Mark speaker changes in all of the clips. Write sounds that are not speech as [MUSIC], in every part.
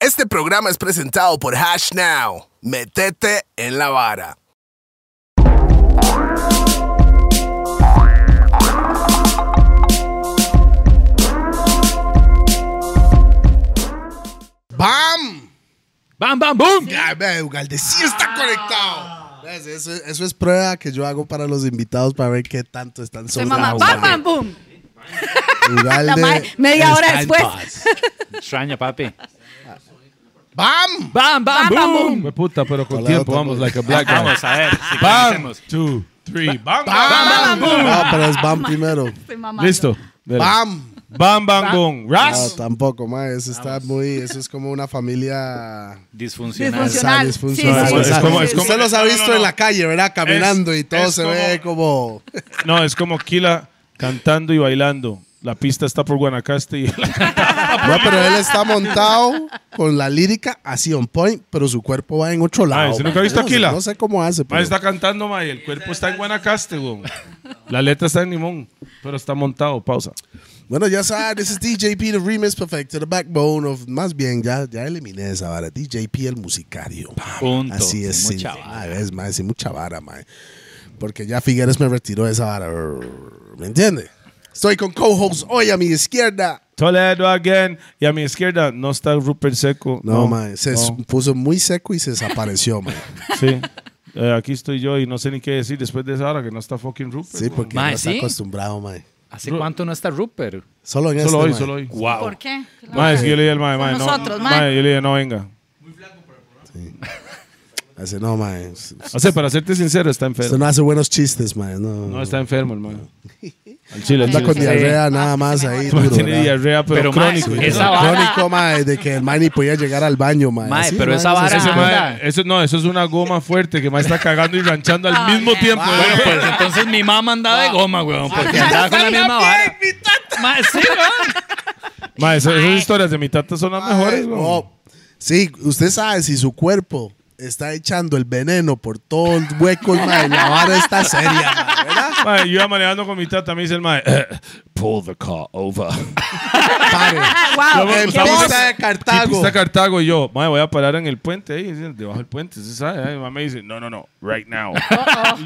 Speaker 1: Este programa es presentado por Hash Now. Metete en la vara.
Speaker 2: ¡Bam!
Speaker 3: ¡Bam, bam, boom!
Speaker 2: Ya, vea, Ugalde sí está conectado. ¿Ves? Pues, Eso, eso es prueba que yo hago para los invitados para ver qué tanto están
Speaker 4: Soy
Speaker 2: sobrados.
Speaker 4: mamá. ¡Pam, pam, boom!
Speaker 2: Ugalde.
Speaker 4: [LAUGHS] La madre, media hora después.
Speaker 3: Extraña, papi.
Speaker 2: ¡Bam!
Speaker 3: ¡Bam, bam, boom!
Speaker 5: Me puta, pero con
Speaker 2: Hola,
Speaker 5: tiempo,
Speaker 2: otra
Speaker 5: vamos,
Speaker 2: vez.
Speaker 5: like a black guy.
Speaker 3: Vamos a ver.
Speaker 5: Bam,
Speaker 3: Sigamos.
Speaker 5: two, three, bam,
Speaker 2: ¡Bam! Ah, pero es bam primero.
Speaker 4: Soy mamá.
Speaker 5: Listo. Dele.
Speaker 2: ¡Bam!
Speaker 5: Bam, bam, boom.
Speaker 2: No,
Speaker 5: Ras.
Speaker 2: Ah, tampoco, ma. Eso está muy. Eso es como una familia.
Speaker 3: Disfuncional.
Speaker 4: Disfuncional.
Speaker 2: sal, disfuncional.
Speaker 4: Sí, sí,
Speaker 5: Es
Speaker 4: sí,
Speaker 5: como-
Speaker 4: sí,
Speaker 5: es
Speaker 4: sí.
Speaker 5: como-
Speaker 2: Usted los ha
Speaker 5: No, no,
Speaker 2: visto
Speaker 5: no.
Speaker 2: en la calle, ¿verdad? Caminando y todo
Speaker 5: es
Speaker 2: se ve como.
Speaker 5: No, es como Kila cantando y bailando. La pista está por Guanacaste y
Speaker 2: No, pero él está montado con la lírica así on point, pero su cuerpo va en otro lado.
Speaker 5: ¿usted
Speaker 2: ma.
Speaker 5: nunca ha visto
Speaker 2: no,
Speaker 5: a Kila?
Speaker 2: No sé cómo hace.
Speaker 5: Ma,
Speaker 2: Pero...
Speaker 5: está cantando, ma, y el cuerpo está en Guanacaste, weón. La letra está en Limón, pero está montado. Pausa.
Speaker 2: Bueno, ya saben, this is DJP, the remix perfecto, the backbone of. Más bien, ya, ya eliminé esa vara. DJP, el musicario.
Speaker 3: Punto.
Speaker 2: Así es,
Speaker 3: Sin
Speaker 2: sí.
Speaker 3: mucha
Speaker 2: Ah, es, ma, sin mucha vara, ma. Porque ya Figueres me retiró esa vara. ¿Me entiende? Estoy con co-host hoy a mi izquierda.
Speaker 5: Toledo again. Y a mi izquierda no está Rupert Seco.
Speaker 2: No, ma, se
Speaker 5: no.
Speaker 2: puso muy seco y se desapareció,
Speaker 5: [LAUGHS]
Speaker 2: ma.
Speaker 5: Sí. Eh, aquí estoy yo y no sé ni qué decir después de esa hora que no está fucking Rupert.
Speaker 2: Sí, porque
Speaker 3: Ma,
Speaker 2: no está
Speaker 3: sí.
Speaker 2: acostumbrado, ma.
Speaker 3: ¿Hace cuánto no está Rupert?
Speaker 2: Solo en
Speaker 5: Solo
Speaker 2: este,
Speaker 5: hoy,
Speaker 2: ma.
Speaker 5: solo hoy.
Speaker 3: Wow.
Speaker 4: ¿Por qué?
Speaker 5: Ma, es que yo le dije al mae, mae,
Speaker 4: Con
Speaker 5: no,
Speaker 4: nosotros,
Speaker 5: mae,
Speaker 4: mae.
Speaker 5: yo le dije, no venga.
Speaker 2: Hace, no, ma. es-
Speaker 5: O sea, para serte sincero, está
Speaker 2: Usted
Speaker 5: enfermo.
Speaker 2: no hace buenos chistes, ma. No,
Speaker 5: No, está enfermo,
Speaker 2: [LAUGHS]
Speaker 5: hermano. Al chile, al
Speaker 2: Anda
Speaker 5: chile.
Speaker 2: con
Speaker 5: Sí.
Speaker 2: diarrea nada más ahí.
Speaker 5: Mae,
Speaker 2: duro,
Speaker 5: Tiene
Speaker 2: ¿verdad?
Speaker 5: diarrea, pero,
Speaker 3: Pero, mae,
Speaker 5: crónico.
Speaker 3: esa
Speaker 2: Lo
Speaker 3: vara-
Speaker 2: crónico, mae, de que el mae ni podía llegar al baño, mae.
Speaker 3: Mae,
Speaker 2: Sí,
Speaker 3: pero
Speaker 2: mae,
Speaker 3: esa
Speaker 2: no sé
Speaker 3: vara-
Speaker 2: si-
Speaker 5: Ese mae, eso, no, eso es una goma fuerte que más está cagando y ranchando
Speaker 4: Ah,
Speaker 5: al mismo tiempo.
Speaker 3: Bueno, pues entonces mi mamá andaba de goma, weón,
Speaker 4: Ah,
Speaker 3: porque andaba con la misma vara. Ma, sí, weón.
Speaker 5: Mae, esa- esas historias de mi tata son las mejores. weón.
Speaker 2: Ah, No. Sí, usted sabe si su cuerpo está echando el veneno por todo el hueco, mae, la vara está seria, mae, ¿verdad?
Speaker 5: Mae, yo iba manejando con mi tata, me dice el mae, "Eh, pull the car
Speaker 2: [LAUGHS]
Speaker 5: over.
Speaker 2: Pare.
Speaker 4: ¡Wow!
Speaker 5: Yo me
Speaker 2: En
Speaker 4: ¡Qué
Speaker 5: gustaba
Speaker 4: voz!
Speaker 2: pista de
Speaker 5: Y
Speaker 2: Cartago.
Speaker 5: pista Cartago y yo, mae, voy a parar en el puente ahí, debajo del puente, ¿sí sabe? Ay, Mi mamá me dice, no, no, no,
Speaker 4: [LAUGHS]
Speaker 5: right now.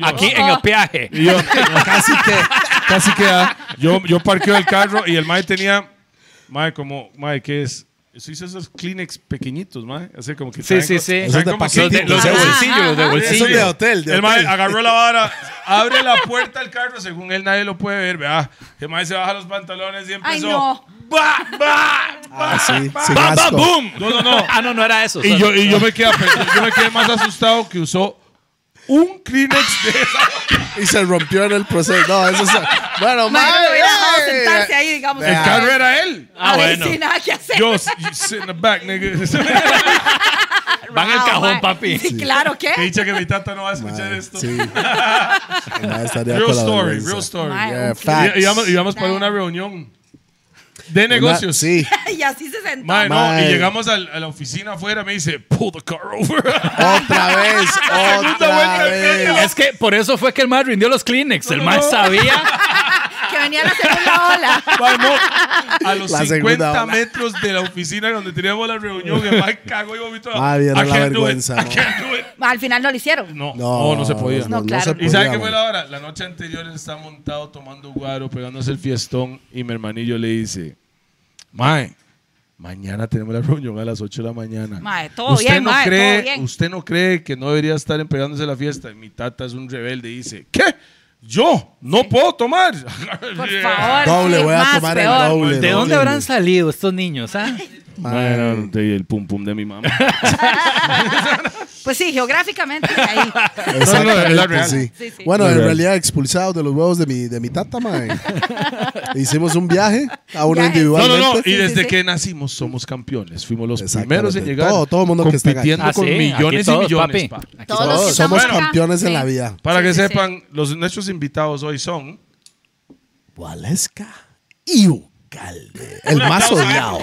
Speaker 3: Aquí en el peaje.
Speaker 5: Y yo, casi que, [LAUGHS] casi que, ah, yo, yo parqueo el carro y el mae tenía, mae, como, mae, ¿qué es? Se hizo esos Kleenex pequeñitos, mae, así como que
Speaker 3: Sí, sí, sí.
Speaker 5: traen
Speaker 2: Esos de
Speaker 5: como
Speaker 2: paquete.
Speaker 3: Los de, los de
Speaker 4: Ajá,
Speaker 3: bolsillo, los de
Speaker 4: ajá.
Speaker 2: Eso es de
Speaker 3: bolsillo.
Speaker 2: hotel, de
Speaker 5: el mae
Speaker 2: hotel.
Speaker 5: agarró la vara, abre la puerta del carro, según él nadie lo puede ver, vea. El mae se baja los pantalones y empezó.
Speaker 4: Ay, no.
Speaker 5: ¡Bah, bah, bah,
Speaker 2: Ah, sí,
Speaker 5: bah,
Speaker 2: sin
Speaker 5: bah, bah,
Speaker 2: asco.
Speaker 5: boom! No, no, no.
Speaker 3: Ah, no, no era eso.
Speaker 5: Y
Speaker 3: solo-
Speaker 5: yo, y yo me quedé, ape- yo me quedé más asustado que usó un Kleenex de esa.
Speaker 2: Y se rompió en el proceso. No, eso es. Bueno, mae.
Speaker 4: Mae, no lo hubiera dejado
Speaker 2: mae.
Speaker 4: sentarse ahí, digamos.
Speaker 2: El
Speaker 5: El carro era él.
Speaker 3: Ah, bueno.
Speaker 4: Sin nada que hacer.
Speaker 5: [LAUGHS] Yo, you sit in the back, nigga. [LAUGHS]
Speaker 3: Van al
Speaker 4: Wow,
Speaker 3: cajón,
Speaker 4: mae.
Speaker 3: papi.
Speaker 4: Ah, Sí, claro, ¿qué?
Speaker 5: Que dicha que mi tata no va a escuchar
Speaker 2: Mae,
Speaker 5: esto.
Speaker 2: Sí.
Speaker 5: [LAUGHS]
Speaker 2: El mae estaría
Speaker 5: Real
Speaker 2: con la
Speaker 5: story,
Speaker 2: vergüenza.
Speaker 5: real story.
Speaker 4: Mae,
Speaker 2: Yeah,
Speaker 4: un
Speaker 2: facts.
Speaker 5: Y, y vamos, y vamos para una reunión de
Speaker 2: Una-
Speaker 5: negocios.
Speaker 2: Sí.
Speaker 4: [LAUGHS] Y así se sentó.
Speaker 5: Mae, no,
Speaker 2: Mae.
Speaker 5: y llegamos al- a la oficina afuera, me dice, pull the car over. [LAUGHS]
Speaker 2: Otra vez, otra
Speaker 5: vuelta al
Speaker 2: vez.
Speaker 5: medio.
Speaker 3: Es que por eso fue que el mae rindió los Kleenex. El
Speaker 5: No,
Speaker 3: mae
Speaker 5: no.
Speaker 3: sabía.
Speaker 4: Que venía la
Speaker 5: [LAUGHS]
Speaker 4: segunda ola.
Speaker 5: [LAUGHS] Mae, no, a los
Speaker 2: La segunda
Speaker 5: 50
Speaker 2: ola.
Speaker 5: metros de la oficina donde teníamos la reunión, el mae cagó y vomitó.
Speaker 2: Mae, viera la
Speaker 5: I can't do it,
Speaker 2: vergüenza,
Speaker 5: I
Speaker 2: ¿no?
Speaker 5: can't do it.
Speaker 4: Al final no lo hicieron.
Speaker 5: No, Oh, no, no se podía.
Speaker 4: No, claro.
Speaker 2: se
Speaker 5: ¿Y sabe
Speaker 2: podía,
Speaker 5: qué fue
Speaker 2: man.
Speaker 5: la hora? La noche anterior él está montado tomando guaro, pegándose el fiestón y mi hermanillo le dice, Mae, mañana tenemos la reunión a las 8 de la mañana.
Speaker 4: Mae, todo bien,
Speaker 5: no
Speaker 4: mae, todo
Speaker 5: cree,
Speaker 4: bien.
Speaker 5: Usted no cree que no debería estar en pegándose la fiesta. Y mi tata es un rebelde y dice, ¿qué? Yo no puedo tomar. [LAUGHS]
Speaker 4: Por favor.
Speaker 2: Doble,
Speaker 4: sí,
Speaker 2: voy a
Speaker 4: más
Speaker 2: tomar el
Speaker 4: peor.
Speaker 2: doble.
Speaker 3: ¿De dónde
Speaker 2: doble.
Speaker 3: habrán salido estos niños, ah?
Speaker 5: Bueno, de- el pum pum de
Speaker 2: [LAUGHS]
Speaker 5: mi mamá.
Speaker 4: Pues sí, geográficamente
Speaker 5: [LAUGHS]
Speaker 4: ahí.
Speaker 2: Exactamente,
Speaker 5: No, no, es la real.
Speaker 2: sí.
Speaker 4: Sí, sí.
Speaker 2: Bueno,
Speaker 5: La
Speaker 2: en
Speaker 5: real.
Speaker 2: realidad expulsados de los huevos de mi, de mi tata, mae.
Speaker 4: [LAUGHS]
Speaker 2: Hicimos un viaje a uno
Speaker 4: Viaje.
Speaker 5: No, no,
Speaker 2: individualmente.
Speaker 5: no. Y
Speaker 4: sí,
Speaker 5: desde
Speaker 4: sí.
Speaker 5: que nacimos somos campeones. Fuimos los
Speaker 2: Exactamente.
Speaker 5: primeros en llegar.
Speaker 2: Todo- todo mundo que está acá.
Speaker 5: compitiendo
Speaker 3: Ah,
Speaker 5: con
Speaker 3: sí, aquí
Speaker 5: millones
Speaker 3: todos,
Speaker 5: y millones.
Speaker 3: papi.
Speaker 5: pa.
Speaker 3: Aquí
Speaker 4: Todos los
Speaker 2: Todos
Speaker 4: que
Speaker 2: somos
Speaker 4: estamos acá.
Speaker 2: campeones en
Speaker 4: Sí.
Speaker 2: la vida.
Speaker 5: Para
Speaker 4: Sí,
Speaker 5: que
Speaker 4: sí, sí.
Speaker 5: sepan, los nuestros invitados hoy son.
Speaker 2: Waleska y Ucalde. El más odiado.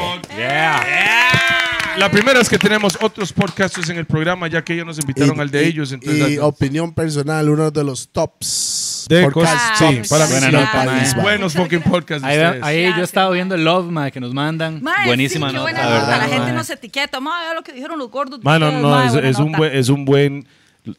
Speaker 5: La primera es que tenemos otros podcasts en el programa, ya que ellos nos invitaron al de ellos. Entonces,
Speaker 2: y opinión personal, uno de los tops. buenos
Speaker 5: De
Speaker 2: podcasts.
Speaker 5: cos- sí,
Speaker 2: tops
Speaker 5: para mí
Speaker 3: Buena
Speaker 2: del
Speaker 3: nota,
Speaker 2: país,
Speaker 3: mae.
Speaker 2: mae.
Speaker 5: Buenos fucking podcasts. de
Speaker 3: Ahí,
Speaker 5: ustedes.
Speaker 3: ahí yo
Speaker 4: Gracias,
Speaker 3: estaba
Speaker 4: mae.
Speaker 3: viendo el Love, mae, que nos mandan.
Speaker 4: Mae,
Speaker 3: Buenísima
Speaker 4: sí, qué
Speaker 3: nota,
Speaker 4: buena
Speaker 3: la
Speaker 4: nota.
Speaker 3: verdad,
Speaker 4: La gente
Speaker 3: mae.
Speaker 4: no se etiqueta. Mae, vea lo que dijeron los gordos. de
Speaker 5: Mano,
Speaker 4: ustedes,
Speaker 5: no,
Speaker 4: mae,
Speaker 5: es,
Speaker 4: buena
Speaker 5: es un
Speaker 4: nota.
Speaker 5: buen, es un buen.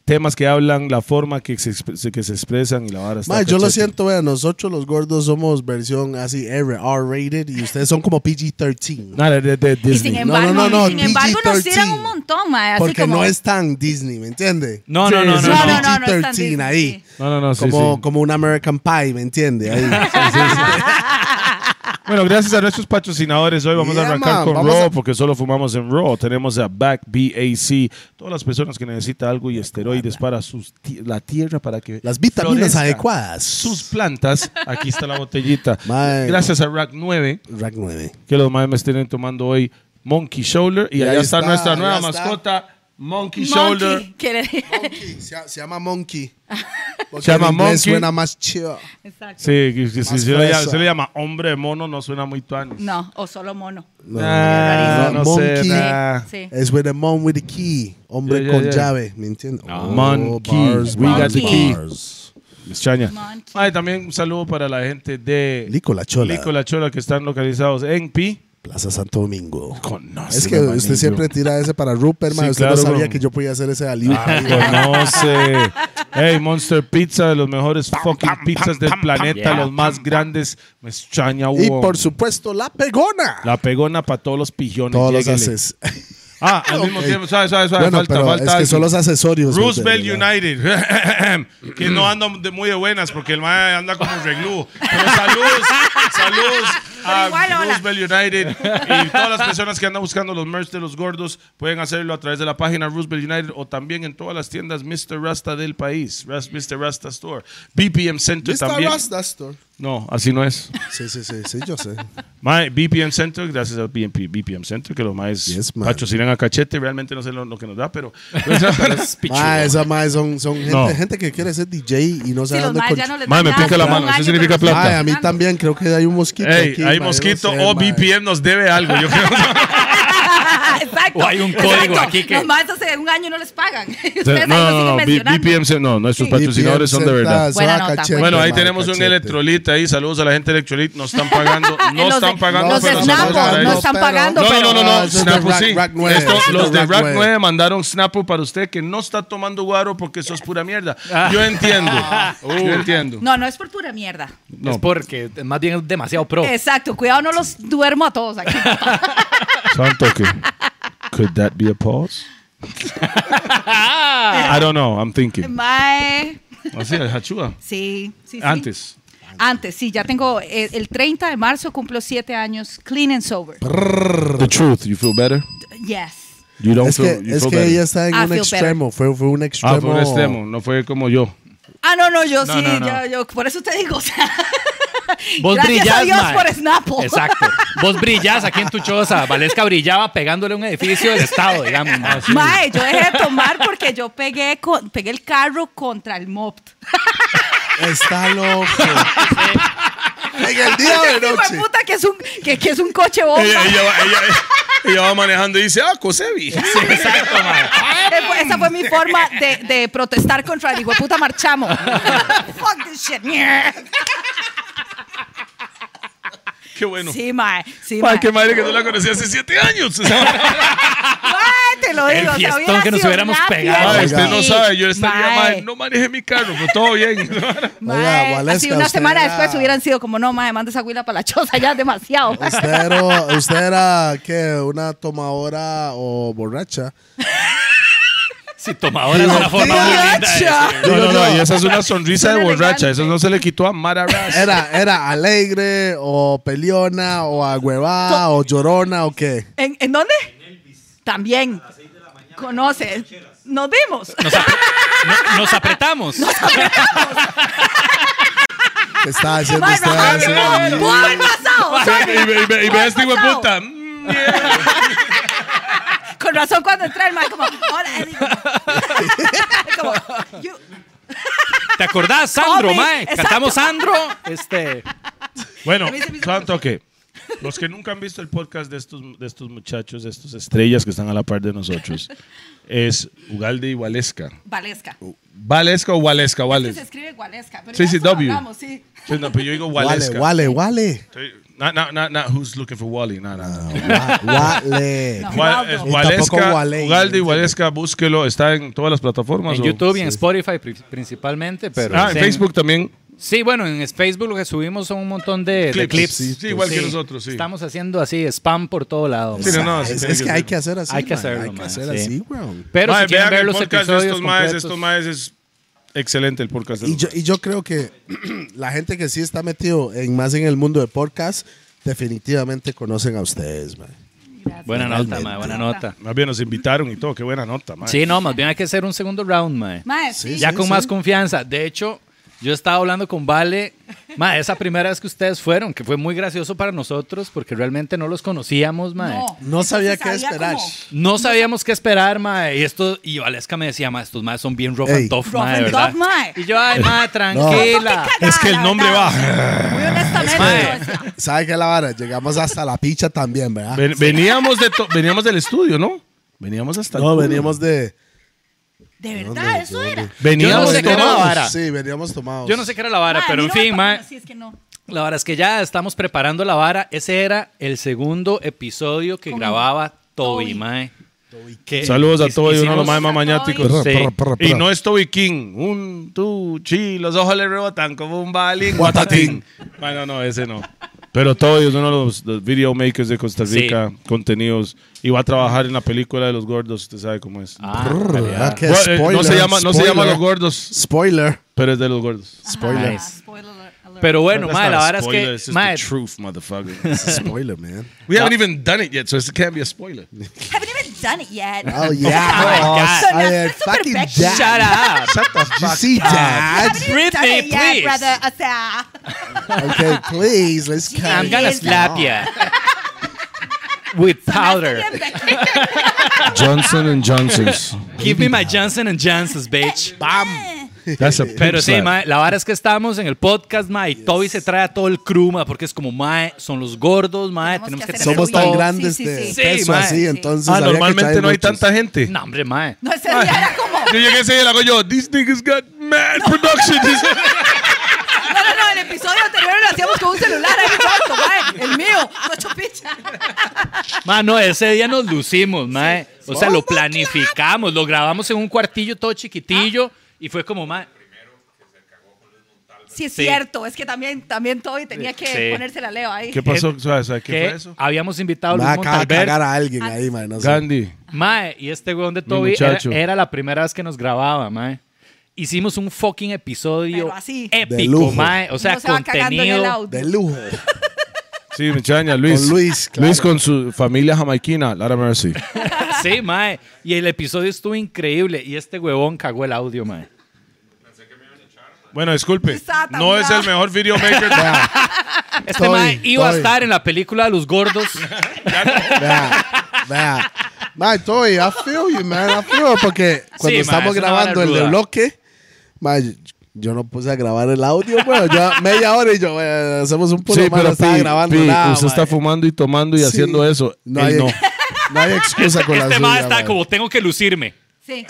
Speaker 5: Temas que hablan, la forma que se, exp- que se expresan y la vara. está
Speaker 2: Mae, yo lo
Speaker 5: cachete.
Speaker 2: siento, vea, nosotros los gordos somos versión así R, rated y ustedes son como PG-13.
Speaker 5: Nada, de, de
Speaker 4: Y
Speaker 5: Disney.
Speaker 4: sin
Speaker 2: No,
Speaker 4: embargo,
Speaker 2: no, no, no,
Speaker 4: y sin embargo nos
Speaker 2: PG-13.
Speaker 4: tiran un montón, mae. Así
Speaker 2: Porque
Speaker 4: como,
Speaker 2: no es tan Disney, ¿me entiende?
Speaker 3: No,
Speaker 5: Sí,
Speaker 3: no, no,
Speaker 5: sí,
Speaker 3: no,
Speaker 5: sí.
Speaker 3: no.
Speaker 4: No, no, no, es tan
Speaker 2: PG-13
Speaker 4: Disney.
Speaker 2: ahí.
Speaker 5: No, no, no, sí,
Speaker 2: Como,
Speaker 5: sí.
Speaker 2: como un American Pie, ¿me entiende? Ahí.
Speaker 5: [LAUGHS] Bueno, gracias a nuestros patrocinadores, hoy vamos a
Speaker 2: Yeah,
Speaker 5: arrancar
Speaker 2: man,
Speaker 5: con
Speaker 2: vamos
Speaker 5: Raw,
Speaker 2: a-
Speaker 5: porque solo fumamos en Raw. Tenemos a Back BAC, todas las personas que necesitan algo y esteroides para sus ti- la tierra, para que.
Speaker 2: Las vitaminas
Speaker 5: florezca
Speaker 2: adecuadas.
Speaker 5: Sus plantas, aquí está la botellita.
Speaker 2: [LAUGHS] Man.
Speaker 5: Gracias a Rack 9,
Speaker 2: Rack 9.
Speaker 5: que los más me estén tomando hoy Monkey Shoulder. Y,
Speaker 2: Y
Speaker 5: allá
Speaker 2: ahí
Speaker 5: está,
Speaker 2: está,
Speaker 5: nuestra
Speaker 2: allá
Speaker 5: nueva
Speaker 2: está.
Speaker 5: mascota, Monkey,
Speaker 4: Monkey,
Speaker 5: Shoulder.
Speaker 4: [LAUGHS] que le-
Speaker 2: [LAUGHS] Monkey, se, se llama Monkey. Porque
Speaker 5: Se llama
Speaker 2: en inglés
Speaker 5: Monkey.
Speaker 2: Suena más chido.
Speaker 4: Exacto.
Speaker 5: Sí, que- que si se, le,
Speaker 2: fresa.
Speaker 5: se le llama hombre de mono, no suena muy tuanis.
Speaker 4: No, o solo mono.
Speaker 2: No,
Speaker 5: Ah,
Speaker 2: no,
Speaker 5: no sé,
Speaker 2: Monkey.
Speaker 5: nah.
Speaker 4: Sí.
Speaker 2: Es with a mom with a key. Hombre
Speaker 5: Yeah, yeah,
Speaker 2: con
Speaker 5: yeah.
Speaker 2: llave, ¿me entiende? Oh,
Speaker 5: Ah, Monkey, we got the key.
Speaker 2: bars.
Speaker 5: Extraña.
Speaker 4: Monkey.
Speaker 5: Ay, Ah, también un saludo para la gente de
Speaker 2: Lico La Chola.
Speaker 5: Lico La Chola que están localizados en Pi.
Speaker 2: Plaza Santo Domingo.
Speaker 5: Conoce.
Speaker 2: Es que usted siempre tira ese para Rupert,
Speaker 5: Sí,
Speaker 2: man. usted
Speaker 5: claro, Ah,
Speaker 2: no sabía
Speaker 5: bro.
Speaker 2: que yo podía hacer ese alivio.
Speaker 5: Conoce. Hey, Monster Pizza, de los mejores fucking pizzas del planeta, los más grandes. Me extraña,
Speaker 2: y
Speaker 5: huevón.
Speaker 2: por supuesto, la pegona.
Speaker 5: La pegona para todos los pijones.
Speaker 2: Todos los
Speaker 5: lléguenle.
Speaker 2: haces.
Speaker 5: Ah, al mismo
Speaker 2: Ok.
Speaker 5: tiempo. Suave, suave,
Speaker 2: [LAUGHS]
Speaker 5: suave.
Speaker 2: bueno,
Speaker 5: falta,
Speaker 2: pero
Speaker 5: falta.
Speaker 2: es que
Speaker 5: alguien.
Speaker 2: son los accesorios. ¿me
Speaker 5: Roosevelt
Speaker 2: entiende, no?
Speaker 5: United, [LAUGHS] que no andan de muy de buenas porque el mae anda como regludo. Pero saludos, saludos a
Speaker 4: [LAUGHS] Pero igual, hola.
Speaker 5: Roosevelt United y todas las personas que andan buscando los merch de los gordos pueden hacerlo a través de la página Roosevelt United o también en todas las tiendas Mr. Rasta del país, Ras- Mr. Rasta Store, BPM Center también.
Speaker 2: Store.
Speaker 5: No, así no es.
Speaker 2: Sí, sí, sí, sí, yo
Speaker 5: [LAUGHS]
Speaker 2: sé.
Speaker 5: Mae, BPM Center, gracias a BPM, BPM Center, que los maes
Speaker 2: Yes, man.
Speaker 5: patrocinan a cachete, realmente no sé lo, lo que nos
Speaker 2: [LAUGHS]
Speaker 5: da, pero... pues,
Speaker 2: Ah, esas más son, son gente,
Speaker 5: No.
Speaker 2: gente que quiere ser DJ y no
Speaker 4: Sí,
Speaker 2: sabe
Speaker 4: los
Speaker 2: dónde
Speaker 4: más
Speaker 2: con-
Speaker 4: ya no les
Speaker 5: Mae,
Speaker 4: dan
Speaker 5: me
Speaker 4: nada,
Speaker 5: pica la
Speaker 4: un
Speaker 5: mano, eso
Speaker 4: año,
Speaker 5: significa
Speaker 4: pero-
Speaker 5: plata.
Speaker 2: Ay, a mí también creo que hay un mosquito.
Speaker 5: Ey,
Speaker 2: aquí,
Speaker 5: hay
Speaker 2: ma, yo
Speaker 5: mosquito
Speaker 2: no sé,
Speaker 5: o
Speaker 2: ma.
Speaker 5: BPM nos debe algo. Yo creo
Speaker 4: [LAUGHS] Exacto.
Speaker 3: O hay un código
Speaker 4: exacto.
Speaker 3: aquí que-
Speaker 4: Los más hace un año no les pagan. [LAUGHS]
Speaker 5: No,
Speaker 4: [LAUGHS] Ustedes ahí lo
Speaker 5: no, no,
Speaker 4: siguen
Speaker 5: B-
Speaker 4: mencionando.
Speaker 5: BPM, se- no, nuestros
Speaker 2: BPM
Speaker 5: patrocinadores son de verdad.
Speaker 2: sentadas,
Speaker 4: Buena
Speaker 2: son a
Speaker 4: nota,
Speaker 2: cachete,
Speaker 5: Bueno, ahí
Speaker 2: ma,
Speaker 5: tenemos un
Speaker 2: cachete.
Speaker 5: electrolita ahí. Saludos a la gente de electrolit. Nos están pagando.
Speaker 4: [LAUGHS] En
Speaker 5: No
Speaker 4: los
Speaker 5: están
Speaker 4: de-
Speaker 5: pagando,
Speaker 4: los de
Speaker 5: pero
Speaker 2: no,
Speaker 5: saludos
Speaker 4: Snapo,
Speaker 5: para
Speaker 4: no
Speaker 5: ellos.
Speaker 4: están pagando,
Speaker 5: No,
Speaker 4: pero-
Speaker 5: no, no, no.
Speaker 2: Eso es de
Speaker 5: Snapu,
Speaker 2: Rack-
Speaker 5: sí.
Speaker 2: Rack 9.
Speaker 5: Esto,
Speaker 2: Eso es
Speaker 5: los
Speaker 2: de
Speaker 5: de
Speaker 2: Rack
Speaker 5: Rack
Speaker 2: 9.
Speaker 5: 9 mandaron Snapu para usted que no está tomando guaro porque sos pura mierda. Yo [LAUGHS] entiendo. Yo entiendo.
Speaker 4: No, no es por pura mierda.
Speaker 3: Es porque más bien es demasiado pro.
Speaker 4: Exacto, cuidado, no los duermo a todos
Speaker 5: [LAUGHS]
Speaker 4: aquí.
Speaker 5: Santo que. Could that be a pause?
Speaker 4: Ah.
Speaker 5: I don't know. I'm thinking.
Speaker 4: Mae.
Speaker 5: Así, Hachua.
Speaker 4: Sí, sí, sí.
Speaker 5: Antes.
Speaker 4: Antes, sí, ya tengo. eh, el 30 de marzo cumplo siete años clean and sober.
Speaker 5: The truth. You feel better?
Speaker 4: Yes.
Speaker 5: You don't
Speaker 2: Es que,
Speaker 5: feel, you
Speaker 2: es
Speaker 5: feel
Speaker 2: que
Speaker 5: better.
Speaker 2: ella está en
Speaker 4: I
Speaker 2: un
Speaker 4: feel
Speaker 2: extremo. Fue, fue un extremo.
Speaker 5: Ah, fue un extremo, no fue como yo.
Speaker 4: Ah, no, no, yo
Speaker 3: No,
Speaker 4: sí,
Speaker 3: no, no.
Speaker 4: Yo, yo- por eso te digo, o sea,
Speaker 3: [LAUGHS] Vos
Speaker 4: Gracias
Speaker 3: brillás,
Speaker 4: a Dios
Speaker 3: mae.
Speaker 4: por Snapple. [LAUGHS]
Speaker 3: Exacto. Vos brillás aquí en tu choza. Valesca brillaba pegándole a un edificio del Estado, digamos. mae.
Speaker 4: Ah, mae, yo dejé de tomar porque yo pegué, con- pegué el carro contra
Speaker 3: [LAUGHS]
Speaker 4: el mopt.
Speaker 2: Está loco. en el día de
Speaker 4: Hijo de
Speaker 2: noche.
Speaker 4: puta que es un, que, que es un coche bomba.
Speaker 5: Ella, ella va- ella- ella va manejando y dice, ah, Cosevi. [LAUGHS]
Speaker 3: Sí, exacto, mae.
Speaker 4: Eh, fue- [LAUGHS] Esa fue mi forma de, de protestar contra el hijo de
Speaker 3: [LAUGHS]
Speaker 4: puta marchamo. Fuck this shit.
Speaker 5: Qué bueno.
Speaker 4: Sí, mae. Sí,
Speaker 5: Ay,
Speaker 4: mae.
Speaker 5: qué madre que no la conocí hace siete años. [LAUGHS]
Speaker 4: Mae, te lo
Speaker 3: El
Speaker 4: digo. o sea,
Speaker 3: fiestón
Speaker 4: hubiera
Speaker 3: que nos
Speaker 4: sido
Speaker 3: hubiéramos
Speaker 4: una
Speaker 3: pegado.
Speaker 5: Ay,
Speaker 4: fiesta.
Speaker 5: usted no
Speaker 4: Sí,
Speaker 5: sabe, yo estaría
Speaker 4: mae.
Speaker 5: mal. No manejé mi carro, pero todo bien.
Speaker 4: Mae,
Speaker 2: Oiga,
Speaker 4: así
Speaker 2: Waleska,
Speaker 4: una
Speaker 2: usted
Speaker 4: semana
Speaker 2: era-
Speaker 4: después hubieran sido como, no, mae, manda esa huila para la choza, ya es demasiado.
Speaker 2: Usted era, usted era, ¿qué? Una tomadora o borracha.
Speaker 3: Si tomadora es una forma muy linda. de decir.
Speaker 5: No, no, no, y esa es
Speaker 4: Suena
Speaker 5: una sonrisa de
Speaker 4: elegante.
Speaker 5: borracha. Eso no se le quitó a Mara [LAUGHS] Ras.
Speaker 2: Era, era alegre o peleona o agüevada o llorona o qué.
Speaker 4: ¿En, en dónde? También. Conoce. Nos vimos.
Speaker 3: No- Nos apretamos.
Speaker 2: ¿Qué
Speaker 4: [LAUGHS]
Speaker 2: está haciendo
Speaker 4: Mae,
Speaker 2: usted?
Speaker 4: no,
Speaker 2: así?
Speaker 4: no, pudo haber pasado.
Speaker 5: Y ve, y ve- y ve a este hijo de
Speaker 4: pasado.
Speaker 5: puta. Mm, yeah.
Speaker 4: Con razón cuando entra el mae como, hola, Eddie. [LAUGHS] como, you-
Speaker 3: ¿Te acordás, Sandro,
Speaker 4: Tommy,
Speaker 3: mae?
Speaker 4: exacto.
Speaker 3: Cantamos Sandro. Este.
Speaker 5: Bueno,
Speaker 4: mí se me hizo
Speaker 5: santo que. Los que nunca han visto el podcast de estos, de estos muchachos, de estas estrellas que están a la par de
Speaker 4: [LAUGHS]
Speaker 5: nosotros, es Ugalde y Walesca.
Speaker 4: Valesca.
Speaker 5: ¿Valesca o Walesca?
Speaker 4: Se
Speaker 5: Wales.
Speaker 4: escribe Valesca. Pero
Speaker 5: Sí,
Speaker 4: ya
Speaker 5: sí,
Speaker 4: eso lo
Speaker 5: W.
Speaker 4: hablamos, sí.
Speaker 5: Sí, no, pero yo digo
Speaker 2: Wale,
Speaker 5: Walesca.
Speaker 2: wale,
Speaker 5: [LAUGHS]
Speaker 2: wale.
Speaker 5: Sí, Not, not, not, not who's looking for Wally. No, no, no.
Speaker 2: Wa- Wale.
Speaker 4: No.
Speaker 5: Wa-
Speaker 4: Y
Speaker 5: es
Speaker 2: Ah, tampoco
Speaker 5: Walesca,
Speaker 2: Waley.
Speaker 5: Ugalde y Walesca, búsquelo. Está en todas las plataformas.
Speaker 6: En
Speaker 5: o-
Speaker 6: YouTube y en Spotify pri- principalmente, pero...
Speaker 5: Ah, en
Speaker 6: sí,
Speaker 5: Facebook también.
Speaker 6: Sí, bueno, en Facebook lo que subimos son un montón de de clips.
Speaker 5: Clips. Sí, sí, igual que nosotros, sí.
Speaker 6: Estamos haciendo así spam por todo lado.
Speaker 5: Sí,
Speaker 6: man.
Speaker 5: no, no,
Speaker 2: es,
Speaker 5: sí
Speaker 2: es
Speaker 5: tiene
Speaker 2: que
Speaker 5: que
Speaker 2: hay
Speaker 5: ser.
Speaker 2: que hacer así.
Speaker 6: Hay que
Speaker 2: man.
Speaker 6: hacerlo,
Speaker 2: Hay que
Speaker 6: man,
Speaker 2: hacer
Speaker 6: sí.
Speaker 2: así, weón.
Speaker 6: Pero
Speaker 5: Mae,
Speaker 6: si quieren
Speaker 5: vean
Speaker 6: ver
Speaker 5: el
Speaker 6: los
Speaker 5: podcast de
Speaker 6: episodios
Speaker 5: estos maes,
Speaker 6: completos-
Speaker 5: estos maes es excelente el podcast. de
Speaker 2: Y
Speaker 5: los
Speaker 2: yo, y yo creo que [CLEARS THROAT] la gente que sí está metido en más en el mundo de podcast, definitivamente conocen a ustedes, man.
Speaker 4: Gracias.
Speaker 6: Buena nota,
Speaker 2: Realmente.
Speaker 6: mae, buena nota.
Speaker 5: Más bien nos invitaron y todo, qué buena nota, mae.
Speaker 6: Sí, no, más bien hay que hacer un segundo round, mae.
Speaker 4: Mae,
Speaker 2: Sí,
Speaker 4: sí.
Speaker 6: Ya
Speaker 2: sí.
Speaker 6: con más confianza. De hecho, yo estaba hablando con Vale, mae, esa primera vez que ustedes fueron, que fue muy gracioso para nosotros porque realmente no los conocíamos, mae.
Speaker 4: No,
Speaker 2: No sabía qué
Speaker 4: Entonces, había
Speaker 2: esperar.
Speaker 4: como-
Speaker 6: No sabíamos qué esperar, mae. Y esto, y Valesca me decía, mae, estos maes son bien rough
Speaker 2: Ey.
Speaker 6: and tough,
Speaker 4: Rough
Speaker 6: mae,
Speaker 4: and
Speaker 6: ¿verdad?
Speaker 4: tough, mae.
Speaker 6: Y yo, ay, mae, tranquila.
Speaker 4: Qué
Speaker 5: Es que el
Speaker 4: cagada,
Speaker 5: nombre
Speaker 4: ¿verdad?
Speaker 5: va.
Speaker 4: Muy honestamente.
Speaker 6: Mae.
Speaker 4: yo decía,
Speaker 2: ¿Sabe qué la vara? Llegamos hasta la picha también, ¿verdad?
Speaker 5: Ven- veníamos, de to- veníamos del estudio, ¿no? Veníamos hasta el
Speaker 2: no,
Speaker 5: culo.
Speaker 2: veníamos de.
Speaker 4: De verdad, eso era.
Speaker 6: Yo no
Speaker 5: Veníamos
Speaker 6: sé qué era la
Speaker 5: tomados.
Speaker 6: vara.
Speaker 2: Sí, veníamos tomados.
Speaker 6: Yo no sé qué era la vara,
Speaker 4: Mae,
Speaker 6: pero en
Speaker 4: mira, me
Speaker 6: fin,
Speaker 4: pa-
Speaker 6: mae.
Speaker 4: Sí, es que no.
Speaker 6: La verdad es que ya estamos preparando la vara. Ese era el segundo episodio que
Speaker 4: Con
Speaker 6: grababa Toby,
Speaker 4: Toby.
Speaker 6: mae. Que
Speaker 5: Saludos a todos y uno de los
Speaker 6: Eh, hicimos-
Speaker 5: más mañáticos.
Speaker 6: Sí.
Speaker 5: Y no es Toby King. Un, tú, chi, los ojos le rebotan como un balín. Guatatín. Bueno, no, ese no. Pero Toby es uno de los, los videomakers de Costa
Speaker 6: Sí.
Speaker 5: Rica, contenidos. Y va a trabajar en la película de los gordos, usted sabe cómo es.
Speaker 6: Ah,
Speaker 2: ¿verdad?
Speaker 6: calidad.
Speaker 2: Que
Speaker 5: Bueno, eh, no, se
Speaker 2: spoiler,
Speaker 5: llama, no se llama
Speaker 2: spoiler,
Speaker 5: Los Gordos,
Speaker 2: Spoiler.
Speaker 5: pero es de Los Gordos.
Speaker 2: Spoiler.
Speaker 4: Ah, spoiler alert.
Speaker 6: Pero bueno,
Speaker 5: That's
Speaker 6: mae,
Speaker 5: not
Speaker 6: la
Speaker 5: a
Speaker 6: vara es
Speaker 5: spoiler,
Speaker 6: que.
Speaker 5: it's just
Speaker 6: mae,
Speaker 5: the truth,
Speaker 6: [LAUGHS]
Speaker 5: motherfucker.
Speaker 2: Spoiler, man.
Speaker 5: We haven't even done it yet, so it can't be a spoiler.
Speaker 4: Haven't even done it yet.
Speaker 2: Oh, yeah.
Speaker 6: [LAUGHS] Oh, my God.
Speaker 2: I am
Speaker 4: Sonaste
Speaker 2: fucking
Speaker 4: superfecta.
Speaker 2: dead.
Speaker 6: shut up.
Speaker 5: Shut the
Speaker 2: You see, Dad?
Speaker 4: Haven't even done
Speaker 6: Britney,
Speaker 4: it yet,
Speaker 6: please.
Speaker 4: brother. O sea,
Speaker 2: Okay, please, let's
Speaker 6: I'm
Speaker 2: calm
Speaker 6: gonna
Speaker 4: Yes.
Speaker 6: slap ya. With [LAUGHS] powder.
Speaker 4: bien de-
Speaker 5: Johnson and Johnson's.
Speaker 6: Give me my Johnson and Johnson's, bitch.
Speaker 4: Eh,
Speaker 5: That's [LAUGHS] a
Speaker 6: Pero
Speaker 5: pimp
Speaker 6: sí,
Speaker 5: slap.
Speaker 2: Ah,
Speaker 6: mae, la vara es que estamos en el podcast, mae, y Toby se trae a todo el crew, mae, porque es como, mae, son los gordos, mae, tenemos, que,
Speaker 4: hacer
Speaker 6: tener
Speaker 2: Somos
Speaker 4: el
Speaker 2: tan
Speaker 6: todo.
Speaker 4: ruido.
Speaker 2: grandes
Speaker 4: Sí, sí,
Speaker 2: de
Speaker 4: sí.
Speaker 6: Sí,
Speaker 2: peso
Speaker 6: mae.
Speaker 2: así,
Speaker 6: Sí.
Speaker 2: entonces.
Speaker 5: Ah,
Speaker 2: había que
Speaker 5: normalmente
Speaker 2: traer
Speaker 5: no hay
Speaker 2: muchos.
Speaker 5: tanta gente.
Speaker 6: No, hombre, mae.
Speaker 4: No, ese día era
Speaker 6: [LAUGHS]
Speaker 4: como.
Speaker 5: Yo llegué ese día y le hago yo, these niggas got mad production. [LAUGHS]
Speaker 4: No, no, no, el episodio anterior lo hacíamos con un celular ahí exacto, mae, el mío, cocho picha.
Speaker 6: Mano, ese día nos lucimos, mae. O sea, lo planificamos, lo grabamos en un cuartillo todo chiquitillo y fue como, mae.
Speaker 4: Sí, es
Speaker 6: Sí.
Speaker 4: cierto, es que también, también Toby tenía que
Speaker 6: Sí.
Speaker 4: ponerse la leo ahí.
Speaker 5: ¿Qué pasó? ¿Sabes? ¿Qué
Speaker 6: que
Speaker 5: fue eso?
Speaker 6: habíamos invitado a
Speaker 2: Me
Speaker 6: Luis
Speaker 2: acaba de
Speaker 6: Montalver.
Speaker 2: cagar a alguien ahí, man. No sé.
Speaker 5: Gandhi.
Speaker 6: Mae, y este weón de Toby era,
Speaker 5: muchacho.
Speaker 6: era la primera vez que nos grababa, mae. Hicimos un fucking episodio
Speaker 4: Pero así.
Speaker 6: épico,
Speaker 2: De lujo.
Speaker 6: mae. O sea,
Speaker 4: Uno se va cagando en el
Speaker 6: contenido.
Speaker 4: audio.
Speaker 2: De lujo.
Speaker 5: Sí, mi chaña, Luis.
Speaker 2: Con Luis, claro.
Speaker 5: Luis con su familia jamaiquina, Lara Mercy.
Speaker 6: [LAUGHS] Sí, mae. Y el episodio estuvo increíble. Y este huevón cagó el audio, mae.
Speaker 5: Bueno, disculpe.
Speaker 4: Está tan
Speaker 5: No es el
Speaker 4: bravo.
Speaker 5: mejor [LAUGHS] videomaker. Ya,
Speaker 6: Este
Speaker 2: Toby,
Speaker 6: mae iba a
Speaker 2: Toby.
Speaker 6: estar en la película de los
Speaker 5: [LAUGHS]
Speaker 6: gordos.
Speaker 2: Vea, vea. Man, Toby, I feel you, man. I feel you, Porque cuando
Speaker 6: man,
Speaker 2: estamos
Speaker 6: es una
Speaker 2: grabando
Speaker 6: vara
Speaker 2: el de
Speaker 6: ruda.
Speaker 2: bloque, man, yo- yo no puse a grabar el audio, bueno, yo media hora y yo, bueno, hacemos un puro man,
Speaker 5: sí,
Speaker 2: no
Speaker 5: pero
Speaker 2: estaba
Speaker 5: Pi,
Speaker 2: grabando
Speaker 5: Pi,
Speaker 2: nada,
Speaker 5: usted
Speaker 2: man.
Speaker 5: está fumando y tomando y
Speaker 2: Sí.
Speaker 5: haciendo eso.
Speaker 2: [LAUGHS] No
Speaker 5: Él
Speaker 2: hay,
Speaker 5: no.
Speaker 2: no hay excusa con la
Speaker 6: Este
Speaker 2: suya,
Speaker 6: mae está
Speaker 2: man.
Speaker 6: como, tengo que lucirme.
Speaker 4: Sí,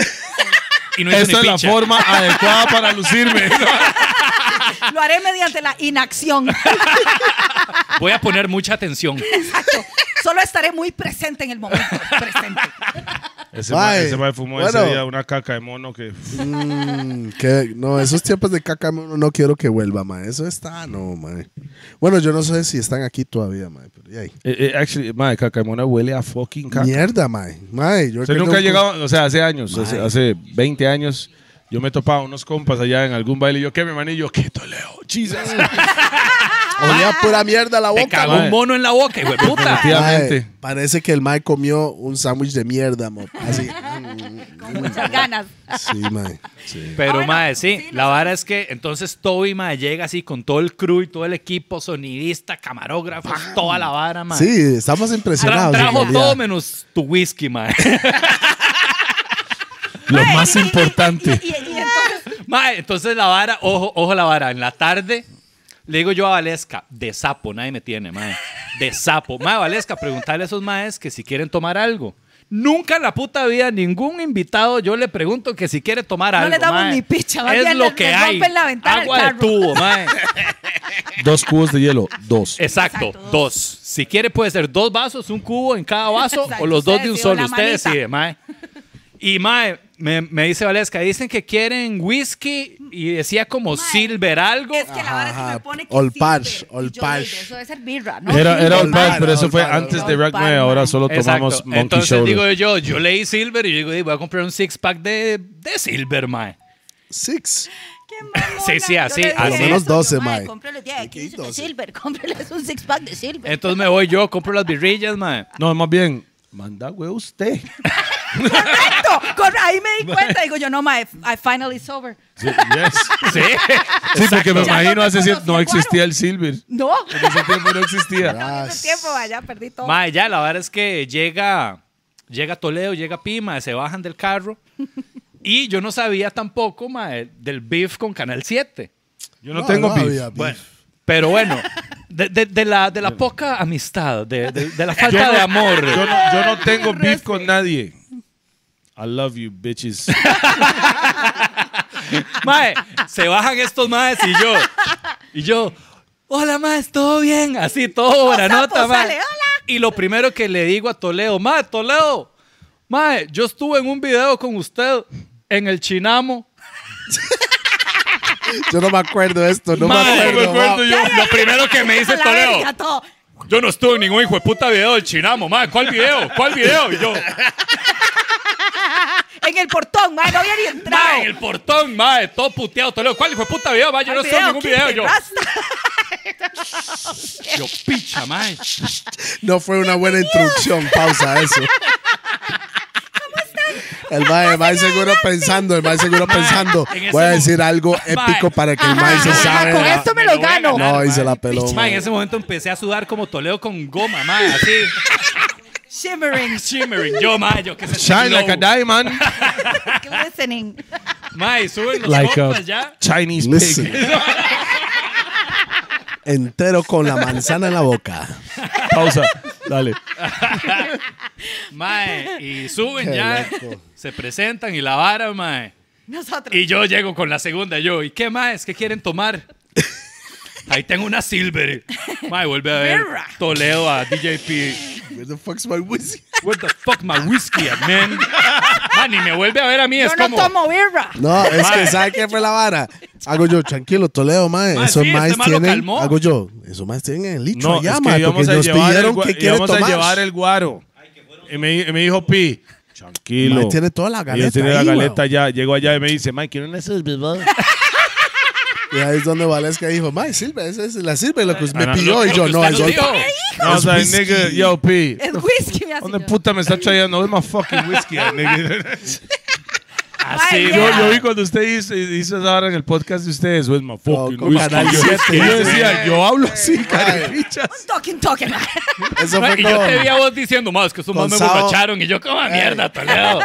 Speaker 6: Y no hizo
Speaker 5: Esta
Speaker 6: ni
Speaker 5: es la
Speaker 6: picha.
Speaker 5: forma adecuada para
Speaker 2: [LAUGHS]
Speaker 5: lucirme.
Speaker 4: lo haré mediante la inacción. [LAUGHS]
Speaker 6: Voy a poner mucha atención.
Speaker 4: Exacto. Solo estaré muy presente en el momento. Presente.
Speaker 5: Ese
Speaker 2: Mae,
Speaker 5: mae ese mae fumó ese
Speaker 2: bueno.
Speaker 5: día una caca de mono que.
Speaker 2: Mm, que- no, esos tiempos de caca no, no quiero que vuelva, man. Eso está, no, man. Bueno, yo no sé si están aquí todavía, man. Pero ya ahí.
Speaker 5: Eh, eh, actually, mae, caca de mono huele a fucking caca.
Speaker 2: Mierda, mae. Mae, yo
Speaker 5: Usted
Speaker 2: recuerdo
Speaker 5: nunca ha
Speaker 2: un-
Speaker 5: llegado, o sea, hace años, hace, hace 20 años, yo me topaba unos compas allá en algún baile y yo, ¿qué, mi hermanillo? ¿Qué toleo? Jesus.
Speaker 2: Olía pura mierda la
Speaker 6: Te
Speaker 2: boca.
Speaker 6: cagó
Speaker 5: mae.
Speaker 6: un mono en la boca, hijo de puta.
Speaker 5: Definitivamente.
Speaker 2: Mae, parece que el mae comió un sándwich de mierda, mo. Así.
Speaker 4: Con muchas ganas.
Speaker 2: Sí, mae.
Speaker 6: Pero,
Speaker 4: bueno,
Speaker 6: mae, sí,
Speaker 4: sí,
Speaker 6: la vara es que entonces Toby, mae, llega así con todo el crew y todo el equipo, sonidista, camarógrafo, toda la vara, mae.
Speaker 2: Sí, estamos
Speaker 6: Tra-
Speaker 2: impresionados.
Speaker 6: trajo
Speaker 2: en realidad.
Speaker 6: todo menos tu whisky, mae.
Speaker 5: [LAUGHS] Lo
Speaker 4: Mae,
Speaker 5: más
Speaker 4: y- y-
Speaker 5: importante.
Speaker 4: Y, y- y entonces,
Speaker 6: Mae, entonces la vara, ojo, ojo la vara, en la tarde le digo yo a Valesca, de sapo, nadie me tiene, mae. de sapo. Mae, Valesca, preguntarle a esos maes que si quieren tomar algo. Nunca en la puta vida, ningún invitado, yo le pregunto que si quiere tomar
Speaker 4: No
Speaker 6: algo.
Speaker 4: le damos
Speaker 6: mae.
Speaker 4: ni picha, más
Speaker 6: Es
Speaker 4: bien
Speaker 6: lo
Speaker 4: les-
Speaker 6: que
Speaker 4: les
Speaker 6: hay.
Speaker 4: rompen la ventana del
Speaker 6: Agua de
Speaker 4: carro.
Speaker 6: tubo,
Speaker 4: [LAUGHS]
Speaker 6: mae.
Speaker 5: Dos cubos de hielo, dos.
Speaker 6: Exacto,
Speaker 4: Exacto,
Speaker 6: dos. Si quiere puede ser dos vasos, un cubo en cada vaso
Speaker 4: Exacto,
Speaker 6: o los dos de un
Speaker 4: usted decide,
Speaker 6: solo.
Speaker 4: la
Speaker 6: Usted
Speaker 4: manita.
Speaker 6: decide, mae. Y mae, me, me dice Valesca, dicen que quieren whisky y decía como silver algo.
Speaker 4: Es que la vara se
Speaker 2: Ajá,
Speaker 4: me pone que
Speaker 2: Old
Speaker 4: sirve.
Speaker 2: Parch,
Speaker 4: Y
Speaker 2: Old
Speaker 4: yo, "Oye,
Speaker 2: Parch".
Speaker 4: Eso debe ser birra, ¿no?
Speaker 5: Era, era Old Parch,
Speaker 2: Parch,
Speaker 5: pero eso
Speaker 2: Old
Speaker 5: fue
Speaker 2: Parch,
Speaker 5: antes
Speaker 2: Old
Speaker 5: de
Speaker 4: Parch,
Speaker 5: Rack 9,
Speaker 4: man.
Speaker 5: ahora solo
Speaker 6: Exacto.
Speaker 5: tomamos Monkey
Speaker 6: Entonces
Speaker 5: Shoulder.
Speaker 6: digo yo, yo leí silver y yo digo, "Ey, voy a comprar un six pack de, de silver, mae.
Speaker 2: Six.
Speaker 4: Qué mamona.
Speaker 6: Sí, sí,
Speaker 4: Yo
Speaker 6: así,
Speaker 4: le dije
Speaker 6: así.
Speaker 4: eso,
Speaker 6: Al
Speaker 2: menos
Speaker 4: yo,
Speaker 2: 12,
Speaker 4: "Mae,
Speaker 2: mae.
Speaker 4: Cómprale 10, 15 de
Speaker 2: 12.
Speaker 4: silver, cómprales un six pack de silver.
Speaker 6: Entonces me voy yo, compro las birrillas, mae. [LAUGHS]
Speaker 5: No, más bien, manda güey usted.
Speaker 4: Correcto, corre- ahí me
Speaker 6: [LAUGHS]
Speaker 4: di cuenta. Digo yo, no, ma, I finally sober.
Speaker 5: Sí, yes.
Speaker 6: Sí.
Speaker 5: Sí, porque
Speaker 4: Ya
Speaker 5: me
Speaker 4: no
Speaker 5: imagino
Speaker 4: te
Speaker 5: hace siete, no
Speaker 4: conocía,
Speaker 5: existía el silver.
Speaker 4: No, [LAUGHS]
Speaker 5: En ese tiempo no existía.
Speaker 2: Ah,
Speaker 4: hace tiempo, vaya, perdí todo.
Speaker 6: Mae, ya, la verdad es que llega, llega Toledo, llega Pima, se bajan del
Speaker 4: [LAUGHS]
Speaker 6: carro. Y yo no sabía tampoco, mae, del beef con Canal 7.
Speaker 5: Yo no, tengo beef.
Speaker 2: había
Speaker 6: Bueno, pero bueno, de, de- de la, de la poca amistad, de, de-
Speaker 4: [LAUGHS]
Speaker 6: de la falta de amor.
Speaker 5: Yo no, yo no tengo beef con nadie. I love you, bitches.
Speaker 6: Mae, se bajan estos maes y yo. Y yo, hola maes, ¿todo bien? Así, todo
Speaker 4: Sapo,
Speaker 6: granota, mae.
Speaker 4: sapo, pues, sale, "Hola".
Speaker 6: Y lo primero que le digo a Toledo, mae, Toledo, mae, yo estuve en un video con usted en el Chinamo.
Speaker 2: Yo no me acuerdo de esto, no
Speaker 6: Madre,
Speaker 2: me
Speaker 5: No
Speaker 2: acuerdo.
Speaker 5: me acuerdo yo.
Speaker 6: Lo primero que me dice
Speaker 4: A la
Speaker 6: Toledo,
Speaker 4: verga, todo.
Speaker 6: yo no estuve en ningún hijo de puta video del Chinamo, mae, ¿cuál video? ¿Cuál video? Y yo,
Speaker 4: En el portón, ma, no había ni entrado.
Speaker 6: mae, en el portón, mae, todo puteado, Toledo, ¿cuál hijo de puta video? Mae, yo no estuve en ningún video. Yo, yo, picha,
Speaker 2: [LAUGHS]
Speaker 6: mae.
Speaker 2: No fue una buena introducción. Pausa eso. El mae, el mae seguro pensando, el mae seguro
Speaker 6: Mae,
Speaker 2: pensando.
Speaker 6: en ese
Speaker 2: Voy a
Speaker 6: mo-
Speaker 2: decir algo épico para que el mae se
Speaker 4: Ajá,
Speaker 2: sabe.
Speaker 4: con
Speaker 2: la-
Speaker 4: esto me lo gano.
Speaker 2: No, y se la peló,
Speaker 6: Ma, en
Speaker 2: mae.
Speaker 6: ese momento empecé a sudar como Toledo con goma, ma, así.
Speaker 4: [LAUGHS]
Speaker 6: [LAUGHS]
Speaker 4: Shimmering, [LAUGHS]
Speaker 6: Shimmering. Yo, ma, yo que se
Speaker 5: Shine like a [LAUGHS] diamond.
Speaker 4: glistening.
Speaker 6: Ma, y suben los
Speaker 5: Like
Speaker 6: compas
Speaker 5: a-
Speaker 6: ya.
Speaker 5: Chinese
Speaker 2: Listen.
Speaker 5: pig.
Speaker 2: Entero con la manzana en la boca.
Speaker 5: [LAUGHS] Pausa. Dale.
Speaker 6: Ma, y suben
Speaker 2: Qué
Speaker 6: ya.
Speaker 2: loco.
Speaker 6: Se presentan y la vara, ma.
Speaker 4: Nosotros.
Speaker 6: Y yo llego con la segunda, yo. ¿Y qué más? ¿Qué quieren tomar? Ahí tengo una silver. Ma, y vuelve a ver
Speaker 4: Verra.
Speaker 6: Toledo a DJP.
Speaker 2: Where the fuck's my whiskey?
Speaker 6: What the fuck, my whiskey, at, man? Ma, ni me vuelve a ver a mí.
Speaker 4: Yo
Speaker 6: es
Speaker 4: no
Speaker 6: como...
Speaker 4: tomo birra.
Speaker 2: No, es
Speaker 6: Mae.
Speaker 2: que ¿sabe qué fue la vara? Hago yo, tranquilo, Toledo, mae.
Speaker 6: Mae,
Speaker 2: Esos
Speaker 6: sí, este
Speaker 2: maes
Speaker 6: mae lo
Speaker 2: tienen.
Speaker 6: calmó.
Speaker 2: Hago yo, esos maes tienen el licho
Speaker 5: No,
Speaker 2: allá,
Speaker 5: es
Speaker 2: mae,
Speaker 5: que íbamos
Speaker 2: Porque
Speaker 5: a
Speaker 2: nos
Speaker 5: llevar el,
Speaker 2: pidieron que
Speaker 5: gua-
Speaker 2: quieren
Speaker 5: íbamos a llevar
Speaker 2: tomar.
Speaker 5: el guaro. Y me, y me dijo Pi. Tranquilo.
Speaker 2: Mae, tiene toda la
Speaker 5: Y
Speaker 2: galeta.
Speaker 5: él tiene la
Speaker 2: ahí,
Speaker 5: galeta
Speaker 2: weón.
Speaker 5: allá. Llegó allá y me dice, Mike, ¿quieren esos bebés? [LAUGHS]
Speaker 2: Y ahí es donde Valesca dijo, mae, sirve, esa es la sirve lo que
Speaker 5: Ah, no,
Speaker 2: me pidió. Y
Speaker 6: lo
Speaker 2: yo,
Speaker 6: que
Speaker 2: no,
Speaker 6: usted nos
Speaker 2: es otra.
Speaker 6: dijo.
Speaker 5: No, o sea, nigga, yo, Pi.
Speaker 4: Es whisky, mi
Speaker 5: ¿Dónde
Speaker 4: así.
Speaker 5: puta me está trayendo? Es my fucking [LAUGHS] whiskey, nigga.
Speaker 6: Así,
Speaker 4: Ay,
Speaker 5: Yo,
Speaker 6: ma.
Speaker 5: yo vi cuando usted hizo, hizo esa hora en el podcast de ustedes, es my fucking
Speaker 2: con
Speaker 5: whiskey.
Speaker 2: Canal
Speaker 5: Yo-
Speaker 2: siete.
Speaker 5: yo decía, yo hablo así, carepichas.
Speaker 4: Talking, [LAUGHS] talking. ma.
Speaker 2: Eso
Speaker 6: Ma,
Speaker 2: fue
Speaker 6: y yo
Speaker 2: con-
Speaker 6: te vi a vos diciendo, más que estos más
Speaker 2: con
Speaker 6: me
Speaker 2: Sao-
Speaker 6: borracharon. Y yo, como mierda,
Speaker 4: [LAUGHS]
Speaker 6: Toledo.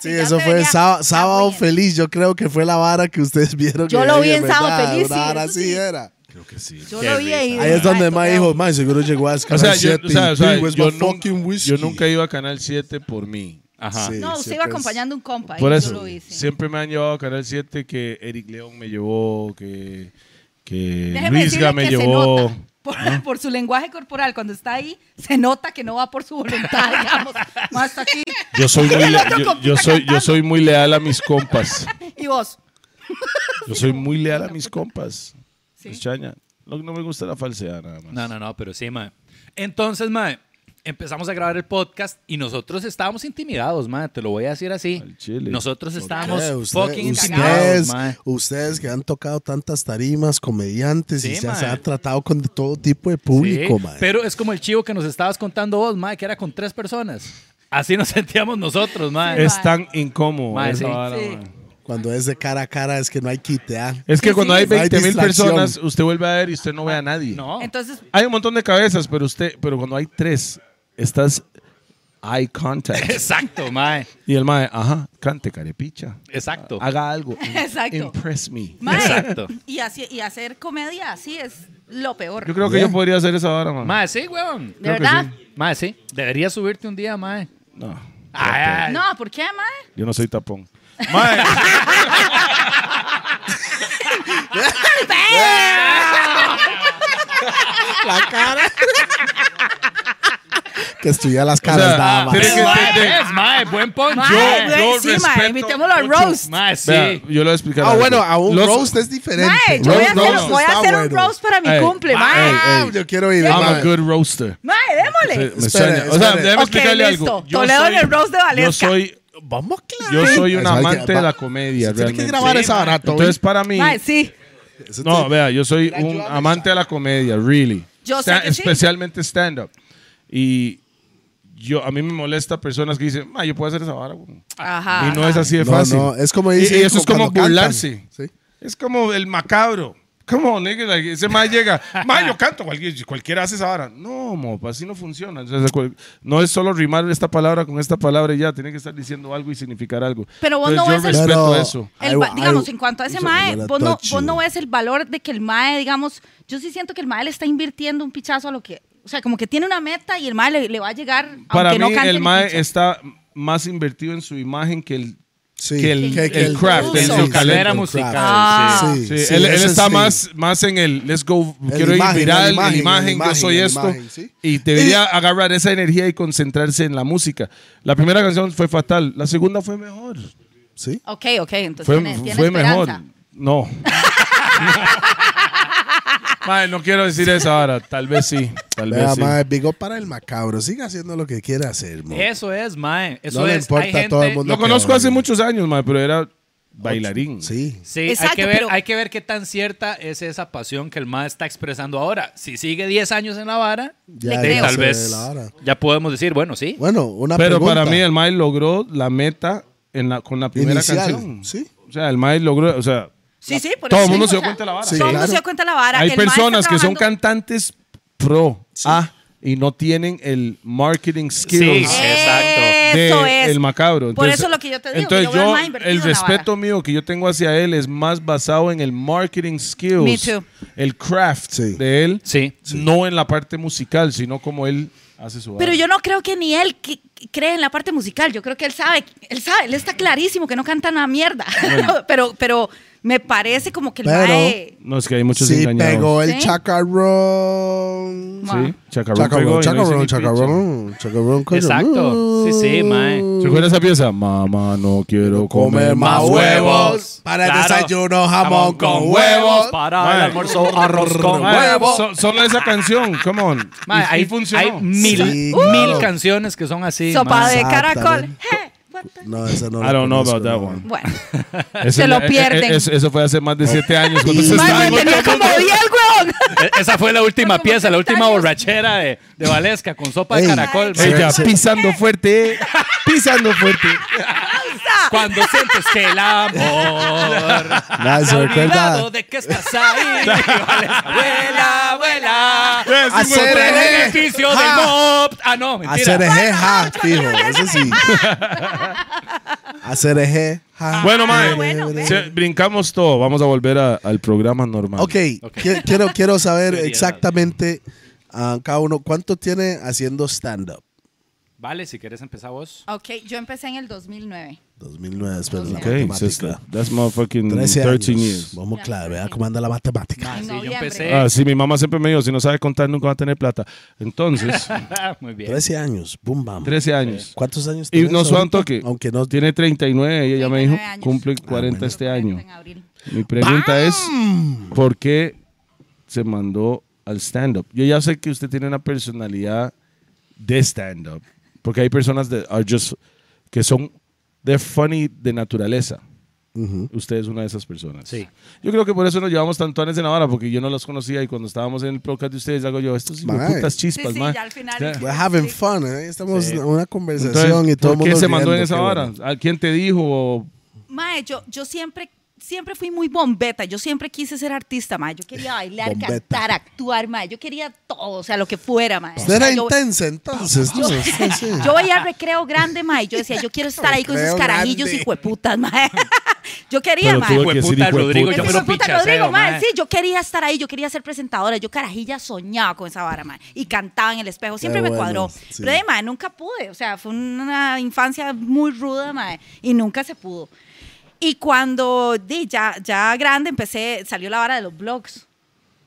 Speaker 2: Sí,
Speaker 4: ya
Speaker 2: eso
Speaker 4: te
Speaker 2: fue
Speaker 4: venía-
Speaker 2: Sá-
Speaker 4: Ah,
Speaker 2: Sábado
Speaker 4: muy bien.
Speaker 2: Feliz. Yo creo que fue la vara que ustedes vieron.
Speaker 4: Yo
Speaker 2: que
Speaker 4: lo
Speaker 2: ahí,
Speaker 4: vi en Sábado
Speaker 2: verdad,
Speaker 4: Feliz,
Speaker 2: una
Speaker 4: sí,
Speaker 2: vara
Speaker 4: eso
Speaker 2: así
Speaker 4: sí.
Speaker 2: era.
Speaker 4: Yo lo vi ahí.
Speaker 2: Ahí es donde
Speaker 4: Ay,
Speaker 2: mae
Speaker 4: Toledo.
Speaker 2: dijo, mae, seguro llegó a
Speaker 5: O
Speaker 2: Canal
Speaker 5: sea, yo,
Speaker 2: 7.
Speaker 5: o sea, o sea,
Speaker 2: y, "Where's
Speaker 5: yo
Speaker 2: my
Speaker 5: nun-
Speaker 2: fucking
Speaker 5: yo
Speaker 2: whiskey?"
Speaker 5: nunca iba a Canal 7 por mí.
Speaker 6: Ajá.
Speaker 2: Sí,
Speaker 4: No, usted
Speaker 2: siempre
Speaker 4: iba
Speaker 2: es-
Speaker 4: acompañando un compa.
Speaker 5: Por
Speaker 4: y
Speaker 5: eso,
Speaker 4: Yo lo hice.
Speaker 5: siempre me han llevado a Canal 7 que Eric León me llevó, que, que
Speaker 4: Déjeme decirle
Speaker 5: Luisga me
Speaker 4: que se
Speaker 5: llevó.
Speaker 4: nota ¿Ah? por, por su lenguaje corporal, cuando está ahí, se nota que no va por su voluntad, [LAUGHS] digamos. Más hasta aquí.
Speaker 5: Yo soy,
Speaker 4: Y [LAUGHS]
Speaker 5: muy
Speaker 4: el
Speaker 5: le-
Speaker 4: otro
Speaker 5: yo,
Speaker 4: compita
Speaker 5: yo soy, yo
Speaker 4: cantando.
Speaker 5: soy muy leal a mis compas.
Speaker 4: Y vos.
Speaker 5: Yo soy muy leal a mis compas.
Speaker 4: Sí.
Speaker 5: Pues, chaña, no, no me gusta la falsedad nada más.
Speaker 6: No, no, no, pero sí, mae. Entonces, mae, empezamos a grabar el podcast y nosotros estábamos intimidados, mae. Te lo voy a decir así.
Speaker 5: Al chile.
Speaker 6: Nosotros estábamos
Speaker 2: Eh, usted-
Speaker 6: fucking
Speaker 2: ustedes,
Speaker 6: intimidados, mae.
Speaker 2: ustedes que han tocado tantas tarimas, comediantes
Speaker 6: Sí,
Speaker 2: y ya se
Speaker 6: mae.
Speaker 2: han tratado con de todo tipo de público,
Speaker 6: Sí,
Speaker 2: mae.
Speaker 6: pero es como el chivo que nos estabas contando vos, mae, que era con tres personas. Así nos [LAUGHS] sentíamos nosotros, mae.
Speaker 5: Es tan incómodo.
Speaker 6: Mae,
Speaker 5: esa
Speaker 6: sí.
Speaker 5: vara,
Speaker 4: Sí.
Speaker 5: mae.
Speaker 2: Cuando es de cara a cara es que no hay quite, ¿ah?
Speaker 5: Es que
Speaker 4: Sí,
Speaker 5: cuando
Speaker 4: sí,
Speaker 5: hay
Speaker 4: no hay
Speaker 5: 20 mil
Speaker 2: distracción.
Speaker 5: personas, usted vuelve a ver y usted no ve a nadie.
Speaker 6: No.
Speaker 4: Entonces,
Speaker 5: Hay un montón de cabezas, pero usted, pero cuando hay tres, estás eye contact.
Speaker 6: Exacto, mae.
Speaker 5: y el mae, ajá, cante carepicha.
Speaker 6: Exacto.
Speaker 2: [LAUGHS]
Speaker 5: Ah, Haga algo.
Speaker 4: Exacto.
Speaker 5: Impress me.
Speaker 4: mae,
Speaker 6: Exacto.
Speaker 4: Y, así- y hacer comedia así es lo peor.
Speaker 5: Yo creo que
Speaker 2: Yeah.
Speaker 5: yo podría hacer esa vara, man.
Speaker 6: Mae, sí, weón.
Speaker 4: ¿De
Speaker 5: creo que
Speaker 4: verdad?
Speaker 6: Mae, sí. Deberías subirte un día, mae.
Speaker 5: No,
Speaker 6: Ay, ay.
Speaker 4: No, ¿por qué, [LAUGHS] mae?
Speaker 5: yo no soy tapón.
Speaker 2: [LAUGHS]
Speaker 5: Mae,
Speaker 2: Que estudia las
Speaker 5: o
Speaker 2: caras
Speaker 5: sea,
Speaker 2: nada más.
Speaker 5: tiene que
Speaker 6: Mae,
Speaker 5: entender-
Speaker 6: es, mae, buen punch.
Speaker 4: Mae,
Speaker 5: yo
Speaker 4: güey, sí, mae,
Speaker 5: respeto
Speaker 4: invitémoslo a
Speaker 5: mucho.
Speaker 4: roast.
Speaker 6: Mae, sí.
Speaker 5: vea, yo lo voy a explicar.
Speaker 2: Ah,
Speaker 5: algo.
Speaker 2: bueno, a un
Speaker 5: Los-
Speaker 2: roast es diferente.
Speaker 4: Mae, yo voy
Speaker 2: Roast-
Speaker 4: a hacer,
Speaker 2: roast
Speaker 4: voy a
Speaker 2: está
Speaker 4: hacer un
Speaker 2: bueno.
Speaker 4: roast para mi
Speaker 5: Ey,
Speaker 4: cumple, mae.
Speaker 5: mae.
Speaker 2: Ah,
Speaker 5: Ey,
Speaker 2: yo quiero ir.
Speaker 5: I'm
Speaker 2: mae.
Speaker 5: a good roaster.
Speaker 4: Mae, démosle.
Speaker 5: Me
Speaker 2: Espere,
Speaker 5: extraña. O sea,
Speaker 2: espere.
Speaker 5: déjame
Speaker 4: Ok,
Speaker 5: explicarle
Speaker 4: listo.
Speaker 5: algo. Yo
Speaker 4: Toledo en
Speaker 5: soy-
Speaker 4: el roast de
Speaker 5: Yo
Speaker 4: Valesca.
Speaker 5: soy,
Speaker 2: Vamos, claro.
Speaker 5: yo soy un
Speaker 2: Eso hay que-
Speaker 5: amante de
Speaker 2: va-
Speaker 5: la comedia,
Speaker 2: Tienes que
Speaker 5: realmente.
Speaker 2: grabar esa vara, Toby.
Speaker 5: Entonces, para mí,
Speaker 4: Mae, sí.
Speaker 2: Eso
Speaker 5: No,
Speaker 2: te-
Speaker 5: vea, yo soy un amante de la comedia, really.
Speaker 4: Yo sé
Speaker 5: Sta-
Speaker 4: que sí.
Speaker 5: Especialmente stand-up. Y yo, a mí me molesta personas que dicen, "Ma, yo puedo hacer esa vara. güey".
Speaker 4: Ajá.
Speaker 5: y no es así de
Speaker 2: No,
Speaker 5: fácil.
Speaker 2: no, es como dicen
Speaker 5: Y, y eso es
Speaker 2: como
Speaker 5: como
Speaker 2: cuando cantan,
Speaker 5: burlarse.
Speaker 2: ¿sí?
Speaker 5: Es como el macabro. Come on, nigga, like, ese más llega. Ma, yo canto, cualquier- cualquiera hace esa vara. No, mo, así no funciona. Entonces, cual- no es solo rimar esta palabra con esta palabra y ya, tiene que estar diciendo algo y significar algo.
Speaker 4: Pero vos
Speaker 5: Entonces,
Speaker 4: no
Speaker 5: yo
Speaker 4: ves el-
Speaker 5: respeto
Speaker 2: Pero-
Speaker 5: eso.
Speaker 4: El
Speaker 2: I
Speaker 4: va-
Speaker 2: wa-
Speaker 4: digamos,
Speaker 2: I-
Speaker 4: en cuanto a ese
Speaker 2: I'm
Speaker 4: mae,
Speaker 2: gonna
Speaker 4: vos no,
Speaker 2: touch
Speaker 4: vos no
Speaker 2: you.
Speaker 4: ves el valor de que el mae, digamos, yo sí siento que el mae le está invirtiendo un pichazo a lo que, o sea, como que tiene una meta y el mae le, le va a llegar,
Speaker 5: Para
Speaker 4: aunque no
Speaker 5: mí,
Speaker 4: cante
Speaker 5: el
Speaker 4: ni
Speaker 5: mae
Speaker 4: picha.
Speaker 5: está más invertido en su imagen que el.
Speaker 2: Sí,
Speaker 5: que el-
Speaker 4: el craft,
Speaker 2: sí,
Speaker 4: en su
Speaker 2: sí,
Speaker 6: carrera
Speaker 2: el craft.
Speaker 6: musical,
Speaker 4: Ah.
Speaker 5: Sí, él, él
Speaker 2: ese
Speaker 5: está
Speaker 2: sí.
Speaker 5: más, más en el let's go,
Speaker 2: El
Speaker 5: quiero
Speaker 2: imagen,
Speaker 5: ir viral,
Speaker 2: el
Speaker 5: el imagen,
Speaker 2: imagen, el
Speaker 5: yo
Speaker 2: imagen,
Speaker 5: soy
Speaker 2: el
Speaker 5: esto.
Speaker 2: imagen, sí.
Speaker 5: Y debería agarrar esa energía y concentrarse en la música. La primera canción fue fatal, la segunda fue mejor.
Speaker 2: Sí.
Speaker 4: Ok, ok, entonces
Speaker 5: Fue,
Speaker 4: Pues tiene, tiene
Speaker 5: fue mejor.
Speaker 4: esperanza.
Speaker 5: No. [LAUGHS] Mae, no quiero decir eso ahora, tal vez sí, tal vez
Speaker 2: Vea,
Speaker 5: sí.
Speaker 2: mae, big up para el macabro. Siga haciendo lo que quiera hacer, mo.
Speaker 6: Eso es, mae. Eso
Speaker 2: No le
Speaker 6: es.
Speaker 2: importa
Speaker 6: Hay gente-
Speaker 2: a todo el mundo.
Speaker 5: Lo conozco hace muchos años, mae, pero era bailarín.
Speaker 2: Sí.
Speaker 6: Sí,
Speaker 4: Exacto,
Speaker 6: hay, que ver,
Speaker 4: pero-
Speaker 6: hay que ver qué tan cierta es esa pasión que el mae está expresando ahora. Si sigue 10 años en la vara,
Speaker 2: Ya
Speaker 4: Le
Speaker 2: es
Speaker 6: de-
Speaker 4: creo.
Speaker 6: tal
Speaker 2: de
Speaker 6: vez
Speaker 2: la hora.
Speaker 6: ya podemos decir, bueno, sí.
Speaker 2: Bueno, una
Speaker 5: Pero
Speaker 2: pregunta.
Speaker 5: para mí el Mae logró la meta en la, con la primera
Speaker 2: Inicial,
Speaker 5: canción.
Speaker 2: sí.
Speaker 5: O sea, el Mae logró, o sea,
Speaker 4: Sí, sí, por
Speaker 5: todo
Speaker 4: eso
Speaker 5: el mundo
Speaker 4: digo,
Speaker 5: se
Speaker 4: o
Speaker 5: dio
Speaker 4: sea,
Speaker 5: cuenta de la vara.
Speaker 2: Sí,
Speaker 4: todo el mundo
Speaker 2: claro.
Speaker 4: se dio cuenta de la vara.
Speaker 5: Hay
Speaker 4: el mae está
Speaker 5: personas que son
Speaker 4: trabajando-
Speaker 5: cantantes pro A y no tienen el marketing skills
Speaker 6: Sí, Exacto.
Speaker 5: de
Speaker 4: Eso es.
Speaker 5: el macabro.
Speaker 4: Por
Speaker 5: Entonces-
Speaker 4: eso es lo que yo te digo.
Speaker 5: Entonces
Speaker 4: que yo, veo al
Speaker 5: yo,
Speaker 4: mae invertido
Speaker 5: el
Speaker 4: en la vara.
Speaker 5: respeto mío que yo tengo hacia él es más basado en el marketing skills,
Speaker 4: Me too.
Speaker 5: el craft
Speaker 2: Sí.
Speaker 5: de él,
Speaker 6: Sí.
Speaker 5: no en la parte musical, sino como él hace su.
Speaker 4: Pero
Speaker 5: arte.
Speaker 4: yo no creo que ni él que- que cree en la parte musical. Yo creo que él sabe, él sabe, él está clarísimo que no canta una mierda. [LAUGHS] pero, pero me parece como que el
Speaker 2: Pero-
Speaker 4: mae-
Speaker 5: no es que hay muchos
Speaker 2: Sí,
Speaker 5: engañados.
Speaker 2: pegó el
Speaker 4: ¿Sí?
Speaker 2: chacarrón.
Speaker 5: Sí, chacarrón.
Speaker 2: Chacarrón,
Speaker 5: pegó y no hizo
Speaker 2: chacarrón,
Speaker 5: ni picha.
Speaker 2: chacarrón. Chacarrón, coño. uh.
Speaker 6: Exacto. Sí, sí, mae.
Speaker 5: ¿Se acuerda esa pieza? Mamá, no quiero comer más
Speaker 6: huevos.
Speaker 2: Para el
Speaker 6: Claro.
Speaker 2: desayuno, jamón con huevos.
Speaker 6: Para
Speaker 5: Mae.
Speaker 6: el almuerzo, arroz con
Speaker 5: Mae,
Speaker 6: huevos.
Speaker 5: so- solo esa canción, come on.
Speaker 6: Mae,
Speaker 5: Y- y
Speaker 6: hay,
Speaker 5: funcionó.
Speaker 6: hay mil,
Speaker 2: Sí,
Speaker 6: mil
Speaker 2: claro.
Speaker 6: canciones que son así.
Speaker 4: Sopa
Speaker 6: mae.
Speaker 4: de
Speaker 2: Exactamente.
Speaker 4: caracol. Eh, what the-
Speaker 2: No, esa no.
Speaker 5: I
Speaker 2: la
Speaker 5: don't know
Speaker 2: conozco,
Speaker 5: about that
Speaker 2: no.
Speaker 5: one.
Speaker 4: Bueno,
Speaker 5: Ese-
Speaker 4: Se lo
Speaker 5: eh, eh,
Speaker 4: pierden.
Speaker 5: Eso, eso fue hace más de siete años. cuando se
Speaker 4: Mae,
Speaker 5: estaba-
Speaker 4: mae, tenía como 10, weón. [LAUGHS]
Speaker 6: E- Esa fue la última
Speaker 4: Como
Speaker 6: pieza, la última
Speaker 4: 70 años.
Speaker 6: borrachera de, de Valesca con sopa de
Speaker 2: Ey.
Speaker 6: caracol. mae.
Speaker 2: Ey.
Speaker 5: Ella
Speaker 2: Sí.
Speaker 5: pisando fuerte, pisando [LAUGHS] fuerte.
Speaker 6: Cuando sientes que el amor
Speaker 2: Nada,
Speaker 6: se ha
Speaker 2: se
Speaker 6: olvidado
Speaker 2: recuerda.
Speaker 6: de que estás
Speaker 2: [LAUGHS]
Speaker 6: ahí. Valesca, Vuela, vuela.
Speaker 2: Hacer
Speaker 6: Por el
Speaker 2: eje.
Speaker 6: beneficio del
Speaker 2: Ja.
Speaker 6: mob. Ah, no, mentira.
Speaker 2: Hacer e- eje, ja, fijo. Eso
Speaker 6: [LAUGHS]
Speaker 2: sí.
Speaker 6: Ah.
Speaker 2: Hacer eje, ja.
Speaker 5: Bueno, mae,
Speaker 4: bueno, bueno.
Speaker 5: se- brincamos todo. Vamos a volver a- al programa normal.
Speaker 2: Ok, qui- quiero, quiero saber exactamente ah, cada uno cuánto tiene haciendo stand-up.
Speaker 6: Vale, si quieres empezar vos.
Speaker 4: Ok, yo empecé en el 2009.
Speaker 2: 2009, espera, la
Speaker 5: Ok,
Speaker 2: matemática.
Speaker 5: sister, That's motherfucking
Speaker 2: 13
Speaker 5: 13
Speaker 2: años.
Speaker 5: years.
Speaker 2: Vamos, claro, vea cómo anda la matemática.
Speaker 4: En
Speaker 6: sí, yo
Speaker 4: noviembre.
Speaker 6: empecé.
Speaker 5: Ah, sí, mi mamá siempre me dijo, si no sabe contar nunca va a tener plata. Entonces,
Speaker 6: Ah, Muy bien.
Speaker 2: 13 años, boom, bam.
Speaker 5: 13 años.
Speaker 2: ¿Cuántos años
Speaker 5: Y
Speaker 2: tienes
Speaker 5: no suena un
Speaker 2: ahorita?
Speaker 5: toque.
Speaker 2: Aunque no
Speaker 5: Tiene 39, ella ya me dijo,
Speaker 4: 39 años.
Speaker 5: cumple
Speaker 2: Ah,
Speaker 5: 40
Speaker 2: bueno.
Speaker 5: este año.
Speaker 4: En abril.
Speaker 5: Mi pregunta es, ¿por qué se mandó al stand-up? Yo ya sé que usted tiene una personalidad de stand-up, porque hay personas de- are just- que son de funny de naturaleza. Usted es una de esas personas.
Speaker 6: Sí.
Speaker 5: Yo creo que por eso nos llevamos tanto años en Navarra, porque yo no los conocía y cuando estábamos en el podcast de ustedes, hago yo, estos
Speaker 2: Mae.
Speaker 5: putas
Speaker 4: Sí,
Speaker 5: chispas,
Speaker 4: sí,
Speaker 5: pues, mae".
Speaker 4: ya al final.
Speaker 5: Ya.
Speaker 2: We're having fun, ¿eh? Estamos en una conversación
Speaker 5: Entonces,
Speaker 2: y todo el
Speaker 5: ¿Por
Speaker 2: mundo
Speaker 5: qué se mandó en
Speaker 2: riendo,
Speaker 5: esa
Speaker 2: qué
Speaker 5: hora?
Speaker 2: bueno.
Speaker 5: ¿A quién te dijo?
Speaker 4: Mae, yo, yo siempre, siempre fui muy bombeta. Yo siempre quise ser artista, mae. Yo quería bailar,
Speaker 2: Bombeta.
Speaker 4: cantar, actuar, mae. Yo quería todo, o sea, lo que fuera, mae. O
Speaker 2: Usted
Speaker 4: sea,
Speaker 2: Pues era
Speaker 4: yo-
Speaker 2: intensa
Speaker 4: [LAUGHS]
Speaker 2: entonces. ¿no? Sí, sí.
Speaker 4: Yo veía recreo grande, mae. Yo decía, yo quiero estar ahí con esos
Speaker 2: Recreo
Speaker 4: carajillos y
Speaker 2: grande.
Speaker 4: hueputas, mae. [LAUGHS] Yo quería,
Speaker 7: Pero
Speaker 4: mae.
Speaker 7: tuve
Speaker 6: Hijo de
Speaker 7: que decir,
Speaker 6: puta,
Speaker 7: hijo de
Speaker 6: Rodrigo,
Speaker 7: puta.
Speaker 6: yo
Speaker 4: Ese
Speaker 6: me lo
Speaker 4: hijo de puta
Speaker 6: pichaseo,
Speaker 4: Rodrigo, mae.
Speaker 6: mae.
Speaker 4: Sí, yo quería estar ahí, yo quería ser presentadora. Yo, carajilla, soñaba con esa vara, mae. Y cantaba en el espejo. Siempre
Speaker 2: Qué
Speaker 4: me
Speaker 2: bueno,
Speaker 4: cuadró.
Speaker 2: sí.
Speaker 4: Pero, de, mae, nunca pude. O sea, fue una infancia muy ruda, mae. Y nunca se pudo. Y cuando di, ya, ya grande empecé, salió la vara de los blogs.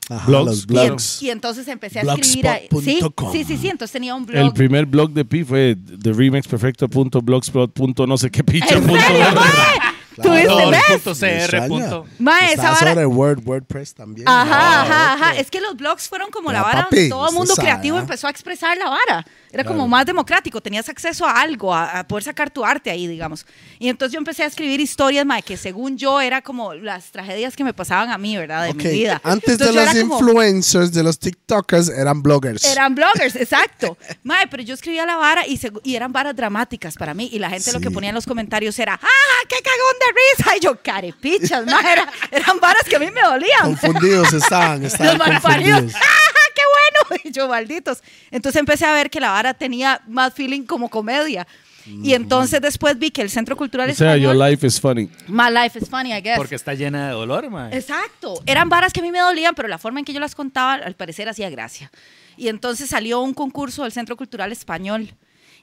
Speaker 2: Ajá,
Speaker 7: Blogs,
Speaker 2: los
Speaker 4: Y en-
Speaker 2: blogs.
Speaker 4: Y, entonces empecé a escribir. ahí. Sí,
Speaker 2: Blogspot.com.
Speaker 4: sí, sí, sí, entonces tenía un
Speaker 5: El
Speaker 4: blog.
Speaker 5: primer blog de Pi fue The Remix Perfecto punto blogspot punto no sé qué
Speaker 4: [LAUGHS]
Speaker 5: picha
Speaker 4: ¿En
Speaker 5: punto
Speaker 4: serio,
Speaker 5: org.
Speaker 4: mae? ¿Tuviste, ves?
Speaker 6: .cr. punto.
Speaker 4: Mae, esa
Speaker 2: Estaba
Speaker 4: vara-
Speaker 2: sobre Word, WordPress también.
Speaker 4: Ajá, ajá, ajá. Es que los blogs fueron como la
Speaker 2: Ya,
Speaker 4: vara
Speaker 2: papi,
Speaker 4: donde todo el
Speaker 2: usted
Speaker 4: mundo
Speaker 2: sabe,
Speaker 4: creativo
Speaker 2: ¿ah?
Speaker 4: empezó a expresar la vara. Era como más democrático, tenías acceso a algo, a, a poder sacar tu arte ahí, digamos. Y entonces yo empecé a escribir historias, mae, que según yo era como las tragedias que me pasaban a mí, ¿verdad? De
Speaker 2: Ok,
Speaker 4: mi vida.
Speaker 2: Antes de
Speaker 4: Entonces yo
Speaker 2: los
Speaker 4: era como-
Speaker 2: influencers, de los TikTokers, eran bloggers.
Speaker 4: eran
Speaker 2: [LAUGHS]
Speaker 4: bloggers, exacto. Mae, pero yo escribía la vara y, segu- y eran varas dramáticas para mí. Y la gente lo que
Speaker 2: Sí.
Speaker 4: ponía en los comentarios era, ¡ah, qué cagón de risa! Y yo, carepichas, mae, era- eran varas que a mí me dolían.
Speaker 2: Confundidos estaban,
Speaker 4: [LAUGHS] Los
Speaker 2: estaban
Speaker 4: malparidos.
Speaker 2: confundidos.
Speaker 4: [LAUGHS] ¡Ah, qué bueno! [LAUGHS] Y yo, malditos. Entonces empecé a ver que la vara tenía más feeling como comedia. Y entonces después vi que el Centro Cultural
Speaker 5: O sea, your
Speaker 4: Español...
Speaker 5: life is funny.
Speaker 4: My life is funny, I guess.
Speaker 6: Porque está llena de dolor, mae.
Speaker 4: Exacto. Eran varas que a mí me dolían, pero la forma en que yo las contaba, al parecer, hacía gracia. Y entonces salió un concurso del Centro Cultural Español.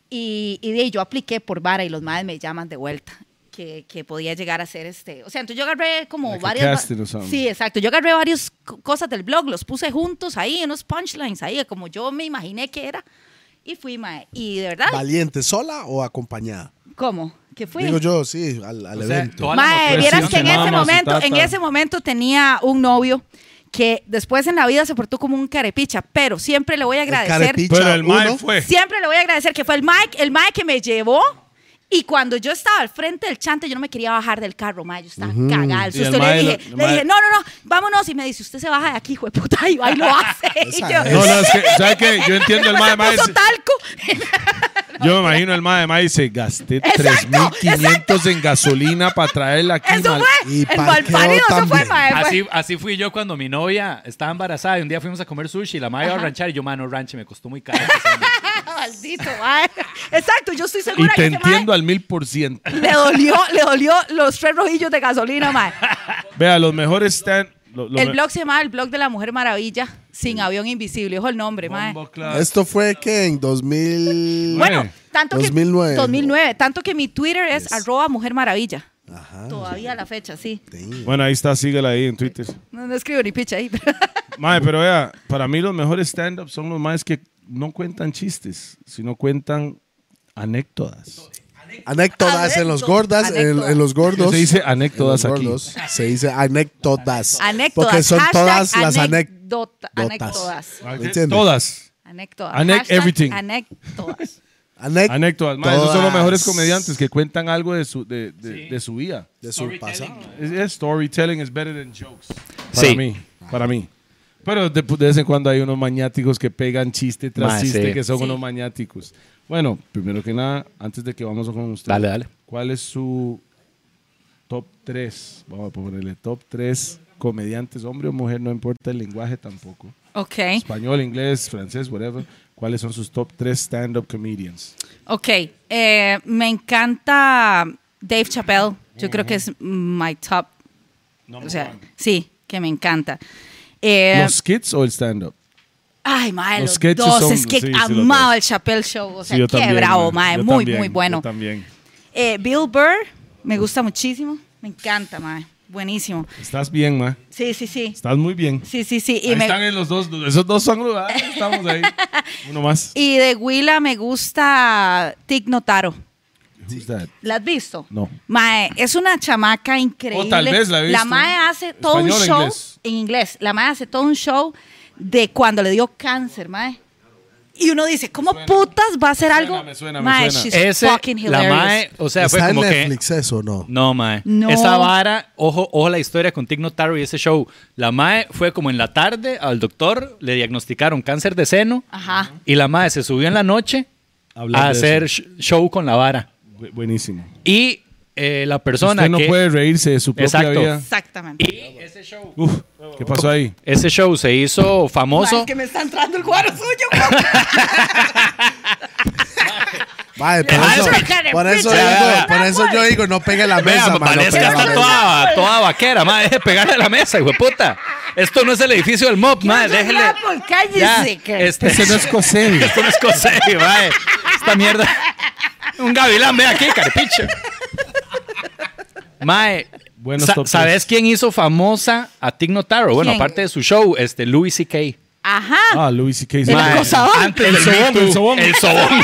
Speaker 4: Y, y de ahí yo apliqué por vara y los madres me llaman de vuelta. Que, que podía llegar a ser este. O sea, entonces yo agarré como
Speaker 5: Like a
Speaker 4: varias. va-
Speaker 5: casting or something.
Speaker 4: Sí, exacto. Yo agarré varias co- cosas del blog, los puse juntos ahí, unos punchlines ahí, como yo me imaginé que era. Y fui, mae. Y de verdad,
Speaker 2: ¿Valiente sola o acompañada?
Speaker 4: ¿cómo? Que fui.
Speaker 2: Digo yo, sí, al, al
Speaker 6: O sea,
Speaker 2: evento.
Speaker 6: toda la
Speaker 4: Mae,
Speaker 6: motivación
Speaker 4: vieras que en
Speaker 6: de-
Speaker 5: mamas
Speaker 4: ese
Speaker 5: y
Speaker 4: momento,
Speaker 5: tata.
Speaker 4: en ese momento tenía un novio que después en la vida se portó como un carepicha, pero siempre le voy a
Speaker 2: El
Speaker 4: agradecer.
Speaker 2: carepicha
Speaker 5: Pero el mae
Speaker 2: uno,
Speaker 5: fue.
Speaker 4: Siempre le voy a agradecer que fue el Mike, el Mike que me llevó. Y cuando yo estaba al frente del chante, yo no me quería bajar del carro, mae. Yo estaba cagada. al
Speaker 5: Y el
Speaker 4: susto.
Speaker 5: mae
Speaker 4: le dije,
Speaker 5: lo-
Speaker 4: le
Speaker 5: mae-
Speaker 4: dije, no, no, no, vámonos. Y me dice, usted se baja de aquí, hijo de puta, y ahí lo hace.
Speaker 2: [LAUGHS]
Speaker 4: Y
Speaker 2: Esa
Speaker 4: yo,
Speaker 2: es.
Speaker 5: No, no, es que, ¿sabes qué?
Speaker 4: [LAUGHS]
Speaker 5: Yo entiendo el
Speaker 4: después
Speaker 5: mae,
Speaker 4: se
Speaker 5: mae,
Speaker 4: puso
Speaker 5: se-
Speaker 4: talco. [LAUGHS]
Speaker 5: Yo me imagino el mae, mae dice, gasté
Speaker 4: Exacto,
Speaker 5: 3.500 en gasolina para traerla aquí.
Speaker 4: Eso
Speaker 5: mal-
Speaker 4: fue.
Speaker 2: Y
Speaker 4: el
Speaker 2: parqueó
Speaker 4: malparido, eso fue,
Speaker 2: también.
Speaker 4: mae. fue-
Speaker 6: Así, así fui yo cuando mi novia estaba embarazada y un día fuimos a comer sushi y la madre iba a ranchar y yo, mano, ranche me costó muy caro. este
Speaker 4: [LAUGHS] Maldito, mae. Exacto, yo estoy
Speaker 5: Y
Speaker 4: segura
Speaker 5: te
Speaker 4: que ese mae
Speaker 5: entiendo al mil por ciento.
Speaker 4: le dolió, le dolió los tres rojillos de gasolina, mae.
Speaker 5: Vea, los mejores están... [LAUGHS] lo- lo
Speaker 4: El
Speaker 5: me-
Speaker 4: blog se llama El Blog de la Mujer Maravilla, sin avión invisible, ojo el nombre, mae.
Speaker 5: Bombo Club.
Speaker 2: Esto fue que en 2000.
Speaker 4: Bueno, tanto que
Speaker 2: 2009.
Speaker 4: 2009, tanto que mi Twitter es
Speaker 2: Yes.
Speaker 4: arroba Mujer Maravilla.
Speaker 2: Ajá.
Speaker 4: Todavía a la fecha, sí.
Speaker 5: Bueno, ahí está, síguela ahí en Twitter.
Speaker 4: No, no escribo ni picha
Speaker 2: [LAUGHS]
Speaker 4: ahí. pero-
Speaker 5: Mae, pero vea, para mí los mejores stand-ups son los más que no cuentan chistes, sino cuentan anécdotas.
Speaker 2: Anécdotas en los gordas, en,
Speaker 4: Anécdotas.
Speaker 2: en los gordos.
Speaker 5: Se dice anécdotas
Speaker 2: anécdotas
Speaker 5: aquí.
Speaker 2: Se dice anécdotas.
Speaker 4: Anécdotas.
Speaker 2: Porque son
Speaker 4: hashtag
Speaker 2: todas las anécdotas.
Speaker 4: anecdota- anécdotas.
Speaker 2: ¿Me entiendes?
Speaker 5: Todas.
Speaker 4: Anécdotas.
Speaker 5: Anec-
Speaker 4: Hashtag
Speaker 5: everything. [LAUGHS]
Speaker 4: Anécdotas.
Speaker 2: Anécdotas.
Speaker 5: Anécdotas. Mae, esos son los mejores comediantes que cuentan algo de su, de, de- de su vida.
Speaker 2: De su pasado.
Speaker 5: Es- es storytelling is better than jokes. Para
Speaker 6: Sí.
Speaker 5: mí, para mí. Pero de, de vez en cuando hay unos maniáticos que pegan chiste tras
Speaker 6: Mae,
Speaker 5: chiste,
Speaker 6: sí.
Speaker 5: que son
Speaker 4: Sí.
Speaker 5: unos maniáticos. Bueno, primero que nada, antes de que vamos con usted.
Speaker 6: Dale, dale.
Speaker 5: ¿Cuál es su top 3? Vamos a ponerle top 3 comediantes, hombre o mujer, no importa el lenguaje tampoco.
Speaker 4: Ok.
Speaker 5: Español, inglés, francés, whatever. ¿Cuáles son sus top 3 stand-up comedians?
Speaker 4: Ok, eh, me encanta Dave Chappelle. Yo creo que es my top. o sea, sí, que me encanta. Eh,
Speaker 5: ¿Los skits o el stand-up?
Speaker 4: ay, mae,
Speaker 5: los
Speaker 4: los,
Speaker 5: sketches
Speaker 4: dos.
Speaker 5: son-
Speaker 4: es que
Speaker 5: sí, sí, los
Speaker 4: amaba
Speaker 5: dos.
Speaker 4: el Chappelle Show. O sea,
Speaker 5: Sí, yo
Speaker 4: qué
Speaker 5: también,
Speaker 4: bravo, mae.
Speaker 5: mae. Yo
Speaker 4: Muy,
Speaker 5: también,
Speaker 4: muy bueno.
Speaker 5: yo también.
Speaker 4: Eh, Bill Burr, me gusta muchísimo. Me encanta, mae. Buenísimo.
Speaker 5: Estás bien, ma.
Speaker 4: Sí, sí, sí.
Speaker 5: Estás muy bien.
Speaker 4: Sí, sí, sí. Y,
Speaker 5: Ahí
Speaker 4: me-
Speaker 5: están en los dos. Esos dos son los. ah,
Speaker 4: [LAUGHS]
Speaker 5: Estamos ahí. Uno más.
Speaker 4: y de Willa me gusta Tig Notaro.
Speaker 5: Who's that?
Speaker 4: ¿La has visto?
Speaker 5: No.
Speaker 4: Mae, es una chamaca increíble.
Speaker 5: O tal vez la he visto.
Speaker 4: mae hace todo
Speaker 5: ¿Español o
Speaker 4: un show
Speaker 5: inglés?
Speaker 4: en inglés. La mae hace todo un show de cuando le dio cáncer, mae. Y uno dice, ¿cómo putas va a hacer algo?
Speaker 5: me suena, me
Speaker 4: mae,
Speaker 5: suena.
Speaker 4: she's
Speaker 6: Ese,
Speaker 4: fucking
Speaker 6: la
Speaker 4: hilarious.
Speaker 6: mae, o sea, fue
Speaker 2: ¿Está en
Speaker 6: como que...
Speaker 2: Netflix eso o no?
Speaker 6: No, mae.
Speaker 4: No.
Speaker 6: Esa vara, ojo, ojo la historia con Tig Notaro y ese show. La mae fue como en la tarde al doctor, le diagnosticaron cáncer de seno
Speaker 4: Ajá.
Speaker 6: y la mae se subió en la noche
Speaker 5: Hablar
Speaker 6: a
Speaker 5: de
Speaker 6: hacer sh- show con la vara.
Speaker 5: Bu- Buenísimo.
Speaker 6: Y eh, la persona
Speaker 5: Usted no
Speaker 6: que...
Speaker 5: puede reírse de su propia
Speaker 6: Exacto.
Speaker 5: vida.
Speaker 4: Exactamente.
Speaker 6: Y ese show,
Speaker 5: Uf, ¿qué pasó ahí?
Speaker 6: ese show se hizo
Speaker 4: Mae,
Speaker 6: famoso.
Speaker 4: es que me está entrando el cuadro suyo. güey.
Speaker 2: Mae, por
Speaker 4: Ah,
Speaker 2: eso,
Speaker 4: es que-
Speaker 2: por eso,
Speaker 4: Vea,
Speaker 2: digo-
Speaker 4: vea.
Speaker 2: por eso yo digo, no pegue la
Speaker 6: Vea,
Speaker 2: mesa, mae, no
Speaker 6: parece
Speaker 2: pegue
Speaker 6: que
Speaker 2: la
Speaker 6: está
Speaker 2: mesa.
Speaker 6: toda, toda vaquera, madre. Deje de pegarle a la mesa, hijo de puta. Esto no es el edificio del mob, madre.
Speaker 4: Yo
Speaker 6: Déjele.
Speaker 4: llamo, cállese,
Speaker 6: Ya,
Speaker 4: que-
Speaker 6: este,
Speaker 7: Eso no es coser.
Speaker 4: [LAUGHS]
Speaker 6: esto no es cosa, madre. Esta mierda. Un gavilán, ve aquí, carpicho. Mae,
Speaker 5: Buenos
Speaker 6: sa-
Speaker 5: top tres.
Speaker 6: ¿sabes quién hizo famosa a Tig Notaro? Bueno,
Speaker 4: ¿Quién?
Speaker 6: aparte de su show, este, Louis C.K.
Speaker 4: Ajá.
Speaker 5: Ah, Louis C.K.
Speaker 4: El
Speaker 6: Mae,
Speaker 4: acosador.
Speaker 6: Antes
Speaker 5: El
Speaker 6: del Me
Speaker 5: sobón,
Speaker 6: Too.
Speaker 5: el sobón.
Speaker 6: El
Speaker 5: [LAUGHS]
Speaker 6: sobón.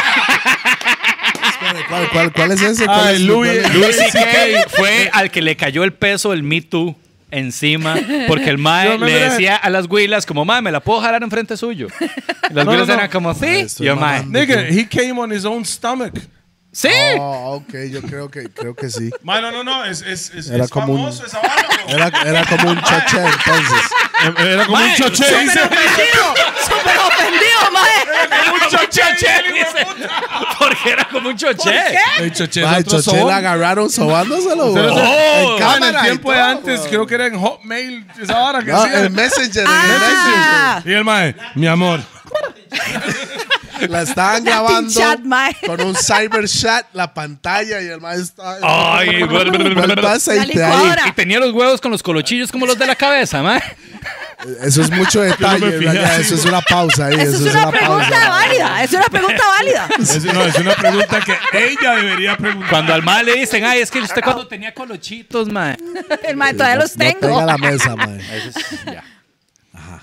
Speaker 2: ¿Cuál, cuál, cuál es ese? ¿Cuál
Speaker 5: Ay,
Speaker 2: es-
Speaker 5: Louis-
Speaker 2: cuál es-
Speaker 6: Louis C.K. fue al que le cayó el peso del Me Too encima porque el mae
Speaker 5: Yo me
Speaker 6: le
Speaker 5: miré.
Speaker 6: decía a las güilas como mae me la puedo jalar enfrente suyo Y las
Speaker 5: No,
Speaker 6: güilas
Speaker 5: no, no.
Speaker 6: eran como sí
Speaker 2: estoy
Speaker 6: y yo mae
Speaker 2: mamando.
Speaker 5: Nigga, he came on his own stomach.
Speaker 6: sí
Speaker 2: Oh, ok, yo creo que, creo que sí.
Speaker 5: Man, no, no, no, es, es, es,
Speaker 2: Era
Speaker 5: es
Speaker 2: como un-
Speaker 5: famoso esa vara, bro.
Speaker 2: Era, era como un choche entonces.
Speaker 5: [LAUGHS] Era, como
Speaker 6: Mae,
Speaker 5: un choche.
Speaker 6: súper
Speaker 5: dice.
Speaker 4: Súper ofendido, mae.
Speaker 5: Era como un choche.
Speaker 6: choché,
Speaker 5: dice,
Speaker 6: dice.
Speaker 5: "Puta".
Speaker 6: porque era como un choche
Speaker 5: El choche es
Speaker 2: Mae,
Speaker 5: otro
Speaker 2: choche
Speaker 5: sobón.
Speaker 2: la agarraron sobándoselo,
Speaker 5: Pero
Speaker 2: güey.
Speaker 5: eso-
Speaker 6: Oh,
Speaker 2: en
Speaker 5: Ah, en el
Speaker 2: cámara y
Speaker 5: tiempo de
Speaker 2: todo,
Speaker 5: antes,
Speaker 2: güey.
Speaker 5: creo que era en Hotmail, esa vara que
Speaker 2: No,
Speaker 5: hacían.
Speaker 2: el messenger, el
Speaker 4: Ah.
Speaker 5: Y el mae, mi amor.
Speaker 2: messenger. La estaban grabando
Speaker 4: chat, mae.
Speaker 2: con un cyber chat, la pantalla y el maestro.
Speaker 6: Ay, bla, bla, bla, bla, bla.
Speaker 2: aceite
Speaker 4: La
Speaker 2: ahí.
Speaker 4: licuadora.
Speaker 6: y tenía los huevos con los colochillos como los de la cabeza mae
Speaker 2: Eso es mucho detalle,
Speaker 5: Yo no me fijé
Speaker 2: Brian,
Speaker 5: así,
Speaker 2: Eso es una pausa ahí.
Speaker 4: Eso es una pregunta
Speaker 2: pausa.
Speaker 4: válida. Es una pregunta válida.
Speaker 5: Es, no, es una pregunta que ella debería preguntar.
Speaker 6: cuando al mae le dicen ay es que usted cuando tenía colochitos mae
Speaker 4: El mae, todavía los
Speaker 2: No
Speaker 4: tengo.
Speaker 2: pega la mesa, mae.
Speaker 6: Eso es- ya.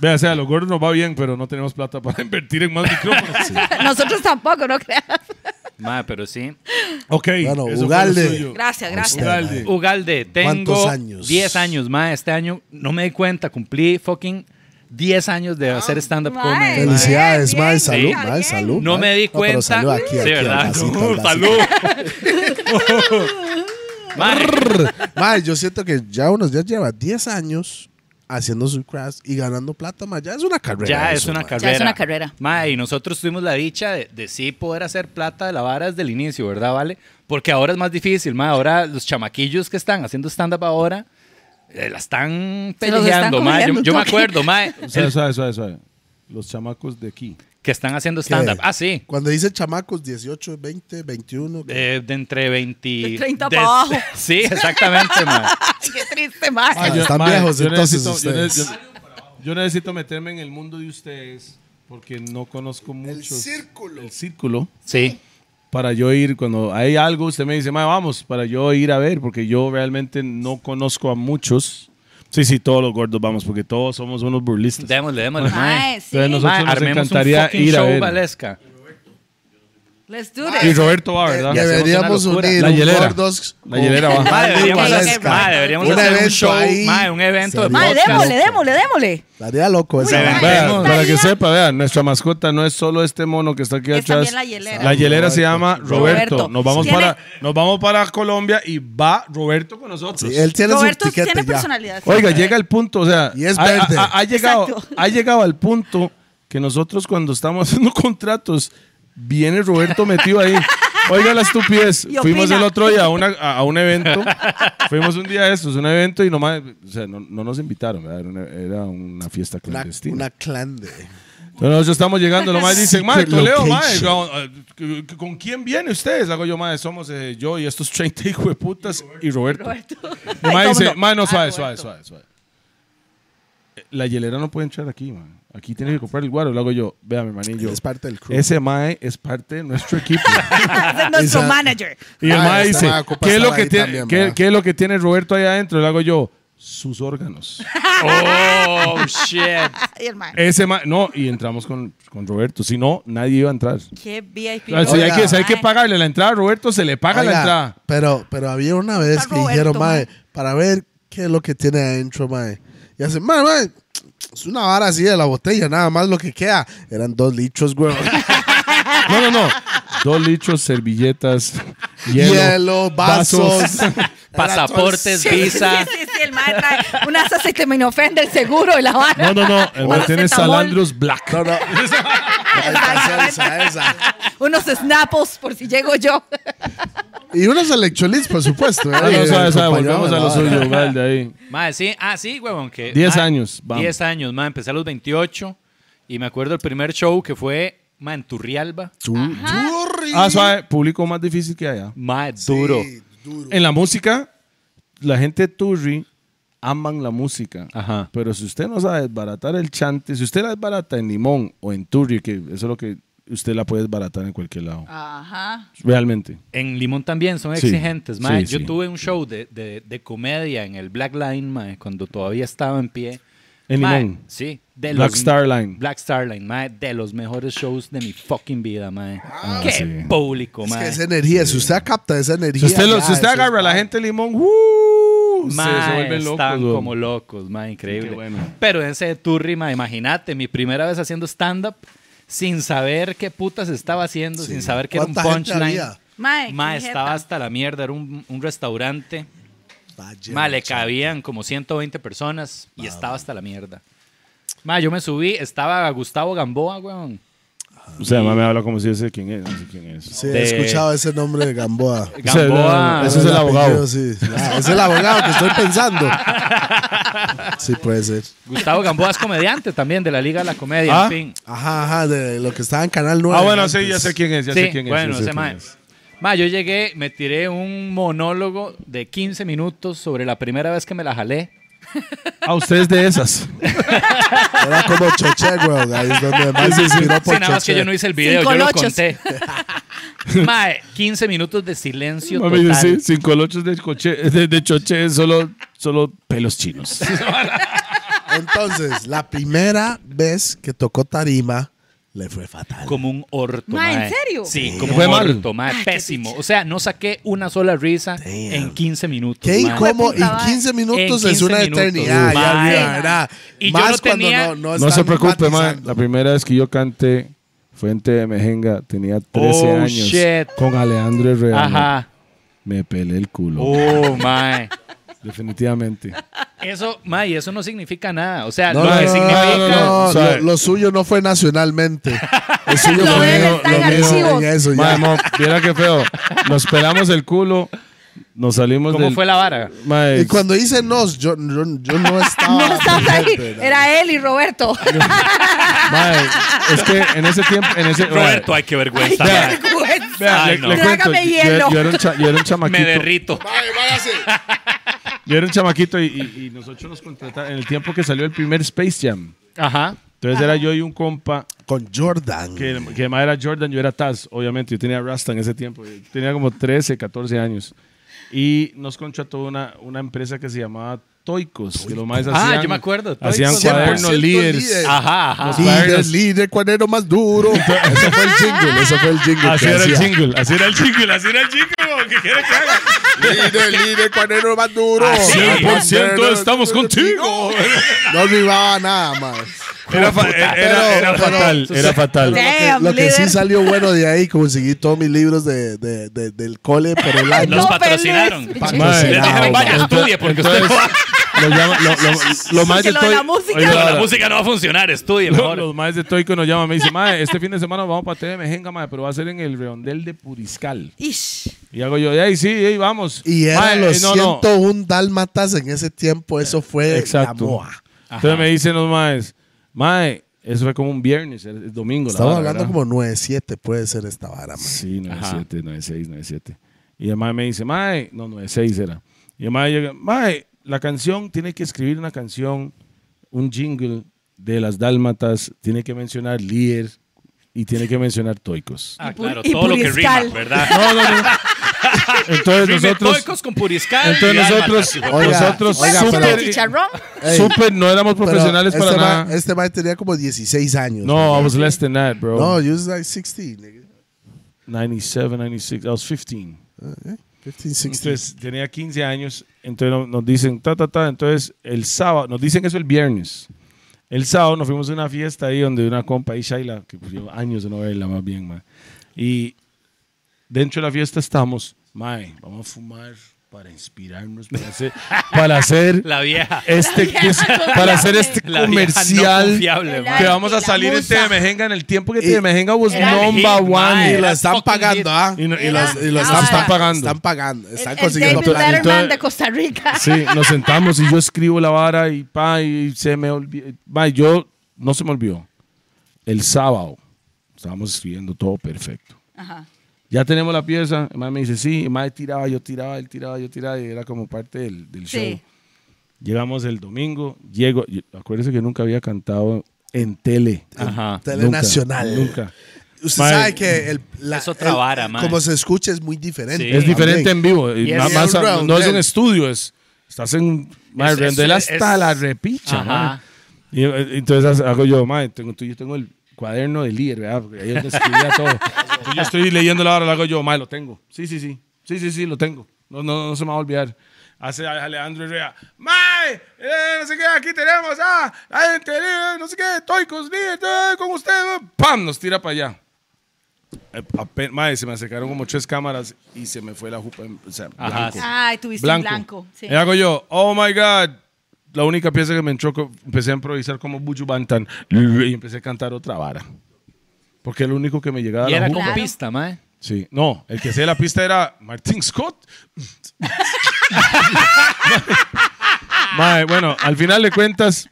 Speaker 5: Vea, o sea, a los gordos nos va bien, pero no tenemos plata para [LAUGHS] invertir en más micrófonos.
Speaker 4: [LAUGHS] Nosotros tampoco, no creas.
Speaker 6: mae pero sí
Speaker 5: Ok.
Speaker 2: Bueno,
Speaker 5: eso fue lo
Speaker 2: Ugalde.
Speaker 5: suyo.
Speaker 4: [LAUGHS] Gracias, gracias.
Speaker 5: Ugalde.
Speaker 6: Ugalde,
Speaker 2: ¿Cuántos
Speaker 6: tengo
Speaker 2: años?
Speaker 6: 10 años más este año. No me di cuenta, cumplí fucking 10 años de hacer stand-up
Speaker 4: mae.
Speaker 6: comedy. mae.
Speaker 2: Felicidades,
Speaker 4: Bien,
Speaker 2: mae.
Speaker 4: bien,
Speaker 2: Salud,
Speaker 4: bien.
Speaker 2: mae. Salud.
Speaker 6: No
Speaker 2: mae.
Speaker 6: me di
Speaker 2: No, pero
Speaker 6: cuenta.
Speaker 2: salud aquí,
Speaker 6: Sí,
Speaker 2: aquí, al
Speaker 6: ¿verdad?
Speaker 2: bracito, al
Speaker 6: Uh,
Speaker 2: bracito.
Speaker 6: Salud. [LAUGHS]
Speaker 2: [LAUGHS]
Speaker 6: Mae,
Speaker 2: Mae, yo siento que ya unos ya lleva 10 años haciendo su craft y ganando plata, mae. Ya es una carrera.
Speaker 6: ya
Speaker 2: eso,
Speaker 6: es una
Speaker 2: mae.
Speaker 6: carrera.
Speaker 4: Ya es una carrera.
Speaker 6: Mae, y nosotros tuvimos la dicha de, de sí poder hacer plata de la vara desde el inicio, ¿verdad, Vale? Porque ahora es más difícil, mae. Ahora los chamaquillos que están haciendo stand-up ahora eh, la están
Speaker 4: Se los están
Speaker 6: peleando, mae. Yo,
Speaker 4: comiendo un
Speaker 6: yo me
Speaker 4: toque.
Speaker 6: acuerdo,
Speaker 4: [LAUGHS]
Speaker 6: mae,
Speaker 5: O sea, suave, suave, suave. Los chamacos de aquí.
Speaker 6: que están haciendo stand-up. Ah, sí.
Speaker 2: Cuando dice chamacos, 18, 20, 21. ¿qué?
Speaker 6: Eh, de entre 20.
Speaker 4: De 30 para abajo.
Speaker 6: [LAUGHS] Sí, exactamente, mae.
Speaker 5: [LAUGHS]
Speaker 4: Ay, qué triste, mae.
Speaker 2: Ah, están viejos, entonces,
Speaker 5: necesito, yo
Speaker 2: ustedes.
Speaker 5: ne- yo- yo necesito meterme en el mundo de ustedes porque no conozco mucho.
Speaker 2: círculo.
Speaker 5: El círculo.
Speaker 6: Sí.
Speaker 5: Para yo ir, cuando hay algo, usted me dice, "Ma, vamos, para yo ir a ver, porque yo realmente no conozco a muchos. Sí, sí, todos los gordos vamos, porque todos somos unos burlistas.
Speaker 6: Démosle, démosle, mae.
Speaker 4: Mae, sí.
Speaker 5: Entonces nosotros
Speaker 6: Mae,
Speaker 5: nos
Speaker 6: armemos
Speaker 5: encantaría
Speaker 6: un fucking
Speaker 5: ir a
Speaker 6: show
Speaker 5: ver.
Speaker 6: valesca.
Speaker 4: Let's do
Speaker 5: Y
Speaker 4: this.
Speaker 5: Roberto va, ¿verdad?
Speaker 6: ya se-
Speaker 2: Deberíamos
Speaker 6: hacemos una
Speaker 2: unir
Speaker 5: locura. La
Speaker 2: un
Speaker 5: hielera.
Speaker 2: gordos.
Speaker 5: La hielera va.
Speaker 6: Mae, deberíamos
Speaker 4: ok,
Speaker 6: hacer,
Speaker 4: ok.
Speaker 6: mae, deberíamos
Speaker 2: Un
Speaker 6: hacer un
Speaker 2: evento
Speaker 6: show,
Speaker 2: ahí.
Speaker 6: mae, un evento de
Speaker 4: Mae,
Speaker 6: podcast.
Speaker 4: démosle, démosle, démosle.
Speaker 2: Estaría loco esa.
Speaker 6: Uy,
Speaker 2: vara.
Speaker 6: mae.
Speaker 5: Vea,
Speaker 6: Vemos.
Speaker 5: para que sepa, vean, nuestra mascota no es solo este mono que está aquí
Speaker 4: Es
Speaker 5: atrás.
Speaker 4: también la hielera.
Speaker 5: La hielera se llama Roberto.
Speaker 4: Roberto.
Speaker 5: Nos vamos
Speaker 4: Tiene-
Speaker 5: para nos vamos para Colombia y va Roberto con nosotros.
Speaker 2: Sí, él tiene
Speaker 4: Roberto
Speaker 2: su tiquete
Speaker 4: tiene
Speaker 2: ya.
Speaker 4: personalidad.
Speaker 5: Oiga, llega el punto, o sea,
Speaker 2: Y es
Speaker 5: ha- ha-
Speaker 2: verde.
Speaker 5: ha, ha llegado
Speaker 4: Exacto.
Speaker 5: ha llegado al punto que nosotros cuando estamos [LAUGHS] haciendo contratos viene Roberto metido ahí. Oiga la estupidez.
Speaker 4: Y
Speaker 5: Fuimos
Speaker 4: opina.
Speaker 5: el otro día a, una- a- a un evento. Fuimos un día de estos, un evento y nomás, o sea, no, no nos invitaron, ¿verdad? Era una, era una fiesta
Speaker 2: Una,
Speaker 5: clandestina.
Speaker 2: una clande.
Speaker 5: Pero nosotros estamos llegando, los más dicen, mae,
Speaker 2: Secret
Speaker 5: Toledo, mae,
Speaker 2: location.
Speaker 5: ¿con, con quién vienen ustedes? Hago yo, mae, somos eh, yo y estos [LAUGHS] 30 hijos de putas y Roberto.
Speaker 4: Roberto.
Speaker 5: El mae
Speaker 4: Ay,
Speaker 5: dice,
Speaker 4: ¿cómo no?
Speaker 5: mae, no,
Speaker 4: Ah,
Speaker 5: suave,
Speaker 4: Roberto.
Speaker 5: suave, suave, suave. Eh, La hielera no puede entrar aquí, mae. Aquí tiene que comprar el guaro. Lo hago yo, vea, mi hermanillo.
Speaker 2: Es parte del crew.
Speaker 5: Ese mae es parte de nuestro equipo.
Speaker 2: [LAUGHS]
Speaker 4: Es nuestro
Speaker 2: Esa-
Speaker 4: manager.
Speaker 5: y el
Speaker 2: Ah,
Speaker 5: mae
Speaker 2: esta
Speaker 5: dice,
Speaker 2: mae ocupa
Speaker 5: ¿qué es, lo
Speaker 2: estar
Speaker 5: que
Speaker 2: ahí
Speaker 5: tiene,
Speaker 2: también,
Speaker 5: qué-
Speaker 2: ¿verdad?
Speaker 5: ¿qué es lo que tiene Roberto ahí adentro? Lo hago yo, sus órganos.
Speaker 2: [LAUGHS]
Speaker 6: Oh, shit.
Speaker 4: Ay, el mae.
Speaker 5: Ese mae, no, y entramos con, con Roberto. Si no, nadie iba a entrar.
Speaker 4: Qué VIP.
Speaker 5: Ah, sí, hay,
Speaker 2: Oiga.
Speaker 5: que, si hay que
Speaker 4: Mae.
Speaker 5: pagarle la entrada a Roberto, se le paga la
Speaker 2: Oiga,
Speaker 5: entrada.
Speaker 2: Pero, pero había una vez
Speaker 4: Está
Speaker 2: que
Speaker 4: Roberto,
Speaker 2: dijeron, mae,
Speaker 4: mae.
Speaker 2: para ver qué es lo que tiene adentro, mae. Y hacen, mae, mae, es una vara así de la botella, nada más lo que queda. Eran dos litros,
Speaker 4: [LAUGHS]
Speaker 2: güey.
Speaker 5: No, no, no. Dos litros, servilletas, hielo,
Speaker 2: Hielo, vasos.
Speaker 6: Pasaportes,
Speaker 4: Sí,
Speaker 6: visa.
Speaker 4: Sí, sí, sí, el mae trae unas acetaminofén del seguro y la vara.
Speaker 5: No, no, no. El man tiene
Speaker 4: Paracetamol.
Speaker 5: salandros black.
Speaker 2: No, no. Esa, esa, esa.
Speaker 4: Unos snapples por si llego yo. [LAUGHS]
Speaker 2: Y unos electrolitos, por supuesto.
Speaker 5: Ah,
Speaker 2: ¿verdad?
Speaker 5: no,
Speaker 2: Y
Speaker 5: suave, suave,
Speaker 2: acompañado
Speaker 5: volvemos a
Speaker 2: de
Speaker 5: lo
Speaker 2: la vara.
Speaker 5: suyo, vale, ahí.
Speaker 6: [LAUGHS] Mae, sí, ah, sí, huevón. que-
Speaker 5: Diez
Speaker 6: mae,
Speaker 5: años, vamos.
Speaker 6: 10 años, mae. Empecé a los 28 y me acuerdo el primer show que fue, mae, en Turrialba.
Speaker 2: Tur-
Speaker 5: Ah, suave, público más difícil que allá.
Speaker 6: Más duro.
Speaker 2: duro.
Speaker 5: En la música, la gente de Turri aman la música.
Speaker 6: Ajá.
Speaker 5: Pero si usted no sabe desbaratar el chante, si usted la desbarata en Limón o en Turri, que eso es lo que usted la puede desbaratar en cualquier lado.
Speaker 4: Ajá.
Speaker 5: Realmente.
Speaker 6: En Limón también son
Speaker 5: Sí.
Speaker 6: exigentes, mae.
Speaker 5: Sí,
Speaker 6: Yo
Speaker 5: sí.
Speaker 6: tuve un show de, de- de comedia en el Black Line, mae, cuando todavía estaba en pie.
Speaker 5: En
Speaker 6: Mae,
Speaker 5: Limón.
Speaker 6: Sí. de
Speaker 5: Black Star Line.
Speaker 6: Black Star Line, mae, de los mejores shows de mi fucking vida, mae. Qué
Speaker 5: Ah, sí.
Speaker 6: público,
Speaker 2: Es que
Speaker 6: mae.
Speaker 2: esa energía, si usted capta esa energía.
Speaker 5: Si usted, lo-
Speaker 2: ya,
Speaker 5: si usted
Speaker 2: eso
Speaker 5: agarra a
Speaker 2: es-
Speaker 5: la gente de Limón, ¡uh! se-
Speaker 6: Mae,
Speaker 5: se vuelven locos.
Speaker 6: están
Speaker 5: weón.
Speaker 6: como locos, mae, increíble.
Speaker 5: Qué bueno.
Speaker 6: Pero en ese tour, mae, imagínate, mi primera vez haciendo stand-up sin saber qué putas estaba haciendo, sin saber que era un
Speaker 2: ¿Cuánta gente
Speaker 6: punchline.
Speaker 2: había?
Speaker 4: Mae,
Speaker 6: Mae,
Speaker 4: qué
Speaker 6: estaba
Speaker 4: jeta.
Speaker 6: hasta la mierda, era un, un restaurante.
Speaker 2: Está lleno,
Speaker 6: Mae, le
Speaker 2: chaval.
Speaker 6: cabían como 120 personas
Speaker 5: Ah,
Speaker 6: y estaba hasta la mierda. Mae, yo me subí, estaba Gustavo Gamboa, weón.
Speaker 5: O sea, mamá me habla como si yo sé quién es. No sé quién es.
Speaker 2: Sí,
Speaker 6: de-
Speaker 2: he escuchado ese nombre de Gamboa.
Speaker 5: O sea,
Speaker 6: Gamboa.
Speaker 5: no, [LAUGHS] ese es el abogado.
Speaker 2: apellido, sí. Ah, es el abogado que estoy pensando. Sí, puede ser.
Speaker 6: Gustavo Gamboa es comediante también de la Liga de la Comedia,
Speaker 5: Ah.
Speaker 6: en fin.
Speaker 2: Ajá, ajá, de lo que estaba en Canal Pues, 9.
Speaker 5: Ah, bueno, sí,
Speaker 2: antes.
Speaker 5: ya sé quién es. Ya
Speaker 6: Sí,
Speaker 5: sé quién es.
Speaker 6: bueno,
Speaker 5: ya sé
Speaker 6: ese
Speaker 5: quién
Speaker 6: mae.
Speaker 5: es.
Speaker 6: Mae, yo llegué, me tiré un monólogo de 15 minutos sobre la primera vez que me la jalé.
Speaker 5: Ah, usted es de esas.
Speaker 2: Era como Choche, weón. Ahí es donde más se inspiró
Speaker 6: Sí,
Speaker 2: por
Speaker 6: nada más que
Speaker 2: Choche.
Speaker 6: yo no hice el video,
Speaker 4: Cinco
Speaker 6: yo lo
Speaker 4: lochos.
Speaker 6: conté. [LAUGHS] mae, 15 minutos de silencio
Speaker 5: Mami
Speaker 6: total.
Speaker 5: dice, sin colochos de, coche, de, de choche, solo, solo pelos chinos.
Speaker 2: Entonces, la primera vez que tocó tarima, le fue fatal.
Speaker 6: Como un orto,
Speaker 4: Ma, ¿en
Speaker 6: mae.
Speaker 4: serio?
Speaker 6: Sí,
Speaker 5: Sí.
Speaker 6: como
Speaker 5: Fue
Speaker 6: un
Speaker 5: mal.
Speaker 6: orto, mae, Pésimo. O sea, no saqué una sola risa en 15 minutos,
Speaker 2: Qué
Speaker 6: mae.
Speaker 2: incómodo.
Speaker 4: puta,
Speaker 2: Y
Speaker 4: mae.
Speaker 2: 15 minutos
Speaker 6: En
Speaker 2: es una
Speaker 6: 15 minutos,
Speaker 2: eternidad. ya,
Speaker 6: mae.
Speaker 2: ya, ¿verdad?
Speaker 6: Y yo
Speaker 2: más
Speaker 6: no
Speaker 2: cuando
Speaker 6: tenía-
Speaker 2: no, no
Speaker 5: No se
Speaker 2: están
Speaker 5: preocupe, mae.
Speaker 2: matizando.
Speaker 5: La primera vez que yo canté fue en TV Mejenga. Tenía 13
Speaker 6: Oh,
Speaker 5: años.
Speaker 6: shit.
Speaker 5: Con Alejandro Herrera.
Speaker 6: Ajá.
Speaker 5: Me pelé el culo.
Speaker 6: Oh, mae.
Speaker 5: [LAUGHS] Definitivamente.
Speaker 6: Eso, mae, y eso no significa nada. O sea,
Speaker 2: No,
Speaker 6: lo
Speaker 2: no,
Speaker 6: que
Speaker 2: no,
Speaker 6: significa...
Speaker 2: no, no,
Speaker 5: O sea,
Speaker 2: lo, lo suyo no fue nacionalmente. El suyo
Speaker 4: Lo
Speaker 2: fue
Speaker 4: de él está en archivos.
Speaker 2: en eso.
Speaker 5: Mae,
Speaker 2: Ya.
Speaker 5: mo, viera qué feo. Nos pelamos el culo. Nos salimos
Speaker 6: ¿Cómo
Speaker 5: del...
Speaker 6: fue la vara?
Speaker 5: Mae,
Speaker 2: Y cuando hice nos, yo, yo, yo no estaba.
Speaker 4: No estabas ahí.
Speaker 2: presente, ¿verdad?
Speaker 4: Era él y Roberto. [LAUGHS]
Speaker 5: mae, es que en ese tiempo... En ese,
Speaker 6: Roberto, ay, qué vergüenza.
Speaker 5: Vea.
Speaker 6: mae.
Speaker 5: Vea,
Speaker 6: Ay,
Speaker 5: le-
Speaker 6: no.
Speaker 5: le cuento,
Speaker 4: Trágame
Speaker 5: yo-
Speaker 4: hielo.
Speaker 5: Yo, era un cha- yo era un
Speaker 6: [LAUGHS]
Speaker 5: chamaquito.
Speaker 6: Me derrito.
Speaker 5: Yo era un chamaquito y, y- y nosotros nos contrataron en el tiempo que salió el primer Space Jam.
Speaker 6: Ajá.
Speaker 5: Entonces era yo y un compa
Speaker 2: Con Jordan.
Speaker 5: que, que además era Jordan, yo era Taz, obviamente. Yo tenía Rasta en ese tiempo. Yo tenía como 13, 14 años. Y nos contrató una, una empresa que se llamaba Toicos. Que lo más
Speaker 6: Ah,
Speaker 5: hacían,
Speaker 6: yo me acuerdo, Toicos.
Speaker 5: Hacían
Speaker 2: 100%
Speaker 5: cuadernos líderes.
Speaker 2: líder.
Speaker 6: Ajá, ajá.
Speaker 2: Líder,
Speaker 5: cuadernos.
Speaker 2: líder, cuadrero más duro. Ese fue el jingle, ese fue el jingle.
Speaker 5: Así
Speaker 2: que
Speaker 5: era el
Speaker 2: hacía.
Speaker 5: jingle, así era el jingle, así era el jingle. ¿Qué quiere que haga?
Speaker 2: Líder, líder, cuadrero más duro.
Speaker 6: Así,
Speaker 5: 100% estamos contigo.
Speaker 2: No arribaba nada más.
Speaker 5: Era, fa- era- era
Speaker 2: Pero-
Speaker 5: fatal,
Speaker 2: pero-
Speaker 5: era fatal.
Speaker 4: Damn,
Speaker 2: lo que sí
Speaker 4: líder.
Speaker 2: salió bueno de ahí, conseguí todos mis libros de, de- de- del cole por el año.
Speaker 6: Nos
Speaker 4: No,
Speaker 6: patrocinaron.
Speaker 4: feliz.
Speaker 6: Patrocinaron.
Speaker 5: Mae,
Speaker 6: Les dijeron,
Speaker 5: no,
Speaker 6: vaya,
Speaker 5: no.
Speaker 6: estudie, porque usted no va-
Speaker 5: lo llama- lo- lo- lo más
Speaker 4: Porque
Speaker 5: de
Speaker 4: lo de la
Speaker 5: Toy-
Speaker 4: música-
Speaker 5: Oye,
Speaker 6: No,
Speaker 5: ahora,
Speaker 6: la música no va a funcionar, estudie
Speaker 5: lo-
Speaker 6: mejor.
Speaker 5: Los maes de Toico nos llaman, me dicen, mae, este fin de semana vamos para TV Mejenga, mae, pero va a ser en el redondel de Puriscal.
Speaker 4: Ish.
Speaker 5: Y hago yo, ahí sí, ahí vamos.
Speaker 2: Y eran
Speaker 5: Mae,
Speaker 2: los
Speaker 5: eh, no, no.
Speaker 2: 101 dálmatas en ese tiempo, eso fue
Speaker 5: Exacto.
Speaker 2: la moa.
Speaker 5: Entonces me dicen los maes, mae, eso fue como un viernes, el, el domingo. la
Speaker 2: Estamos
Speaker 5: vara,
Speaker 2: hablando
Speaker 5: ¿verdad?"
Speaker 2: como 9-7, puede ser esta vara, man.
Speaker 5: Sí, 97, 96, 97. Y el mae me dice, mae, no, 96 era. Y el mae llega, mae, la canción, tiene que escribir una canción, un jingle de las dálmatas, tiene que mencionar líder y tiene que mencionar toicos.
Speaker 6: Ah,
Speaker 4: Y pur-
Speaker 6: claro,
Speaker 4: y
Speaker 6: todo lo que rima,
Speaker 4: puriscal. [LAUGHS]
Speaker 6: ¿verdad?
Speaker 5: No, no, no. Entonces
Speaker 6: Rime
Speaker 5: nosotros,
Speaker 6: toicos con puriscal.
Speaker 5: entonces
Speaker 6: y alma,
Speaker 5: nosotros,
Speaker 6: hijo de-
Speaker 2: Oiga,
Speaker 5: nosotros
Speaker 2: oiga,
Speaker 4: Bueno,
Speaker 2: pero-
Speaker 4: pero
Speaker 5: súper,
Speaker 4: chicharrón.
Speaker 2: Ey,
Speaker 5: súper no éramos
Speaker 2: pero
Speaker 5: profesionales
Speaker 2: este
Speaker 5: para
Speaker 2: man-
Speaker 5: nada.
Speaker 2: Este man tenía como 16 años.
Speaker 5: No, I was less than that, bro.
Speaker 2: No, you was like 16, nigga.
Speaker 5: 97, 96, I was 15.
Speaker 2: 15, 16.
Speaker 5: Entonces tenía 15 años, entonces no- nos dicen, ta, ta, ta, entonces el sábado, nos dicen eso el viernes. El sábado nos fuimos a una fiesta ahí donde una compa ahí, Shaila, que pues, llevo años de no verla más bien, ma. Y dentro de la fiesta estamos, mae, vamos a fumar para inspirarnos, para hacer, para
Speaker 6: [LAUGHS]
Speaker 5: hacer
Speaker 6: La vieja.
Speaker 5: este,
Speaker 4: vieja no
Speaker 5: para hacer este
Speaker 6: La vieja no
Speaker 5: comercial
Speaker 6: confiable,
Speaker 4: La-
Speaker 5: que
Speaker 6: mae.
Speaker 5: vamos a
Speaker 4: La
Speaker 5: salir en
Speaker 4: musa.
Speaker 5: TV Mejenga en el tiempo que
Speaker 2: Y-
Speaker 5: TV Mejenga was
Speaker 4: Era
Speaker 6: el
Speaker 5: number
Speaker 6: hit,
Speaker 5: one.
Speaker 6: mae.
Speaker 2: Y
Speaker 5: Y
Speaker 2: la
Speaker 5: la-
Speaker 2: están
Speaker 6: fucking
Speaker 2: pagando, ¿ah?
Speaker 5: Y, no- y
Speaker 4: Era-
Speaker 5: las- y lo
Speaker 4: Ah,
Speaker 5: están, están
Speaker 4: bueno.
Speaker 5: pagando.
Speaker 2: Están pagando, están
Speaker 4: El- El
Speaker 2: consiguiendo
Speaker 4: David
Speaker 2: plata.
Speaker 4: Letterman
Speaker 5: Entonces-
Speaker 4: de Costa Rica.
Speaker 5: Sí, nos sentamos y yo escribo la vara y pa, y se me olvidó. Ma, yo no se me olvidó. El sábado estábamos escribiendo todo perfecto.
Speaker 4: Ajá.
Speaker 5: ya tenemos la pieza. El mae me dice, sí. El mae tiraba, yo tiraba, él tiraba, yo tiraba. Y era como parte del, del show.
Speaker 4: Sí.
Speaker 5: Llegamos el domingo. Llego. y- Acuérdense que nunca había cantado en tele.
Speaker 6: Ajá.
Speaker 2: Telenacional.
Speaker 5: Nunca. nunca.
Speaker 2: Usted
Speaker 5: Mae.
Speaker 2: sabe que el, la,
Speaker 6: Es otra
Speaker 2: el-
Speaker 6: vara, mae.
Speaker 2: como se escucha es muy diferente.
Speaker 6: Sí.
Speaker 5: Es diferente
Speaker 2: También.
Speaker 5: en vivo. y
Speaker 6: Y es-
Speaker 5: más-
Speaker 6: y
Speaker 5: más
Speaker 2: es
Speaker 5: a-
Speaker 2: round,
Speaker 5: no es un
Speaker 2: es-
Speaker 5: estudio, es. Estás en. mae,
Speaker 6: Es- es-
Speaker 5: rendel hasta
Speaker 6: es-
Speaker 5: la repicha,
Speaker 6: Ajá.
Speaker 5: mae. Y, eh, entonces hago yo, mae, tengo, tú- yo tengo el cuaderno de líder, ¿verdad? Porque ahí es donde escribía todo. Entonces yo estoy leyendo la hora, lo hago yo, mae, lo tengo. Sí, sí, sí. Sí, sí, sí, lo tengo. No, no, no se me va a olvidar. Hace a- Alejandro Herrera, mae, eh, no sé qué, aquí tenemos ah, la gente libre, no sé qué, toicos, líder, eh, con usted, eh". pam, nos tira para allá. Eh, ape- Mae, se me acercaron como tres cámaras y se me fue la jupa. en- O sea,
Speaker 6: Ajá,
Speaker 5: blanco.
Speaker 4: Ay, tuviste un
Speaker 5: Blanco.
Speaker 4: blanco. sí.
Speaker 5: Y hago yo, oh my God. La única pieza que me entró, co- empecé a improvisar como Buju Bantan y empecé a cantar otra vara. Porque era lo único que me llegaba. a
Speaker 6: Y
Speaker 5: la
Speaker 6: era
Speaker 5: jupa.
Speaker 6: con
Speaker 4: Claro.
Speaker 6: pista, mae.
Speaker 5: Sí, no, el que hacía la pista era Martin Scott. [LAUGHS] Mae, bueno, al final de cuentas,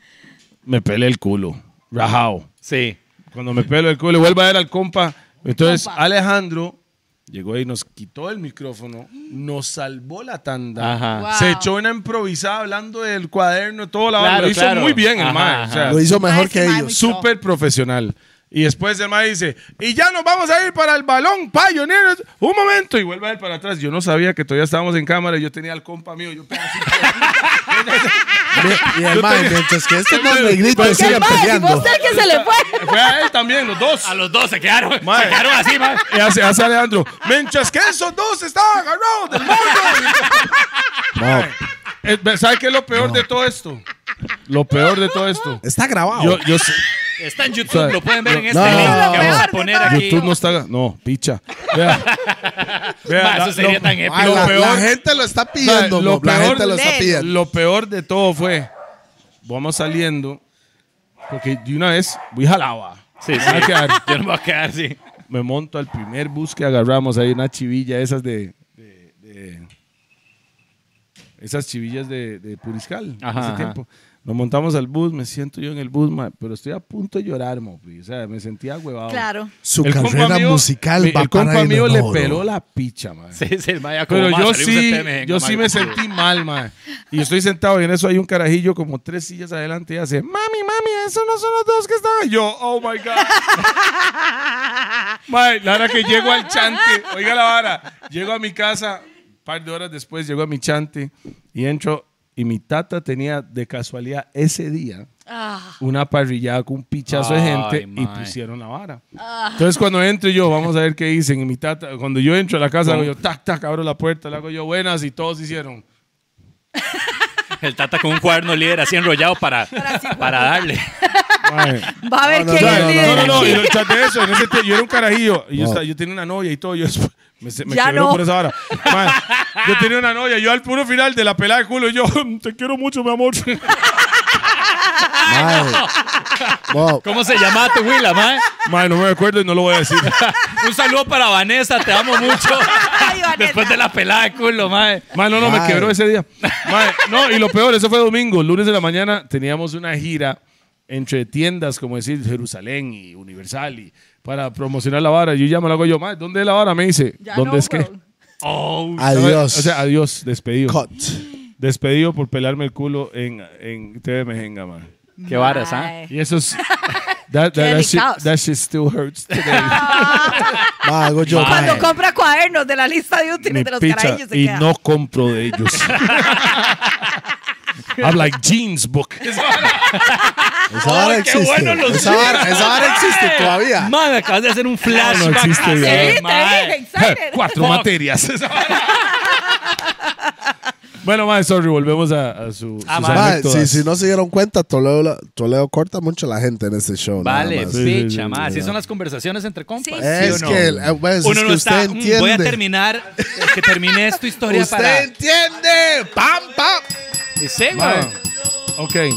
Speaker 5: me pelé el culo. Rajao
Speaker 6: Sí.
Speaker 5: cuando me pelo el culo, vuelvo a ver al compa. Entonces, Alejandro llegó y nos quitó el micrófono, nos salvó la tanda.
Speaker 6: Ajá.
Speaker 4: Wow.
Speaker 5: Se echó una improvisada hablando del cuaderno, todo la
Speaker 6: Claro,
Speaker 5: Lo hizo
Speaker 6: claro.
Speaker 5: muy bien el
Speaker 6: Ajá,
Speaker 5: mae. O sea,
Speaker 2: Lo hizo
Speaker 4: Mae,
Speaker 2: mejor
Speaker 4: es
Speaker 2: que
Speaker 4: que mae,
Speaker 2: ellos.
Speaker 4: muy-
Speaker 5: Súper profesional. Y después el mae dice, y ya nos vamos a ir para el balón, Pioneers. Un momento. Y vuelve a ir para atrás. Yo no sabía que todavía estábamos en cámara. y Yo tenía al compa mío. Yo pedacito.
Speaker 2: Y el mae, mientras que este más negrito
Speaker 5: Porque
Speaker 4: Que el
Speaker 2: siga
Speaker 4: mae, si fue
Speaker 2: peleando.
Speaker 4: usted el que [LAUGHS] se le fue.
Speaker 5: Fue a él también, los dos.
Speaker 6: los dos se quedaron.
Speaker 5: Mae.
Speaker 6: así, mae.
Speaker 5: Y hace, hace Alejandro, mientras que esos dos estaban agarrados del
Speaker 2: [LAUGHS]
Speaker 5: mundo. ¿Sabes qué es lo peor de todo esto? Lo peor de todo esto.
Speaker 2: Está grabado.
Speaker 5: Yo, yo sé-
Speaker 6: Está en
Speaker 5: O sea,
Speaker 6: YouTube, lo pueden ver en este
Speaker 2: no,
Speaker 6: link
Speaker 2: no,
Speaker 6: que
Speaker 4: no.
Speaker 6: vamos a poner aquí.
Speaker 5: YouTube no está. No, picha. Vea. Vea,
Speaker 6: Mae, eso
Speaker 5: la-
Speaker 6: sería
Speaker 5: lo-
Speaker 6: tan épico.
Speaker 2: Ay,
Speaker 5: lo
Speaker 2: la,
Speaker 5: peor-
Speaker 2: la gente lo está pidiendo,
Speaker 5: Mae, lo
Speaker 2: Bob, la
Speaker 5: peor-
Speaker 2: gente lo está pidiendo.
Speaker 5: Lo peor de todo fue, vamos saliendo, porque de una vez, voy jalaba.
Speaker 6: Sí,
Speaker 5: Me voy a
Speaker 6: sí.
Speaker 5: quedar.
Speaker 6: Yo no me voy a quedar así.
Speaker 5: me monto al primer bus que agarramos. Hay una chivilla, esas de. de- de- esas chivillas de, de Puriscal.
Speaker 6: Ajá,
Speaker 5: hace
Speaker 6: ajá.
Speaker 5: tiempo. Nos montamos al bus, me siento yo en el bus, ma, pero estoy a punto de llorar, mopi. O sea, me sentía huevado.
Speaker 4: Claro.
Speaker 2: Su
Speaker 5: El compa
Speaker 2: carrera
Speaker 5: mío-
Speaker 2: musical
Speaker 5: mi-
Speaker 2: va
Speaker 5: El compa
Speaker 2: para
Speaker 5: mío
Speaker 2: en
Speaker 5: le
Speaker 2: oro.
Speaker 5: peló la picha, man.
Speaker 6: Sí, sí, el mae ya como,
Speaker 5: Pero
Speaker 6: mae,
Speaker 5: yo
Speaker 6: salimos
Speaker 5: sí,
Speaker 6: de TMG,
Speaker 5: yo
Speaker 6: como
Speaker 5: sí
Speaker 6: algo.
Speaker 5: me sentí mal, man. Y yo estoy sentado y en eso hay un carajillo como tres sillas adelante y hace, mami, mami, esos no son los dos que estaban. Y Yo, oh my God. Mae, la hora que llego al chante, oiga la vara, llego a mi casa, un par de horas después llego a mi chante y entro y mi tata tenía de casualidad ese día
Speaker 4: Ah,
Speaker 5: una parrillada con un pichazo de
Speaker 6: Ay,
Speaker 5: gente y
Speaker 6: mae.
Speaker 5: pusieron la vara. Entonces cuando entro yo, vamos a ver qué dicen. Y mi tata, cuando yo entro a la casa, hago yo, tac, tac, abro la puerta, le hago yo buenas y todos hicieron.
Speaker 6: El tata con un cuaderno líder así enrollado para, para darle.
Speaker 5: Mae.
Speaker 4: va a ver
Speaker 2: No, no,
Speaker 4: quién
Speaker 2: no,
Speaker 4: es
Speaker 2: no,
Speaker 4: líder.
Speaker 5: No, no, no,
Speaker 4: aquí.
Speaker 5: y no, chat de eso, en ese tie- yo era un carajillo, y yo, estaba- yo tenía una novia y todo, yo después- me, se- me
Speaker 4: Ya
Speaker 5: quebró
Speaker 4: no.
Speaker 5: por esa vara. Mae, yo tenía una novia, yo al puro final de la pelada de culo, yo, "Mm, te quiero mucho, mi amor.
Speaker 2: Mae. Bob,
Speaker 6: ¿Cómo se llama tu huila, mae?
Speaker 5: Mae, no me acuerdo y no lo voy a decir.
Speaker 6: Un saludo para Vanessa, te amo mucho.
Speaker 4: [LAUGHS] Ay, Vanessa.
Speaker 6: Después de la pelada de culo, mae.
Speaker 5: Mae, no, no, me
Speaker 2: Mae.
Speaker 5: quebró ese día. Mae, no, y lo peor, eso fue domingo. Lunes de la mañana teníamos una gira entre tiendas, como decir, Jerusalén y Universal, y para promocionar la vara. Yo llamo, le hago yo, mae, ¿dónde es la vara? Me dice,
Speaker 4: Ya
Speaker 5: ¿dónde
Speaker 4: no,
Speaker 5: es que?
Speaker 4: weón.
Speaker 5: O
Speaker 2: adiós.
Speaker 5: sea, adiós, despedido.
Speaker 2: Cut.
Speaker 5: Despedido por pelarme el culo en, en TV Mejenga, mae.
Speaker 6: Qué varas, ¿ah?
Speaker 4: Ay.
Speaker 5: Y eso
Speaker 6: [LAUGHS]
Speaker 5: es... That, that, that shit,
Speaker 4: delicados.
Speaker 5: that shit still hurts today.
Speaker 2: Va, hago yo.
Speaker 4: Cuando
Speaker 2: mae.
Speaker 4: compra cuadernos de la lista de útiles
Speaker 5: mi
Speaker 4: de los
Speaker 5: pizza
Speaker 4: carajillos se
Speaker 5: y
Speaker 4: queda.
Speaker 5: no compro de
Speaker 6: [LAUGHS]
Speaker 5: ellos. I'm like jeans book.
Speaker 2: Esa vara
Speaker 6: Ay, qué
Speaker 2: existe.
Speaker 6: bueno los
Speaker 2: esa, vara, esa vara existe todavía.
Speaker 6: Mae, acabas de hacer un flashback.
Speaker 5: existe
Speaker 6: así,
Speaker 5: ya.
Speaker 4: Sí, te
Speaker 6: mae. Eh,
Speaker 4: dije, excited.
Speaker 6: [LAUGHS]
Speaker 5: Cuatro materias. [LAUGHS] bueno, mae, sorry, volvemos a, a su,
Speaker 6: Ah,
Speaker 5: sus
Speaker 6: mae.
Speaker 2: Mae,
Speaker 5: anécdotas.
Speaker 2: si, si no se dieron cuenta, Toledo, la- Toledo corta mucho la gente en este show. nada
Speaker 6: Vale,
Speaker 2: más.
Speaker 5: sí,
Speaker 6: picha,
Speaker 5: sí,
Speaker 6: mae.
Speaker 5: sí,
Speaker 6: Así
Speaker 5: sí.
Speaker 6: son las conversaciones entre compas.
Speaker 4: Sí,
Speaker 2: Es
Speaker 6: ¿sí o no?
Speaker 2: que, eh, pues, es
Speaker 6: Uno no
Speaker 2: que
Speaker 6: está.
Speaker 2: usted
Speaker 6: "Mm,
Speaker 2: entiende.
Speaker 6: Voy a terminar. eh, Que terminé esta historia
Speaker 2: usted
Speaker 6: para.
Speaker 2: entiende. Pam, pam.
Speaker 6: Sí,
Speaker 5: Mae,
Speaker 6: güey.
Speaker 5: Ok.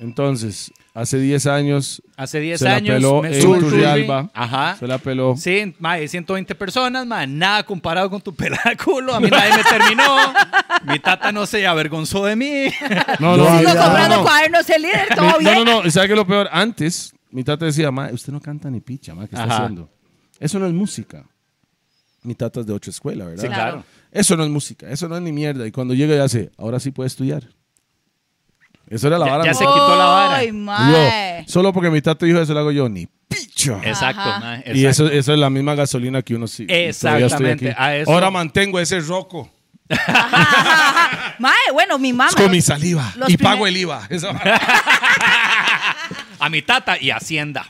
Speaker 5: Entonces, hace 10 años.
Speaker 6: Hace 10
Speaker 5: se la
Speaker 6: años.
Speaker 5: peló
Speaker 6: me
Speaker 5: en
Speaker 6: subí.
Speaker 5: Turrialba.
Speaker 6: Ajá.
Speaker 5: Se la peló.
Speaker 6: Sí, mae, 120 personas, mae, nada comparado con tu pelada de culo. A mí nadie me [LAUGHS] terminó. Mi tata no se avergonzó de mí.
Speaker 5: No,
Speaker 2: No,
Speaker 5: no,
Speaker 2: no,
Speaker 4: Sigo
Speaker 2: no,
Speaker 4: comprando
Speaker 5: no.
Speaker 4: cuadernos el líder, todo
Speaker 5: Mi-
Speaker 4: bien.
Speaker 5: Eh, No, no, no. ¿Sabes qué es lo peor? Antes, mi tata decía, ma, usted no canta ni picha, ma, ¿qué está
Speaker 6: Ajá.
Speaker 5: haciendo? Eso no es música. mi tata es de ocho escuela, ¿verdad?
Speaker 6: Sí, claro.
Speaker 5: Eso no es música, eso no es ni mierda. Y cuando llega ya hace, ahora sí puede estudiar. Eso era la
Speaker 6: Ya-
Speaker 5: vara.
Speaker 6: ya
Speaker 5: ma.
Speaker 6: se quitó la vara.
Speaker 4: Ay,
Speaker 5: Y yo,
Speaker 4: mae.
Speaker 5: solo porque mi tata dijo eso lo hago yo, ni picho.
Speaker 6: Exacto,
Speaker 4: Ajá.
Speaker 6: mae,
Speaker 5: Y
Speaker 6: exacto.
Speaker 5: eso, eso es la misma gasolina que uno sí.
Speaker 6: Exactamente,
Speaker 5: todavía estoy aquí.
Speaker 6: a eso-
Speaker 5: Ahora mantengo ese roco.
Speaker 4: Mae, bueno, mi mamá.
Speaker 5: Es con
Speaker 4: los-
Speaker 5: mi saliva.
Speaker 4: los
Speaker 5: Y
Speaker 4: primer-
Speaker 5: pago el IVA. [LAUGHS] Esa vara.
Speaker 6: A mi tata y Hacienda.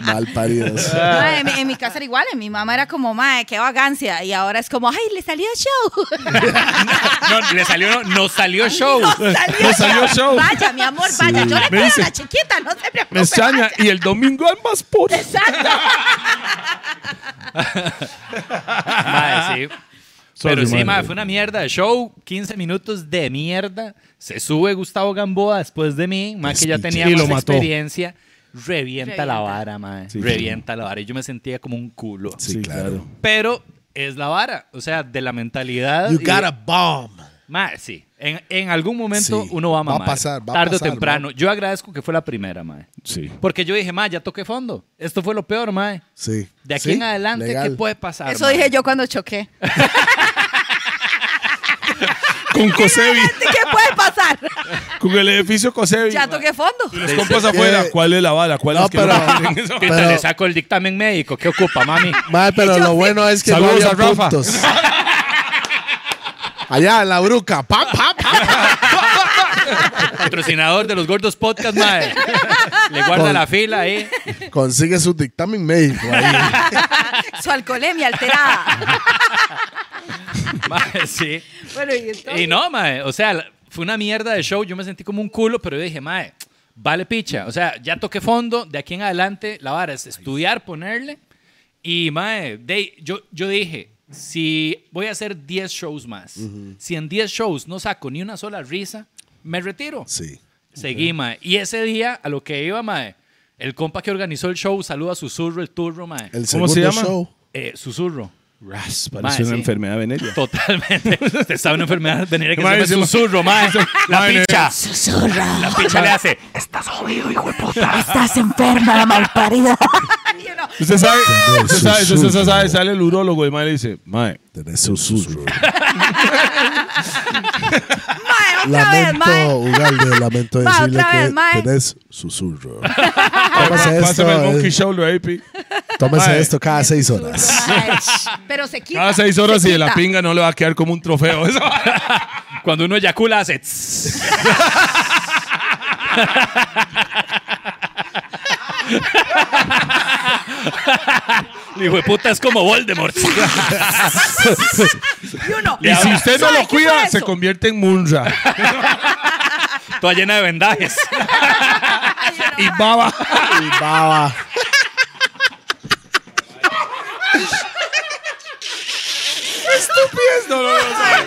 Speaker 2: Mal paridos.
Speaker 4: Mae, en, mi- en mi casa era igual, en mi mamá era como, mae, qué vagancia. Y ahora es como, ay, le salió show.
Speaker 6: [LAUGHS] no, le salió, no salió show.
Speaker 4: No salió,
Speaker 5: [LAUGHS] No salió show.
Speaker 4: Vaya, mi amor, vaya. Yo le
Speaker 5: Me
Speaker 4: creo
Speaker 5: dice-
Speaker 4: a la chiquita, no se preocupe.
Speaker 5: Me extraña.
Speaker 4: vaya.
Speaker 5: Y el domingo al más por.
Speaker 6: Mae, sí.
Speaker 5: Sorry,
Speaker 6: Pero sí,
Speaker 5: madre.
Speaker 6: mae, fue una mierda de show. 15 minutos de mierda. Se sube Gustavo Gamboa después de mí, mae, que ya
Speaker 2: Despiche.
Speaker 6: tenía
Speaker 5: Y lo
Speaker 6: más
Speaker 5: mató.
Speaker 6: experiencia. Revienta, la
Speaker 4: Revienta.
Speaker 6: vara, mae.
Speaker 5: Sí.
Speaker 6: Revienta la vara. Y yo me sentía como un culo.
Speaker 2: Sí, claro.
Speaker 6: Pero es la vara. O sea, de la mentalidad.
Speaker 2: You
Speaker 6: y-
Speaker 2: got a bomb.
Speaker 6: Mae, sí. En, en algún momento
Speaker 2: Sí.
Speaker 6: uno va a
Speaker 2: Va a
Speaker 6: mamar.
Speaker 2: pasar, va a
Speaker 6: tarde
Speaker 2: pasar,
Speaker 6: o temprano. Yo agradezco que fue la primera, mae.
Speaker 5: Sí.
Speaker 6: Porque yo dije, mae, ya toqué fondo. Esto fue lo peor, mae.
Speaker 2: Sí.
Speaker 6: De aquí
Speaker 2: Sí,
Speaker 6: en adelante, ¿qué
Speaker 2: legal.
Speaker 6: puede pasar?
Speaker 4: Eso
Speaker 6: mae? [LAUGHS]
Speaker 4: dije yo cuando choqué.
Speaker 5: Con Cosevi.
Speaker 4: ¿Qué puede pasar?
Speaker 5: Con el edificio Cosevi.
Speaker 4: Ya toqué fondo.
Speaker 5: Los compas afuera.
Speaker 2: que-
Speaker 5: ¿Cuál es la bala? ¿Cuál
Speaker 2: No,
Speaker 5: es que
Speaker 2: pero-
Speaker 5: [LAUGHS] no?
Speaker 6: Tita,
Speaker 2: Pero-
Speaker 6: le saco el dictamen médico. ¿Qué ocupa, mami?
Speaker 2: Mae, pero lo bueno es que no
Speaker 5: Saludos
Speaker 2: había
Speaker 5: a Rafa.
Speaker 2: puntos.
Speaker 5: [LAUGHS]
Speaker 2: Allá en la bruca. Pam, pam, pam.
Speaker 6: Patrocinador de los gordos podcast, mae. [LAUGHS] Le guarda
Speaker 2: Con-
Speaker 6: la fila ahí. [LAUGHS]
Speaker 2: Consigue su dictamen médico ahí.
Speaker 4: Su alcoholemia alterada.
Speaker 6: Mae, sí.
Speaker 4: Bueno, y entonces.
Speaker 6: Y no, mae. O sea, la- fue una mierda de show. Yo me sentí como un culo, pero yo dije, mae, vale picha. O sea, ya toqué fondo. De aquí en adelante, la vara es estudiar, ponerle. Y, mae, de- yo, yo dije, si voy a hacer 10 shows más, si en 10 shows no saco ni una sola risa, me retiro.
Speaker 2: Sí.
Speaker 6: Seguí, mae. Y ese día, a lo que iba, mae, el compa que organizó el show, saluda a Susurro, el turro, mae.
Speaker 2: El
Speaker 5: ¿Cómo
Speaker 2: segundo
Speaker 5: se llama?
Speaker 2: show.
Speaker 6: Eh, susurro.
Speaker 5: Raspa.
Speaker 6: Mae,
Speaker 5: Es una
Speaker 6: sí.
Speaker 5: enfermedad venérea.
Speaker 6: Totalmente. [LAUGHS] Usted sabe una enfermedad venir que
Speaker 5: Mae,
Speaker 6: se
Speaker 5: se
Speaker 6: llama
Speaker 5: ma-
Speaker 6: susurro, mae. La
Speaker 5: Mae,
Speaker 6: picha. La picha le hace. Estás jodido, hijo de puta.
Speaker 4: Estás enferma, la malparida. Y uno,
Speaker 5: Usted sabe, usted sabe, usted
Speaker 2: Susurro.
Speaker 5: sabe, sale el urólogo y mae le dice, mae,
Speaker 2: Tenés susurro.
Speaker 4: mae, otra vez, mae.
Speaker 2: Lamento, Ugalde, lamento
Speaker 4: Ma,
Speaker 2: decirle
Speaker 4: otra vez, ma.
Speaker 2: que tenés susurro. Tómese esto,
Speaker 5: pásame el monkey
Speaker 2: eh,
Speaker 5: shoulder ahí, pi. Ma,
Speaker 2: tómese
Speaker 5: eh.
Speaker 2: esto cada seis horas.
Speaker 4: Mae, Pero se quita.
Speaker 5: Cada Ah, seis horas
Speaker 4: se
Speaker 5: y de la
Speaker 4: quita.
Speaker 5: pinga no le va a quedar como un
Speaker 4: [LAUGHS]
Speaker 5: trofeo. Eso.
Speaker 6: [LAUGHS] Cuando uno eyacula, hace. tss. El hijo de puta es como Voldemort.
Speaker 4: Y uno,
Speaker 5: Y si usted no
Speaker 4: ¿sabe
Speaker 5: lo
Speaker 4: qué
Speaker 5: cuida,
Speaker 4: fue
Speaker 5: se
Speaker 4: eso?
Speaker 5: convierte en Munra
Speaker 6: Toda llena de vendajes.
Speaker 4: Ay, yo no,
Speaker 5: y baba.
Speaker 2: Y baba.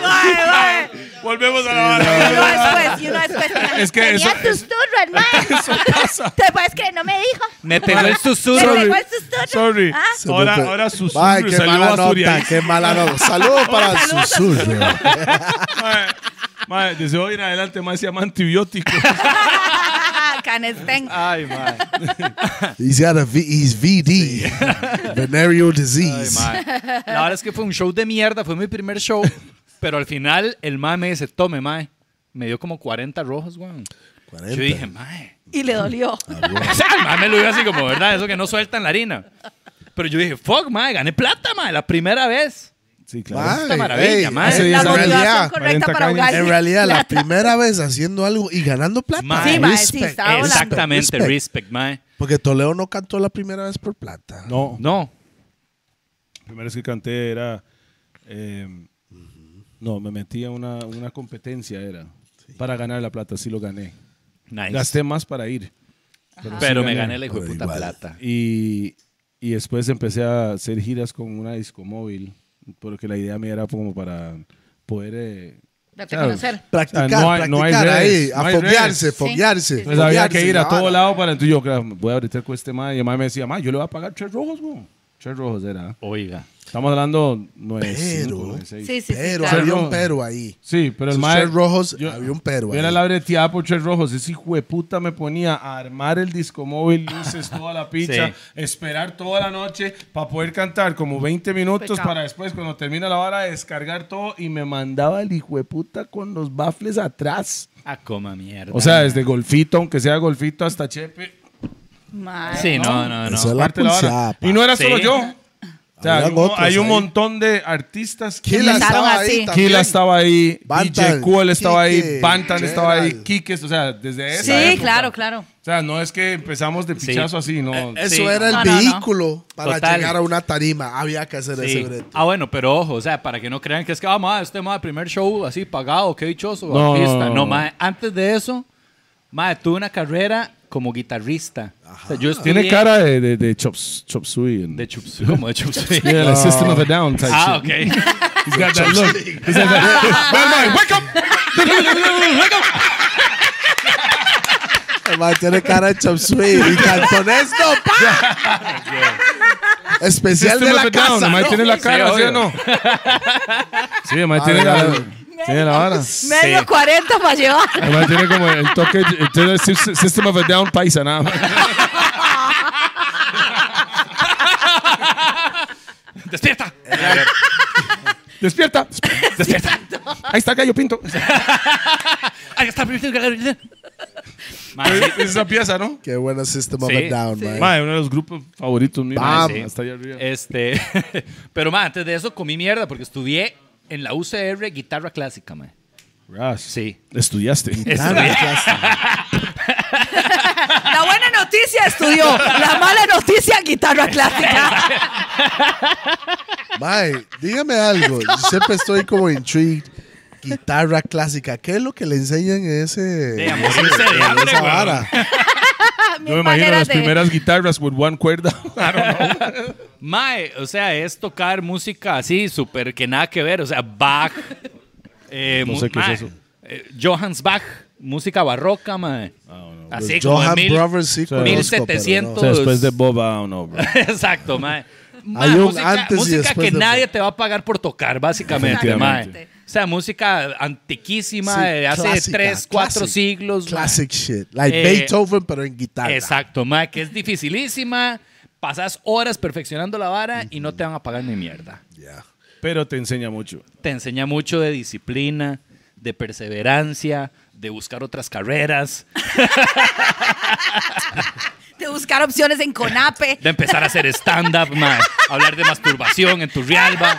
Speaker 4: mae, mae, mae.
Speaker 5: Volvemos a la
Speaker 4: Y uno
Speaker 5: vara.
Speaker 4: después, y uno después.
Speaker 5: Es que
Speaker 4: Tenía
Speaker 5: [LAUGHS] eso-
Speaker 4: susurro, hermano.
Speaker 5: Eso pasa.
Speaker 4: ¿Te puedes creer? No me dijo.
Speaker 6: Me pegó el
Speaker 4: Me
Speaker 6: susurro.
Speaker 4: pegó el susurro.
Speaker 5: Sorry.
Speaker 4: Ah.
Speaker 2: Se
Speaker 5: Ahora,
Speaker 2: me fue.
Speaker 5: ahora susurro.
Speaker 2: Ay, qué
Speaker 5: salió
Speaker 2: mala nota,
Speaker 5: Asturias.
Speaker 2: qué mala nota. Saludos para el
Speaker 4: Saludos a
Speaker 2: susurro.
Speaker 5: Mae, mae, desde hoy en adelante, mae, se llama antibiótico.
Speaker 4: Ah. [LAUGHS] Canestén.
Speaker 6: Ay, mae.
Speaker 2: He's got a V- he's
Speaker 5: [LAUGHS]
Speaker 2: VD. Venereal disease.
Speaker 6: Mae, La verdad es que fue un show de mierda, fue mi primer show, pero al final el mae me dice, tome, mae. Me dio como 40 rojos, weón.
Speaker 2: 40.
Speaker 6: Yo dije, mae.
Speaker 4: Y le dolió.
Speaker 6: O sea, el mae me lo dio así como, ¿verdad? Eso que no sueltan la harina. Pero yo dije, fuck, mae, gané plata, mae, la primera vez.
Speaker 5: Sí,
Speaker 2: Mae,
Speaker 6: Esta maravilla,
Speaker 2: ey,
Speaker 5: Ah,
Speaker 6: mae.
Speaker 2: hace
Speaker 6: Sí,
Speaker 2: diez
Speaker 4: la
Speaker 2: años.
Speaker 4: motivación
Speaker 2: Ya.
Speaker 4: correcta
Speaker 5: 40
Speaker 4: para
Speaker 5: cañas.
Speaker 4: ahogar.
Speaker 2: En realidad, la primera vez haciendo algo y ganando plata.
Speaker 6: Mae. Sí,
Speaker 4: mae, sí,
Speaker 2: Respect.
Speaker 4: estaba hablando.
Speaker 6: Exactamente,
Speaker 2: Respect.
Speaker 6: respect, mae.
Speaker 2: Porque Toledo no cantó la primera vez por plata.
Speaker 5: No,
Speaker 6: No.
Speaker 5: la primera vez que canté era. eh, no, me metí a una, una competencia, era. Para ganar la plata, sí lo gané.
Speaker 6: Nice.
Speaker 5: Gasté más para ir.
Speaker 6: pero
Speaker 5: sí
Speaker 6: me
Speaker 5: gané.
Speaker 6: gané la hijo de
Speaker 2: Pero
Speaker 6: puta
Speaker 2: igual.
Speaker 6: plata.
Speaker 5: Y, y después empecé a hacer giras con una discomóvil, porque la idea mía era como para poder... eh,
Speaker 4: Date a
Speaker 5: Claro.
Speaker 4: conocer.
Speaker 2: Practicar,
Speaker 5: O sea, no hay- no hay
Speaker 2: practicar ahí,
Speaker 5: redes,
Speaker 2: a
Speaker 5: no hay
Speaker 2: foguearse,
Speaker 5: redes.
Speaker 2: foguearse.
Speaker 5: Pues había
Speaker 2: foguearse,
Speaker 5: que ir a
Speaker 2: la vara.
Speaker 5: todo lado para... Entonces yo, claro, voy a ahorrar con este man. Y el man me decía, man, yo le voy a pagar tres rojos, güey. Tres rojos era.
Speaker 6: Oiga.
Speaker 5: Estamos hablando nueve,
Speaker 2: Pero-
Speaker 5: cinco, nueve, seis.
Speaker 4: Sí, sí, sí.
Speaker 2: Pero,
Speaker 4: claro.
Speaker 2: había un
Speaker 5: Cerró.
Speaker 2: pero ahí.
Speaker 5: Sí, pero el
Speaker 2: Sus
Speaker 5: mae-
Speaker 2: tres rojos, había un pero
Speaker 5: Yo era
Speaker 2: ahí.
Speaker 5: la breteada por tres rojos. Ese hijo de puta me ponía a armar el disco
Speaker 2: [LAUGHS]
Speaker 5: móvil, luces, toda la picha,
Speaker 6: Sí.
Speaker 5: esperar toda la noche para poder cantar como 20 minutos
Speaker 4: Pecado.
Speaker 5: para después, cuando termina la hora, descargar todo y me mandaba el hijo de puta con los bafles atrás.
Speaker 6: Ah, coma mierda.
Speaker 5: O sea, desde golfito, aunque sea golfito, hasta chepe.
Speaker 4: Mae.
Speaker 6: Sí, no, no, no.
Speaker 2: Eso es la
Speaker 5: parte de la vara.
Speaker 2: pulsada, pa.
Speaker 5: Y no era solo
Speaker 6: Sí.
Speaker 5: yo. O sea,
Speaker 2: Habían
Speaker 5: hay, un,
Speaker 2: otros
Speaker 5: hay un
Speaker 2: ahí.
Speaker 5: montón de artistas que
Speaker 2: Kila
Speaker 4: Empezaron
Speaker 2: estaba
Speaker 4: así.
Speaker 2: ahí
Speaker 4: Kila
Speaker 2: también.
Speaker 5: Kila estaba ahí,
Speaker 2: Bantan,
Speaker 5: DJ Cool estaba ahí,
Speaker 2: Quique,
Speaker 5: Bantan estaba ahí,
Speaker 2: Gerald.
Speaker 5: Kikes, o sea, desde esa
Speaker 4: Sí,
Speaker 5: época.
Speaker 4: claro, claro.
Speaker 5: O sea, no es que empezamos de pichazo así, no.
Speaker 6: Eh,
Speaker 2: Eso
Speaker 6: Sí.
Speaker 2: era el
Speaker 4: No, no, no.
Speaker 2: vehículo para
Speaker 6: Total.
Speaker 2: llegar a una tarima. Había que hacer
Speaker 6: Sí.
Speaker 2: ese brete.
Speaker 6: Ah, bueno, pero ojo, o sea, para que no crean que es que, ah, ma, este ma, primer show así pagado, qué dichoso,
Speaker 5: No,
Speaker 6: artista.
Speaker 5: no,
Speaker 6: No,
Speaker 5: no, no.
Speaker 6: ma, antes de eso, ma, tuve una carrera como guitarrista. O sea, yo estudié
Speaker 5: Tiene cara de, de, de Chop, chop Suey. en-
Speaker 6: de chups, como de chups.
Speaker 5: Yeah, like System of a Down type
Speaker 6: [LAUGHS] ah,
Speaker 5: shit.
Speaker 6: ok. [LAUGHS]
Speaker 5: He's got that look. He's like
Speaker 2: [LAUGHS]
Speaker 5: that. Well, man, wake up! Wake up!
Speaker 2: El man tiene cara de chop suey y cantonés no, pa. Especial de
Speaker 5: System of a
Speaker 2: la
Speaker 5: Down.
Speaker 2: casa.
Speaker 5: El man
Speaker 2: ¿no?
Speaker 5: tiene la cara, ¿sí o
Speaker 6: obvio.
Speaker 5: no? Sí, el man
Speaker 2: Ah,
Speaker 5: tiene la...
Speaker 2: claro.
Speaker 5: Tiene la vara.
Speaker 4: Medio 40 para llevar.
Speaker 5: El man tiene como el toque... Tiene el Sys- System of a Down paisa, nada más.
Speaker 6: Despierta. [LAUGHS]
Speaker 5: ¡Despierta!
Speaker 2: [LAUGHS]
Speaker 5: ¡Despierta! Ahí está Gallo Pinto.
Speaker 6: Ahí está. Ma,
Speaker 5: Es esa pieza, ¿no?
Speaker 2: Qué buena System of
Speaker 6: Sí,
Speaker 2: a Down, man.
Speaker 5: Mae, uno de los grupos favoritos míos.
Speaker 2: Bam.
Speaker 5: Sí. Eh, Hasta allá arriba.
Speaker 6: Este, [LAUGHS] pero ma, antes de eso comí mierda porque estudié en la UCR guitarra clásica, ma.
Speaker 5: Ras.
Speaker 6: Sí.
Speaker 5: Estudiaste.
Speaker 4: La buena noticia estudió. La mala noticia, guitarra clásica.
Speaker 2: Mae, dígame algo. Yo siempre estoy como intrigued. Guitarra clásica. ¿Qué es lo que le enseñan en ese...
Speaker 6: De a morirse de hambre,
Speaker 2: esa
Speaker 6: weón.
Speaker 2: vara?
Speaker 4: Mi
Speaker 5: [LAUGHS] Yo me imagino
Speaker 4: manera
Speaker 5: las
Speaker 4: de-
Speaker 5: primeras guitarras with one [LAUGHS] cuerda.
Speaker 6: Mae, o sea, es tocar música así, súper que nada que ver. O sea,
Speaker 2: [LAUGHS]
Speaker 6: Bach. eh,
Speaker 5: No
Speaker 6: mu-
Speaker 5: sé qué es
Speaker 6: mae,
Speaker 5: eso.
Speaker 6: eh, Johannes Bach, música barroca, mae. Así
Speaker 2: Los
Speaker 6: como en
Speaker 2: Johan
Speaker 6: mil-
Speaker 2: Brothers sí conozco, pero
Speaker 6: 1700.
Speaker 2: no.
Speaker 6: O sea, después de
Speaker 5: Bob, I don't know, bro.
Speaker 6: [LAUGHS] Exacto, mae. Mae,
Speaker 2: Hay un
Speaker 6: música
Speaker 2: antes y
Speaker 6: música
Speaker 2: después
Speaker 6: que
Speaker 2: de-
Speaker 6: nadie te va a pagar por tocar, básicamente, mae.
Speaker 4: Efectivamente.
Speaker 6: O sea, música antiquísima
Speaker 2: Sí,
Speaker 6: de hace
Speaker 2: clásica,
Speaker 6: tres, cuatro
Speaker 2: classic,
Speaker 6: siglos. mae.
Speaker 2: Classic shit. Like
Speaker 6: Eh,
Speaker 2: Beethoven, pero en guitarra.
Speaker 6: Exacto, mae, que es dificilísima. Pasas horas perfeccionando la vara y no te van a pagar ni mierda.
Speaker 2: Yeah.
Speaker 5: Pero te enseña mucho.
Speaker 6: te enseña mucho de disciplina, de perseverancia, de buscar otras carreras,
Speaker 4: de buscar opciones en Conape.
Speaker 6: de empezar a hacer stand-up, mae, hablar de masturbación en tu realba.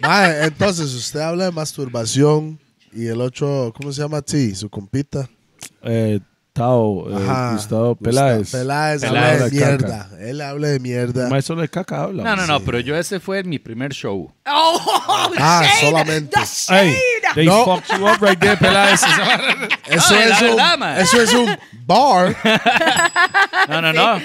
Speaker 2: Mae, entonces usted habla de masturbación y el otro, ¿cómo se llama a ti? Su compita.
Speaker 5: Eh, Tao,
Speaker 2: Ajá.
Speaker 5: Gustavo Peláez.
Speaker 2: Gustavo Peláez,
Speaker 6: Peláez
Speaker 2: habla de
Speaker 5: caca.
Speaker 2: mierda. Él habla de mierda.
Speaker 5: Mae, solo de caca habla. pues.
Speaker 6: No, no, no, pero yo ese fue mi primer show.
Speaker 4: Oh, [LAUGHS]
Speaker 2: Ah,
Speaker 4: shade,
Speaker 2: solamente.
Speaker 4: the
Speaker 5: Hey,
Speaker 4: shade.
Speaker 5: they
Speaker 2: No.
Speaker 5: fucked you up [LAUGHS] right there, Peláez.
Speaker 2: Eso,
Speaker 6: Ah,
Speaker 2: es
Speaker 6: la
Speaker 2: un,
Speaker 6: verdad, mae.
Speaker 2: eso es un bar.
Speaker 6: No, no, no.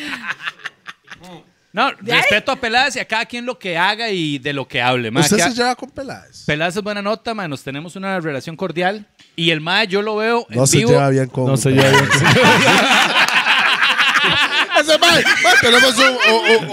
Speaker 6: No, respeto a Peláez y a cada quien lo que haga y de lo que hable, mae.
Speaker 2: ¿Usted
Speaker 6: Que-
Speaker 2: se lleva con Peláez?
Speaker 6: Peláez es buena nota, mae, nos tenemos una relación cordial y el mae yo lo veo en
Speaker 2: No se
Speaker 6: vivo.
Speaker 2: lleva bien con
Speaker 5: No se lleva bien.
Speaker 2: Ese mae, mae, tenemos un- o-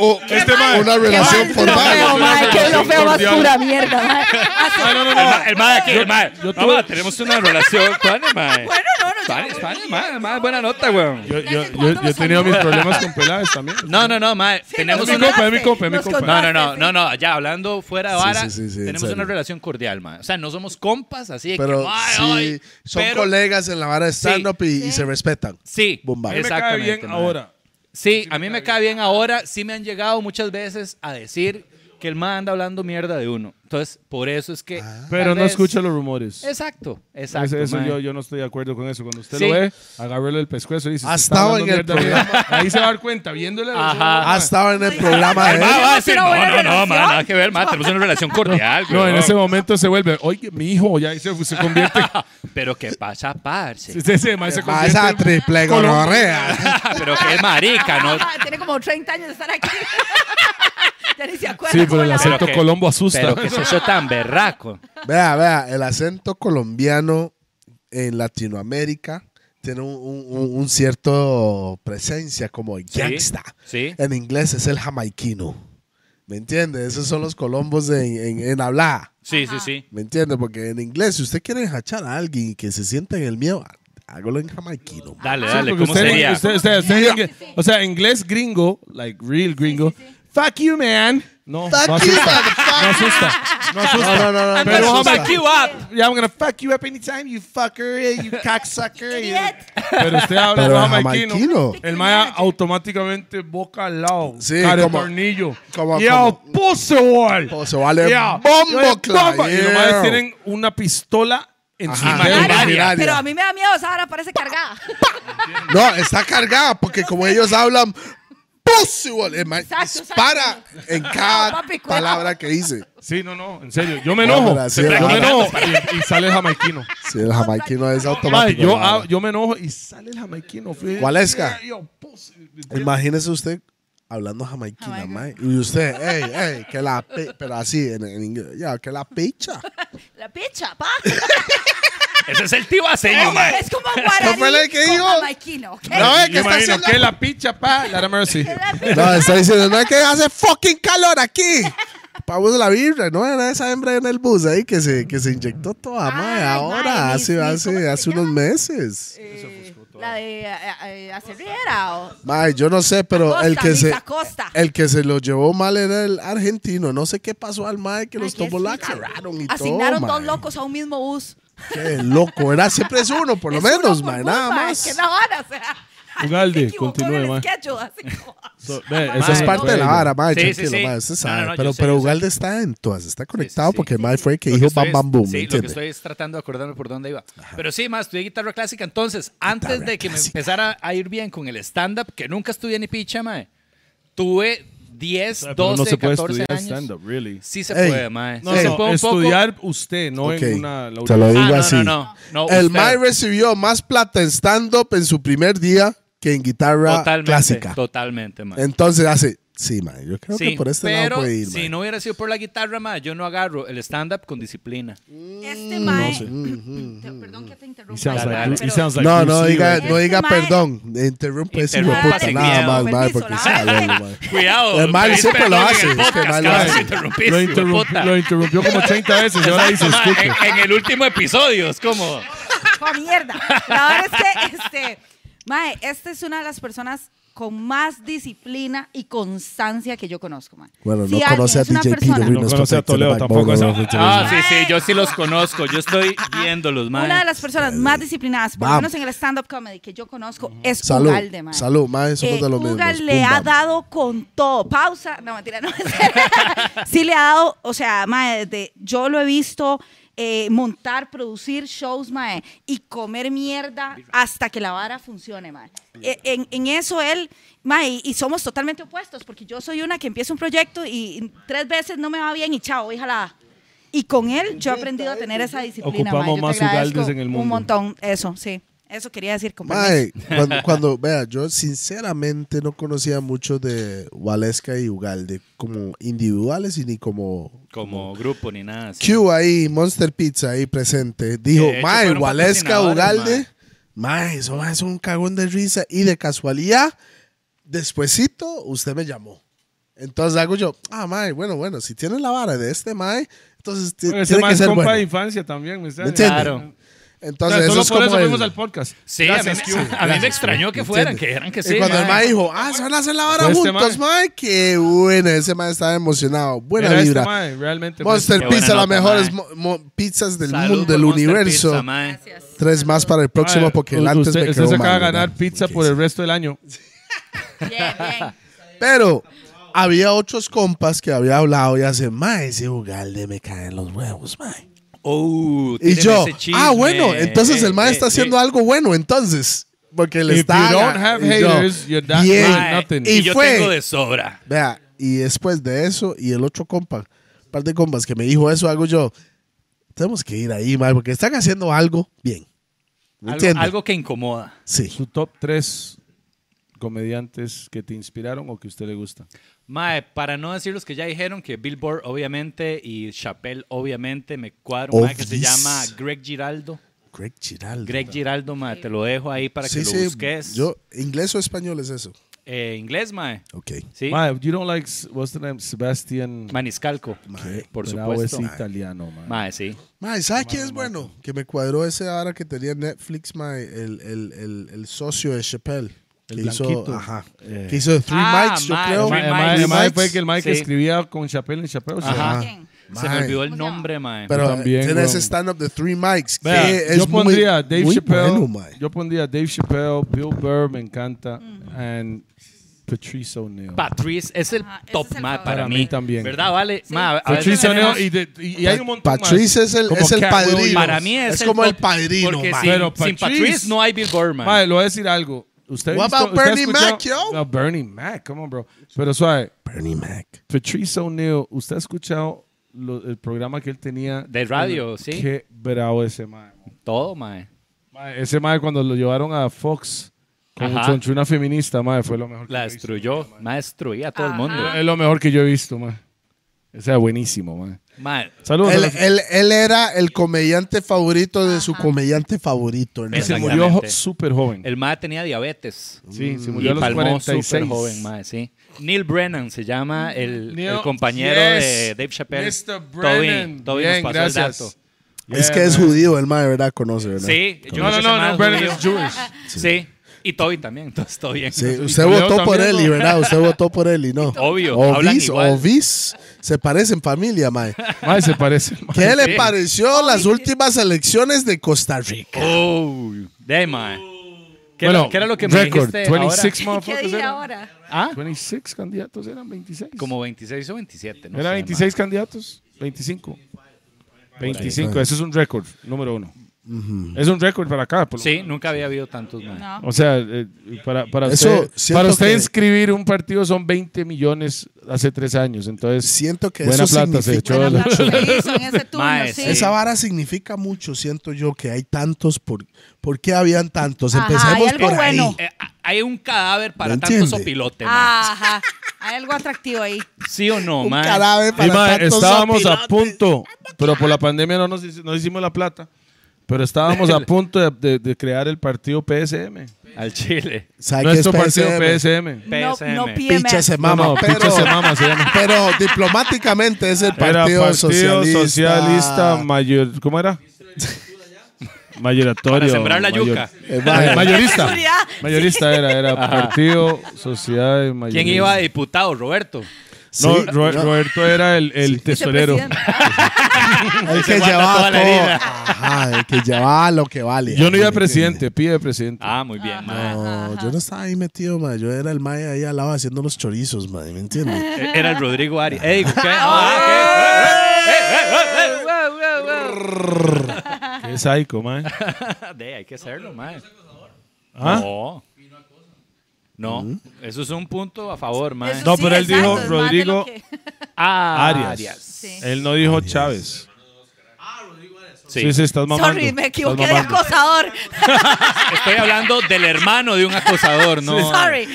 Speaker 2: o- [LAUGHS] o- Este una relación
Speaker 4: Qué mal, feo,
Speaker 2: formal.
Speaker 4: mae, qué lo feo más pura mierda, mae.
Speaker 5: [LAUGHS]
Speaker 6: No, no, no, no. El mae aquí, el mae. No, mae, tenemos una relación, Tuane, mae.
Speaker 4: Bueno, no, no.
Speaker 6: Tuane, tuane, mae, mae, buena nota, weón.
Speaker 5: Yo, yo, yo, yo he tenido mis problemas con Peláez también.
Speaker 6: No, no, no, mae. tenemos
Speaker 4: nos
Speaker 6: una-
Speaker 5: copa, es mi copa, es mi
Speaker 4: nos
Speaker 5: copa.
Speaker 6: No, no,
Speaker 4: contaste,
Speaker 6: no,
Speaker 4: sí.
Speaker 6: no, no, ya hablando fuera de
Speaker 2: Sí,
Speaker 6: vara,
Speaker 2: sí, sí, sí, en
Speaker 6: tenemos
Speaker 2: serio.
Speaker 6: una relación cordial, mae. O sea, no somos compas, así de
Speaker 2: Pero
Speaker 6: que, ay,
Speaker 2: sí,
Speaker 6: ay,
Speaker 2: son
Speaker 6: pero-
Speaker 2: colegas en la vara de stand-up y, y se respetan.
Speaker 6: Sí,
Speaker 2: Bomba. A
Speaker 5: A mí me cae
Speaker 6: exactamente,
Speaker 5: bien
Speaker 6: mae.
Speaker 5: ahora.
Speaker 6: Sí, a mí me cae bien ahora. Sí me han llegado muchas veces a decir que el mae anda hablando mierda de uno. Entonces, por eso es
Speaker 2: Ah.
Speaker 6: que...
Speaker 5: Pero
Speaker 6: tal
Speaker 5: no
Speaker 6: vez-
Speaker 5: escucha los rumores.
Speaker 6: Exacto,
Speaker 5: Ese-
Speaker 6: exacto,
Speaker 5: eso
Speaker 6: mae.
Speaker 5: yo, yo no estoy de acuerdo con eso. Cuando usted
Speaker 6: Sí.
Speaker 5: lo ve, agárrelo del pescuezo y dice:
Speaker 2: Ha
Speaker 5: "Se está
Speaker 2: estado en
Speaker 5: hablando
Speaker 2: el
Speaker 5: mierda, mira".
Speaker 2: programa.
Speaker 5: [LAUGHS] Ahí se va a dar cuenta, viéndole.
Speaker 6: Ajá.
Speaker 2: Ah, estaba en el programa
Speaker 6: El
Speaker 2: de
Speaker 6: mae
Speaker 2: él.
Speaker 6: va a decir,
Speaker 4: Tenemos
Speaker 6: no,
Speaker 4: una
Speaker 6: no,
Speaker 4: buena
Speaker 6: no, mae,
Speaker 4: relación".
Speaker 6: nada que ver, mae, tenemos una
Speaker 2: [LAUGHS]
Speaker 6: relación cordial.
Speaker 5: No, en
Speaker 6: weón.
Speaker 5: ese momento se vuelve, oye, mi hijo ya se, se convierte.
Speaker 6: [LAUGHS] Pero qué pasa, parce.
Speaker 5: Sí, sí, sí, mae, se
Speaker 2: Mae,
Speaker 5: convierte
Speaker 2: Esa
Speaker 5: en-
Speaker 2: triple gonorrea.
Speaker 6: [LAUGHS] Pero qué marica,
Speaker 2: [LAUGHS]
Speaker 6: ¿no?
Speaker 4: Ah, Tiene como 30 años de estar
Speaker 5: [LAUGHS]
Speaker 4: aquí. ya ni se acuerda.
Speaker 5: Sí, pero
Speaker 4: cómo
Speaker 5: el
Speaker 4: la-
Speaker 6: Pero
Speaker 5: acento
Speaker 6: que-
Speaker 5: colombo asusta. [LAUGHS]
Speaker 6: Pero que es eso tan berraco.
Speaker 2: Vea, vea, el acento colombiano en Latinoamérica tiene un, un- un- un cierto presencia como gangsta.
Speaker 6: sí.
Speaker 2: En inglés es el jamaiquino. ¿Me entiendes? Esos son los colombos en, en, en hablar.
Speaker 6: Sí, sí, sí.
Speaker 2: ¿Me entiendes? Porque en inglés, si usted quiere hachar a alguien y que se sienta en el miedo, hágalo en jamaiquino.
Speaker 6: Dale,
Speaker 7: Sí,
Speaker 6: dale,
Speaker 7: porque
Speaker 6: ¿cómo
Speaker 7: usted-
Speaker 6: sería?
Speaker 7: usted- usted- usted- O sea, inglés gringo, like real gringo. Fuck you, man. No, no asusta. No asusta. No asusta.
Speaker 2: No, no, no, no,
Speaker 7: Pero I'm
Speaker 2: no asusta.
Speaker 7: gonna fuck you up. Yeah, I'm gonna fuck you up anytime, you fucker, eh,
Speaker 6: [LAUGHS]
Speaker 7: you cocksucker. eh.
Speaker 5: Pero usted habla
Speaker 2: Pero
Speaker 5: jamaiquino.
Speaker 2: jamaiquino.
Speaker 5: El maya automáticamente boca al lado.
Speaker 2: Sí,
Speaker 5: cara de
Speaker 2: como-
Speaker 5: tornillo.
Speaker 2: como-
Speaker 5: Yo, puse wall.
Speaker 2: O se vale
Speaker 5: Yeah.
Speaker 2: bombo,
Speaker 5: Yo, bomba.
Speaker 2: claro.
Speaker 5: Y los mayas tienen una pistola en su
Speaker 2: Ajá.
Speaker 5: mano.
Speaker 2: Claro.
Speaker 4: Claro,
Speaker 2: Imaginaria.
Speaker 4: pero a mí me da miedo, esa vara parece cargada. [LAUGHS]
Speaker 2: No, está cargada porque como ellos hablan possible, el mae
Speaker 4: Exacto, exacto.
Speaker 2: para en cada
Speaker 4: Papi, cuidado.
Speaker 2: palabra que dice.
Speaker 5: Sí, no, no, en serio. Yo me enojo.
Speaker 2: Ahora sí,
Speaker 5: yo
Speaker 2: ahora
Speaker 5: me enojo y, y sale el jamaiquino.
Speaker 2: Si el jamaiquino es
Speaker 5: Mae,
Speaker 2: automático.
Speaker 5: yo,
Speaker 2: la
Speaker 5: ah,
Speaker 2: vara.
Speaker 5: yo me enojo y sale el jamaiquino. Fui-
Speaker 2: ¿Cuál es, ca?
Speaker 5: Yo, puse-
Speaker 2: Imagínese usted hablando jamaiquina, mae, y usted, hey, hey, que la pe- pero así en, en inglés, ya, que la
Speaker 4: [LAUGHS]
Speaker 2: picha.
Speaker 4: La picha, pa. [LAUGHS]
Speaker 6: Ese es el tío Aceño, mae.
Speaker 4: es como guaraní
Speaker 2: ¿No fue la que
Speaker 4: con
Speaker 2: dijo?
Speaker 4: jamaiquino, ¿ok?
Speaker 2: No, es
Speaker 5: Yo
Speaker 2: que está
Speaker 5: imagino
Speaker 2: haciendo
Speaker 5: que la picha, pa, la mercy.
Speaker 2: No, está diciendo, no es que hace fucking calor aquí. Pagamos la vibra, ¿no? Era esa hembra en el bus ahí que se, que se inyectó toda, mae,
Speaker 4: Ay,
Speaker 2: ahora,
Speaker 4: mae,
Speaker 2: hace,
Speaker 4: ¿cómo
Speaker 2: hace,
Speaker 4: se
Speaker 2: hace unos meses.
Speaker 4: Eh, la de eh, eh, Acerriera o...
Speaker 2: Mae, yo no sé, pero
Speaker 4: Acosta,
Speaker 2: el que
Speaker 4: Luis
Speaker 2: se
Speaker 4: Acosta.
Speaker 2: el que se lo llevó mal era el argentino. No sé qué pasó al mae que los
Speaker 4: Ay, qué
Speaker 2: tomó la
Speaker 4: ficha.
Speaker 2: cagaron y
Speaker 4: Asignaron
Speaker 2: todo.
Speaker 4: dos
Speaker 2: mae.
Speaker 4: locos a un mismo bus.
Speaker 2: Qué loco, era siempre es uno, por lo
Speaker 4: Es uno
Speaker 2: menos,
Speaker 4: por
Speaker 2: mae,
Speaker 4: bus,
Speaker 2: nada
Speaker 4: mae,
Speaker 2: más.
Speaker 4: Que no van a hacer.
Speaker 7: [LAUGHS] Ugalde,
Speaker 4: [LAUGHS] Se equivocó
Speaker 7: continúe,
Speaker 4: en el
Speaker 7: mae.
Speaker 4: sketch, así como- [LAUGHS]
Speaker 7: So, ve,
Speaker 2: Eso es
Speaker 6: Mae,
Speaker 2: parte de la
Speaker 7: bueno.
Speaker 2: vara, mae,
Speaker 6: Sí, sí,
Speaker 2: tranquilo,
Speaker 6: sí.
Speaker 2: mae, usted
Speaker 6: No,
Speaker 2: sabe.
Speaker 6: no, no, yo
Speaker 2: pero
Speaker 6: sé,
Speaker 2: pero
Speaker 6: yo sé.
Speaker 2: Ugalde está en todas, está conectado
Speaker 6: sí.
Speaker 2: porque mae fue el que
Speaker 6: Lo
Speaker 2: dijo
Speaker 6: que
Speaker 2: bam
Speaker 6: estoy
Speaker 2: bam
Speaker 6: es-
Speaker 2: boom,
Speaker 6: Sí, lo
Speaker 2: ¿me
Speaker 6: que
Speaker 2: entiende?
Speaker 6: estoy es tratando de acordarme por dónde iba. Pero sí, más, estudié guitarra clásica. Entonces, antes
Speaker 2: Guitarra
Speaker 6: de que
Speaker 2: clásica.
Speaker 6: me empezara a ir bien con el stand-up, que nunca estudié ni picha, mae, tuve 10, 12, 14 años.
Speaker 7: stand-up, really.
Speaker 6: Sí se
Speaker 2: Ey.
Speaker 6: puede, mae.
Speaker 7: No,
Speaker 6: Sí se
Speaker 7: no,
Speaker 6: puede un poco.
Speaker 7: estudiar usted, no
Speaker 2: Ok,
Speaker 7: en una... la
Speaker 2: Te lo
Speaker 6: Ah,
Speaker 2: digo
Speaker 6: no,
Speaker 2: así.
Speaker 6: no, no, no,
Speaker 2: el
Speaker 6: usted.
Speaker 2: Mae recibió más plata en stand-up en su primer día que en guitarra
Speaker 6: Totalmente,
Speaker 2: clásica.
Speaker 6: totalmente, mae.
Speaker 2: Entonces hace, sí, mae, yo creo que por este
Speaker 6: pero
Speaker 2: lado puede ir,
Speaker 6: si
Speaker 2: mae.
Speaker 6: no hubiera sido por la guitarra, mae, yo no agarro el stand-up con disciplina.
Speaker 4: Este mae. Te- Perdón que te interrumpa.
Speaker 7: sounds
Speaker 4: mae,
Speaker 7: like-
Speaker 6: Dale,
Speaker 7: it
Speaker 4: pero-
Speaker 7: sounds like
Speaker 2: No,
Speaker 7: Bruce
Speaker 2: no
Speaker 7: Lee,
Speaker 2: diga,
Speaker 7: right?
Speaker 2: no
Speaker 4: Este
Speaker 2: diga
Speaker 4: mae-
Speaker 2: perdón. Interrumpe ese
Speaker 6: Interrumpa
Speaker 2: puta
Speaker 6: sin
Speaker 2: nada
Speaker 6: miedo.
Speaker 2: más, mae,
Speaker 4: Permiso,
Speaker 2: porque
Speaker 4: la-
Speaker 2: sabe, mae.
Speaker 6: Cuidado.
Speaker 2: El mae
Speaker 6: pedís
Speaker 2: siempre lo
Speaker 6: perdón en
Speaker 2: hace,
Speaker 6: el
Speaker 2: es que el
Speaker 6: podcast,
Speaker 2: mae lo
Speaker 6: cabrón,
Speaker 2: hace.
Speaker 6: si interrumpiste,
Speaker 7: Lo, interrum-
Speaker 6: puta.
Speaker 7: lo interrumpió como 80 veces y ahora dice,
Speaker 6: Ma,
Speaker 7: disculpe.
Speaker 6: en, en el último episodio, es como.
Speaker 4: ¡Oh, mierda! La verdad es que este, mae, esta es una de las personas con más disciplina y constancia que yo conozco, mae.
Speaker 2: Bueno,
Speaker 4: Si
Speaker 2: no
Speaker 4: alguien
Speaker 2: conoce a este
Speaker 4: es una
Speaker 2: DJ
Speaker 4: persona-
Speaker 2: Pino
Speaker 7: No conoce a Toledo tampoco,
Speaker 6: Ah, sí, sí, yo sí los conozco. Yo estoy viéndolos, man.
Speaker 4: Una de las personas más disciplinadas, por lo
Speaker 2: Vamos.
Speaker 4: menos en el stand-up comedy que yo conozco, es
Speaker 2: Salud,
Speaker 4: Ugalde, mae.
Speaker 2: salud, mae, somos
Speaker 4: Eh,
Speaker 2: de los mismos.
Speaker 4: Ugal
Speaker 2: Pum,
Speaker 4: le ha
Speaker 2: vamos.
Speaker 4: dado con todo. Pausa. No, mentira, no. [LAUGHS] sí le ha dado, o sea, mae, de- yo lo he visto eh, montar, producir shows, mae, y comer mierda hasta que la vara funcione, mae. Eh, En, en eso él, mae, y- y somos totalmente opuestos, porque yo soy una que empieza un proyecto y tres veces no me va bien y chao, híjala. Y con él yo he aprendido a tener esa disciplina, mae.
Speaker 7: Ocupamos
Speaker 4: Yo te
Speaker 7: más
Speaker 4: agradezco
Speaker 7: Ugaldes en el mundo.
Speaker 4: un montón. Eso, sí. Eso quería decir, con permiso.
Speaker 2: Mae, cuando, cuando- vea, yo sinceramente no conocía mucho de Valesca y Ugalde como individuales y ni como
Speaker 6: Como grupo ni nada. así.
Speaker 2: Q ahí, Monster Pizza ahí presente, dijo,
Speaker 6: De hecho,
Speaker 2: Mae,
Speaker 6: fueron
Speaker 2: Waleska
Speaker 6: patrocinadores,
Speaker 2: Ugalde, Mae, eso mae, es un cagón de risa y de casualidad, despuesito usted me llamó. Entonces hago yo, ah, Mae, bueno, bueno, si tiene la vara de este Mae, entonces ti-
Speaker 7: Ese
Speaker 2: tiene
Speaker 7: man Este
Speaker 2: que
Speaker 7: es
Speaker 2: ser
Speaker 7: compa
Speaker 2: bueno.
Speaker 7: de infancia también, ¿me
Speaker 2: ¿Me
Speaker 7: entiendes?
Speaker 2: entiende?
Speaker 6: Claro.
Speaker 2: Entonces,
Speaker 7: O sea, solo
Speaker 2: eso es
Speaker 7: por
Speaker 2: como
Speaker 7: eso
Speaker 2: el-
Speaker 7: fuimos al podcast.
Speaker 6: Sí,
Speaker 7: Gracias,
Speaker 6: a mí,
Speaker 7: Q.
Speaker 6: me, a mí me extrañó que fueran,
Speaker 2: ¿Entiende?
Speaker 6: que eran que
Speaker 2: y
Speaker 6: sí.
Speaker 2: cuando el
Speaker 6: ma.
Speaker 2: mae dijo, ah, se van a hacer la vara
Speaker 7: Fue este
Speaker 2: juntos, mae, qué bueno, ese mae estaba emocionado, buena
Speaker 7: Era este
Speaker 2: vibra.
Speaker 7: mae, realmente.
Speaker 2: Monster
Speaker 6: Qué buena
Speaker 2: Pizza, las
Speaker 6: nota,
Speaker 2: mejores
Speaker 6: mae.
Speaker 2: mo- mo- pizzas del
Speaker 6: Salud
Speaker 2: mundo,
Speaker 6: por
Speaker 2: del
Speaker 6: Monster
Speaker 2: universo.
Speaker 6: Pizza, ma.
Speaker 2: Tres más para el próximo
Speaker 7: Mae,
Speaker 2: porque el
Speaker 7: u-
Speaker 2: antes
Speaker 7: Ah, usted,
Speaker 2: me quedó
Speaker 7: usted se acaba de
Speaker 2: mal,
Speaker 7: ganar
Speaker 2: ¿verdad?
Speaker 7: pizza
Speaker 2: Porque
Speaker 7: por
Speaker 2: sí.
Speaker 7: el resto del año.
Speaker 4: Bien, bien.
Speaker 2: Pero había otros compas que había hablado y hace, mae, ese Ugalde me caen los huevos, mae.
Speaker 6: Oh,
Speaker 2: Y
Speaker 6: tíreme
Speaker 2: yo,
Speaker 6: ese chisme.
Speaker 2: ah, bueno, entonces
Speaker 6: Eh,
Speaker 2: el mae
Speaker 6: eh,
Speaker 2: está
Speaker 6: eh.
Speaker 2: haciendo algo bueno, entonces. Porque le
Speaker 7: If
Speaker 2: está...
Speaker 7: you don't have
Speaker 2: y yo,
Speaker 7: haters, you're not-
Speaker 2: bien.
Speaker 7: Mae.
Speaker 6: Mae,
Speaker 7: nothing.
Speaker 6: Y,
Speaker 2: Y
Speaker 6: yo
Speaker 2: fue.
Speaker 6: tengo de sobra.
Speaker 2: Vea, y después de eso, y el otro compa, un par de compas que me dijo eso, hago yo, tenemos que ir ahí, mae, porque están haciendo algo bien.
Speaker 6: Algo,
Speaker 2: ¿Me entiende?
Speaker 6: algo que incomoda.
Speaker 2: Sí.
Speaker 7: Su top 3 comediantes que te inspiraron o que a usted le gusta.
Speaker 6: Mae, para no decir los que ya dijeron, que Billboard obviamente y Chappelle obviamente, me cuadro
Speaker 2: Obvis.
Speaker 6: mae que se llama Greg Giraldo.
Speaker 2: Greg Giraldo.
Speaker 6: Greg Giraldo, mae, te lo dejo ahí para que
Speaker 2: Sí,
Speaker 6: lo
Speaker 2: sí,
Speaker 6: busques.
Speaker 2: Yo, inglés o español es eso.
Speaker 6: eh, inglés, mae.
Speaker 2: Ok.
Speaker 6: Sí.
Speaker 5: Mae, you don't like, s- what's the name? Sebastian.
Speaker 6: Maniscalco. Por
Speaker 5: Bravo
Speaker 6: supuesto.
Speaker 5: es italiano, mae.
Speaker 6: Mae, sí.
Speaker 2: Mae, ¿sabes quién es bueno? Que me cuadró ese ahora que tenía Netflix, mae, el, el, el, el socio de Chappelle.
Speaker 5: El
Speaker 2: que hizo,
Speaker 5: blanquito.
Speaker 2: ajá,
Speaker 5: Eh.
Speaker 2: que hizo Three
Speaker 6: Ah,
Speaker 2: Mics, yo
Speaker 6: mae,
Speaker 2: creo.
Speaker 6: Three
Speaker 5: Mae,
Speaker 6: Mike.
Speaker 5: mae,
Speaker 2: Three
Speaker 5: mae,
Speaker 2: Mics.
Speaker 5: fue que el Mike
Speaker 6: Sí.
Speaker 5: escribía con Chapelle y Chapelle. o sea,
Speaker 6: Ajá.
Speaker 4: ¿Quién?
Speaker 6: Se me
Speaker 2: Mae.
Speaker 6: olvidó el
Speaker 4: ¿Cómo se llama?
Speaker 6: nombre, mae.
Speaker 2: Pero
Speaker 5: También,
Speaker 2: tiene ese
Speaker 5: weón.
Speaker 2: stand-up de Three Mics. que
Speaker 5: Vea,
Speaker 2: es
Speaker 5: yo
Speaker 2: muy-
Speaker 5: pondría Dave
Speaker 2: muy
Speaker 5: Chappelle.
Speaker 2: bueno, mae.
Speaker 5: yo pondría Dave Chappelle, Bill Burr, me encanta. And Patrice O'Neill.
Speaker 6: Patrice es el
Speaker 4: Ajá, ese
Speaker 6: top,
Speaker 4: es el
Speaker 6: mae,
Speaker 4: favorito.
Speaker 6: para
Speaker 5: Para
Speaker 6: mí.
Speaker 5: mí también.
Speaker 6: ¿Verdad, vale?
Speaker 4: Sí.
Speaker 6: Mae, a veces
Speaker 5: Patrice
Speaker 6: tenemos-
Speaker 5: O'Neill y, de- y- y hay un montón más.
Speaker 2: Patrice es el,
Speaker 5: Como
Speaker 2: es el
Speaker 5: Cat
Speaker 2: padrino.
Speaker 5: Williams.
Speaker 6: Para mí es,
Speaker 2: Es como el
Speaker 6: top,
Speaker 2: padrino,
Speaker 6: Porque
Speaker 2: mae.
Speaker 6: sin,
Speaker 5: Pero
Speaker 6: sin
Speaker 5: Patrice-
Speaker 6: Patrice no hay Bill Burr, mae.
Speaker 5: Mae, le voy a decir algo. ¿Usted
Speaker 2: What
Speaker 5: visto-
Speaker 2: about
Speaker 5: usted ha
Speaker 2: Bernie
Speaker 5: escuchado-
Speaker 2: Mac, yo?
Speaker 5: No, Bernie Mac, come on, bro. Pero suave,
Speaker 2: Bernie Mac.
Speaker 5: Patrice O'Neill, ¿usted ha escuchado lo- el programa que él tenía?
Speaker 6: De radio,
Speaker 5: El-
Speaker 6: sí.
Speaker 5: Qué bravo ese mae.
Speaker 6: Todo, mae.
Speaker 5: Mae, Ese mae cuando lo llevaron a Fox con,
Speaker 6: Ajá.
Speaker 5: contra una feminista, mae, fue lo mejor que
Speaker 6: La
Speaker 5: yo he visto.
Speaker 6: destruyó. Mae, destruía a todo el mundo.
Speaker 5: Es lo mejor que yo he visto, mae. O sea, buenísimo, mae.
Speaker 6: Mae,
Speaker 5: Saludos.
Speaker 2: Él,
Speaker 5: a los-
Speaker 2: él- él era el comediante favorito de su comediante favorito. hermano.
Speaker 5: Y se
Speaker 6: Exactamente.
Speaker 5: murió jo- súper joven.
Speaker 6: el mae tenía diabetes.
Speaker 5: sí, se
Speaker 6: Y
Speaker 5: murió a los
Speaker 6: palmó
Speaker 5: 46.
Speaker 6: súper joven, mae, sí. Neil Brennan se llama el,
Speaker 5: Neil-
Speaker 6: el compañero
Speaker 5: Yes,
Speaker 6: de Dave Chappelle.
Speaker 5: Mr. Brennan.
Speaker 6: Toby, Toby
Speaker 5: Bien,
Speaker 6: nos pasó
Speaker 5: gracias.
Speaker 6: el dato.
Speaker 2: es que es judío, el mae, ¿verdad? Conoce, ¿verdad?
Speaker 6: Sí, yo creo que
Speaker 5: No, no, no,
Speaker 6: ese mae
Speaker 5: no,
Speaker 6: es
Speaker 5: Brennan
Speaker 6: judío.
Speaker 5: es Jewish.
Speaker 6: Sí, y Toby también, [LAUGHS] entonces todo bien.
Speaker 2: Sí, usted
Speaker 5: Leo
Speaker 2: votó por él,
Speaker 5: también,
Speaker 2: y
Speaker 5: ¿no?
Speaker 2: ¿verdad? Usted votó por él y
Speaker 5: [LAUGHS]
Speaker 2: no.
Speaker 6: Obvio, hablan
Speaker 2: Ovis,
Speaker 6: igual.
Speaker 2: Ovis. Se parecen familia, mae.
Speaker 5: Mae, se parece. mae.
Speaker 2: ¿Qué le pareció las últimas elecciones de Costa Rica?
Speaker 6: Oh, de mae. ¿Qué,
Speaker 5: Bueno,
Speaker 6: era- qué era lo que me
Speaker 5: record,
Speaker 6: dijiste
Speaker 5: 26
Speaker 6: ahora?
Speaker 4: ¿Qué
Speaker 5: motherfuckers
Speaker 4: dije
Speaker 5: eran.
Speaker 4: ahora?
Speaker 6: ¿Ah?
Speaker 5: 26 candidatos eran 26.
Speaker 6: Como 26 o 27, no
Speaker 5: ¿Eran
Speaker 6: sé,
Speaker 5: 26 candidatos? 25. 25, eso es un récord, número uno. Es un récord para acá. Por
Speaker 6: mae.
Speaker 5: lo
Speaker 6: Sí, nunca había habido tantos, mae.
Speaker 4: No.
Speaker 5: O sea, eh, para, para
Speaker 2: Eso,
Speaker 5: usted,
Speaker 2: siento
Speaker 5: para usted
Speaker 2: que-
Speaker 5: inscribir un partido son 20 millones hace tres años. Entonces,
Speaker 2: Siento que
Speaker 5: buena
Speaker 2: eso
Speaker 5: plata se
Speaker 2: significa-
Speaker 5: echó.
Speaker 4: Buena
Speaker 5: la-
Speaker 4: plata se hizo en ese turno,
Speaker 6: Mae,
Speaker 4: sí.
Speaker 6: sí.
Speaker 2: Esa vara significa mucho, siento yo, que hay tantos. ¿Por, ¿por qué habían tantos?
Speaker 4: Ajá, hay
Speaker 2: Empecemos
Speaker 4: algo
Speaker 2: por ahí.
Speaker 4: bueno. Ah.
Speaker 6: Eh, a- hay un cadáver para
Speaker 2: ¿Me
Speaker 6: tanto
Speaker 2: entiende?
Speaker 6: sopilote, mae.
Speaker 4: Ajá. Hay algo atractivo ahí.
Speaker 6: ¿Sí o no,
Speaker 2: Un
Speaker 6: mae?
Speaker 2: cadáver
Speaker 5: Y,
Speaker 2: para
Speaker 5: mae,
Speaker 2: tantos
Speaker 5: estábamos a
Speaker 2: zapilotes.
Speaker 5: punto, pero por la pandemia no nos, hici- no hicimos la plata. Pero estábamos
Speaker 6: [LAUGHS]
Speaker 5: a punto de, de- de crear el partido PSM.
Speaker 6: Al chile.
Speaker 2: ¿Sabe qué es
Speaker 5: Nuestro partido
Speaker 2: PSM?
Speaker 5: PSM.
Speaker 4: No,
Speaker 6: PSM.
Speaker 4: no PMS.
Speaker 2: Picha se
Speaker 5: No,
Speaker 2: mama.
Speaker 5: no,
Speaker 2: pero,
Speaker 5: picha se mama, se llama.
Speaker 2: pero diplomáticamente es el
Speaker 5: Era
Speaker 2: Partido, Socialista.
Speaker 5: mayor, ¿cómo era? Mayoratorio.
Speaker 6: Para sembrar la yuca.
Speaker 2: Eh, mae,
Speaker 5: mayorista.
Speaker 4: Seguridad. [LAUGHS]
Speaker 5: Mayorista era, era Partido Sociedad y Mayorista.
Speaker 6: ¿Quién iba de diputado, Roberto?
Speaker 5: No,
Speaker 2: sí,
Speaker 5: Ro-
Speaker 2: no,
Speaker 5: Roberto era el, el tesorero.
Speaker 4: Vicepresidente.
Speaker 2: el que
Speaker 6: guarda
Speaker 2: llevaba
Speaker 6: toda la
Speaker 2: todo.
Speaker 6: herida.
Speaker 2: Ajá, el que llevaba lo que vale.
Speaker 5: Yo no iba presidente, pide presidente.
Speaker 6: Ah, muy bien, mae.
Speaker 2: No, yo no estaba ahí metido, mae. Yo era el mae ahí al lado haciendo los chorizos, mae.
Speaker 6: [LAUGHS]
Speaker 2: ¿Me entiendes?
Speaker 6: E- Era el Rodrigo Ari. Ey, ¿qué? Ah,
Speaker 5: Qué psycho, man.
Speaker 6: ¿qué? Ah. De, hay que hacerlo, mae.
Speaker 5: ¿Ah?
Speaker 6: No. No, eso es un punto a favor, mae.
Speaker 4: Eso
Speaker 5: No, pero él dijo
Speaker 4: exacto, es más de lo
Speaker 5: Rodrigo-
Speaker 4: que-
Speaker 6: Ah,
Speaker 5: Arias.
Speaker 4: Sí.
Speaker 5: Él no dijo Chávez.
Speaker 6: Sí.
Speaker 5: Sí, sí, estás mamando.
Speaker 4: Sorry, me
Speaker 5: Estás
Speaker 4: equivoqué de
Speaker 5: mamando.
Speaker 4: acosador.
Speaker 6: Estoy hablando del hermano de un acosador, ¿no?
Speaker 4: [LAUGHS] Sorry.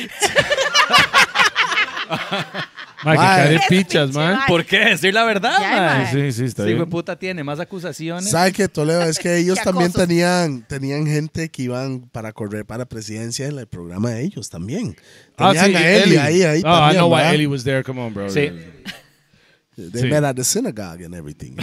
Speaker 5: Ma,
Speaker 2: Mae.
Speaker 5: que caer
Speaker 4: Ese
Speaker 5: pichas,
Speaker 4: pinche
Speaker 5: man.
Speaker 4: mae.
Speaker 6: ¿Por qué? Decir la verdad,
Speaker 4: Ya,
Speaker 6: mae.
Speaker 4: mae.
Speaker 5: Sí, sí, está
Speaker 6: Sí,
Speaker 5: bien.
Speaker 6: güey, puta, tiene más acusaciones.
Speaker 2: ¿Sabe qué, Toledo? Es que ellos
Speaker 4: Qué
Speaker 2: también
Speaker 4: acoso.
Speaker 2: tenían, tenían gente que iban para correr para presidencia en el programa de ellos también.
Speaker 5: Ah,
Speaker 2: Tenían
Speaker 5: sí,
Speaker 2: a Eli
Speaker 5: Eli.
Speaker 2: ahí, ahí
Speaker 5: Oh, I
Speaker 2: también,
Speaker 5: know why
Speaker 2: ¿verdad?
Speaker 5: Eli was there. Come on, bro.
Speaker 6: Sí.
Speaker 2: They met at the synagogue and
Speaker 5: [LAUGHS]
Speaker 2: everything.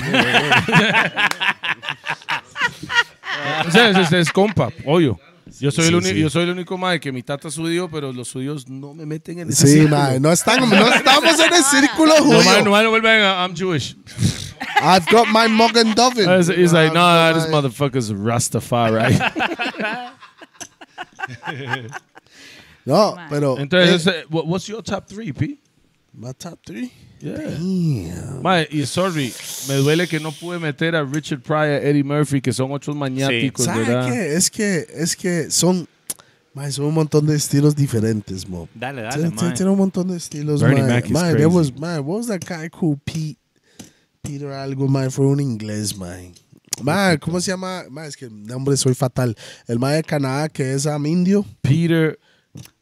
Speaker 5: O sea, es, es- es compa, obvio. Yo soy,
Speaker 2: sí,
Speaker 5: el único,
Speaker 2: sí.
Speaker 5: yo soy el único mae que mi tata es judío, pero los judíos no me meten en ese
Speaker 2: Sí,
Speaker 5: círculo.
Speaker 2: mae. No, están, no estamos en el círculo
Speaker 5: No, mae, no,
Speaker 2: judío.
Speaker 5: mae, no vuelven a I'm Jewish.
Speaker 2: I've got my mug and Duffin.
Speaker 5: He's, Ah, he's like,
Speaker 2: I've
Speaker 5: no,
Speaker 2: got
Speaker 5: this
Speaker 2: my-
Speaker 5: motherfucker's a [LAUGHS] Rastafari.
Speaker 2: No, pero...
Speaker 5: Entonces, eh, what- what's your top three, P?
Speaker 2: My top three?
Speaker 5: Yeah. Mae, y sorry, me duele que no pude meter a Richard Pryor, Eddie Murphy, que son otros maniáticos,
Speaker 2: ¿Sabe
Speaker 5: ¿verdad?
Speaker 2: qué? Es que, es que son, mae, son un montón de estilos diferentes, mo.
Speaker 6: Dale, dale,
Speaker 2: Tiene
Speaker 6: mae.
Speaker 2: tiene- tiene un montón de estilos,
Speaker 5: Bernie
Speaker 2: mae.
Speaker 5: Mac is
Speaker 2: Mae,
Speaker 5: crazy.
Speaker 2: there was, mae, what was that guy called Pete? Peter algo, mae, fue un inglés, mae. Mae, ¿cómo se llama? Mae, es que, hombre, soy fatal. El mae de Canadá que es am indio.
Speaker 5: Peter,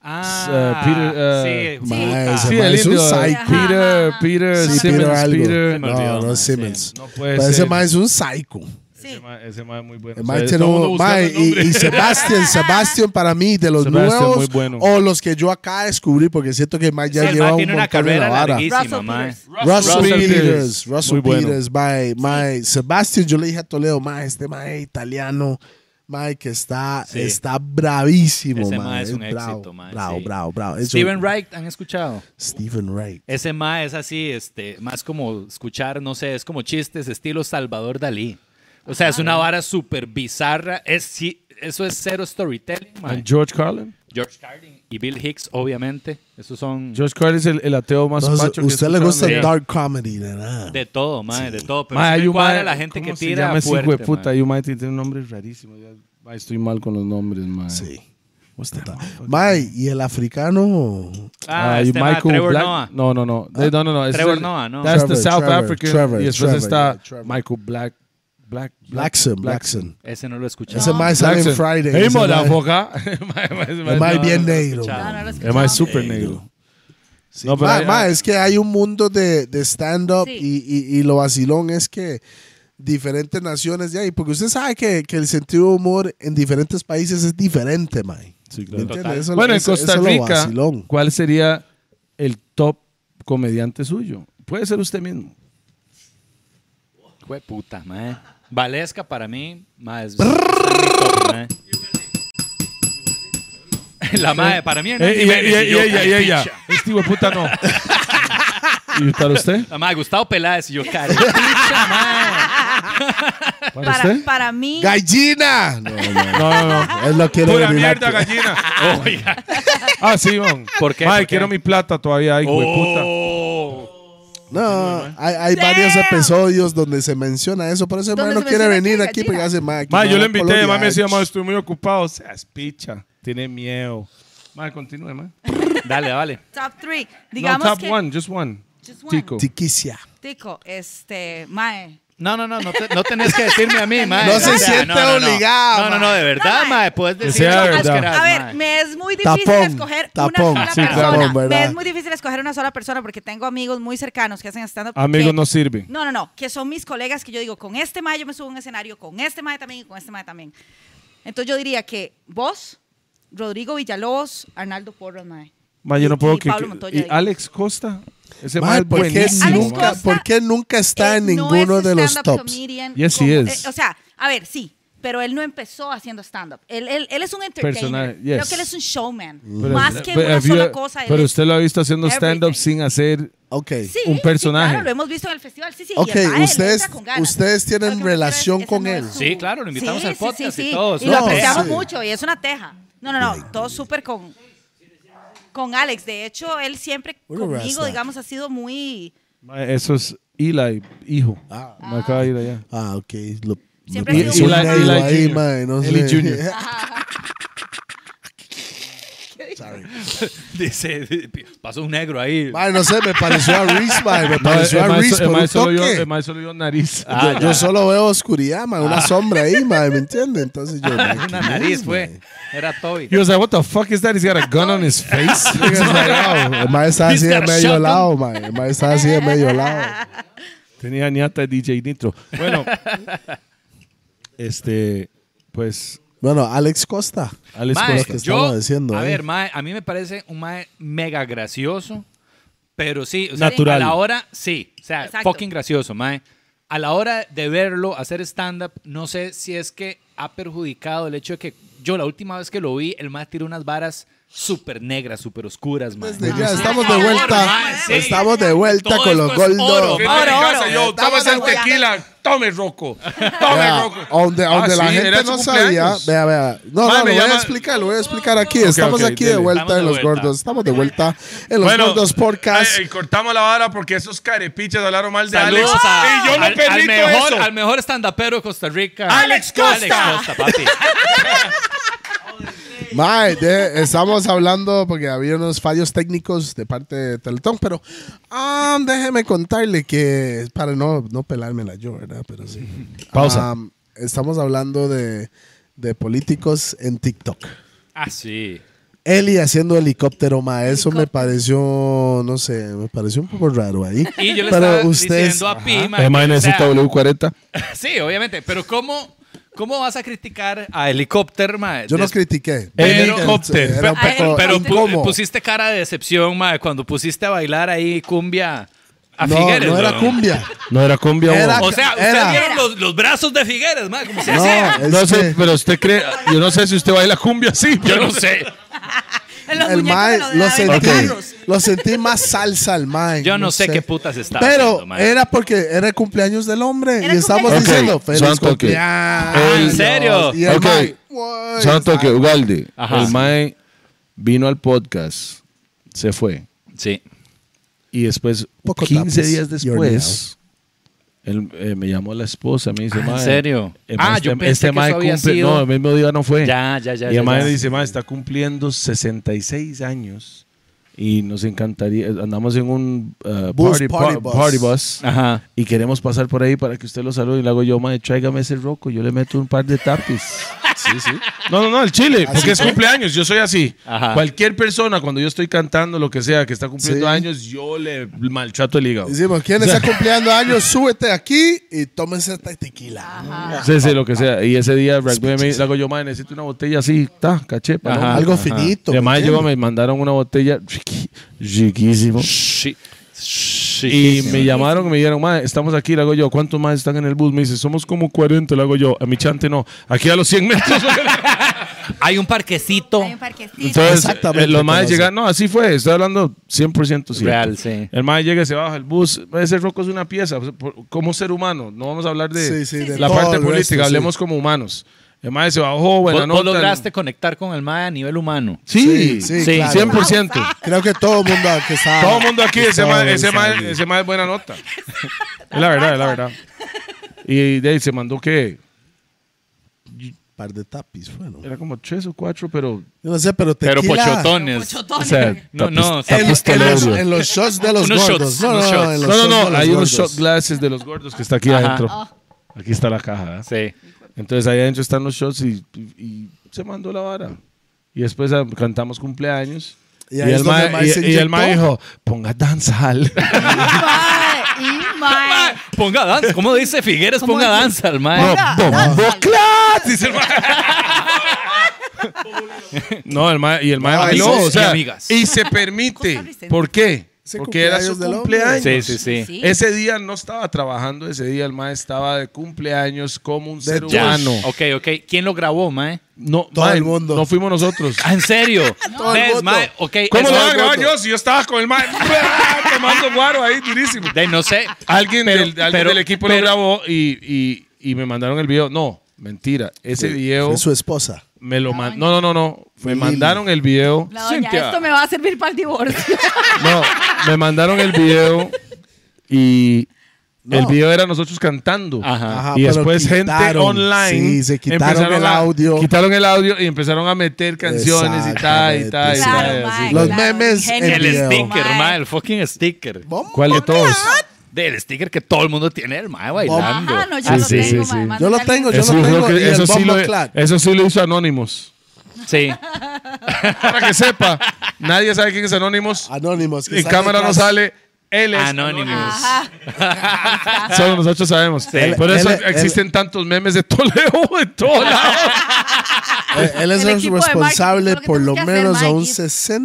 Speaker 6: Ah,
Speaker 5: Uh, Peter,
Speaker 6: sí.
Speaker 2: Mae, ese
Speaker 5: Ah, sí,
Speaker 2: mae
Speaker 5: el
Speaker 2: es un
Speaker 5: indio,
Speaker 2: psycho.
Speaker 5: Peter, Peter,
Speaker 2: Sí,
Speaker 5: Eh, Simmons,
Speaker 2: Peter algo.
Speaker 5: Peter.
Speaker 6: me olvidó,
Speaker 2: No, no
Speaker 6: mae,
Speaker 2: es Simmons.
Speaker 5: No puede
Speaker 2: Pero ese
Speaker 5: ser.
Speaker 2: mae es un psycho.
Speaker 4: Sí.
Speaker 5: mae- Ese mae es muy bueno.
Speaker 2: El
Speaker 5: O
Speaker 2: mae
Speaker 5: sea,
Speaker 2: tiene
Speaker 5: todo el
Speaker 2: un-
Speaker 5: mundo buscando
Speaker 2: mae,
Speaker 5: el
Speaker 2: y,
Speaker 5: nombre.
Speaker 2: y
Speaker 5: [LAUGHS]
Speaker 2: Sebastián, Sebastián para mí, de los
Speaker 5: Sebastián,
Speaker 2: nuevos
Speaker 5: muy bueno.
Speaker 2: o los que yo acá descubrí, porque siento que Mike ya
Speaker 6: Ah, Sí, el
Speaker 2: lleva
Speaker 6: mae
Speaker 2: un
Speaker 6: tiene una
Speaker 2: montón de la
Speaker 6: carrera
Speaker 2: vara.
Speaker 6: larguísima,
Speaker 4: Russell
Speaker 6: mae.
Speaker 4: Peters.
Speaker 2: Russell,
Speaker 5: Russell
Speaker 2: Peters,
Speaker 5: Peters,
Speaker 2: Russell
Speaker 5: muy bueno.
Speaker 2: Peters, mae, mae. Sebastián, yo le dije a Toledo, mae, este mae italiano, mae, que está,
Speaker 6: Sí.
Speaker 2: está bravísimo,
Speaker 6: Ese
Speaker 2: mae,
Speaker 6: mae es un
Speaker 2: bravo,
Speaker 6: éxito, mae,
Speaker 2: Bravo,
Speaker 6: sí.
Speaker 2: bravo,
Speaker 5: Ah,
Speaker 2: bravo. Eso-
Speaker 6: Steven Wright, ¿han escuchado?
Speaker 2: Steven Wright.
Speaker 6: Ese ma es así, este, más como escuchar, no sé, es como chistes estilo Salvador Dalí. O sea, es una vara súper bizarra. Es, sí, eso es cero storytelling, ma.
Speaker 5: And George Carlin.
Speaker 6: George Carlin y Bill Hicks, obviamente. Esos son
Speaker 5: George Carlin es el, el ateo más
Speaker 2: Entonces,
Speaker 5: pacho que
Speaker 2: usted le
Speaker 5: escucharon
Speaker 2: gusta
Speaker 5: en
Speaker 2: el
Speaker 5: la-
Speaker 2: dark comedy, ¿verdad?
Speaker 6: de todo, ma, de todo. Pero
Speaker 5: Ma,
Speaker 6: sí
Speaker 5: hay
Speaker 6: me
Speaker 5: un
Speaker 6: cuadra
Speaker 5: mae-
Speaker 6: la gente que
Speaker 5: ¿cómo se
Speaker 6: tira
Speaker 5: llama ese hijo de
Speaker 6: fuerte,
Speaker 5: puta?
Speaker 6: ma.
Speaker 5: Hay un mae que tiene un nombre rarísimo. ya- ma, estoy mal con los nombres, mae.
Speaker 6: Ah,
Speaker 2: Sí. Mae, y el africano.
Speaker 6: Ah,
Speaker 5: hay
Speaker 6: este ma,
Speaker 5: Michael
Speaker 6: Trevor
Speaker 5: Black.
Speaker 6: Noah. Ah,
Speaker 5: No, no, no. De- no, no, no. es
Speaker 6: Trevor
Speaker 5: el-
Speaker 6: Noah, no.
Speaker 5: That's the
Speaker 2: Trevor,
Speaker 5: South
Speaker 2: Trevor,
Speaker 5: African.
Speaker 2: Trevor,
Speaker 5: y después
Speaker 2: Trevor,
Speaker 5: está
Speaker 2: yeah, Trevor.
Speaker 5: Michael Black. Black.
Speaker 2: Blackson,
Speaker 5: Blackson.
Speaker 2: Blackson.
Speaker 6: Ese no lo he escuchado.
Speaker 2: Ese mae sale en
Speaker 5: Blackson.
Speaker 2: Friday.
Speaker 5: Hey,
Speaker 2: ese mae-
Speaker 5: motherfucker. [LAUGHS]
Speaker 2: El mae bien
Speaker 6: no lo he
Speaker 2: negro.
Speaker 6: escuchado.
Speaker 4: Ah, No, no lo he
Speaker 5: El mae es
Speaker 4: escuchado.
Speaker 5: súper negro.
Speaker 2: Sí,
Speaker 5: No, pero
Speaker 2: ma-
Speaker 5: hay-
Speaker 2: ma,
Speaker 5: hay-
Speaker 2: es que hay un mundo de, de stand-up
Speaker 4: Sí.
Speaker 2: y, y- y lo vacilón es que diferentes naciones de ahí, porque usted sabe que, que el sentido de humor en diferentes países es diferente, mae.
Speaker 5: Sí,
Speaker 2: ¿Me
Speaker 5: claro.
Speaker 2: entiende?
Speaker 6: Total.
Speaker 2: Eso-
Speaker 5: Bueno, en
Speaker 2: eso-
Speaker 5: Costa
Speaker 2: eso es lo
Speaker 5: Rica,
Speaker 2: vacilón.
Speaker 5: ¿cuál sería el top comediante suyo? Puede ser usted mismo.
Speaker 6: Hijo de puta, ma. Valesca para mí, ma, es- es mi top, ma. La madre, para mí. Hernán
Speaker 5: Eh, y,
Speaker 6: Jiménez,
Speaker 5: y-
Speaker 6: y
Speaker 5: y
Speaker 6: yo,
Speaker 5: ella, y ella.
Speaker 6: "Picha".
Speaker 5: Este hijo de
Speaker 2: [LAUGHS]
Speaker 5: puta no. ¿Y para usted?
Speaker 6: La madre, Gustavo Peláez y yo,
Speaker 5: [LAUGHS]
Speaker 6: cara. "Picha, ma".
Speaker 5: ¿Para
Speaker 4: Para,
Speaker 5: usted?
Speaker 4: para mí,
Speaker 2: ¡Gallina! No, no,
Speaker 5: No, no, no.
Speaker 2: él lo quiere
Speaker 8: Pura
Speaker 2: venir a-
Speaker 8: mierda,
Speaker 2: [LAUGHS]
Speaker 8: gallina. Oh,
Speaker 6: Oiga.
Speaker 5: Ah, sí, man.
Speaker 6: ¿Por qué?
Speaker 5: Ay,
Speaker 6: ¿Por qué?
Speaker 5: quiero mi plata todavía, hijo de
Speaker 2: Oh,
Speaker 5: puta.
Speaker 2: No, hay, hay varios episodios donde se menciona eso, pero ese
Speaker 4: Donde
Speaker 2: mae no
Speaker 4: se
Speaker 2: quiere
Speaker 4: menciona
Speaker 2: venir
Speaker 4: que
Speaker 2: aquí
Speaker 4: gallina.
Speaker 2: porque hace mae. aquí
Speaker 5: Ma,
Speaker 2: no
Speaker 5: yo le
Speaker 2: va
Speaker 5: invité,
Speaker 2: colorear.
Speaker 5: ma, me decía, ma, estoy muy ocupado. Seas picha. Tiene miedo. Ma, continúe, ma.
Speaker 6: Dale, dale.
Speaker 4: top 3.
Speaker 5: No,
Speaker 4: Digamos
Speaker 5: top
Speaker 4: que.
Speaker 5: one, just one.
Speaker 4: Just one.
Speaker 5: Tico.
Speaker 2: Tiquicia.
Speaker 4: Tico, este, Mae.
Speaker 6: No, no, no, no, te- no tenés que decirme a mí, mae.
Speaker 2: No
Speaker 6: O
Speaker 2: se siente obligado,
Speaker 6: No, no, no,
Speaker 2: mae.
Speaker 6: de verdad,
Speaker 4: No, mae.
Speaker 6: mae. Puedes decir
Speaker 5: sea
Speaker 6: lo que
Speaker 5: verdad.
Speaker 6: quieras,
Speaker 4: A ver,
Speaker 6: mae.
Speaker 4: me es muy difícil
Speaker 2: Tapón,
Speaker 4: escoger
Speaker 2: tapón.
Speaker 4: una sola
Speaker 5: Sí, claro.
Speaker 4: persona.
Speaker 2: Tapón, ¿verdad?
Speaker 4: me es muy difícil escoger una sola persona porque tengo amigos muy cercanos que hacen stand-up.
Speaker 5: Amigo
Speaker 4: que-
Speaker 5: no sirve.
Speaker 4: No, no, no, que son mis colegas que yo digo, con este mae yo me subo a un escenario, con este mae también y con este mae también. Entonces yo diría que vos, Rodrigo Villalobos, Arnaldo Porras, mae.
Speaker 5: Ma, yo no puedo
Speaker 4: y
Speaker 5: que.
Speaker 4: Pablo
Speaker 5: que-
Speaker 4: Montoya,
Speaker 5: Y
Speaker 4: digo.
Speaker 5: Alex Costa. Ese ma
Speaker 2: Mae,
Speaker 5: Este es
Speaker 2: ¿por qué,
Speaker 5: buenísimo.
Speaker 4: Alex
Speaker 2: nunca,
Speaker 4: Costa
Speaker 2: por qué nunca está en
Speaker 4: Él Eh, no es
Speaker 2: ninguno de los
Speaker 4: stand-up
Speaker 2: tops?
Speaker 4: comedian
Speaker 5: Yes,
Speaker 4: como-
Speaker 5: he is.
Speaker 4: eh, o sea, a ver, sí, pero él no empezó haciendo stand-up. Él, él- él es un entertainer.
Speaker 5: Personaje,
Speaker 4: Creo
Speaker 5: yes.
Speaker 4: que él es un showman.
Speaker 5: Pero-
Speaker 4: Más que
Speaker 5: pero
Speaker 4: una
Speaker 5: have
Speaker 4: sola
Speaker 5: you-
Speaker 4: cosa. él
Speaker 5: Pero
Speaker 4: es-
Speaker 5: usted lo ha visto haciendo stand-up
Speaker 4: everything.
Speaker 5: sin hacer.
Speaker 2: Ok.
Speaker 4: Sí,
Speaker 5: un
Speaker 4: sí,
Speaker 5: personaje.
Speaker 4: claro, lo hemos visto en el festival. Sí, sí. y
Speaker 2: Ok,
Speaker 4: el baile,
Speaker 2: ustedes-
Speaker 4: entra con ganas.
Speaker 2: ustedes tienen
Speaker 4: Lo que me refiero
Speaker 2: relación
Speaker 4: es-
Speaker 2: con
Speaker 4: ese
Speaker 2: él.
Speaker 4: es su-
Speaker 6: Sí, claro, lo invitamos al podcast y todo, es
Speaker 4: lo
Speaker 6: una
Speaker 4: apreciamos
Speaker 2: teja.
Speaker 4: mucho y es una teja. No, no, no, todo súper con, con Alex. De hecho, él siempre
Speaker 2: We're a
Speaker 4: conmigo,
Speaker 2: rasta.
Speaker 4: digamos, ha sido muy...
Speaker 5: ma, Eso es Eli, hijo.
Speaker 2: Ah.
Speaker 5: Me acaba de ir allá.
Speaker 2: Ah, ok. Lo,
Speaker 4: Siempre
Speaker 2: lo-
Speaker 4: ha sido
Speaker 2: lo-
Speaker 4: un-
Speaker 2: lo-
Speaker 5: Eli-
Speaker 2: lo-
Speaker 5: Eli
Speaker 2: ahí,
Speaker 5: Junior.
Speaker 2: mae, no
Speaker 5: Eli
Speaker 2: sé.
Speaker 5: Junior.
Speaker 6: Dice, [LAUGHS] pasó un negro ahí.
Speaker 2: [LAUGHS] Mae, no sé, me pareció a Reese, mae, Me
Speaker 5: No,
Speaker 2: pareció
Speaker 5: el
Speaker 2: a
Speaker 5: [LAUGHS] mae
Speaker 2: Reese
Speaker 5: so- el
Speaker 2: por
Speaker 5: mae
Speaker 2: un
Speaker 5: solo vio-
Speaker 2: toque. Ah.
Speaker 5: el mae Ah, solo vio nariz.
Speaker 2: yo, yo solo veo oscuridad, mae, una sombra ahí, mae, ¿me entiende? Entonces yo.
Speaker 5: [LAUGHS]
Speaker 2: mae, ¿qué
Speaker 6: Una nariz,
Speaker 2: es,
Speaker 6: fue.
Speaker 2: mae?
Speaker 6: Era Toby.
Speaker 5: He was like, what the fuck is that? He's got a gun on his face.
Speaker 2: [LAUGHS] Es mae, wow, El mae estaba así de
Speaker 6: Mr.
Speaker 2: medio
Speaker 6: Shotgun.
Speaker 2: lado, mae. El mae estaba así de medio lado.
Speaker 5: [LAUGHS] Tenía ñata de DJ Nitro.
Speaker 2: [LAUGHS]
Speaker 5: Bueno, este, pues,
Speaker 2: Bueno, Alex Costa.
Speaker 5: Alex
Speaker 6: Mae,
Speaker 2: lo
Speaker 5: Costa.
Speaker 2: que estamos diciendo,
Speaker 6: A
Speaker 2: eh.
Speaker 6: ver, mae, a mí me parece un mae mega gracioso, pero sí, o sea,
Speaker 5: Natural.
Speaker 6: a la hora, sí, o sea,
Speaker 4: Exacto.
Speaker 6: fucking gracioso, mae. A la hora de verlo hacer stand-up, no sé si es que ha perjudicado el hecho de que yo la última vez que lo vi, el mae tiró unas varas súper negras, súper oscuras, mae.
Speaker 2: Desde ya, estamos
Speaker 6: por
Speaker 2: de
Speaker 6: favor,
Speaker 2: vuelta.
Speaker 6: mae, sí.
Speaker 2: Estamos de vuelta
Speaker 6: Todo
Speaker 2: con los
Speaker 6: esto es oro,
Speaker 2: Goldos.
Speaker 8: Que
Speaker 6: Oro,
Speaker 8: tiene en casa,
Speaker 6: oro.
Speaker 8: yo, tómese el
Speaker 4: Estamos de
Speaker 8: tequila. Tome, Rocco. Tome,
Speaker 2: Vea,
Speaker 8: Rocco.
Speaker 2: Donde,
Speaker 8: Ah,
Speaker 2: donde la
Speaker 8: sí, era su
Speaker 2: gente no sabía.
Speaker 8: cumpleaños.
Speaker 2: Vea, vea. No,
Speaker 8: Mae,
Speaker 2: no,
Speaker 8: me
Speaker 2: lo voy a
Speaker 8: llama-
Speaker 2: explicar, lo voy a explicar aquí. estamos
Speaker 5: ok,
Speaker 2: aquí de
Speaker 5: dele.
Speaker 2: vuelta
Speaker 6: Estamos
Speaker 2: en
Speaker 6: de
Speaker 2: Los
Speaker 6: vuelta.
Speaker 2: Gordos. Estamos de vuelta en Los Gordos Podcast.
Speaker 8: eh, eh, cortamos la vara porque esos carepichas hablaron mal de
Speaker 6: Saludos
Speaker 8: Alex.
Speaker 6: a-
Speaker 8: y yo no
Speaker 6: al, al
Speaker 8: permito
Speaker 6: mejor,
Speaker 8: eso.
Speaker 6: al mejor stand-upero de Costa Rica.
Speaker 8: Alex Costa.
Speaker 6: Alex Costa,
Speaker 8: [LAUGHS]
Speaker 6: papi.
Speaker 2: Mae,
Speaker 8: [LAUGHS]
Speaker 2: de- estamos hablando porque había unos fallos técnicos de parte de Teletón, pero ah, déjeme contarle que, para no, no pelármela yo, ¿verdad? Pero sí. Ah,
Speaker 5: Pausa.
Speaker 2: Am, estamos hablando de, de políticos en TikTok.
Speaker 6: ah, sí.
Speaker 2: Eli haciendo helicóptero, ma. Eso me pareció, no sé, me pareció un poco raro ahí.
Speaker 6: Y yo le
Speaker 2: Pero
Speaker 6: estaba
Speaker 2: ustedes-
Speaker 6: diciendo a Pi, mae,
Speaker 5: Además,
Speaker 6: o sea, Ah,
Speaker 5: necesita W40.
Speaker 6: Sí, obviamente. Pero ¿cómo, cómo vas a criticar a Helicóptero, mae?
Speaker 2: Yo no
Speaker 6: Des-
Speaker 2: critiqué.
Speaker 5: Helicóptero.
Speaker 2: Era un
Speaker 4: Pero-
Speaker 2: poco
Speaker 6: Pero pu-
Speaker 2: incómodo.
Speaker 6: pusiste cara de decepción, mae, cuando pusiste a bailar ahí cumbia a
Speaker 2: no,
Speaker 6: Figueres.
Speaker 2: no era
Speaker 6: weón.
Speaker 2: cumbia.
Speaker 5: No era cumbia.
Speaker 2: Era-
Speaker 6: O
Speaker 5: weón.
Speaker 6: sea, ustedes
Speaker 2: Era.
Speaker 6: vieron los, los brazos de Figueres, mae, como se
Speaker 2: No,
Speaker 6: hacía.
Speaker 2: es
Speaker 5: No sé,
Speaker 2: que
Speaker 5: pero usted cree. Yo no sé si usted baila cumbia así.
Speaker 6: Yo
Speaker 5: pero-
Speaker 6: no sé.
Speaker 4: [LAUGHS] Los
Speaker 2: el
Speaker 4: muñecos
Speaker 2: mae
Speaker 4: me lo
Speaker 2: lo
Speaker 4: daban
Speaker 2: sentí,
Speaker 4: carros.
Speaker 2: lo sentí más salsa al mae.
Speaker 6: Yo no, sé, qué putas estaba
Speaker 2: Pero
Speaker 6: haciendo, mae.
Speaker 2: era porque era el cumpleaños del hombre
Speaker 4: Era
Speaker 2: y
Speaker 4: el
Speaker 2: estamos
Speaker 4: cumpleaños.
Speaker 2: diciendo
Speaker 5: Ok,
Speaker 2: feliz
Speaker 5: son toque.
Speaker 2: cumpleaños.
Speaker 6: ¿En serio?
Speaker 2: Y el
Speaker 5: Ok.
Speaker 2: mae, "Pues,
Speaker 5: Santo que Ugalde,
Speaker 6: Ajá.
Speaker 5: el Mae vino al podcast, se fue.
Speaker 6: Sí.
Speaker 5: Y después,
Speaker 2: Poco
Speaker 5: 15
Speaker 2: tapas,
Speaker 5: días
Speaker 2: you're
Speaker 5: después, él eh, me llamó la esposa, me dice,
Speaker 6: Ah, ¿en
Speaker 5: "Mae,
Speaker 6: serio?
Speaker 5: eh,
Speaker 6: Ah,
Speaker 5: este,
Speaker 6: yo pensé
Speaker 5: este
Speaker 6: que
Speaker 5: mae
Speaker 6: eso había
Speaker 5: cumple-
Speaker 6: sido-
Speaker 5: No, el mismo día no fue.
Speaker 6: Ya, ya, ya.
Speaker 5: y
Speaker 6: ya,
Speaker 5: el Mae
Speaker 6: ya.
Speaker 5: le dice, Mae, está cumpliendo 66 años y nos encantaría, andamos en un uh,
Speaker 2: Bus,
Speaker 5: party,
Speaker 2: party
Speaker 5: bu-
Speaker 2: bus.
Speaker 5: party bus.
Speaker 6: Ajá.
Speaker 5: Y queremos pasar por ahí para que usted lo salude. Y le hago yo, mae, tráigame ese roco. Yo le meto un par de tapis. Sí, sí.
Speaker 9: No, no, no, el chile, porque es
Speaker 2: fue.
Speaker 9: cumpleaños, yo soy así.
Speaker 6: Ajá.
Speaker 9: Cualquier persona, cuando yo estoy cantando, lo que sea, que está cumpliendo
Speaker 2: Sí.
Speaker 9: años, yo le maltrato el hígado.
Speaker 2: Decimos, ¿quién
Speaker 5: [LAUGHS]
Speaker 2: está cumpliendo años? Súbete aquí y tómense esta tequila.
Speaker 5: Sí, sí, lo que sea. Y ese día, Ragdoy me le hago yo, mae, necesito una botella así, ta, caché. para
Speaker 6: Ajá.
Speaker 5: no-
Speaker 2: Algo
Speaker 6: ajá.
Speaker 2: finito.
Speaker 5: Y además,
Speaker 2: ¿me
Speaker 5: yo
Speaker 2: entiendes?
Speaker 5: me mandaron una botella riqui- riquísimo.
Speaker 6: Sí. Sí.
Speaker 5: Y me llamaron y me dijeron, mae, estamos aquí. Le hago yo, ¿cuántos más están en el bus? Me dice, somos como 40. Le hago yo, a mi chante no. Aquí a los 100 metros. [LAUGHS]
Speaker 6: Hay un parquecito.
Speaker 4: Hay un parquecito.
Speaker 5: Entonces,
Speaker 2: Exactamente,
Speaker 5: eh, los maes
Speaker 2: conoce.
Speaker 5: llegan. No, así fue. Estoy hablando 100% cierto.
Speaker 6: Real, sí.
Speaker 5: El mae llega, se baja el bus. Ese roco es una pieza. o sea, por- Como ser humano, no vamos a hablar
Speaker 2: Sí,
Speaker 5: de
Speaker 2: sí, de
Speaker 5: la
Speaker 2: todo
Speaker 5: parte
Speaker 2: el
Speaker 5: política,
Speaker 2: resto, sí.
Speaker 5: hablemos como humanos. El mae se bajó,
Speaker 6: Vos,
Speaker 5: buena
Speaker 6: vos
Speaker 5: nota.
Speaker 6: lograste conectar con el mae a nivel humano.
Speaker 5: Sí,
Speaker 2: Sí,
Speaker 5: sí,
Speaker 2: sí, claro.
Speaker 5: 100%.
Speaker 2: Creo que todo el mundo que sabe.
Speaker 9: Todo el mundo aquí, ese
Speaker 2: Todo
Speaker 9: más
Speaker 2: el
Speaker 9: ese
Speaker 2: mundo
Speaker 9: mae-
Speaker 2: sabe.
Speaker 9: ese mae es buena nota.
Speaker 5: Es la verdad, es la verdad. Y de ahí se mandó que
Speaker 2: par de tapis, bueno.
Speaker 5: era como tres o cuatro, pero.
Speaker 2: Yo no sé, pero tequila.
Speaker 6: Pero pochotones.
Speaker 5: O sea,
Speaker 6: No, no,
Speaker 2: En,
Speaker 5: tapis
Speaker 2: en los,
Speaker 5: toledo.
Speaker 2: en los shots de los
Speaker 6: Unos shots,
Speaker 2: gordos. no, no,
Speaker 6: unos
Speaker 2: no,
Speaker 6: shots.
Speaker 2: en los
Speaker 5: No,
Speaker 2: shots de
Speaker 5: no, no,
Speaker 2: los
Speaker 5: hay unos
Speaker 2: gordos.
Speaker 5: shot glasses de los gordos que está aquí
Speaker 6: Ajá.
Speaker 5: adentro. Aquí está la caja. ¿eh?
Speaker 6: Sí.
Speaker 5: Entonces ahí adentro están los shots y, y- y se mandó la vara. Y después ah, cantamos cumpleaños.
Speaker 2: Y
Speaker 5: Y,
Speaker 2: ahí es
Speaker 5: el,
Speaker 2: donde
Speaker 5: ma,
Speaker 2: el mae
Speaker 5: y-
Speaker 2: se
Speaker 5: y el ma
Speaker 2: inyectó.
Speaker 5: dijo, ponga
Speaker 2: [LAUGHS]
Speaker 5: danzal.
Speaker 4: Mae, y mae.
Speaker 6: Ponga danza. ¿Cómo dice Figueres? Ponga danza al mae.
Speaker 5: No,
Speaker 4: Ponga
Speaker 5: bombo clat, dice el mae. [LAUGHS] No, el mae, y el mae
Speaker 2: No,
Speaker 5: bailó,
Speaker 2: eso
Speaker 6: es-
Speaker 5: o sea,
Speaker 6: y amigas.
Speaker 5: y se permite.
Speaker 4: Costarricense.
Speaker 5: ¿Por qué?
Speaker 2: Ese
Speaker 5: Porque era su
Speaker 2: cumpleaños del hombre.
Speaker 5: cumpleaños.
Speaker 6: Sí, sí, sí.
Speaker 4: Sí.
Speaker 5: Ese día no estaba trabajando, ese día el mae estaba de cumpleaños como un ser
Speaker 2: Ya.
Speaker 5: humano.
Speaker 6: Ok, ok. ¿Quién lo grabó, mae?
Speaker 5: No,
Speaker 2: Todo
Speaker 5: mae,
Speaker 2: el mundo.
Speaker 5: No fuimos nosotros.
Speaker 6: Ah, ¿en [LAUGHS] serio?
Speaker 2: Todo el
Speaker 6: ¿Ves,
Speaker 2: voto.
Speaker 6: mae? Ok.
Speaker 5: ¿Cómo
Speaker 6: es-
Speaker 5: lo van a grabar
Speaker 2: voto.
Speaker 5: yo si yo estaba con el mae [LAUGHS] tomando guaro ahí durísimo?
Speaker 6: De, no sé.
Speaker 5: Alguien,
Speaker 6: Pero-
Speaker 5: del, alguien
Speaker 6: pero-
Speaker 5: del equipo
Speaker 6: pero-
Speaker 5: lo grabó y, y- y me mandaron el video. No, mentira. Ese video
Speaker 2: Fue su esposa.
Speaker 5: me lo man- No, no, no, no. Me
Speaker 2: Lili.
Speaker 5: mandaron el video.
Speaker 4: La doña, esto me va a servir para el
Speaker 5: [LAUGHS]
Speaker 4: divorcio.
Speaker 5: No, me mandaron el video y el video era nosotros cantando.
Speaker 6: Ajá.
Speaker 2: Ajá,
Speaker 5: y
Speaker 2: pero
Speaker 5: después gente
Speaker 2: quitaron,
Speaker 5: online.
Speaker 2: Sí, se quitaron
Speaker 5: empezaron
Speaker 2: el
Speaker 5: a-
Speaker 2: audio.
Speaker 5: Quitaron el audio y empezaron a meter canciones y tal, y tal, y
Speaker 4: Claro,
Speaker 5: tal.
Speaker 4: mae,
Speaker 5: así.
Speaker 2: Los
Speaker 4: claro,
Speaker 2: memes en
Speaker 4: ingenio.
Speaker 6: El
Speaker 2: video.
Speaker 6: sticker,
Speaker 4: Mae.
Speaker 6: mae. El fucking sticker.
Speaker 2: Vamos.
Speaker 5: ¿Cuál de todos?
Speaker 6: Del sticker que todo el mundo tiene, el mae bailando.
Speaker 4: Ajá, no, yo
Speaker 5: Sí,
Speaker 4: lo
Speaker 5: sí,
Speaker 4: tengo,
Speaker 5: sí,
Speaker 4: mae,
Speaker 5: sí.
Speaker 4: mándale
Speaker 2: Yo lo
Speaker 4: a alguien.
Speaker 2: tengo, yo
Speaker 5: Eso
Speaker 2: lo
Speaker 5: creo
Speaker 2: tengo.
Speaker 5: que-
Speaker 2: y el
Speaker 5: eso sí
Speaker 2: bombo
Speaker 5: lo-
Speaker 2: clap.
Speaker 5: eso sí lo hizo Anónimos.
Speaker 6: Sí.
Speaker 5: Para que sepa, nadie sabe quién es Anónimos.
Speaker 2: Anónimos. Ah, que
Speaker 5: En
Speaker 2: están
Speaker 5: cámara no
Speaker 2: detrás.
Speaker 5: sale. Él es
Speaker 6: Anónimos.
Speaker 4: Ajá.
Speaker 5: [LAUGHS] Solo nosotros sabemos.
Speaker 2: Él-
Speaker 5: Por eso
Speaker 2: él- él-
Speaker 5: existen tantos memes de Toledo [LAUGHS] en todos lados.
Speaker 2: Eh, Él es
Speaker 4: El
Speaker 2: el
Speaker 4: equipo de
Speaker 2: responsable
Speaker 4: marketing,
Speaker 2: por
Speaker 4: lo
Speaker 2: lo
Speaker 4: que tenemos que hacer,
Speaker 2: menos a un
Speaker 4: Mike.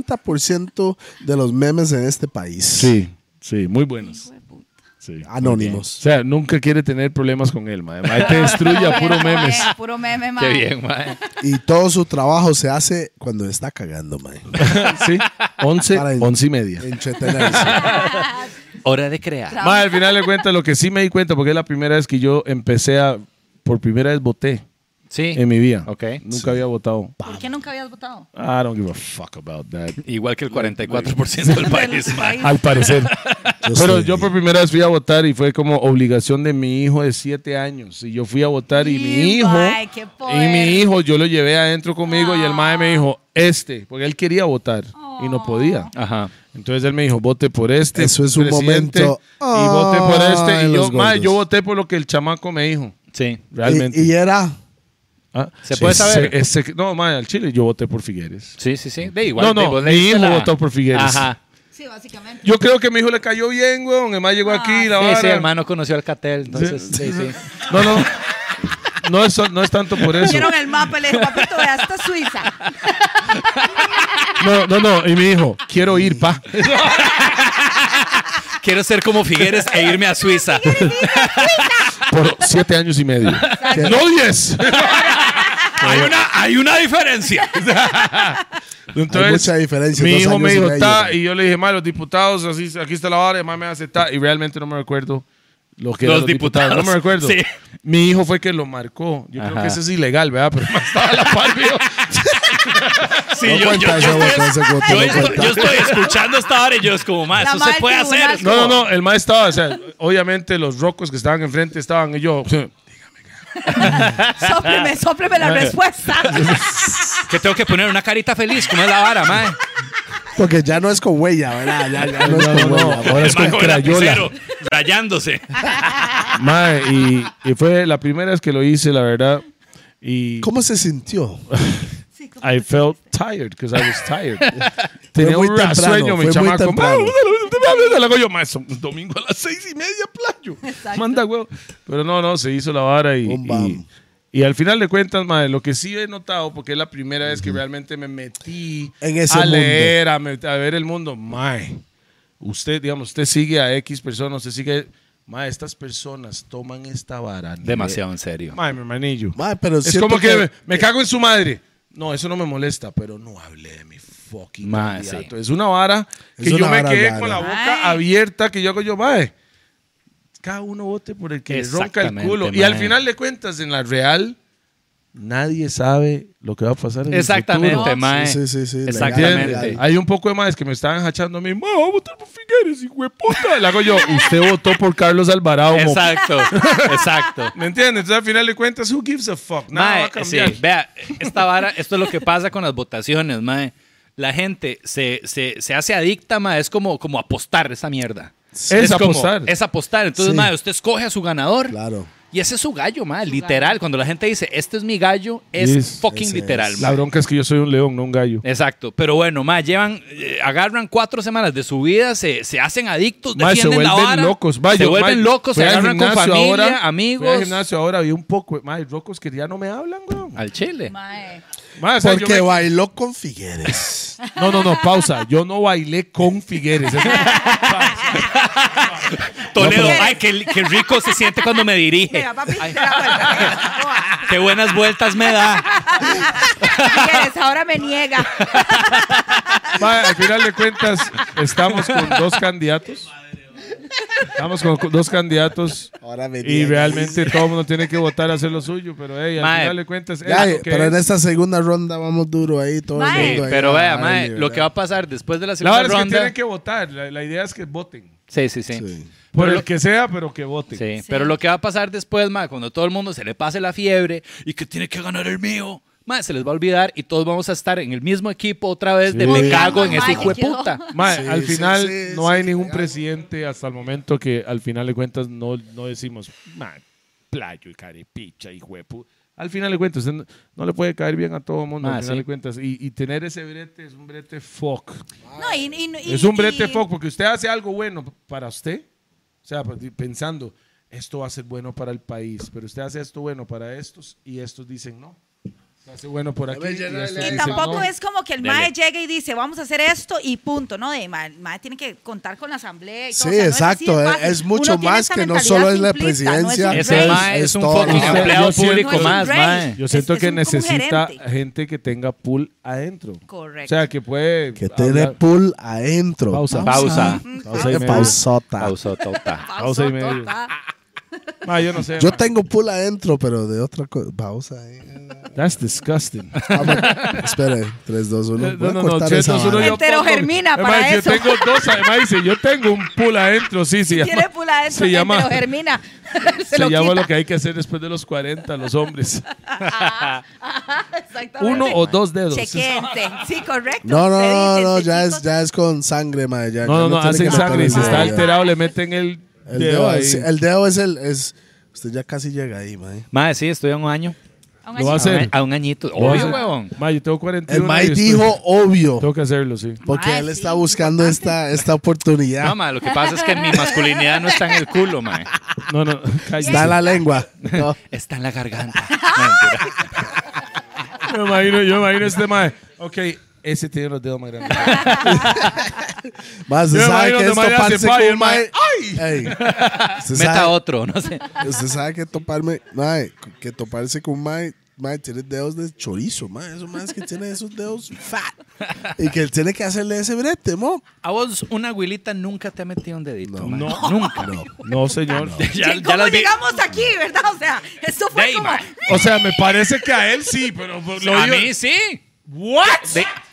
Speaker 2: 60% de los memes en este país.
Speaker 5: Sí, sí, muy buenos. Sí. O
Speaker 2: Anónimos.
Speaker 5: sea, nunca quiere tener problemas con él,
Speaker 2: [LAUGHS]
Speaker 5: mae. Mae te destruye a puro
Speaker 4: Bueno,
Speaker 5: memes. [LAUGHS]
Speaker 4: mae, Puro meme, mae.
Speaker 6: Qué bien, mae.
Speaker 2: Y todo su trabajo se hace cuando está cagando, man.
Speaker 5: sí, 11,
Speaker 2: Para el-
Speaker 5: 11 y media.
Speaker 2: Entretenerse.
Speaker 6: Hora de crear.
Speaker 5: Mae, al final de cuentas, lo que sí me di cuenta, porque es la primera vez que yo empecé a. Por primera vez voté
Speaker 6: Sí.
Speaker 5: en mi vida.
Speaker 6: Ok.
Speaker 5: Nunca había votado.
Speaker 4: ¿Por qué nunca habías votado?
Speaker 5: I don't give a fuck about that.
Speaker 6: Igual que el 44% del país, mae.
Speaker 5: Al parecer.
Speaker 2: [LAUGHS]
Speaker 5: Pero
Speaker 2: sé.
Speaker 5: yo por primera vez fui a votar y fue como obligación de mi hijo de siete años. Y yo fui a votar y, mi
Speaker 4: Y,
Speaker 5: hijo.
Speaker 4: mae, qué
Speaker 5: y
Speaker 4: poder.
Speaker 5: mi hijo, yo lo llevé adentro conmigo y el mae me dijo,
Speaker 6: Ah.
Speaker 5: este, porque él quería votar y no podía.
Speaker 6: Ajá.
Speaker 5: Entonces él me dijo, vote por este.
Speaker 2: Eso es un
Speaker 5: presidente,
Speaker 2: momento.
Speaker 5: Y vote por
Speaker 2: Ay,
Speaker 5: este. Y yo,
Speaker 2: los
Speaker 5: mae, yo
Speaker 2: gordos.
Speaker 5: voté por lo que el chamaco me dijo.
Speaker 6: Sí.
Speaker 5: Realmente.
Speaker 2: Y, y era
Speaker 5: Ah,
Speaker 6: ¿Se puede saber?
Speaker 5: ese- ese- no, madre, al Chile yo voté por Figueres.
Speaker 6: Sí, sí, sí. De igual.
Speaker 5: No,
Speaker 6: de-
Speaker 5: no,
Speaker 6: vos le
Speaker 5: mi
Speaker 6: diste
Speaker 5: hijo votó por Figueres.
Speaker 6: Ajá.
Speaker 4: Sí, básicamente.
Speaker 5: Yo creo que mi hijo le cayó bien, weón. El más llegó aquí, la
Speaker 6: Ah, Sí,
Speaker 5: vara.
Speaker 6: sí, hermano conoció al Catel, entonces, sí, sí.
Speaker 5: No, no. No es, no es tanto por eso.
Speaker 4: Vieron el mapa y le dijo, papito, vea, esta es Suiza.
Speaker 5: No, no, no. Y mi hijo, quiero ir, pa.
Speaker 6: Quiero ser como Figueres e irme a Suiza.
Speaker 5: Por siete años y medio. ¡No diez!
Speaker 6: hay, una, hay una diferencia.
Speaker 5: Entonces,
Speaker 2: Hay mucha diferencia,
Speaker 5: Mi
Speaker 2: dos
Speaker 5: hijo
Speaker 2: años
Speaker 5: me
Speaker 2: y
Speaker 5: dijo,
Speaker 2: medio,
Speaker 5: ta,
Speaker 2: ¿no?
Speaker 5: y yo le dije, ma, los diputados, así, aquí está la vara, y ma, me hace ta, y realmente no me recuerdo lo que eran
Speaker 6: Los diputados,
Speaker 5: No me recuerdo.
Speaker 6: sí.
Speaker 5: Mi hijo fue que lo marcó. Yo creo
Speaker 6: Ajá.
Speaker 5: que eso es ilegal, ¿verdad? Pero ma, estaba a la par, [LAUGHS] mío.
Speaker 6: Sí,
Speaker 2: No
Speaker 6: yo, yo,
Speaker 2: cuenta
Speaker 6: yo
Speaker 2: esa
Speaker 6: estoy,
Speaker 2: voto, ese voto,
Speaker 6: yo
Speaker 2: no
Speaker 6: estoy-
Speaker 2: cuenta.
Speaker 6: yo estoy escuchando esta hora y yo es como, más,
Speaker 4: La
Speaker 6: eso
Speaker 4: madre
Speaker 6: se puede
Speaker 4: del
Speaker 6: hacer.
Speaker 4: tribunal
Speaker 6: Es
Speaker 5: No, no,
Speaker 6: como-
Speaker 5: no, el ma estaba, o sea, obviamente los rocos que estaban enfrente estaban, y yo,
Speaker 4: Sópleme, sópleme la
Speaker 5: [LAUGHS]
Speaker 4: respuesta.
Speaker 6: "Ah, Que tengo que poner una carita feliz, como es la vara, mae.
Speaker 2: Porque ya no es con huella, ¿verdad? Ya, ya no es con huella.
Speaker 5: ahora es
Speaker 6: El mae
Speaker 5: con
Speaker 6: con el
Speaker 5: crayola.
Speaker 6: lapicero, rayándose.
Speaker 5: Ma, y, y fue la primera vez que lo hice, la verdad. Y
Speaker 2: ¿Cómo se sintió?
Speaker 5: I felt tired because I was [LAUGHS] tired.
Speaker 2: Fue
Speaker 5: Tenía
Speaker 2: muy
Speaker 5: un ra-
Speaker 2: temprano,
Speaker 5: sueño, mi
Speaker 2: fue muy
Speaker 5: chamaco.
Speaker 2: temprano.
Speaker 5: Ma, Le hago yo, ma, es un domingo a las seis y media, playo.
Speaker 4: Exacto.
Speaker 5: Manda huevo. Pero no, no, se hizo la vara y.
Speaker 2: Bum, bam.
Speaker 5: y y al final de cuentas, madre, lo que sí he notado, porque es la primera vez que realmente me metí
Speaker 2: En ese
Speaker 5: a
Speaker 2: mundo.
Speaker 5: leer, a, met- a ver el mundo, mae, usted, digamos, usted sigue a X personas, usted sigue, mae, estas personas toman esta vara.
Speaker 6: Demasiado en serio.
Speaker 5: Mae, mi hermanillo.
Speaker 2: Mae, pero
Speaker 5: es
Speaker 2: siento
Speaker 5: como que,
Speaker 2: que-
Speaker 5: me, me cago en su madre. No, eso no me molesta, pero no hablé de mi fucking
Speaker 6: Mae,
Speaker 5: candidato. Es una vara
Speaker 2: Es
Speaker 5: que
Speaker 2: una
Speaker 5: yo me
Speaker 2: vara
Speaker 5: quedé
Speaker 2: rara.
Speaker 5: con la boca
Speaker 4: Mae.
Speaker 5: abierta, que yo hago yo, mae. Cada uno vote por el que le ronca el
Speaker 6: Exactamente,
Speaker 5: culo. Y
Speaker 6: mae.
Speaker 5: al final de cuentas, en la real, nadie sabe lo que va a pasar en el
Speaker 6: Exactamente,
Speaker 5: futuro.
Speaker 6: mae.
Speaker 2: Sí, sí, sí, legal,
Speaker 6: Exactamente.
Speaker 2: legal.
Speaker 5: Hay un poco de maes que me estaban hachando a mí, "Ma, voy a votar por Figueres, hijo de puta. Le hago yo, usted votó por Carlos [LAUGHS] Alvarado, mo-
Speaker 6: Exacto, exacto.
Speaker 5: ¿Me entiendes? Entonces, al final de cuentas, who gives a fuck? Nada va a
Speaker 6: Mae,
Speaker 5: cambiar.
Speaker 6: sí, vea, esta vara, esto es lo que pasa con las votaciones, mae. La gente se, se, se hace adicta, mae. Es como, como apostar esa mierda.
Speaker 5: Es,
Speaker 6: como-
Speaker 5: apostar.
Speaker 6: es apostar. Entonces,
Speaker 2: Sí.
Speaker 6: mae, usted escoge a su ganador.
Speaker 2: Claro.
Speaker 6: Y ese es su gallo, mae. Literal. Cuando la gente dice, este es mi gallo, es
Speaker 5: Yes,
Speaker 6: fucking
Speaker 2: ese
Speaker 6: literal,
Speaker 2: es.
Speaker 6: mae.
Speaker 5: La bronca es que yo soy un león, no un gallo.
Speaker 6: Exacto, pero bueno, ma, llevan, eh, agarran cuatro semanas de su vida, se, se hacen adictos,
Speaker 5: Ma, se
Speaker 6: defienden
Speaker 5: vuelven
Speaker 6: la vara,
Speaker 5: locos. ma,
Speaker 6: se
Speaker 5: yo,
Speaker 6: vuelven
Speaker 5: ma,
Speaker 6: locos, se
Speaker 5: fui al
Speaker 6: agarran con
Speaker 5: gimnasio
Speaker 6: familia,
Speaker 5: ahora, Fui al
Speaker 6: amigos,
Speaker 5: gimnasio ahora, vi un poco. Ma, hay locos que ya no me hablan, weón.
Speaker 6: al chile.
Speaker 4: Mae.
Speaker 5: Ma, o sea, yo
Speaker 2: Porque
Speaker 5: me-
Speaker 2: bailó con Figueres.
Speaker 5: No, no, no, pausa. Yo no bailé con Figueres. Es-
Speaker 6: Toledo,
Speaker 4: pero-
Speaker 6: ay, qué, qué rico se siente cuando me dirige,
Speaker 4: Mira, papi, te la vuelvo. [LAUGHS]
Speaker 6: qué buenas vueltas me da.
Speaker 4: Figueres, ahora me niega.
Speaker 5: ma, al final de cuentas, estamos con dos candidatos. Estamos con con dos candidatos.
Speaker 2: Ahora me
Speaker 5: Y
Speaker 2: niegas.
Speaker 5: realmente todo el mundo tiene que votar a hacer lo suyo. Pero hey, al
Speaker 6: Ma,
Speaker 5: final de cuentas. es
Speaker 2: Ya,
Speaker 5: lo que
Speaker 2: pero en
Speaker 5: es.
Speaker 2: esta segunda ronda vamos duro ahí, todo el
Speaker 4: Mae.
Speaker 6: Sí,
Speaker 2: mundo ahí,
Speaker 6: pero
Speaker 2: ah,
Speaker 6: vea,
Speaker 2: ahí,
Speaker 6: ma,
Speaker 2: ¿verdad?
Speaker 6: lo que va a pasar después de la
Speaker 5: La
Speaker 6: segunda
Speaker 5: verdad es que
Speaker 6: ronda,
Speaker 5: tienen que votar. La, la idea es que voten.
Speaker 6: sí, sí, sí.
Speaker 2: Sí.
Speaker 5: Por
Speaker 6: Pero
Speaker 5: el
Speaker 6: lo-
Speaker 5: que sea, pero que voten.
Speaker 6: Sí, pero lo que va a pasar después, ma, cuando todo el mundo se le pase la fiebre y que tiene que ganar el mío, ma, se les va a olvidar y todos vamos a estar en el mismo equipo otra vez de
Speaker 5: Sí.
Speaker 6: me cago en
Speaker 4: Ay,
Speaker 6: ese hijo de
Speaker 4: qué horror.
Speaker 6: puta.
Speaker 5: Mae,
Speaker 2: Sí,
Speaker 5: al
Speaker 2: sí,
Speaker 5: final
Speaker 2: sí,
Speaker 5: no
Speaker 2: sí,
Speaker 5: hay
Speaker 2: sí,
Speaker 5: ningún
Speaker 2: claro.
Speaker 5: presidente hasta el momento que al final de cuentas no, no decimos, "Ma, playo y carepicha y huepu. Al final de cuentas, usted no, no le puede caer bien a todo el mundo.
Speaker 6: Ah,
Speaker 5: al final
Speaker 6: sí.
Speaker 5: de cuentas, y, y tener ese brete es un brete fuck.
Speaker 4: No, y, y- y-
Speaker 5: es un
Speaker 4: y-
Speaker 5: brete fuck porque usted hace algo bueno para usted. O sea, pues, pensando, esto va a ser bueno para el país, pero usted hace esto bueno para estos y estos dicen no. Se hace bueno por aquí.
Speaker 2: Debe
Speaker 5: y
Speaker 2: llenarle
Speaker 5: estos
Speaker 2: a-
Speaker 4: Y
Speaker 5: dicen
Speaker 4: tampoco
Speaker 5: no.
Speaker 4: es como que el
Speaker 6: Dele.
Speaker 4: MAE llegue y dice, vamos a hacer esto y punto, ¿no? De, el MAE, tiene que contar con la asamblea. Y
Speaker 2: Sí,
Speaker 4: todo. O sea, no es así de
Speaker 2: exacto. Es,
Speaker 4: fácil.
Speaker 2: es mucho
Speaker 4: Uno tiene
Speaker 2: más
Speaker 4: esa
Speaker 2: que no
Speaker 4: mentalidad
Speaker 2: solo es la
Speaker 4: simplista, no es
Speaker 2: presidencia.
Speaker 4: un
Speaker 6: Ese
Speaker 4: rey.
Speaker 6: mae es un
Speaker 2: todo.
Speaker 6: fucking
Speaker 5: Usted-
Speaker 6: empleado
Speaker 5: yo siento-
Speaker 6: público
Speaker 5: No es un
Speaker 6: más,
Speaker 4: rey.
Speaker 6: mae.
Speaker 5: Yo siento
Speaker 4: Es-
Speaker 5: que
Speaker 4: es un- como un
Speaker 5: necesita
Speaker 4: gerente.
Speaker 5: gente que tenga pool adentro. O
Speaker 4: Correcto.
Speaker 5: sea, que puede.
Speaker 2: Que tiene
Speaker 5: hablar-
Speaker 2: pool adentro.
Speaker 5: Pausa.
Speaker 6: Pausa.
Speaker 5: Pausa y media.
Speaker 2: Pausota.
Speaker 6: Pausotota.
Speaker 5: pausa y "Ah, media.
Speaker 4: Pausa, tota.
Speaker 5: Ma, yo no sé.
Speaker 2: Yo
Speaker 5: ma.
Speaker 2: tengo pool adentro, pero de otra cosa. Pausa ahí.
Speaker 5: That's disgusting. [LAUGHS]
Speaker 2: Vamos. Espere, 3, 2, 1.
Speaker 5: No, no, no.
Speaker 2: esa
Speaker 5: chetos, uno
Speaker 2: vara.
Speaker 5: yo
Speaker 4: Heterogermina
Speaker 5: pongo-
Speaker 4: para
Speaker 5: Además,
Speaker 4: eso.
Speaker 5: Yo tengo dos. Además, dice, yo tengo un pool adentro. Sí, se
Speaker 4: Tiene
Speaker 5: llama.
Speaker 4: pula de
Speaker 5: se llama-
Speaker 4: pero
Speaker 5: [LAUGHS]
Speaker 4: germina. [LAUGHS] Se,
Speaker 5: Se
Speaker 4: lo
Speaker 5: llama
Speaker 4: quita.
Speaker 5: lo que hay que hacer después de los 40, los
Speaker 2: [LAUGHS]
Speaker 5: hombres.
Speaker 4: [LAUGHS] Exactamente.
Speaker 5: Uno o dos dedos.
Speaker 4: Chequense. Sí, correcto.
Speaker 2: No, no,
Speaker 4: Se
Speaker 2: no, no,
Speaker 4: dice, "Este sí,
Speaker 2: ya
Speaker 4: chicos.
Speaker 2: es, ya es con sangre, mae. ya- ya
Speaker 5: No, no, no.
Speaker 2: tiene
Speaker 5: Hacen
Speaker 2: que meter
Speaker 5: sangre y si
Speaker 2: esa
Speaker 5: está
Speaker 2: vara.
Speaker 5: alterado le meten el,
Speaker 2: El
Speaker 5: dedo
Speaker 2: dedo,
Speaker 5: ahí.
Speaker 2: es, el dedo es el. Es, usted ya casi llega ahí, eh. mae.
Speaker 6: Mae, sí, estoy a un año.
Speaker 4: Aún
Speaker 5: Lo va a
Speaker 4: así-
Speaker 5: hacer.
Speaker 6: A un añito.
Speaker 5: Lo va a
Speaker 6: Obvio,
Speaker 5: hacer.
Speaker 6: huevón.
Speaker 5: Ma, yo tengo 41
Speaker 2: El Mike
Speaker 5: años,
Speaker 2: dijo
Speaker 5: entonces
Speaker 2: obvio.
Speaker 5: Tengo que hacerlo, sí.
Speaker 2: Porque
Speaker 4: Mae,
Speaker 2: él
Speaker 4: Ah, sí,
Speaker 2: está buscando esta, esta oportunidad.
Speaker 6: No, ma, lo que pasa es que mi masculinidad no está en el culo, ma.
Speaker 2: [LAUGHS]
Speaker 5: No, no. [LAUGHS] cállese.
Speaker 2: Está en la
Speaker 5: [LAUGHS]
Speaker 2: lengua. No.
Speaker 6: Está en la garganta. No, mentira.
Speaker 5: Me imagino, yo me imagino este mae. Ok, ese tiene los dedos más grandes.
Speaker 2: [LAUGHS] Más, se
Speaker 5: Yo me
Speaker 2: sabe
Speaker 5: imagino
Speaker 2: que
Speaker 5: que
Speaker 2: esto
Speaker 5: Mae hace
Speaker 2: parce
Speaker 5: pa' y
Speaker 2: con
Speaker 5: el mae,
Speaker 2: mae. Ey, usted
Speaker 6: Meta
Speaker 2: sabe-
Speaker 6: otro, no sé.
Speaker 2: Usted sabe que toparme, mae, que toparse con mae, mae tiene dedos de chorizo, mae, esos maes que tienen esos dedos fat. Y que él tiene que hacerle ese brete, mo.
Speaker 6: A vos, una abuelita nunca te ha metido un dedito. No, nunca.
Speaker 5: No, señor.
Speaker 6: Ya-
Speaker 4: ¿Cómo
Speaker 6: ya las vi-
Speaker 4: llegamos aquí, verdad? O sea, esto fue
Speaker 6: Dey,
Speaker 4: como...
Speaker 6: ma.
Speaker 5: O sea, me parece que a él sí, pero lo
Speaker 6: a
Speaker 5: digo-
Speaker 6: mí sí. ¿What?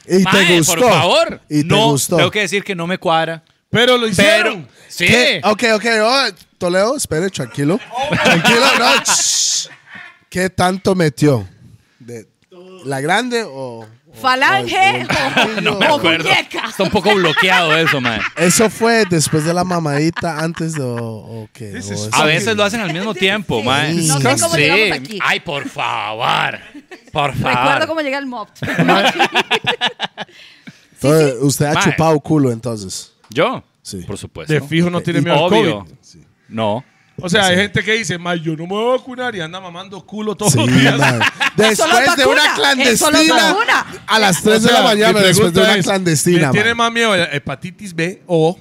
Speaker 2: Y te
Speaker 6: Por
Speaker 2: gustó.
Speaker 6: favor.
Speaker 2: Y te
Speaker 6: no,
Speaker 2: gustó.
Speaker 6: Tengo que decir que no me cuadra.
Speaker 5: Pero lo
Speaker 6: Pero.
Speaker 5: hicieron.
Speaker 6: Sí.
Speaker 2: ¿Qué? Ok, ok, oh, Toledo, espere, tranquilo. Tranquilo, no. shh. ¿Qué tanto metió? De- ¿La grande o...? o-
Speaker 4: Falange o,
Speaker 2: No
Speaker 6: Me
Speaker 4: o
Speaker 6: acuerdo.
Speaker 4: muñeca.
Speaker 6: Está un poco bloqueado eso, man.
Speaker 2: Eso fue después de la mamadita, antes de... o- o qué,
Speaker 10: This
Speaker 2: o
Speaker 10: is
Speaker 2: eso.
Speaker 6: A veces lo hacen al mismo tiempo,
Speaker 4: Sí.
Speaker 6: man.
Speaker 2: No sé
Speaker 4: cómo llegamos aquí.
Speaker 6: Ay, por favor. Por
Speaker 4: Recuerdo
Speaker 6: favor.
Speaker 4: cómo llegué al mob. [LAUGHS]
Speaker 2: Entonces, Usted ha
Speaker 6: Mae.
Speaker 2: chupado culo, entonces.
Speaker 6: Yo.
Speaker 2: Sí.
Speaker 6: Por supuesto.
Speaker 5: De fijo no tiene miedo al
Speaker 6: Obvio.
Speaker 5: COVID.
Speaker 6: No.
Speaker 5: O sea, hay gente que dice, ma, yo no me voy a vacunar y anda mamando culo todos [LAUGHS]
Speaker 2: Sí,
Speaker 5: los días.
Speaker 2: mae.
Speaker 4: solo es
Speaker 2: Después de
Speaker 4: vacuna,
Speaker 2: una
Speaker 4: es solo es
Speaker 2: clandestina.
Speaker 4: vacuna.
Speaker 2: A las 3
Speaker 5: O sea,
Speaker 2: de la mañana, después
Speaker 5: mi
Speaker 2: de
Speaker 5: pregunta
Speaker 2: una
Speaker 5: es, ¿le
Speaker 2: clandestina.
Speaker 5: ¿Tiene
Speaker 2: mae.
Speaker 5: más miedo la hepatitis B o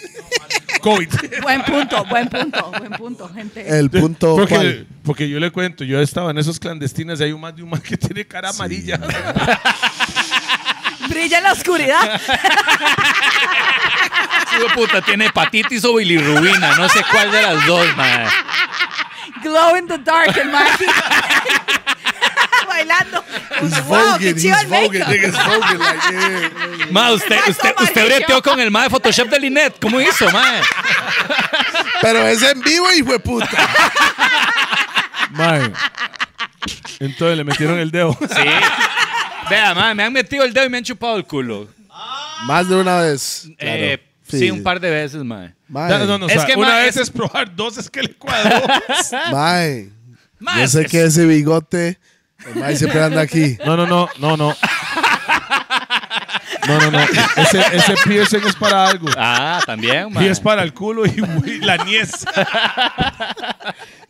Speaker 5: [LAUGHS] COVID?
Speaker 4: buen punto, buen punto, buen punto, gente.
Speaker 2: El punto
Speaker 5: [LAUGHS] porque,
Speaker 2: cuál.
Speaker 5: porque yo le cuento, yo estaba en esos clandestinas y hay un más de un man que tiene cara amarilla.
Speaker 4: Brilla en la oscuridad.
Speaker 6: Hijo de puta, tiene hepatitis o bilirrubina. No sé cuál de las dos, man.
Speaker 4: Glow in the dark, el Maki. [LAUGHS] Bailando. wow, qué
Speaker 2: Voguing,
Speaker 4: chido
Speaker 2: he's
Speaker 4: el
Speaker 2: voguing,
Speaker 4: make-up.
Speaker 2: nigga's voguing, like, yeah.
Speaker 6: Ma, usted,
Speaker 4: Paso
Speaker 6: usted, usted
Speaker 4: amarillo.
Speaker 6: breteó con el ma de Photoshop de Linet. ¿Cómo hizo, ma?
Speaker 2: Pero es en vivo, hijo de puta.
Speaker 5: Mae. Entonces le metieron el dedo.
Speaker 6: Sí. Vea, ma, me han metido el dedo y me han chupado el culo.
Speaker 2: Más de una vez. claro.
Speaker 6: Eh, sí. un par de veces, ma.
Speaker 2: [LAUGHS] Mae,
Speaker 5: No, no, no,
Speaker 6: Es
Speaker 5: o sea,
Speaker 6: que,
Speaker 5: una
Speaker 6: ma,
Speaker 5: vez
Speaker 6: es-
Speaker 5: es probar, dos es que le cuadró.
Speaker 2: mae.
Speaker 6: Ma,
Speaker 2: Yo sé
Speaker 6: es-
Speaker 2: que ese bigote, el mae siempre anda aquí.
Speaker 5: [LAUGHS] No, no, no, no, no. No, no, no. Ese, ese piercing es para algo.
Speaker 6: Ah,
Speaker 2: [LAUGHS]
Speaker 6: también, ma.
Speaker 5: Y es para el culo y, y la niez.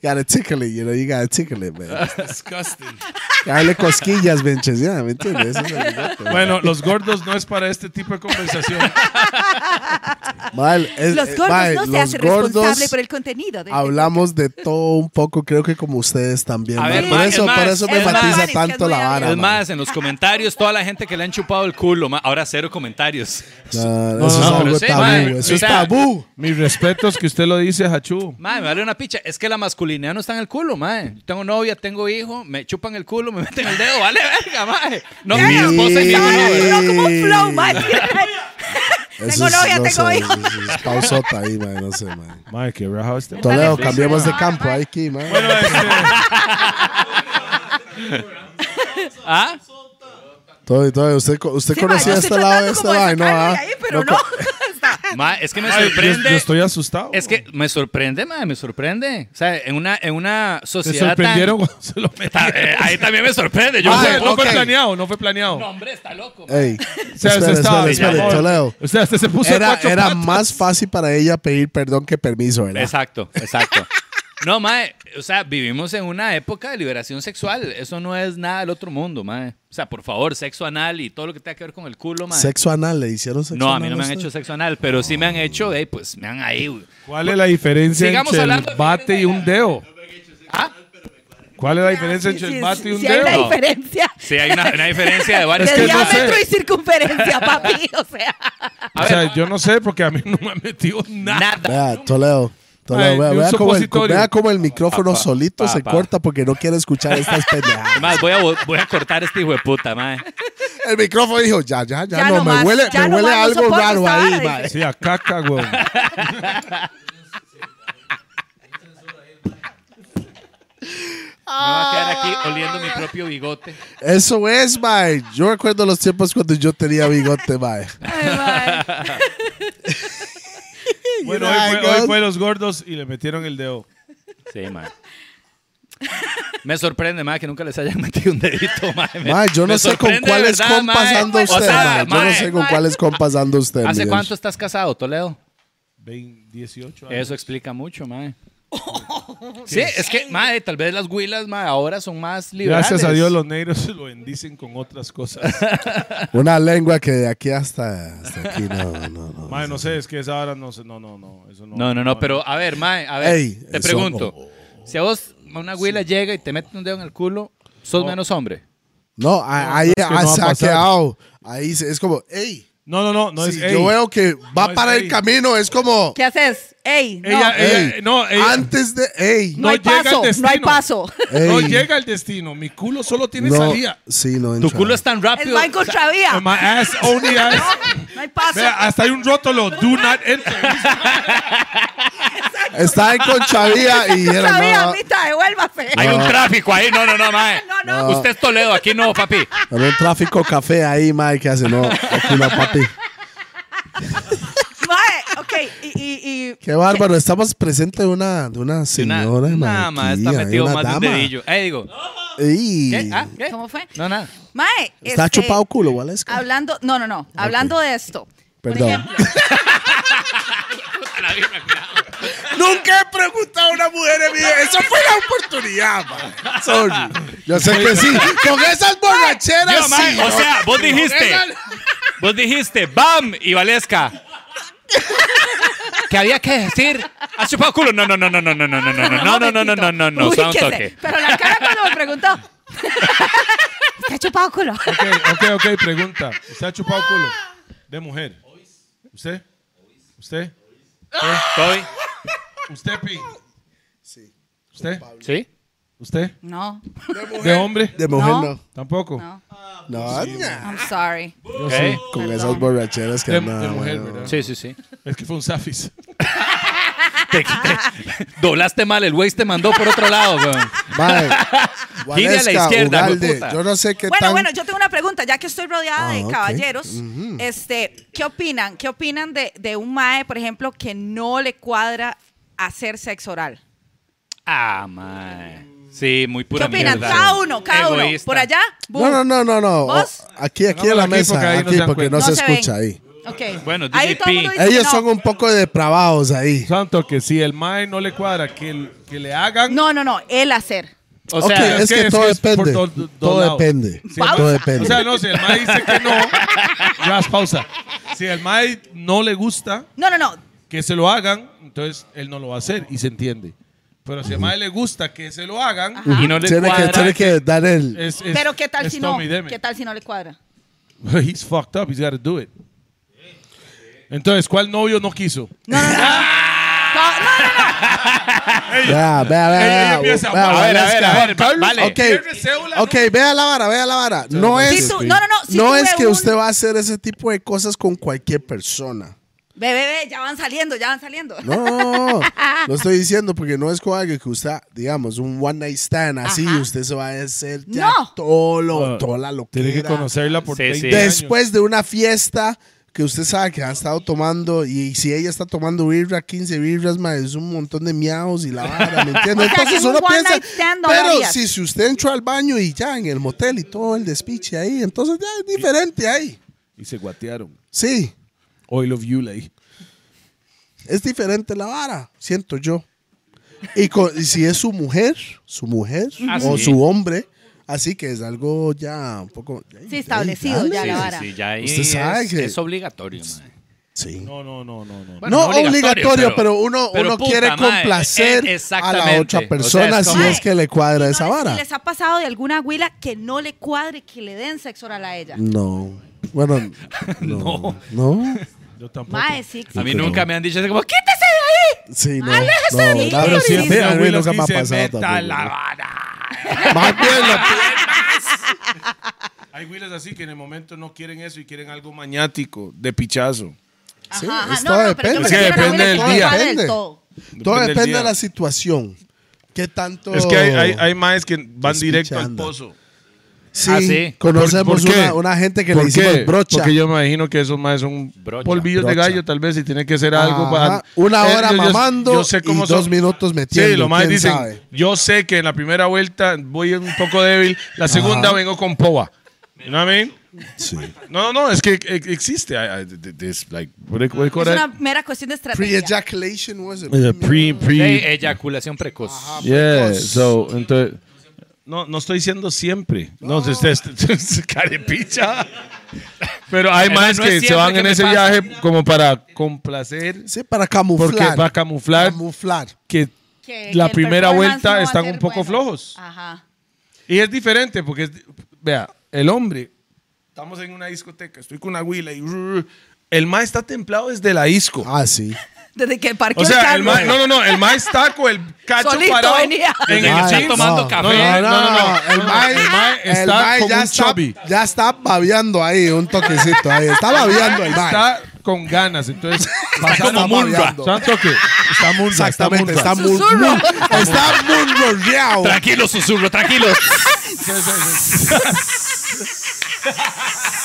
Speaker 2: Gotta tickle it, you know, you gotta tickle it, man. It's disgusting. Dale cosquillas, benches, ya, ¿me entiendes? Ese es el bigote, mae.
Speaker 5: Bueno, los gordos no es para este tipo de conversación.
Speaker 2: Mae, es-
Speaker 4: Los
Speaker 2: eh,
Speaker 4: gordos
Speaker 2: mae,
Speaker 4: no se
Speaker 2: los
Speaker 4: hacen
Speaker 2: gordos Ah,
Speaker 4: responsable por el contenido. [LAUGHS] de-
Speaker 2: Hablamos de todo un poco, creo que como ustedes también.
Speaker 6: A
Speaker 2: mae.
Speaker 6: ver,
Speaker 2: por,
Speaker 6: mae,
Speaker 2: eso,
Speaker 6: es más,
Speaker 2: por eso me
Speaker 4: es más,
Speaker 2: matiza
Speaker 4: es
Speaker 2: tanto
Speaker 4: muy
Speaker 2: la
Speaker 4: hábil.
Speaker 2: vara.
Speaker 6: Es
Speaker 2: mae.
Speaker 6: más, en los comentarios, toda la gente que le han chupado el culo, ma. Ahora cero comentarios.
Speaker 2: No, eso es
Speaker 5: no,
Speaker 2: algo
Speaker 6: pero sí,
Speaker 2: tabú.
Speaker 6: mae,
Speaker 2: eso
Speaker 6: o
Speaker 2: es
Speaker 6: sea,
Speaker 2: tabú.
Speaker 5: Mis respetos que usted lo dice, Hachú.
Speaker 6: Ma, me vale una picha. Es que la masculinidad no está en el culo, ma. Yo Tengo novia, tengo hijo, me chupan el culo, me meten el dedo, vale verga, ma. No, mi esposa y mi hijo no,
Speaker 4: Ay,
Speaker 6: ¿verdad?
Speaker 4: bro, este como un flow, mae.
Speaker 2: Eso
Speaker 4: Tengo
Speaker 2: es-
Speaker 4: novia,
Speaker 2: no
Speaker 4: tengo
Speaker 2: sé,
Speaker 4: hijo.
Speaker 2: eso es- es pausota ahí, man, no sé,
Speaker 4: [LAUGHS]
Speaker 2: man.
Speaker 5: Madre, qué rajado este.
Speaker 2: Toledo,
Speaker 4: difícil,
Speaker 2: cambiemos de
Speaker 4: ¿no?
Speaker 2: campo ahí, aquí, man.
Speaker 6: eh. ¿Ah?
Speaker 2: Todo, todo, usted, co- usted
Speaker 4: Sí, mae, yo
Speaker 2: conocía
Speaker 4: estoy
Speaker 2: este lado de
Speaker 4: tratando
Speaker 2: este
Speaker 4: como
Speaker 2: lado,
Speaker 4: de
Speaker 2: ¿no?
Speaker 4: sacarme
Speaker 2: ah?
Speaker 4: de ahí, pero
Speaker 2: No,
Speaker 4: no.
Speaker 2: co-
Speaker 4: [LAUGHS] Está-
Speaker 6: Ma, es que me
Speaker 5: Yo,
Speaker 6: sorprende.
Speaker 5: yo estoy asustado.
Speaker 6: Es que me sorprende, madre, me sorprende. O sea, en una, en una
Speaker 5: se
Speaker 6: sociedad.
Speaker 5: sorprendieron cuando se lo
Speaker 6: tan- Ta-
Speaker 5: metieron.
Speaker 6: eh, ahí también me sorprende. [LAUGHS] Yo
Speaker 5: No
Speaker 2: Ah,
Speaker 5: fue-
Speaker 2: eh,
Speaker 5: no fue
Speaker 2: ok.
Speaker 5: planeado, no fue planeado.
Speaker 6: hombre, está loco.
Speaker 2: Ey,
Speaker 5: O sea,
Speaker 2: espere,
Speaker 5: usted estaba-
Speaker 2: espere, espere,
Speaker 5: Amor,
Speaker 2: Toledo.
Speaker 5: Usted, usted se puso
Speaker 2: Era,
Speaker 5: cuatro
Speaker 2: era
Speaker 5: patas.
Speaker 2: más fácil para ella pedir perdón que permiso, ¿verdad?
Speaker 6: Exacto, exacto. No, madre, o sea, vivimos en una época de liberación sexual. Eso no es nada del otro mundo, madre. O sea, por favor, sexo anal y todo lo que tenga que ver con el culo, madre.
Speaker 2: Sexo anal, le hicieron sexo
Speaker 6: no, a mí no
Speaker 2: anal
Speaker 6: me han
Speaker 2: usted?
Speaker 6: hecho sexo anal, pero sí me han hecho, eh, pues me han ahí. güey.
Speaker 5: ¿Cuál es la diferencia
Speaker 6: Sigamos
Speaker 5: entre
Speaker 6: hablando
Speaker 5: el
Speaker 6: de
Speaker 5: bate y un dedo?
Speaker 6: Ah.
Speaker 5: ¿Cuál es la diferencia
Speaker 4: Sí,
Speaker 5: entre el
Speaker 4: sí,
Speaker 5: bate y un
Speaker 4: sí hay
Speaker 5: dedo?
Speaker 4: una
Speaker 6: dedo.
Speaker 4: diferencia.
Speaker 6: Sí, hay una, una diferencia de
Speaker 4: [LAUGHS] De
Speaker 6: varios.
Speaker 5: Es que no
Speaker 4: diámetro
Speaker 5: sé.
Speaker 4: y circunferencia, papi. [LAUGHS] O sea,
Speaker 5: O sea, yo no sé porque a mí no me ha metido nada.
Speaker 6: Nada.
Speaker 2: Vea, Toledo. Toledo,
Speaker 5: Ay,
Speaker 2: vea,
Speaker 5: de un
Speaker 2: vea cómo el,
Speaker 5: supositorio.
Speaker 2: vea cómo el micrófono solito
Speaker 6: pa,
Speaker 2: se
Speaker 6: pa.
Speaker 2: corta porque no quiere escuchar [LAUGHS] estas pendejadas.
Speaker 6: Además, voy a, bo- voy a cortar este hijo de puta, madre.
Speaker 2: El micrófono dijo, ya, ya, ya,
Speaker 4: Ya
Speaker 2: no,
Speaker 4: no
Speaker 2: me
Speaker 4: más,
Speaker 2: huele,
Speaker 4: ya
Speaker 2: me
Speaker 4: no
Speaker 2: huele
Speaker 4: más, no
Speaker 2: algo
Speaker 4: soporto
Speaker 2: raro
Speaker 4: esta
Speaker 2: ahí,
Speaker 4: vara,
Speaker 2: mae.
Speaker 4: dice.
Speaker 5: Sí, a
Speaker 4: [LAUGHS]
Speaker 5: caca, güey.
Speaker 6: Me va a quedar aquí oliendo mi propio bigote.
Speaker 2: Eso es, mae. Yo recuerdo los tiempos cuando yo tenía bigote, mae.
Speaker 4: ay, mae.
Speaker 5: Bueno,
Speaker 2: You know
Speaker 5: hoy
Speaker 2: how it
Speaker 5: fue, hoy
Speaker 2: goes.
Speaker 5: fue los gordos y le metieron el dedo.
Speaker 6: Sí, man. Me sorprende, mae, que nunca les hayan metido un dedito, mae. Me-
Speaker 2: Mae, yo
Speaker 6: me
Speaker 2: no sé con
Speaker 6: sorprende,
Speaker 2: cuáles
Speaker 6: ¿verdad,
Speaker 2: compas
Speaker 6: mae?
Speaker 2: ando
Speaker 6: O
Speaker 2: usted,
Speaker 6: sea,
Speaker 2: mae. Yo no
Speaker 6: mae,
Speaker 2: sé con cuáles compas ando usted.
Speaker 6: ¿Hace
Speaker 2: Miguel.
Speaker 6: cuánto estás casado, Toledo?
Speaker 5: 18 años.
Speaker 6: Eso explica mucho,
Speaker 4: [LAUGHS]
Speaker 6: mae. sí, es que, mae, tal vez las huilas, mae, ahora son más liberales.
Speaker 5: Gracias a Dios los negros [LAUGHS] lo bendicen con otras cosas.
Speaker 2: Una lengua que de aquí hasta, hasta aquí no, no, no.
Speaker 5: Madre, no sé, es que esa hora no sé. No, no, no. Eso no,
Speaker 6: No, no, no, pero a ver, mae, a ver,
Speaker 2: Ey,
Speaker 6: te
Speaker 2: eso-
Speaker 6: pregunto. Si a vos una huila llega y te mete un dedo en el culo, sos menos hombre.
Speaker 2: No, a- ahí
Speaker 5: no, es que
Speaker 2: ha-
Speaker 5: no va a
Speaker 2: se ha
Speaker 5: pasar.
Speaker 2: quedado. Ahí se- es como, ey.
Speaker 5: No, no, no. no
Speaker 2: si
Speaker 5: es, ey.
Speaker 2: yo veo que va
Speaker 5: No es
Speaker 2: para el
Speaker 5: ey.
Speaker 2: camino, es como
Speaker 4: ¿Qué haces? ¡Ey! No,
Speaker 5: Ella,
Speaker 2: Ey.
Speaker 5: ella- no, ella-
Speaker 2: antes de, ey.
Speaker 4: no hay
Speaker 5: no llega
Speaker 4: paso,
Speaker 5: al
Speaker 4: no hay
Speaker 5: destino. [LAUGHS]
Speaker 4: paso.
Speaker 5: no
Speaker 2: ey,
Speaker 5: llega al destino. Mi culo solo tiene
Speaker 2: no,
Speaker 5: salida.
Speaker 2: Sí, no
Speaker 6: Tu
Speaker 2: entra.
Speaker 6: culo es tan
Speaker 4: Es
Speaker 6: rápido.
Speaker 4: Michael Travía.
Speaker 5: My ass only has.
Speaker 4: No hay paso. [LAUGHS]
Speaker 5: Vea, hasta hay un rótulo. Do not enter.
Speaker 2: Está en
Speaker 6: [LAUGHS]
Speaker 2: Conchavía y era,
Speaker 4: Travía,
Speaker 2: no,
Speaker 4: Mita, devuélvase.
Speaker 6: Hay un tráfico ahí. No, no, no, mae.
Speaker 4: [LAUGHS] No, no.
Speaker 6: Usted es Toledo, aquí no, papi.
Speaker 2: había un tráfico café ahí, mae, que hace, no, aquí no, papi.
Speaker 4: Mae, ok. Y, y, y
Speaker 2: Qué bárbaro, estamos presente de una, de una señora, mae,
Speaker 6: nada más,
Speaker 2: aquí,
Speaker 6: está
Speaker 2: hay
Speaker 6: metido
Speaker 2: una
Speaker 6: más de un
Speaker 2: dama.
Speaker 6: dedillo. Ahí digo,
Speaker 2: Ey.
Speaker 6: ¿qué? ¿Ah? ¿Qué?
Speaker 4: ¿Cómo fue?
Speaker 6: No, nada.
Speaker 4: Mae,
Speaker 2: Está
Speaker 4: este,
Speaker 2: chupado culo, ¿cuál es?
Speaker 4: Hablando, no, no, no. Hablando de esto. por
Speaker 2: Perdón.
Speaker 4: ejemplo,
Speaker 2: Nunca he preguntado a una mujer en mi vida. Eso fue la oportunidad, man. Sorry. Yo sé que sí. Con esas borracheras,
Speaker 6: Yo, mae,
Speaker 2: sí.
Speaker 6: o sea, vos dijiste, vos dijiste, ¡bam! Y Valesca. ¿Qué había que decir? ¿Has chupado culo? No, no, no, no, no, no, no, no, no, [LAUGHS] no, no, no, no, no, no, no, no, solo un
Speaker 4: ubíquese.
Speaker 6: toque.
Speaker 4: Pero la cara cuando me preguntó.
Speaker 6: [LAUGHS]
Speaker 4: [LAUGHS] Está chupado culo.
Speaker 5: Ok, ok, ok. Pregunta. ¿Usted ha chupado culo? De mujer. ¿Usted? ¿Usted?
Speaker 6: ¿Toby?
Speaker 5: ¿Usted, Pi? Sí. ¿Usted?
Speaker 6: ¿Sí?
Speaker 5: ¿Usted?
Speaker 4: No,
Speaker 5: ¿De hombre?
Speaker 2: De mujer
Speaker 4: No.
Speaker 2: no.
Speaker 5: Tampoco.
Speaker 4: no.
Speaker 2: No, ña.
Speaker 4: I'm sorry.
Speaker 6: Ok.
Speaker 2: Con esas borracheras que
Speaker 5: De,
Speaker 2: andan.
Speaker 5: de mujer,
Speaker 2: bueno.
Speaker 5: ¿verdad?
Speaker 6: Sí, sí, sí.
Speaker 5: Es que fue un safis.
Speaker 6: Te- te- doblaste mal, el güey te mandó por otro lado,
Speaker 4: [LAUGHS]
Speaker 6: weón.
Speaker 5: [LAUGHS]
Speaker 2: Mae,
Speaker 6: Gire a la
Speaker 2: Gualesca,
Speaker 6: izquierda,
Speaker 2: Ugalde,
Speaker 6: hueputa.
Speaker 2: Yo no sé [LAUGHS] qué
Speaker 4: Bueno,
Speaker 2: tan...
Speaker 4: bueno, yo tengo una pregunta, ya que estoy rodeada
Speaker 2: Ah,
Speaker 4: de
Speaker 2: ok.
Speaker 4: caballeros, este, ¿qué opinan? ¿Qué opinan de, de un mae, por ejemplo, que no le cuadra hacer sexo oral?
Speaker 6: Ah, mae. Sí, muy
Speaker 4: ¿Qué
Speaker 6: pura
Speaker 4: opinan?
Speaker 6: mierda.
Speaker 4: Cada uno, cada uno.
Speaker 6: Egoísta.
Speaker 4: Por allá. bu.
Speaker 2: No, no, no, no. no.
Speaker 4: ¿Vos?
Speaker 2: O- Aquí, aquí en
Speaker 5: Hagámoslo
Speaker 2: la
Speaker 5: aquí
Speaker 2: mesa.
Speaker 5: porque ahí no
Speaker 2: aquí,
Speaker 5: se dan
Speaker 2: porque no
Speaker 4: cuenta.
Speaker 2: se
Speaker 4: No se ven.
Speaker 2: escucha ahí.
Speaker 4: Ok.
Speaker 6: Bueno,
Speaker 4: Ahí todo el
Speaker 6: DJP.
Speaker 4: mundo dice
Speaker 2: Ellos
Speaker 4: no.
Speaker 2: son un poco depravados ahí.
Speaker 5: Santo, que si el mae no le cuadra, que, el- que le hagan.
Speaker 4: No, no, no, el hacer.
Speaker 6: O sea,
Speaker 2: ok, es
Speaker 5: es
Speaker 2: que,
Speaker 5: que-
Speaker 2: todo
Speaker 5: es que es por
Speaker 2: depende.
Speaker 5: dos- dos
Speaker 2: todo
Speaker 5: lados.
Speaker 2: depende. Todo
Speaker 4: Pausa.
Speaker 2: depende.
Speaker 5: O sea, no, si el mae dice
Speaker 2: [LAUGHS]
Speaker 5: que no, ya pausa. Si el mae no le gusta
Speaker 4: No, no, no.
Speaker 5: que se lo hagan, entonces él no lo va a hacer y se entiende. Pero si el mae le gusta que se lo hagan,
Speaker 4: Ah.
Speaker 6: y no le
Speaker 2: tiene, que,
Speaker 6: cuadra.
Speaker 2: tiene
Speaker 5: eh.
Speaker 2: que dar el...
Speaker 5: es, es-
Speaker 4: Pero ¿qué tal
Speaker 5: es
Speaker 4: si no?
Speaker 5: Tommy Demme.
Speaker 4: ¿Qué tal si no le cuadra?
Speaker 5: [LAUGHS] He's fucked up, he's got to do it. Entonces, ¿cuál novio no quiso?
Speaker 4: No, no, no, no.
Speaker 2: Vea, vea, vea,
Speaker 5: Ella
Speaker 2: vea.
Speaker 5: empieza,
Speaker 2: vea,
Speaker 5: a ver,
Speaker 6: a
Speaker 2: Valesca.
Speaker 6: ver, a ver, Carlos,
Speaker 2: [LAUGHS]
Speaker 6: vale.
Speaker 2: Ok,
Speaker 5: cierre cédula, ¿no?
Speaker 2: ok, vea la vara, vea la vara. No
Speaker 4: Si
Speaker 2: es,
Speaker 4: tú- no, no, no, si
Speaker 2: no
Speaker 4: tú
Speaker 2: es
Speaker 4: ve
Speaker 2: que
Speaker 4: un-
Speaker 2: usted va a hacer ese tipo de cosas con cualquier persona.
Speaker 4: Ve, ve, ve, ya van saliendo, ya van saliendo.
Speaker 2: No, no, no, lo estoy diciendo porque no es como algo que usted, digamos, un one night stand así,
Speaker 4: Ajá.
Speaker 2: usted se va a hacer ya
Speaker 4: No.
Speaker 2: todo lo, toda la locura.
Speaker 5: Ah, Tiene que conocerla por
Speaker 6: Sí,
Speaker 5: 30
Speaker 6: sí.
Speaker 5: años.
Speaker 2: Después de una fiesta que usted sabe que ha estado tomando y si ella está tomando birra, 15 birras, más es un montón de miaos
Speaker 4: [LAUGHS]
Speaker 2: y la vara, ¿me entiende?
Speaker 4: O sea,
Speaker 2: Entonces
Speaker 4: que un
Speaker 2: uno
Speaker 4: one
Speaker 2: piensa,
Speaker 4: night stand no lo
Speaker 2: pero
Speaker 4: harías.
Speaker 2: si, si usted entró al baño y ya en el motel y todo el despiche ahí, entonces ya es diferente ahí.
Speaker 5: Y se guatearon.
Speaker 2: Sí,
Speaker 5: Oil of you, ley.
Speaker 2: es diferente la vara, siento yo. Y, co- y si es su mujer, su mujer
Speaker 6: Ah,
Speaker 2: o
Speaker 6: sí.
Speaker 2: su hombre, así que es algo ya un poco...
Speaker 4: Sí, establecido
Speaker 2: dale.
Speaker 4: ya
Speaker 6: Sí,
Speaker 4: la
Speaker 6: sí,
Speaker 4: vara.
Speaker 6: sí, ya ahí
Speaker 2: Usted sabe
Speaker 6: es,
Speaker 2: que-
Speaker 6: es obligatorio, mae.
Speaker 2: Sí.
Speaker 5: No, no, no, no, no.
Speaker 6: Bueno,
Speaker 2: no obligatorio, pero, uno,
Speaker 6: pero
Speaker 2: uno
Speaker 6: puta
Speaker 2: quiere
Speaker 6: madre,
Speaker 2: complacer
Speaker 6: eh,
Speaker 2: a
Speaker 6: exactamente.
Speaker 2: la otra persona
Speaker 6: O sea, es
Speaker 2: si
Speaker 6: como-
Speaker 2: es que le cuadra esa
Speaker 4: No sé
Speaker 2: vara.
Speaker 4: si les ha pasado de alguna huila que no le cuadre que le den sexo oral a ella?
Speaker 2: No.
Speaker 6: [LAUGHS]
Speaker 2: Bueno, no. no.
Speaker 5: Yo tampoco.
Speaker 4: Mae, sí, sí.
Speaker 6: A mí
Speaker 2: pero-
Speaker 6: nunca me han dicho así como, quítese de ahí.
Speaker 2: Sí, no.
Speaker 4: Aléjese
Speaker 2: no,
Speaker 4: de mí,
Speaker 2: la verdad,
Speaker 4: Sí,
Speaker 2: a mí
Speaker 5: Siempre Will
Speaker 2: nunca me ha
Speaker 5: dice,
Speaker 2: pasado
Speaker 5: "Meta
Speaker 2: tampoco,
Speaker 5: la
Speaker 2: ¿no?
Speaker 5: vara".
Speaker 2: Más bien
Speaker 6: [LAUGHS]
Speaker 2: lo-
Speaker 5: Hay Willas así que en el momento no quieren eso y quieren algo mañático, de pichazo.
Speaker 4: Ajá,
Speaker 2: sí,
Speaker 4: ajá.
Speaker 2: es
Speaker 4: No,
Speaker 2: todo
Speaker 4: no, pero yo
Speaker 2: depende.
Speaker 5: Es que
Speaker 4: prefiero una
Speaker 5: depende
Speaker 4: huila que no
Speaker 5: del día.
Speaker 4: cuadre
Speaker 2: Depende.
Speaker 4: del todo.
Speaker 2: Todo
Speaker 5: del
Speaker 2: depende
Speaker 5: día.
Speaker 2: de la situación. ¿Qué tanto?
Speaker 5: Es que hay, hay, hay maes que van
Speaker 2: Despichando.
Speaker 5: directo al pozo.
Speaker 2: Sí,
Speaker 6: Ah, sí.
Speaker 2: conocemos
Speaker 5: ¿Por- por qué?
Speaker 2: una, una gente que le
Speaker 5: ¿Por
Speaker 2: hicimos
Speaker 5: qué?
Speaker 2: brocha.
Speaker 5: Porque yo me imagino que esos más son
Speaker 6: Brocha.
Speaker 5: polvillos de
Speaker 2: Brocha.
Speaker 5: gallo, tal vez, y tiene que ser algo
Speaker 2: Ajá.
Speaker 5: para. Eh,
Speaker 2: Una hora
Speaker 5: yo- yo-
Speaker 2: mamando y dos minutos metiendo,
Speaker 5: Sí, lo más
Speaker 2: ¿quién
Speaker 5: dicen.
Speaker 2: sabe?
Speaker 5: Yo sé que en la primera vuelta voy un poco débil, la segunda vengo con poa. You know what I mean? No, no, no, es que e- existe. I- I- this, like, what do you- what do you call
Speaker 4: Es
Speaker 5: that?
Speaker 4: una mera cuestión de estrategia.
Speaker 2: Pre-ejaculation was it?
Speaker 5: Eh, Pre,
Speaker 6: Sí,
Speaker 5: pre.
Speaker 6: eyaculación precoz.
Speaker 5: Yeah, so, entonces. No, no estoy diciendo siempre. No, se [LAUGHS] usted carepicha. Pero hay
Speaker 6: Esa
Speaker 5: más
Speaker 6: no es
Speaker 5: que se
Speaker 6: siempre
Speaker 5: van
Speaker 6: que
Speaker 5: en
Speaker 6: me
Speaker 5: ese
Speaker 6: pasa.
Speaker 5: viaje como para complacer.
Speaker 2: Sí, para
Speaker 5: Porque
Speaker 2: camuflar.
Speaker 5: va a camuflar
Speaker 2: camuflar.
Speaker 5: que
Speaker 4: Que-
Speaker 5: la
Speaker 4: que el
Speaker 5: primera
Speaker 4: performance no
Speaker 5: vuelta
Speaker 4: va a
Speaker 5: están
Speaker 4: ser
Speaker 5: un poco
Speaker 4: bueno.
Speaker 5: flojos.
Speaker 4: Ajá.
Speaker 5: Y es diferente porque, es- vea, el hombre, estamos en una discoteca, estoy con una huila y rrr, el mae está templado desde la disco.
Speaker 2: Ah, sí.
Speaker 4: Desde que parqueó
Speaker 5: O
Speaker 4: el
Speaker 5: sea,
Speaker 4: carro.
Speaker 5: el mae, no, no, no, el mae está con el cacho
Speaker 4: Solito
Speaker 5: parado
Speaker 4: venía.
Speaker 5: en
Speaker 6: Desde que
Speaker 5: el
Speaker 6: está
Speaker 5: jeans.
Speaker 6: tomando
Speaker 5: No,
Speaker 6: café.
Speaker 5: No, no, no, no,
Speaker 2: El mae,
Speaker 5: el mae
Speaker 2: el
Speaker 5: [LAUGHS] está
Speaker 2: mae
Speaker 5: como
Speaker 2: ya,
Speaker 5: un
Speaker 2: está,
Speaker 5: chubby.
Speaker 2: ya está babeando ahí, un toquecito ahí. Está babeando el mae.
Speaker 5: Ah, Está con ganas,
Speaker 2: [LAUGHS]
Speaker 5: entonces. pasa-
Speaker 2: como
Speaker 5: está
Speaker 2: Munra.
Speaker 5: babeando. Santo que está Munra, está
Speaker 2: Exactamente,
Speaker 5: Munra.
Speaker 2: está muy,
Speaker 4: Susurro.
Speaker 2: muy- está muy rodeado.
Speaker 6: Tranquilo, susurro, tranquilo. [LAUGHS]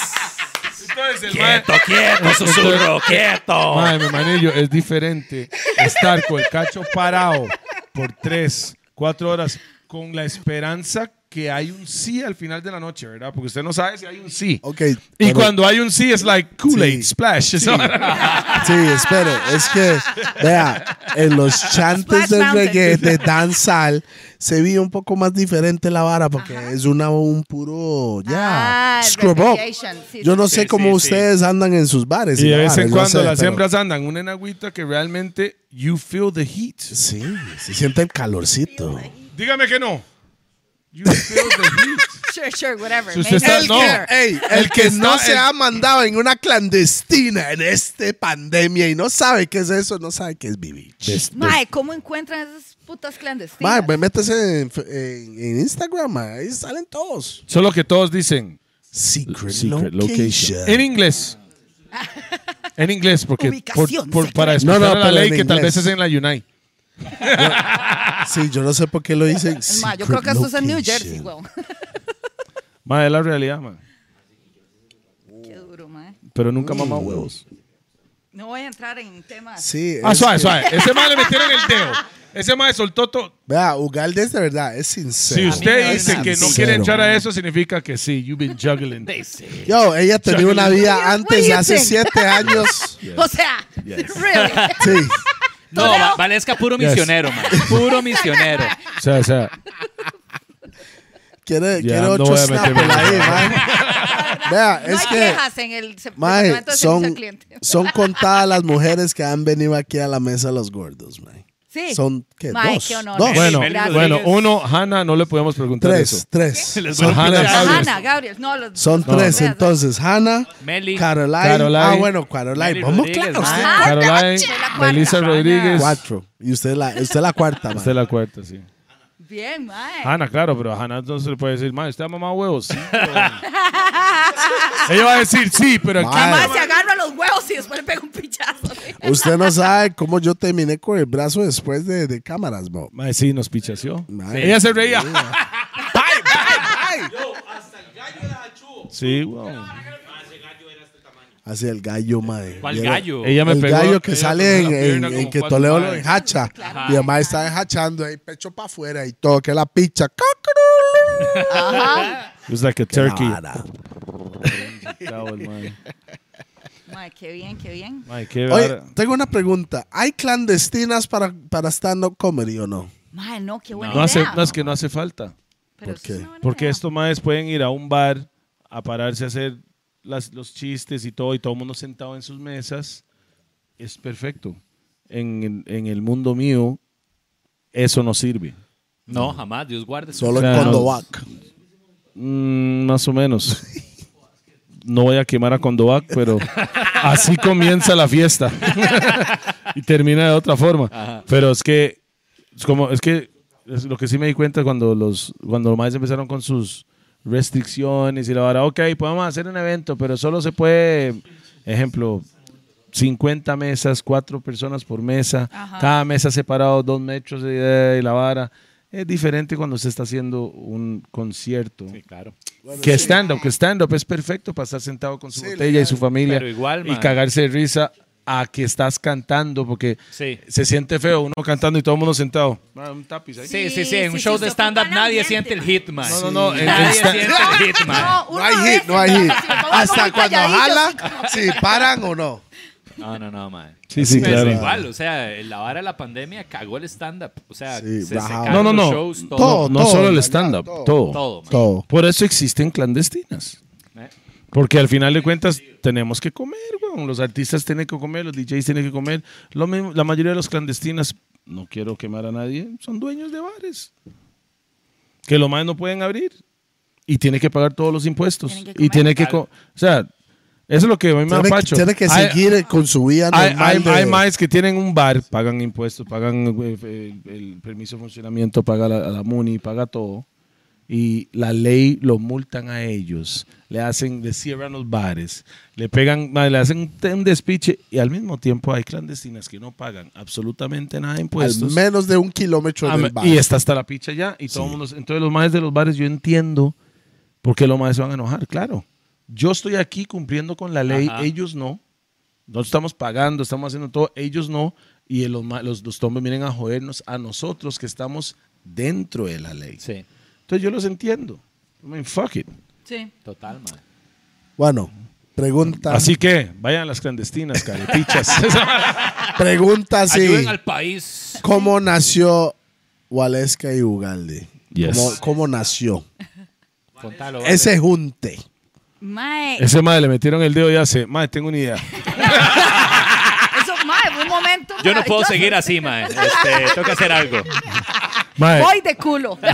Speaker 5: Entonces, el mae-
Speaker 6: quieto, quieto, susurro, quieto.
Speaker 5: Mae, mi manillo, es diferente estar con el cacho parado por tres, cuatro horas con la esperanza que hay un sí al final de la noche, ¿verdad? Porque usted no sabe si hay un sí.
Speaker 2: Ok.
Speaker 5: Y
Speaker 2: pero-
Speaker 5: cuando hay un sí es like Kool-Aid,
Speaker 2: Sí.
Speaker 5: splash. [LAUGHS] esa vara.
Speaker 2: Sí, espere. Es que, vea, en los chantes
Speaker 4: Splash
Speaker 2: de
Speaker 4: Mountain.
Speaker 2: reggae, de danzal, se vio un poco más diferente la vara porque es una, un puro, ya,
Speaker 4: Ah,
Speaker 2: scrub up.
Speaker 4: recreation, sí,
Speaker 2: Yo no
Speaker 4: sí,
Speaker 2: sé
Speaker 5: sí.
Speaker 2: cómo
Speaker 5: Sí, sí,
Speaker 2: ustedes andan en sus bares.
Speaker 5: Y de
Speaker 2: la
Speaker 5: vez
Speaker 2: vara,
Speaker 5: en
Speaker 2: yo
Speaker 5: cuando
Speaker 2: sé,
Speaker 5: las
Speaker 2: pero-
Speaker 5: hembras andan una en agüita que realmente you feel the heat.
Speaker 2: Sí, se siente el calorcito.
Speaker 5: Dígame que no. You feel the heat.
Speaker 4: Sure, sure, whatever.
Speaker 5: Si usted
Speaker 4: Make
Speaker 5: está-
Speaker 4: it
Speaker 5: no.
Speaker 4: clear.
Speaker 2: Ey, el,
Speaker 5: El
Speaker 2: que,
Speaker 5: que
Speaker 2: no
Speaker 5: está-
Speaker 2: se
Speaker 5: el-
Speaker 2: ha mandado en una clandestina en este pandemia y no sabe qué es eso, no sabe qué es vivir.
Speaker 4: Mae, ¿cómo encuentran esas putas clandestinas?
Speaker 2: Mae, pues, métese en, en- en Instagram, mae, ahí salen todos.
Speaker 5: Solo que todos dicen
Speaker 2: Secret,
Speaker 5: secret
Speaker 2: location.
Speaker 5: location. En inglés. En inglés, porque por-
Speaker 4: Ubicación
Speaker 5: por-
Speaker 4: secreta.
Speaker 5: para explicar
Speaker 2: No, no,
Speaker 5: a la
Speaker 2: pero
Speaker 5: ley
Speaker 2: en
Speaker 5: que tal
Speaker 2: inglés.
Speaker 5: vez es en la United.
Speaker 2: Sí, yo no sé por qué lo dicen.
Speaker 4: Mae, yo creo que esto es en New
Speaker 2: Secret
Speaker 4: Jersey,
Speaker 2: location.
Speaker 4: weón. [LAUGHS]
Speaker 5: Más es la realidad, man.
Speaker 4: Qué duro, mae.
Speaker 5: Pero nunca mamá huevos.
Speaker 4: No voy a entrar en temas.
Speaker 2: Sí,
Speaker 5: Ah,
Speaker 2: es
Speaker 5: suave,
Speaker 2: que-
Speaker 5: suave. Ese man le metieron el dedo. Ese man soltó todo.
Speaker 2: Vea, Ugalde es de verdad, es sincero.
Speaker 5: Si usted
Speaker 2: Es
Speaker 5: dice que no
Speaker 2: sincero.
Speaker 5: quiere echar a eso, significa que sí. You've been juggling.
Speaker 2: Yo, ella tenía una vida
Speaker 4: What do
Speaker 2: antes,
Speaker 4: you
Speaker 2: hace
Speaker 4: think?
Speaker 2: siete años.
Speaker 4: O sea, really.
Speaker 2: [LAUGHS] Sí.
Speaker 6: No, Va- Valesca puro misionero, [LAUGHS] man. Puro [LAUGHS] misionero.
Speaker 5: O sea, o sea.
Speaker 2: Quiere,
Speaker 5: Ya,
Speaker 2: quiere
Speaker 5: no
Speaker 2: ocho
Speaker 5: voy a
Speaker 2: snapper
Speaker 5: meterme en
Speaker 2: ahí,
Speaker 5: eso.
Speaker 2: mae. Vea,
Speaker 4: No
Speaker 2: es
Speaker 4: hay
Speaker 2: que.
Speaker 4: quejas en el se-
Speaker 2: Mae,
Speaker 4: departamento de servicio al
Speaker 2: son,
Speaker 4: cliente.
Speaker 2: son contadas las mujeres que han venido aquí a la mesa los gordos, mae.
Speaker 4: Sí.
Speaker 2: Son, ¿qué?
Speaker 4: Mae,
Speaker 2: dos.
Speaker 4: qué honor.
Speaker 2: dos.
Speaker 5: Bueno,
Speaker 4: Gracias.
Speaker 5: bueno, uno, Hannah, no le podemos preguntar eso.
Speaker 2: tres,
Speaker 5: [LAUGHS]
Speaker 2: tres.
Speaker 6: Les
Speaker 2: Son
Speaker 6: voy a
Speaker 2: tres.
Speaker 6: preguntar.
Speaker 4: Hannah,
Speaker 5: Gabriel.
Speaker 4: Gabriel. No, los-
Speaker 2: Son
Speaker 4: no,
Speaker 2: tres,
Speaker 4: veas,
Speaker 2: entonces, Hannah,
Speaker 6: Meli.
Speaker 2: Caroline,
Speaker 5: Caroline.
Speaker 2: Ah, bueno, Caroline.
Speaker 6: Meli
Speaker 2: Vamos,
Speaker 6: Rodríguez,
Speaker 2: claro,
Speaker 6: mae.
Speaker 2: usted.
Speaker 4: Ajá.
Speaker 5: Caroline,
Speaker 4: Soy Ah, la cuarta.
Speaker 5: Melissa Rodríguez.
Speaker 2: Cuatro. Y usted la, usted la cuarta, mae.
Speaker 5: Usted es la cuarta, sí.
Speaker 4: Bien, mae.
Speaker 5: Hannah, claro, pero a Hannah no se le puede decir, man, usted ha mamado huevos. Sí, [LAUGHS] Ella va a decir sí, pero aquí.
Speaker 2: Mae,
Speaker 4: Mae, se agarra los huevos y después le pega un pichazo.
Speaker 2: Usted no sabe cómo yo terminé con el brazo después de, de cámaras, bro.
Speaker 5: Mae, sí, nos pichació.
Speaker 2: Mae.
Speaker 5: Ella se reía. ¡Ay, [LAUGHS] Sí, wow.
Speaker 2: Así el gallo, mae.
Speaker 6: ¿Cuál
Speaker 2: Y era-
Speaker 6: gallo?
Speaker 5: Ella me
Speaker 2: el
Speaker 5: pegó.
Speaker 2: gallo que
Speaker 5: ella
Speaker 2: sale
Speaker 5: me pegó
Speaker 2: en,
Speaker 5: la pierna
Speaker 2: en-
Speaker 5: como
Speaker 2: en que
Speaker 5: cuatro
Speaker 2: Toledo lo
Speaker 5: madres.
Speaker 2: enhacha. Y además está enhachando ahí, pecho para afuera y todo, que la picha. ¡Cacarú!
Speaker 5: It was like a turkey.
Speaker 2: Vara.
Speaker 4: Mae, qué bien, qué bien.
Speaker 5: Mae, qué
Speaker 2: Oye,
Speaker 5: vara.
Speaker 2: tengo una pregunta. ¿Hay clandestinas para, para stand-up comedy o no?
Speaker 4: Mae, no, qué buena
Speaker 5: No, hace,
Speaker 4: idea.
Speaker 5: no, es que no hace falta.
Speaker 4: Pero
Speaker 2: ¿Por
Speaker 4: sí es
Speaker 2: qué?
Speaker 4: una buena
Speaker 5: Porque
Speaker 4: idea.
Speaker 5: estos maes pueden ir a un bar a pararse a hacer las- los chistes y todo, y todo el mundo sentado en sus mesas. Es perfecto. En, en- en el mundo mío, eso no sirve.
Speaker 6: No, jamás, Dios guarde.
Speaker 2: Solo
Speaker 5: Claro.
Speaker 2: en Condovac.
Speaker 5: Mm, más o menos. No voy a quemar a Condovac, pero así comienza la fiesta. y termina de otra forma. Pero es que, es como, es que es lo que sí me di cuenta cuando los, cuando los maestros empezaron con sus restricciones y la vara, ok, podemos hacer un evento, pero solo se puede, ejemplo, 50 mesas, cuatro personas por mesa, cada mesa separado dos metros de y la vara. Es diferente cuando se está haciendo un concierto.
Speaker 6: claro.
Speaker 5: que stand-up, que stand-up es perfecto para estar sentado con su
Speaker 2: Sí,
Speaker 5: botella y su familia
Speaker 6: Pero igual,
Speaker 5: y
Speaker 6: man.
Speaker 5: cagarse de risa a que estás cantando porque
Speaker 6: Sí.
Speaker 5: se siente feo uno cantando y todo el mundo sentado. Ah, Un tapiz ahí.
Speaker 6: Sí, sí,
Speaker 4: Sí,
Speaker 6: sí. En
Speaker 4: sí,
Speaker 6: un
Speaker 4: sí,
Speaker 6: show
Speaker 4: se
Speaker 6: de
Speaker 4: ocupa
Speaker 6: stand-up
Speaker 4: el
Speaker 6: nadie
Speaker 4: ambiente,
Speaker 6: siente el
Speaker 4: man.
Speaker 6: hit, man.
Speaker 5: No, no, no. en-
Speaker 6: Nadie
Speaker 5: en stand-
Speaker 6: siente el
Speaker 4: [LAUGHS]
Speaker 6: hit, man.
Speaker 4: uno
Speaker 2: No hay
Speaker 4: a
Speaker 2: hit,
Speaker 4: veces,
Speaker 2: no hay hit.
Speaker 4: si lo pongo
Speaker 2: Hasta
Speaker 4: como
Speaker 2: cuando
Speaker 4: calladillo,
Speaker 2: jala, si paran o no.
Speaker 6: No, no, no, man.
Speaker 5: Sí, sí,
Speaker 6: Pero
Speaker 5: claro.
Speaker 6: igual, o sea, en la vara de la pandemia cagó el stand-up. O sea,
Speaker 2: Sí,
Speaker 6: se
Speaker 2: bajaba.
Speaker 6: secaron
Speaker 5: No, no,
Speaker 6: los
Speaker 5: no.
Speaker 6: shows, todo.
Speaker 2: Todo,
Speaker 5: no solo el
Speaker 2: todo,
Speaker 5: stand-up,
Speaker 2: todo.
Speaker 5: todo.
Speaker 6: Todo, man.
Speaker 2: Todo.
Speaker 5: Por eso existen clandestinas.
Speaker 6: Eh.
Speaker 5: Porque al final de cuentas tenemos que comer, weón. Los artistas tienen que comer, los DJs tienen que comer. Lo mismo- la mayoría de los clandestinas, no quiero quemar a nadie, son dueños de bares. Que lo más no pueden abrir. Y tiene que pagar todos los impuestos.
Speaker 4: Tienen que
Speaker 5: y
Speaker 4: comer.
Speaker 5: tiene que... co- o sea, eso es lo que a mí me da
Speaker 2: Tiene que,
Speaker 5: pacho.
Speaker 2: tiene que
Speaker 5: Hay-
Speaker 2: seguir eh, con su vida
Speaker 5: hay,
Speaker 2: normal.
Speaker 5: hay,
Speaker 2: de-
Speaker 5: hay maes que tienen un bar, pagan impuestos, pagan eh, eh, el, el permiso de funcionamiento, paga la, la MUNI, paga todo. Y la ley lo multan a ellos, le hacen, le cierran los bares, le pegan, mae, le hacen un, te- un despiche y al mismo tiempo hay clandestinas que no pagan absolutamente nada de
Speaker 2: a
Speaker 5: impuestos.
Speaker 2: menos de un kilómetro
Speaker 5: Ah,
Speaker 2: del
Speaker 5: ma-
Speaker 2: bar.
Speaker 5: Y está hasta la picha ya. Y todo el mundo- entonces los maes de los bares, yo entiendo por qué los maes se van a enojar, claro. Yo estoy aquí cumpliendo con la ley,
Speaker 6: Ajá.
Speaker 5: ellos no. Nosotros estamos pagando, estamos haciendo todo, ellos no. Y los, ma- los, los tombes vienen a jodernos a nosotros que estamos dentro de la ley.
Speaker 6: Sí,
Speaker 5: Entonces yo los entiendo. I mean, fuck it.
Speaker 4: Sí.
Speaker 6: total, man.
Speaker 2: Bueno, pregunta.
Speaker 5: Así que vayan a las clandestinas,
Speaker 6: [LAUGHS]
Speaker 5: carepichas.
Speaker 2: Pregunta así.
Speaker 6: Ayuden al país.
Speaker 2: ¿Cómo nació Waleska y Ugalde?
Speaker 5: Yes.
Speaker 2: ¿Cómo, cómo nació?
Speaker 6: Contalo. vale.
Speaker 2: Ese junte.
Speaker 4: Mae,
Speaker 5: Ese madre le metieron el dedo y hace, madre, tengo una idea.
Speaker 4: eso, mae, fue un momento.
Speaker 6: Yo no puedo
Speaker 4: maravilloso.
Speaker 6: seguir así, man. Este, tengo que hacer algo.
Speaker 5: Mae,
Speaker 4: Voy de culo. [LAUGHS]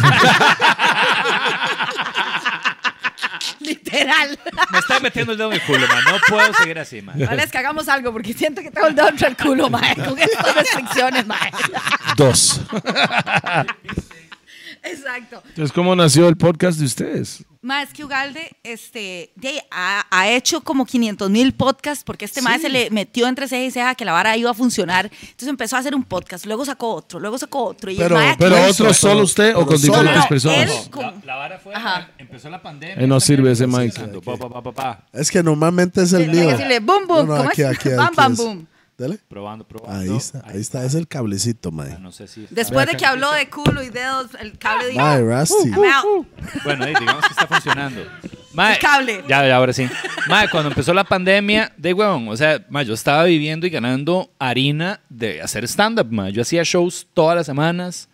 Speaker 4: Literal.
Speaker 6: Me está metiendo el dedo en el culo, man. No puedo seguir así, man.
Speaker 4: Ahora es que hagamos algo porque siento que tengo el dedo entre el culo, mae, con [LAUGHS] estas restricciones, mae.
Speaker 5: dos.
Speaker 4: Exacto.
Speaker 5: Entonces, ¿cómo nació el podcast de ustedes?
Speaker 4: Mae, es que Ugalde este, de- ha, ha hecho como 500 mil podcasts porque este mae se le metió entre ceja y ceja que la vara iba a funcionar. Entonces empezó a hacer un podcast, luego sacó otro, luego sacó otro. Y el
Speaker 2: Pero-
Speaker 4: mae aquí-
Speaker 5: Pero
Speaker 2: Eso,
Speaker 5: otro solo
Speaker 2: pero-
Speaker 5: usted o
Speaker 2: pero
Speaker 5: con
Speaker 2: solo.
Speaker 5: diferentes
Speaker 4: No,
Speaker 5: personas.
Speaker 4: él con-
Speaker 6: vara fue.
Speaker 4: Ajá.
Speaker 6: Empezó la pandemia.
Speaker 5: Eh, no sirve ese mic.
Speaker 6: Pa, pa, pa, pa, pa.
Speaker 2: Es que normalmente es el
Speaker 4: Tiene que
Speaker 2: lío.
Speaker 4: decirle, boom, boom, ¿cómo es? Bam, bam, boom.
Speaker 2: Dale.
Speaker 6: Probando, probando.
Speaker 2: Ahí está, ahí está. Es el cablecito, mae.
Speaker 6: No sé si.
Speaker 4: Después de que habló de culo y dedos, el cable dijo,
Speaker 2: Mae, Rusty.
Speaker 4: I'm out.
Speaker 6: Bueno, ahí digamos que está funcionando. Mae,
Speaker 4: El cable.
Speaker 6: Ya, ya, ahora sí. Mae, cuando empezó la pandemia, de huevón, o sea, mae, yo estaba viviendo y ganando harina de hacer stand-up, mae. Yo hacía shows todas las semanas.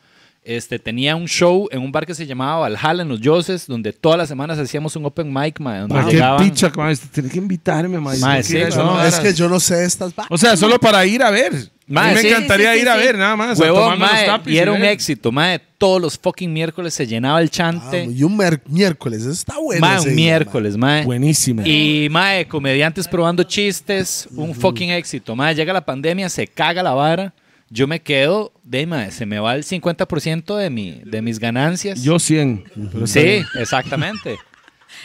Speaker 6: Este, tenía un show en un bar que se llamaba Valhalla en los Yoses, donde todas las semanas hacíamos un open mic, mae. Donde
Speaker 5: ¿Para
Speaker 6: llegaban-
Speaker 5: qué picha, mae? Tienes que invitarme, mae.
Speaker 6: Mae,
Speaker 5: Yo quiero
Speaker 6: sí,
Speaker 5: ir a
Speaker 2: No,
Speaker 5: esa
Speaker 2: es
Speaker 5: vara.
Speaker 2: que yo no sé estas. va-
Speaker 5: O sea, solo para ir a ver. a
Speaker 6: Mae,
Speaker 5: mí me
Speaker 6: sí,
Speaker 5: encantaría
Speaker 4: sí, sí,
Speaker 5: ir a
Speaker 4: sí.
Speaker 5: ver, nada más. a
Speaker 6: Huevón,
Speaker 5: tomarme los
Speaker 6: mae,
Speaker 5: tapis ¿eh?
Speaker 6: y era un
Speaker 5: ver.
Speaker 6: éxito, mae. Todos los fucking miércoles se llenaba el chante.
Speaker 2: Ah, y un mer- miércoles. eso Está bueno.
Speaker 6: mae,
Speaker 2: ese
Speaker 6: un
Speaker 2: día,
Speaker 6: miércoles, mae.
Speaker 5: Buenísimo.
Speaker 6: Y, mae, comediantes probando chistes, un fucking éxito. Mae, llega la pandemia, se caga la vara. Yo me quedo, de mae, se me va el 50% de, mi, de mis ganancias.
Speaker 5: Yo 100. pero está
Speaker 6: sí,
Speaker 5: bien.
Speaker 2: [LAUGHS]
Speaker 6: exactamente.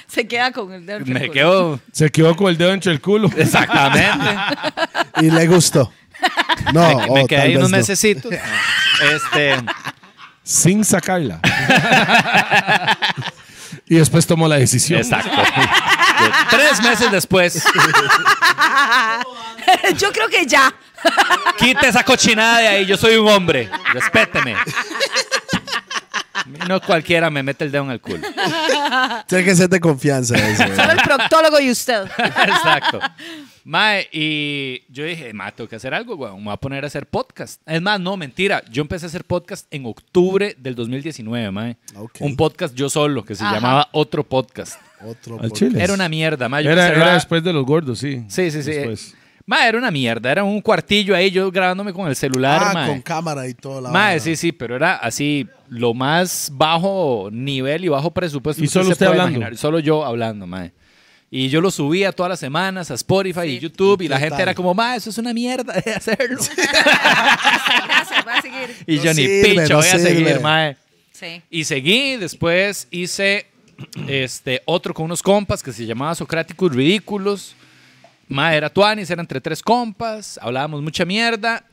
Speaker 4: Se queda con el dedo entre el
Speaker 6: me
Speaker 4: culo.
Speaker 6: quedo,
Speaker 5: Se quedó con el dedo entre el culo.
Speaker 6: exactamente.
Speaker 2: mae. Y
Speaker 6: [LAUGHS]
Speaker 2: le gustó. No,
Speaker 6: me, me
Speaker 2: oh,
Speaker 6: quedé
Speaker 2: tal
Speaker 6: ahí
Speaker 2: vez
Speaker 6: unos
Speaker 2: no.
Speaker 6: mesecitos.
Speaker 2: [LAUGHS]
Speaker 6: Este, [LAUGHS]
Speaker 5: Sin sacarla. y después tomó la decisión.
Speaker 6: exacto. Tres meses después,
Speaker 4: [LAUGHS] Yo creo que ya. [LAUGHS]
Speaker 6: quite esa cochinada de ahí, yo soy un hombre, respéteme. No cualquiera me mete el dedo en el culo.
Speaker 2: Tiene que ser de
Speaker 6: [LAUGHS]
Speaker 2: confianza. ese, mae.
Speaker 4: Solo el proctólogo y usted. [LAUGHS]
Speaker 6: Exacto. Mae, y yo dije, mae, tengo que hacer algo, weón. Me voy a poner a hacer podcast. Es más, no, mentira. Yo empecé a hacer podcast en octubre del 2019, mae.
Speaker 2: Ok.
Speaker 6: Un podcast yo solo, que se llamaba Otro Podcast.
Speaker 2: Otro.
Speaker 5: Al
Speaker 2: por-
Speaker 5: chile.
Speaker 6: Era una mierda, mae. Yo
Speaker 5: Era,
Speaker 6: encerraba-
Speaker 5: era después de los gordos, sí.
Speaker 6: Sí, sí, sí.
Speaker 5: Después.
Speaker 6: Mae, era una mierda. Era un cuartillo ahí, yo grabándome con el celular,
Speaker 2: Ah,
Speaker 6: mae.
Speaker 2: con cámara y todo. La
Speaker 6: Mae,
Speaker 2: vara.
Speaker 6: sí, sí, pero era así lo más bajo nivel y bajo presupuesto.
Speaker 5: Y
Speaker 6: que
Speaker 5: solo
Speaker 6: se
Speaker 5: usted
Speaker 6: puede
Speaker 5: hablando.
Speaker 6: Solo yo hablando, mae. Y yo lo subía todas las semanas a Spotify y YouTube y la
Speaker 2: ¿Qué
Speaker 6: gente
Speaker 2: tal?
Speaker 6: era como, mae, eso es una mierda de
Speaker 2: [LAUGHS]
Speaker 6: hacerlo.
Speaker 4: Gracias, va a seguir.
Speaker 6: y
Speaker 2: No
Speaker 6: yo ni
Speaker 2: sirve,
Speaker 6: picha,
Speaker 2: no
Speaker 6: voy a
Speaker 2: sirve.
Speaker 6: seguir, mae.
Speaker 4: Sí.
Speaker 6: Y seguí, después hice [CLEARS THROAT] este, otro con unos compas que se llamaba Socráticos Ridículos. Mae, era Tuanis, eran entre tres compas, hablábamos mucha mierda.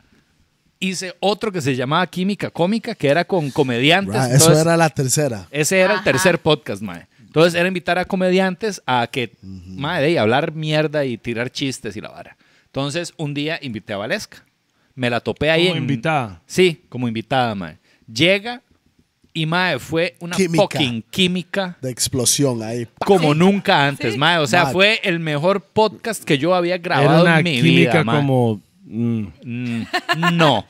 Speaker 6: hice otro que se llamaba Química Cómica, que era con comediantes.
Speaker 2: Right,
Speaker 6: Entonces,
Speaker 2: Eso era la tercera.
Speaker 6: Ese era el
Speaker 4: Ajá.
Speaker 6: tercer podcast, mae. Entonces era invitar a comediantes a que, mae, de ahí, hablar mierda y tirar chistes y la vara. Entonces un día invité a Valesca. Me la topé ahí.
Speaker 7: Como
Speaker 6: en-
Speaker 7: invitada.
Speaker 6: Sí, como invitada, mae. Llega y, mae, fue una
Speaker 2: Química.
Speaker 6: fucking química
Speaker 2: De explosión ahí.
Speaker 6: como nunca antes, mae. O sea,
Speaker 2: Mad.
Speaker 6: fue el mejor podcast que yo había
Speaker 7: Era
Speaker 6: grabado
Speaker 7: una
Speaker 6: en mi
Speaker 7: química
Speaker 6: vida, mae.
Speaker 7: como... mm,
Speaker 6: Mm, [LAUGHS] no.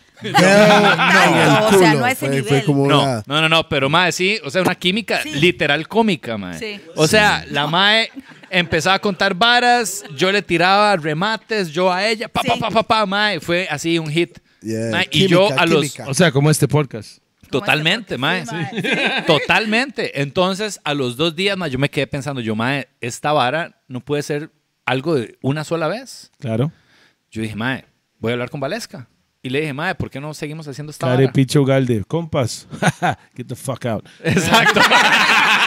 Speaker 4: tanto, o sea, no a ese
Speaker 2: Fue- fue
Speaker 4: nivel.
Speaker 2: como
Speaker 6: No,
Speaker 2: una-
Speaker 6: no, no, no, pero mae, sí, o sea, una química
Speaker 4: Sí.
Speaker 6: literal cómica, mae.
Speaker 4: Sí.
Speaker 6: O sea, la mae empezaba a contar varas, yo le tiraba remates, yo a ella, pa,
Speaker 4: Sí.
Speaker 6: pa, pa, pa, pa, mae, fue así un hit.
Speaker 2: Yeah,
Speaker 6: Mae, y
Speaker 2: química,
Speaker 6: yo a los...
Speaker 2: química.
Speaker 7: O sea, como este podcast.
Speaker 6: Totalmente,
Speaker 4: Como
Speaker 6: mae.
Speaker 4: este
Speaker 6: [LAUGHS]
Speaker 4: podcast, sí,
Speaker 6: Totalmente. Entonces, a los dos días, mae, yo me quedé pensando, yo, mae, esta vara no puede ser algo de una sola vez.
Speaker 7: Claro.
Speaker 6: Yo dije, mae, voy a hablar con Valesca. Y le dije, mae, ¿por qué no seguimos haciendo esta
Speaker 7: Care
Speaker 6: vara?
Speaker 7: Picho Galde. Compas. [LAUGHS] Get the fuck out.
Speaker 6: Exacto.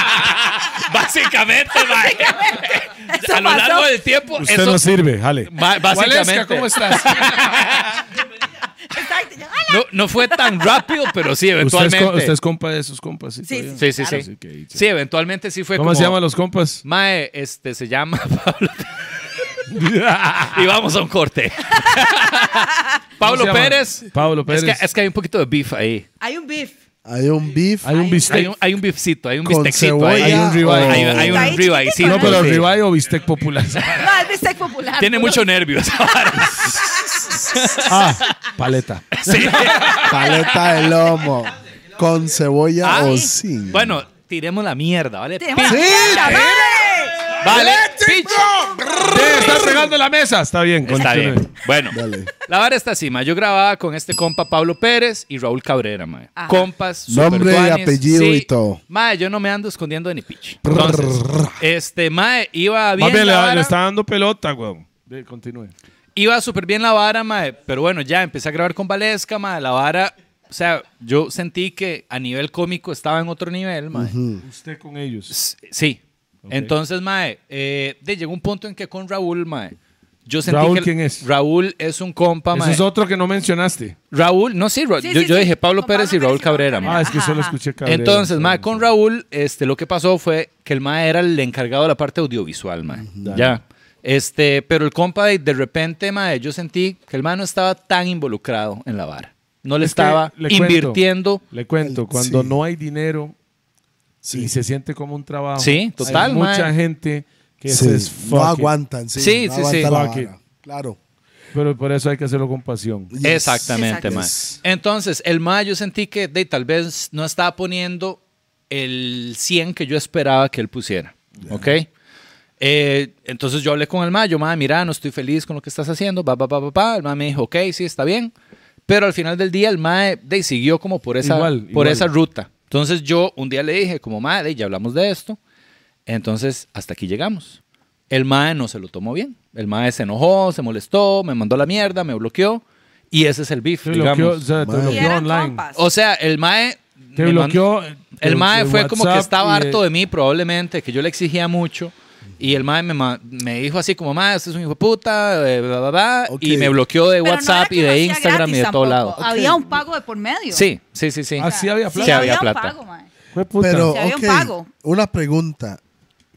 Speaker 6: [LAUGHS] Básicamente, mae.
Speaker 4: Eso
Speaker 6: a lo largo
Speaker 4: pasó.
Speaker 6: del tiempo,
Speaker 7: Usted
Speaker 6: eso,
Speaker 7: no sirve, jale.
Speaker 6: ba- básicamente,
Speaker 7: estás?
Speaker 4: Exacto. Yo, "Hola".
Speaker 6: no, no fue tan rápido, pero sí,
Speaker 7: Usted es,
Speaker 6: eventualmente.
Speaker 7: co- usted es compa de esos compas. Sí,
Speaker 4: Sí,
Speaker 7: todavía.
Speaker 6: sí, sí, sí.
Speaker 7: Así que dicho.
Speaker 6: Sí, eventualmente sí fue
Speaker 7: ¿Cómo
Speaker 6: como,
Speaker 7: se llaman los compas?
Speaker 6: Mae, este, se llama [LAUGHS] Pablo. y vamos a
Speaker 7: [LAUGHS]
Speaker 6: un corte.
Speaker 7: ¿Cómo se
Speaker 6: Pablo
Speaker 7: llama?
Speaker 6: Pérez.
Speaker 7: Pablo
Speaker 6: Es que,
Speaker 7: Pérez.
Speaker 6: es que hay un poquito de beef ahí.
Speaker 4: Hay un beef.
Speaker 2: Hay un beef.
Speaker 7: Hay un
Speaker 6: Hay
Speaker 7: bistec.
Speaker 6: un, hay un beefcito, hay un
Speaker 2: Con
Speaker 6: bistecito. ahí.
Speaker 2: cebolla
Speaker 6: Hay un ribeye.
Speaker 2: o-
Speaker 6: Hay, un- hay
Speaker 4: Ahí
Speaker 6: un ribeye.
Speaker 4: chiquitico,
Speaker 7: No, pero
Speaker 6: sí.
Speaker 7: ribeye o bistec popular. [LAUGHS]
Speaker 4: No, es bistec popular.
Speaker 6: Tiene
Speaker 4: puro
Speaker 6: mucho nervio esa vara.
Speaker 7: ah, paleta.
Speaker 6: Sí.
Speaker 2: Paleta de lomo. Con cebolla
Speaker 6: Ah,
Speaker 2: o
Speaker 6: sí.
Speaker 2: sin.
Speaker 6: Bueno, tiremos la mierda, ¿vale?
Speaker 4: Tenemos
Speaker 6: Pi-
Speaker 4: sí, madre.
Speaker 6: Vale, picha.
Speaker 7: está pegando la mesa. Está bien,
Speaker 6: Está
Speaker 7: continúe.
Speaker 6: bien. Bueno,
Speaker 2: Dale.
Speaker 6: la vara está así, ma. Yo grababa con este compa Pablo Pérez y Raúl Cabrera, ma.
Speaker 4: Ajá.
Speaker 6: Compas,
Speaker 2: Nombre y
Speaker 6: superduanes.
Speaker 2: apellido y todo.
Speaker 6: Ma, yo no me ando escondiendo de ni picha. Entonces, este, ma, iba bien.
Speaker 7: Más bien,
Speaker 6: la
Speaker 7: le,
Speaker 6: vara.
Speaker 7: le está dando pelota, weón. Ve, Continúe.
Speaker 6: Iba súper bien la vara, mae, pero bueno, ya empecé a grabar con Valesca, mae, la vara, o sea, yo sentí que a nivel cómico estaba en otro nivel, mae.
Speaker 7: Usted con ellos.
Speaker 6: S- Sí. Entonces, mae, eh, de- llegó un punto en que con Raúl, mae, yo sentí
Speaker 7: ¿Raúl
Speaker 6: que
Speaker 7: quién es?
Speaker 6: Raúl es un compa,
Speaker 7: Ese
Speaker 6: mae.
Speaker 7: es otro que no mencionaste.
Speaker 6: Raúl, no, sí, Ra-
Speaker 4: Sí,
Speaker 6: yo,
Speaker 4: sí,
Speaker 6: yo
Speaker 4: sí.
Speaker 6: dije Pablo
Speaker 4: Con
Speaker 6: Pérez y
Speaker 4: Pablo
Speaker 6: Raúl
Speaker 4: Pérez y Raúl
Speaker 6: Cabrera, mae.
Speaker 7: Ah, es que
Speaker 4: Ajá,
Speaker 7: solo
Speaker 4: ajá.
Speaker 7: escuché Cabrera.
Speaker 6: Entonces, mae, con Raúl, este, lo que pasó fue que el mae era el encargado de la parte audiovisual, mae. Ya. Este, pero el compa de, de repente, mae, yo sentí que el mae no estaba tan involucrado en la vara. No le
Speaker 7: Es que
Speaker 6: estaba
Speaker 7: le cuento,
Speaker 6: invirtiendo.
Speaker 7: le cuento,
Speaker 2: El-
Speaker 7: cuando
Speaker 2: sí.
Speaker 7: no hay dinero
Speaker 2: Sí.
Speaker 7: y se siente como un trabajo.
Speaker 6: Sí,
Speaker 7: hay
Speaker 6: total, mae.
Speaker 7: mucha gente que
Speaker 2: Sí,
Speaker 7: se es fuck
Speaker 2: no
Speaker 7: it.
Speaker 2: aguantan. Sí,
Speaker 6: Sí,
Speaker 2: no
Speaker 6: sí,
Speaker 2: aguanta
Speaker 6: sí.
Speaker 2: la
Speaker 7: Fuck it.
Speaker 2: vara. Claro.
Speaker 7: Pero por eso hay que hacerlo con pasión.
Speaker 2: Yes.
Speaker 6: Exactamente,
Speaker 4: Exacto.
Speaker 6: mae.
Speaker 2: Yes.
Speaker 6: Entonces, el mae yo sentí que de, tal vez no estaba poniendo el 100 que yo esperaba que él pusiera. ¿Ok? Eh, entonces yo hablé con el mae, yo, mae, mira, no estoy feliz con lo que estás haciendo, pa, pa, pa, pa, pa. El mae me dijo, ok, sí, está bien. Pero al final del día, el mae de, siguió como por esa,
Speaker 7: Igual,
Speaker 6: por
Speaker 7: igual.
Speaker 6: esa ruta. Entonces yo un día le dije, como mae, de, ya hablamos de esto. Entonces, hasta aquí llegamos. El mae no se lo tomó bien. El mae se enojó, se molestó, me mandó la mierda, me bloqueó. Y ese es el beef,
Speaker 7: Te
Speaker 6: digamos.
Speaker 7: bloqueó, o sea, te
Speaker 2: Mae.
Speaker 4: Y
Speaker 7: bloqueó
Speaker 4: eran
Speaker 7: online.
Speaker 4: compas.
Speaker 6: O sea, el mae...
Speaker 7: Te
Speaker 6: me mandó-
Speaker 7: bloqueó.
Speaker 6: El mae fue como que estaba harto de
Speaker 7: mí.
Speaker 6: mí probablemente, que yo le exigía mucho. Y el mae me, ma- me dijo así como, mae, usted es un hijo de puta, eh, bla, bla, bla",
Speaker 2: Ok.
Speaker 6: Y me bloqueó de
Speaker 4: Pero no
Speaker 6: WhatsApp y
Speaker 4: era que lo
Speaker 6: de
Speaker 4: hacía
Speaker 6: Instagram y
Speaker 4: gratis
Speaker 6: de todo
Speaker 4: tampoco.
Speaker 6: lado.
Speaker 4: Había un pago de por medio.
Speaker 6: Sí, sí, sí, sí.
Speaker 7: Así Ah, había
Speaker 4: Sí,
Speaker 7: plata.
Speaker 6: Sí, había
Speaker 4: había
Speaker 6: plata.
Speaker 4: un pago, mae.
Speaker 7: Fue puta.
Speaker 2: Pero,
Speaker 4: Si había un
Speaker 2: ok,
Speaker 4: pago.
Speaker 2: Una pregunta.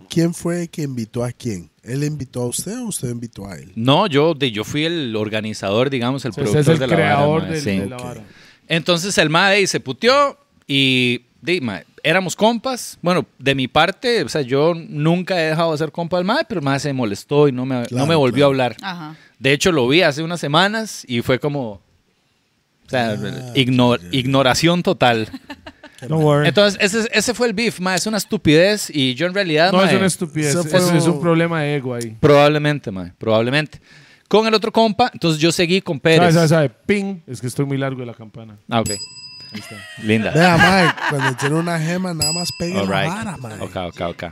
Speaker 2: ¿Quién fue que invitó a quién? ¿Él invitó a usted o usted invitó a él?
Speaker 6: No, yo, de- yo fui el organizador, digamos, el
Speaker 7: O sea, usted
Speaker 6: productor
Speaker 7: es el
Speaker 6: de la
Speaker 7: creador
Speaker 6: vara, mae,
Speaker 7: del-
Speaker 6: sí.
Speaker 7: de la vara.
Speaker 6: Entonces el mae ahí se puteó y di, mae, éramos compas. Bueno, de mi parte, o sea, yo nunca he dejado de ser compa del mae, pero el mae se molestó y no me,
Speaker 2: Claro,
Speaker 6: no me volvió
Speaker 2: claro.
Speaker 6: a hablar.
Speaker 4: Ajá.
Speaker 6: De hecho, lo vi hace unas semanas y fue como... O sea,
Speaker 2: Ah,
Speaker 6: igno- ignoración total.
Speaker 7: Don't worry.
Speaker 6: Entonces, ese, ese fue el beef, mae. Es una estupidez y yo en realidad...
Speaker 7: no, es
Speaker 6: mae,
Speaker 7: una estupidez.
Speaker 2: Eso fue
Speaker 7: es,
Speaker 2: un-
Speaker 7: es un problema de ego ahí.
Speaker 6: Probablemente, mae, probablemente. Con el otro compa, entonces yo seguí con
Speaker 7: Sabe,
Speaker 6: Pérez.
Speaker 7: sabe, sabe. Ping. Es que estoy muy largo de la campana.
Speaker 6: Ah, ok. Linda.
Speaker 2: Vea, Mike, cuando tiene una gema, nada más pegue
Speaker 6: All
Speaker 2: la
Speaker 6: right.
Speaker 2: vara, Mike.
Speaker 6: Ok, ok, ok.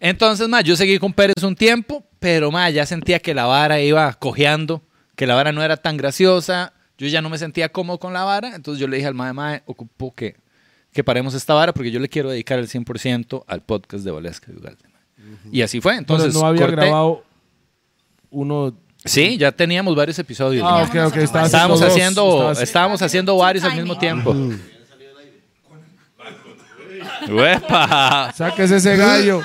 Speaker 6: Entonces, ma, yo seguí con Pérez un tiempo, pero ma, ya sentía que la vara iba cojeando, que la vara no era tan graciosa. Yo ya no me sentía cómodo con la vara, entonces yo le dije al mae, mae, ocupo que, que paremos esta vara porque yo le quiero dedicar el 100% al podcast de Valesca y Ugalde, ma". Y así fue, entonces
Speaker 7: Pero no había
Speaker 6: corté.
Speaker 7: grabado uno
Speaker 6: Sí, ya teníamos varios episodios.
Speaker 5: Ah,
Speaker 6: mae.
Speaker 5: ok, ok. estaba
Speaker 6: Estábamos
Speaker 5: dos.
Speaker 6: haciendo,
Speaker 5: Estabas-
Speaker 6: estábamos haciendo varios al mismo tiempo. ¡Uepa!
Speaker 2: [LAUGHS]
Speaker 5: Sáquese ese gallo.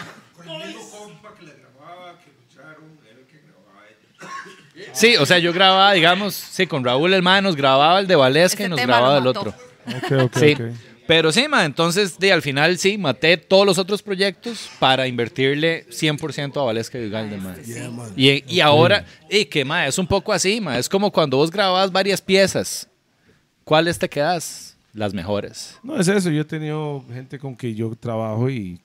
Speaker 6: Sí, o sea, yo grababa, digamos, sí, con Raúl el mae nos grababa el de Valesca y
Speaker 4: Ese
Speaker 6: nos
Speaker 4: tema
Speaker 6: grababa
Speaker 4: lo
Speaker 6: el
Speaker 4: mató.
Speaker 6: otro.
Speaker 5: Ok, ok,
Speaker 6: Sí.
Speaker 5: ok.
Speaker 6: Pero sí, ma, entonces de, al final sí, maté todos los otros proyectos para invertirle 100% a Valesca y Ugalde, ma. Y, y ahora, y que ma, es un poco así, ma, es como cuando vos grababas varias piezas, ¿cuáles te quedas? Las mejores.
Speaker 5: No es eso, yo he tenido gente con que yo trabajo y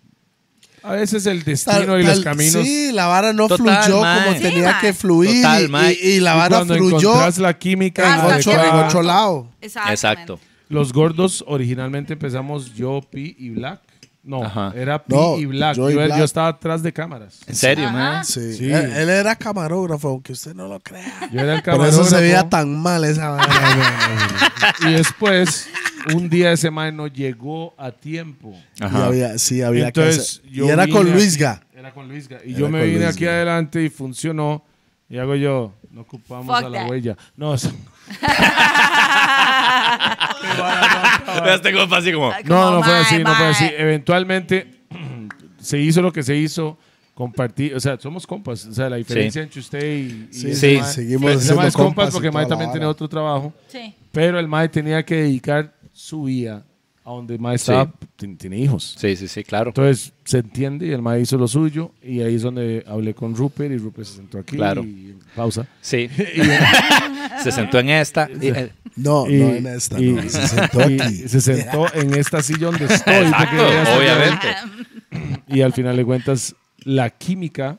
Speaker 5: a veces el
Speaker 2: Tal-
Speaker 5: destino y los
Speaker 2: tal-
Speaker 5: caminos.
Speaker 2: Sí, la vara no
Speaker 6: Total,
Speaker 2: fluyó
Speaker 6: mae.
Speaker 2: como
Speaker 6: Sí,
Speaker 2: tenía
Speaker 4: mae.
Speaker 2: que fluir.
Speaker 6: Total,
Speaker 2: y-
Speaker 6: mae.
Speaker 2: y, y la
Speaker 5: Y
Speaker 2: vara
Speaker 5: cuando
Speaker 2: fluyó
Speaker 5: encontrás la química
Speaker 4: Hasta
Speaker 2: en ocho,
Speaker 4: que-
Speaker 2: en
Speaker 5: adecuada.
Speaker 2: ocho lados.
Speaker 4: Exactamente. [LAUGHS]
Speaker 6: Exacto.
Speaker 5: Los gordos originalmente empezamos yo, Pi y Black. No,
Speaker 6: Ajá.
Speaker 5: era Pi
Speaker 2: No,
Speaker 5: y Black.
Speaker 2: yo
Speaker 5: Yo,
Speaker 2: y Black.
Speaker 5: yo estaba atrás de cámaras.
Speaker 6: En serio, ma.
Speaker 2: Sí.
Speaker 5: Sí.
Speaker 2: Él, él era camarógrafo, aunque usted no lo crea.
Speaker 5: Yo era el
Speaker 2: Por eso
Speaker 5: camarógrafo.
Speaker 2: se veía tan mal esa vara. [LAUGHS]
Speaker 5: Y después, un día ese man no llegó a tiempo.
Speaker 2: Y había, sí, había que
Speaker 5: Entonces,
Speaker 2: hacer-
Speaker 5: yo
Speaker 2: Y era
Speaker 5: vine
Speaker 2: con
Speaker 5: aquí-
Speaker 2: Luisga.
Speaker 5: Era con Luisga. Y yo me
Speaker 2: con
Speaker 5: vine
Speaker 2: Luisga.
Speaker 5: aquí adelante y funcionó. Y hago yo, no ocupamos
Speaker 4: Fuck
Speaker 5: a la
Speaker 4: that.
Speaker 5: huella. No, [LAUGHS] es-
Speaker 6: [LAUGHS] Este compa así como...
Speaker 5: no, no fue
Speaker 4: Bye,
Speaker 5: así, no fue
Speaker 4: bye.
Speaker 5: así. Eventualmente [CLEARS THROAT] se hizo lo que se hizo. Compartí, o sea, somos compas. O sea, la diferencia entre usted y. y
Speaker 2: Sí,
Speaker 5: ese
Speaker 6: sí,
Speaker 5: man-
Speaker 2: seguimos
Speaker 5: ese man
Speaker 2: siendo
Speaker 5: es compas
Speaker 2: compas y
Speaker 5: porque
Speaker 2: toda
Speaker 5: Mae
Speaker 2: la
Speaker 5: también
Speaker 2: vara.
Speaker 5: tenía otro trabajo.
Speaker 4: Sí.
Speaker 5: Pero el Mae tenía que dedicar su vida a donde el Mae estaba.
Speaker 6: Sí.
Speaker 5: ten- Tiene hijos.
Speaker 6: Sí, sí, sí, claro.
Speaker 5: Entonces se entiende y el mae hizo lo suyo y ahí es donde hablé con Rupert y Rupert se sentó aquí.
Speaker 6: Claro.
Speaker 5: Y pausa. [LAUGHS]
Speaker 6: Sí. [LAUGHS] Se sentó en esta. y- eh,
Speaker 2: No,
Speaker 5: Y-
Speaker 2: no en esta.
Speaker 5: y-
Speaker 2: no, se sentó
Speaker 5: y
Speaker 2: aquí.
Speaker 5: se sentó en esta silla donde estoy. porque ella está-
Speaker 4: [LAUGHS]
Speaker 6: Obviamente.
Speaker 5: Y al final de cuentas, la química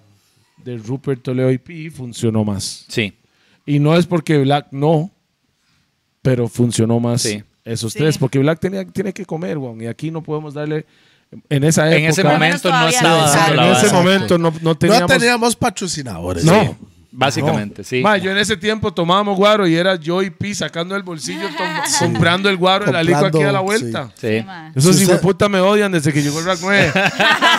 Speaker 5: de Rupert Toledo y Pi funcionó más.
Speaker 6: Sí.
Speaker 5: Y no es porque Black no, pero funcionó más
Speaker 6: Sí.
Speaker 5: esos
Speaker 4: Sí.
Speaker 5: tres. Porque Black tenía, tiene que comer, weón, y aquí no podemos darle. En esa época.
Speaker 6: En ese momento no
Speaker 4: todavía
Speaker 6: estaba
Speaker 4: no.
Speaker 6: dando
Speaker 5: en
Speaker 6: la
Speaker 5: ese
Speaker 6: vara.
Speaker 5: momento no, no
Speaker 2: no
Speaker 5: teníamos.
Speaker 2: teníamos patrocinadores.
Speaker 5: No.
Speaker 6: Básicamente,
Speaker 5: No.
Speaker 6: sí.
Speaker 5: Ma, yo en ese tiempo tomábamos guaro y era yo y Pi sacando el bolsillo, tom- comprando el guaro en la lico aquí a la
Speaker 2: Comprando,
Speaker 5: vuelta.
Speaker 6: Sí.
Speaker 5: Esos
Speaker 2: Si usted-
Speaker 5: hijos de puta me odian desde que llegó el Rack
Speaker 6: [LAUGHS]
Speaker 5: 9.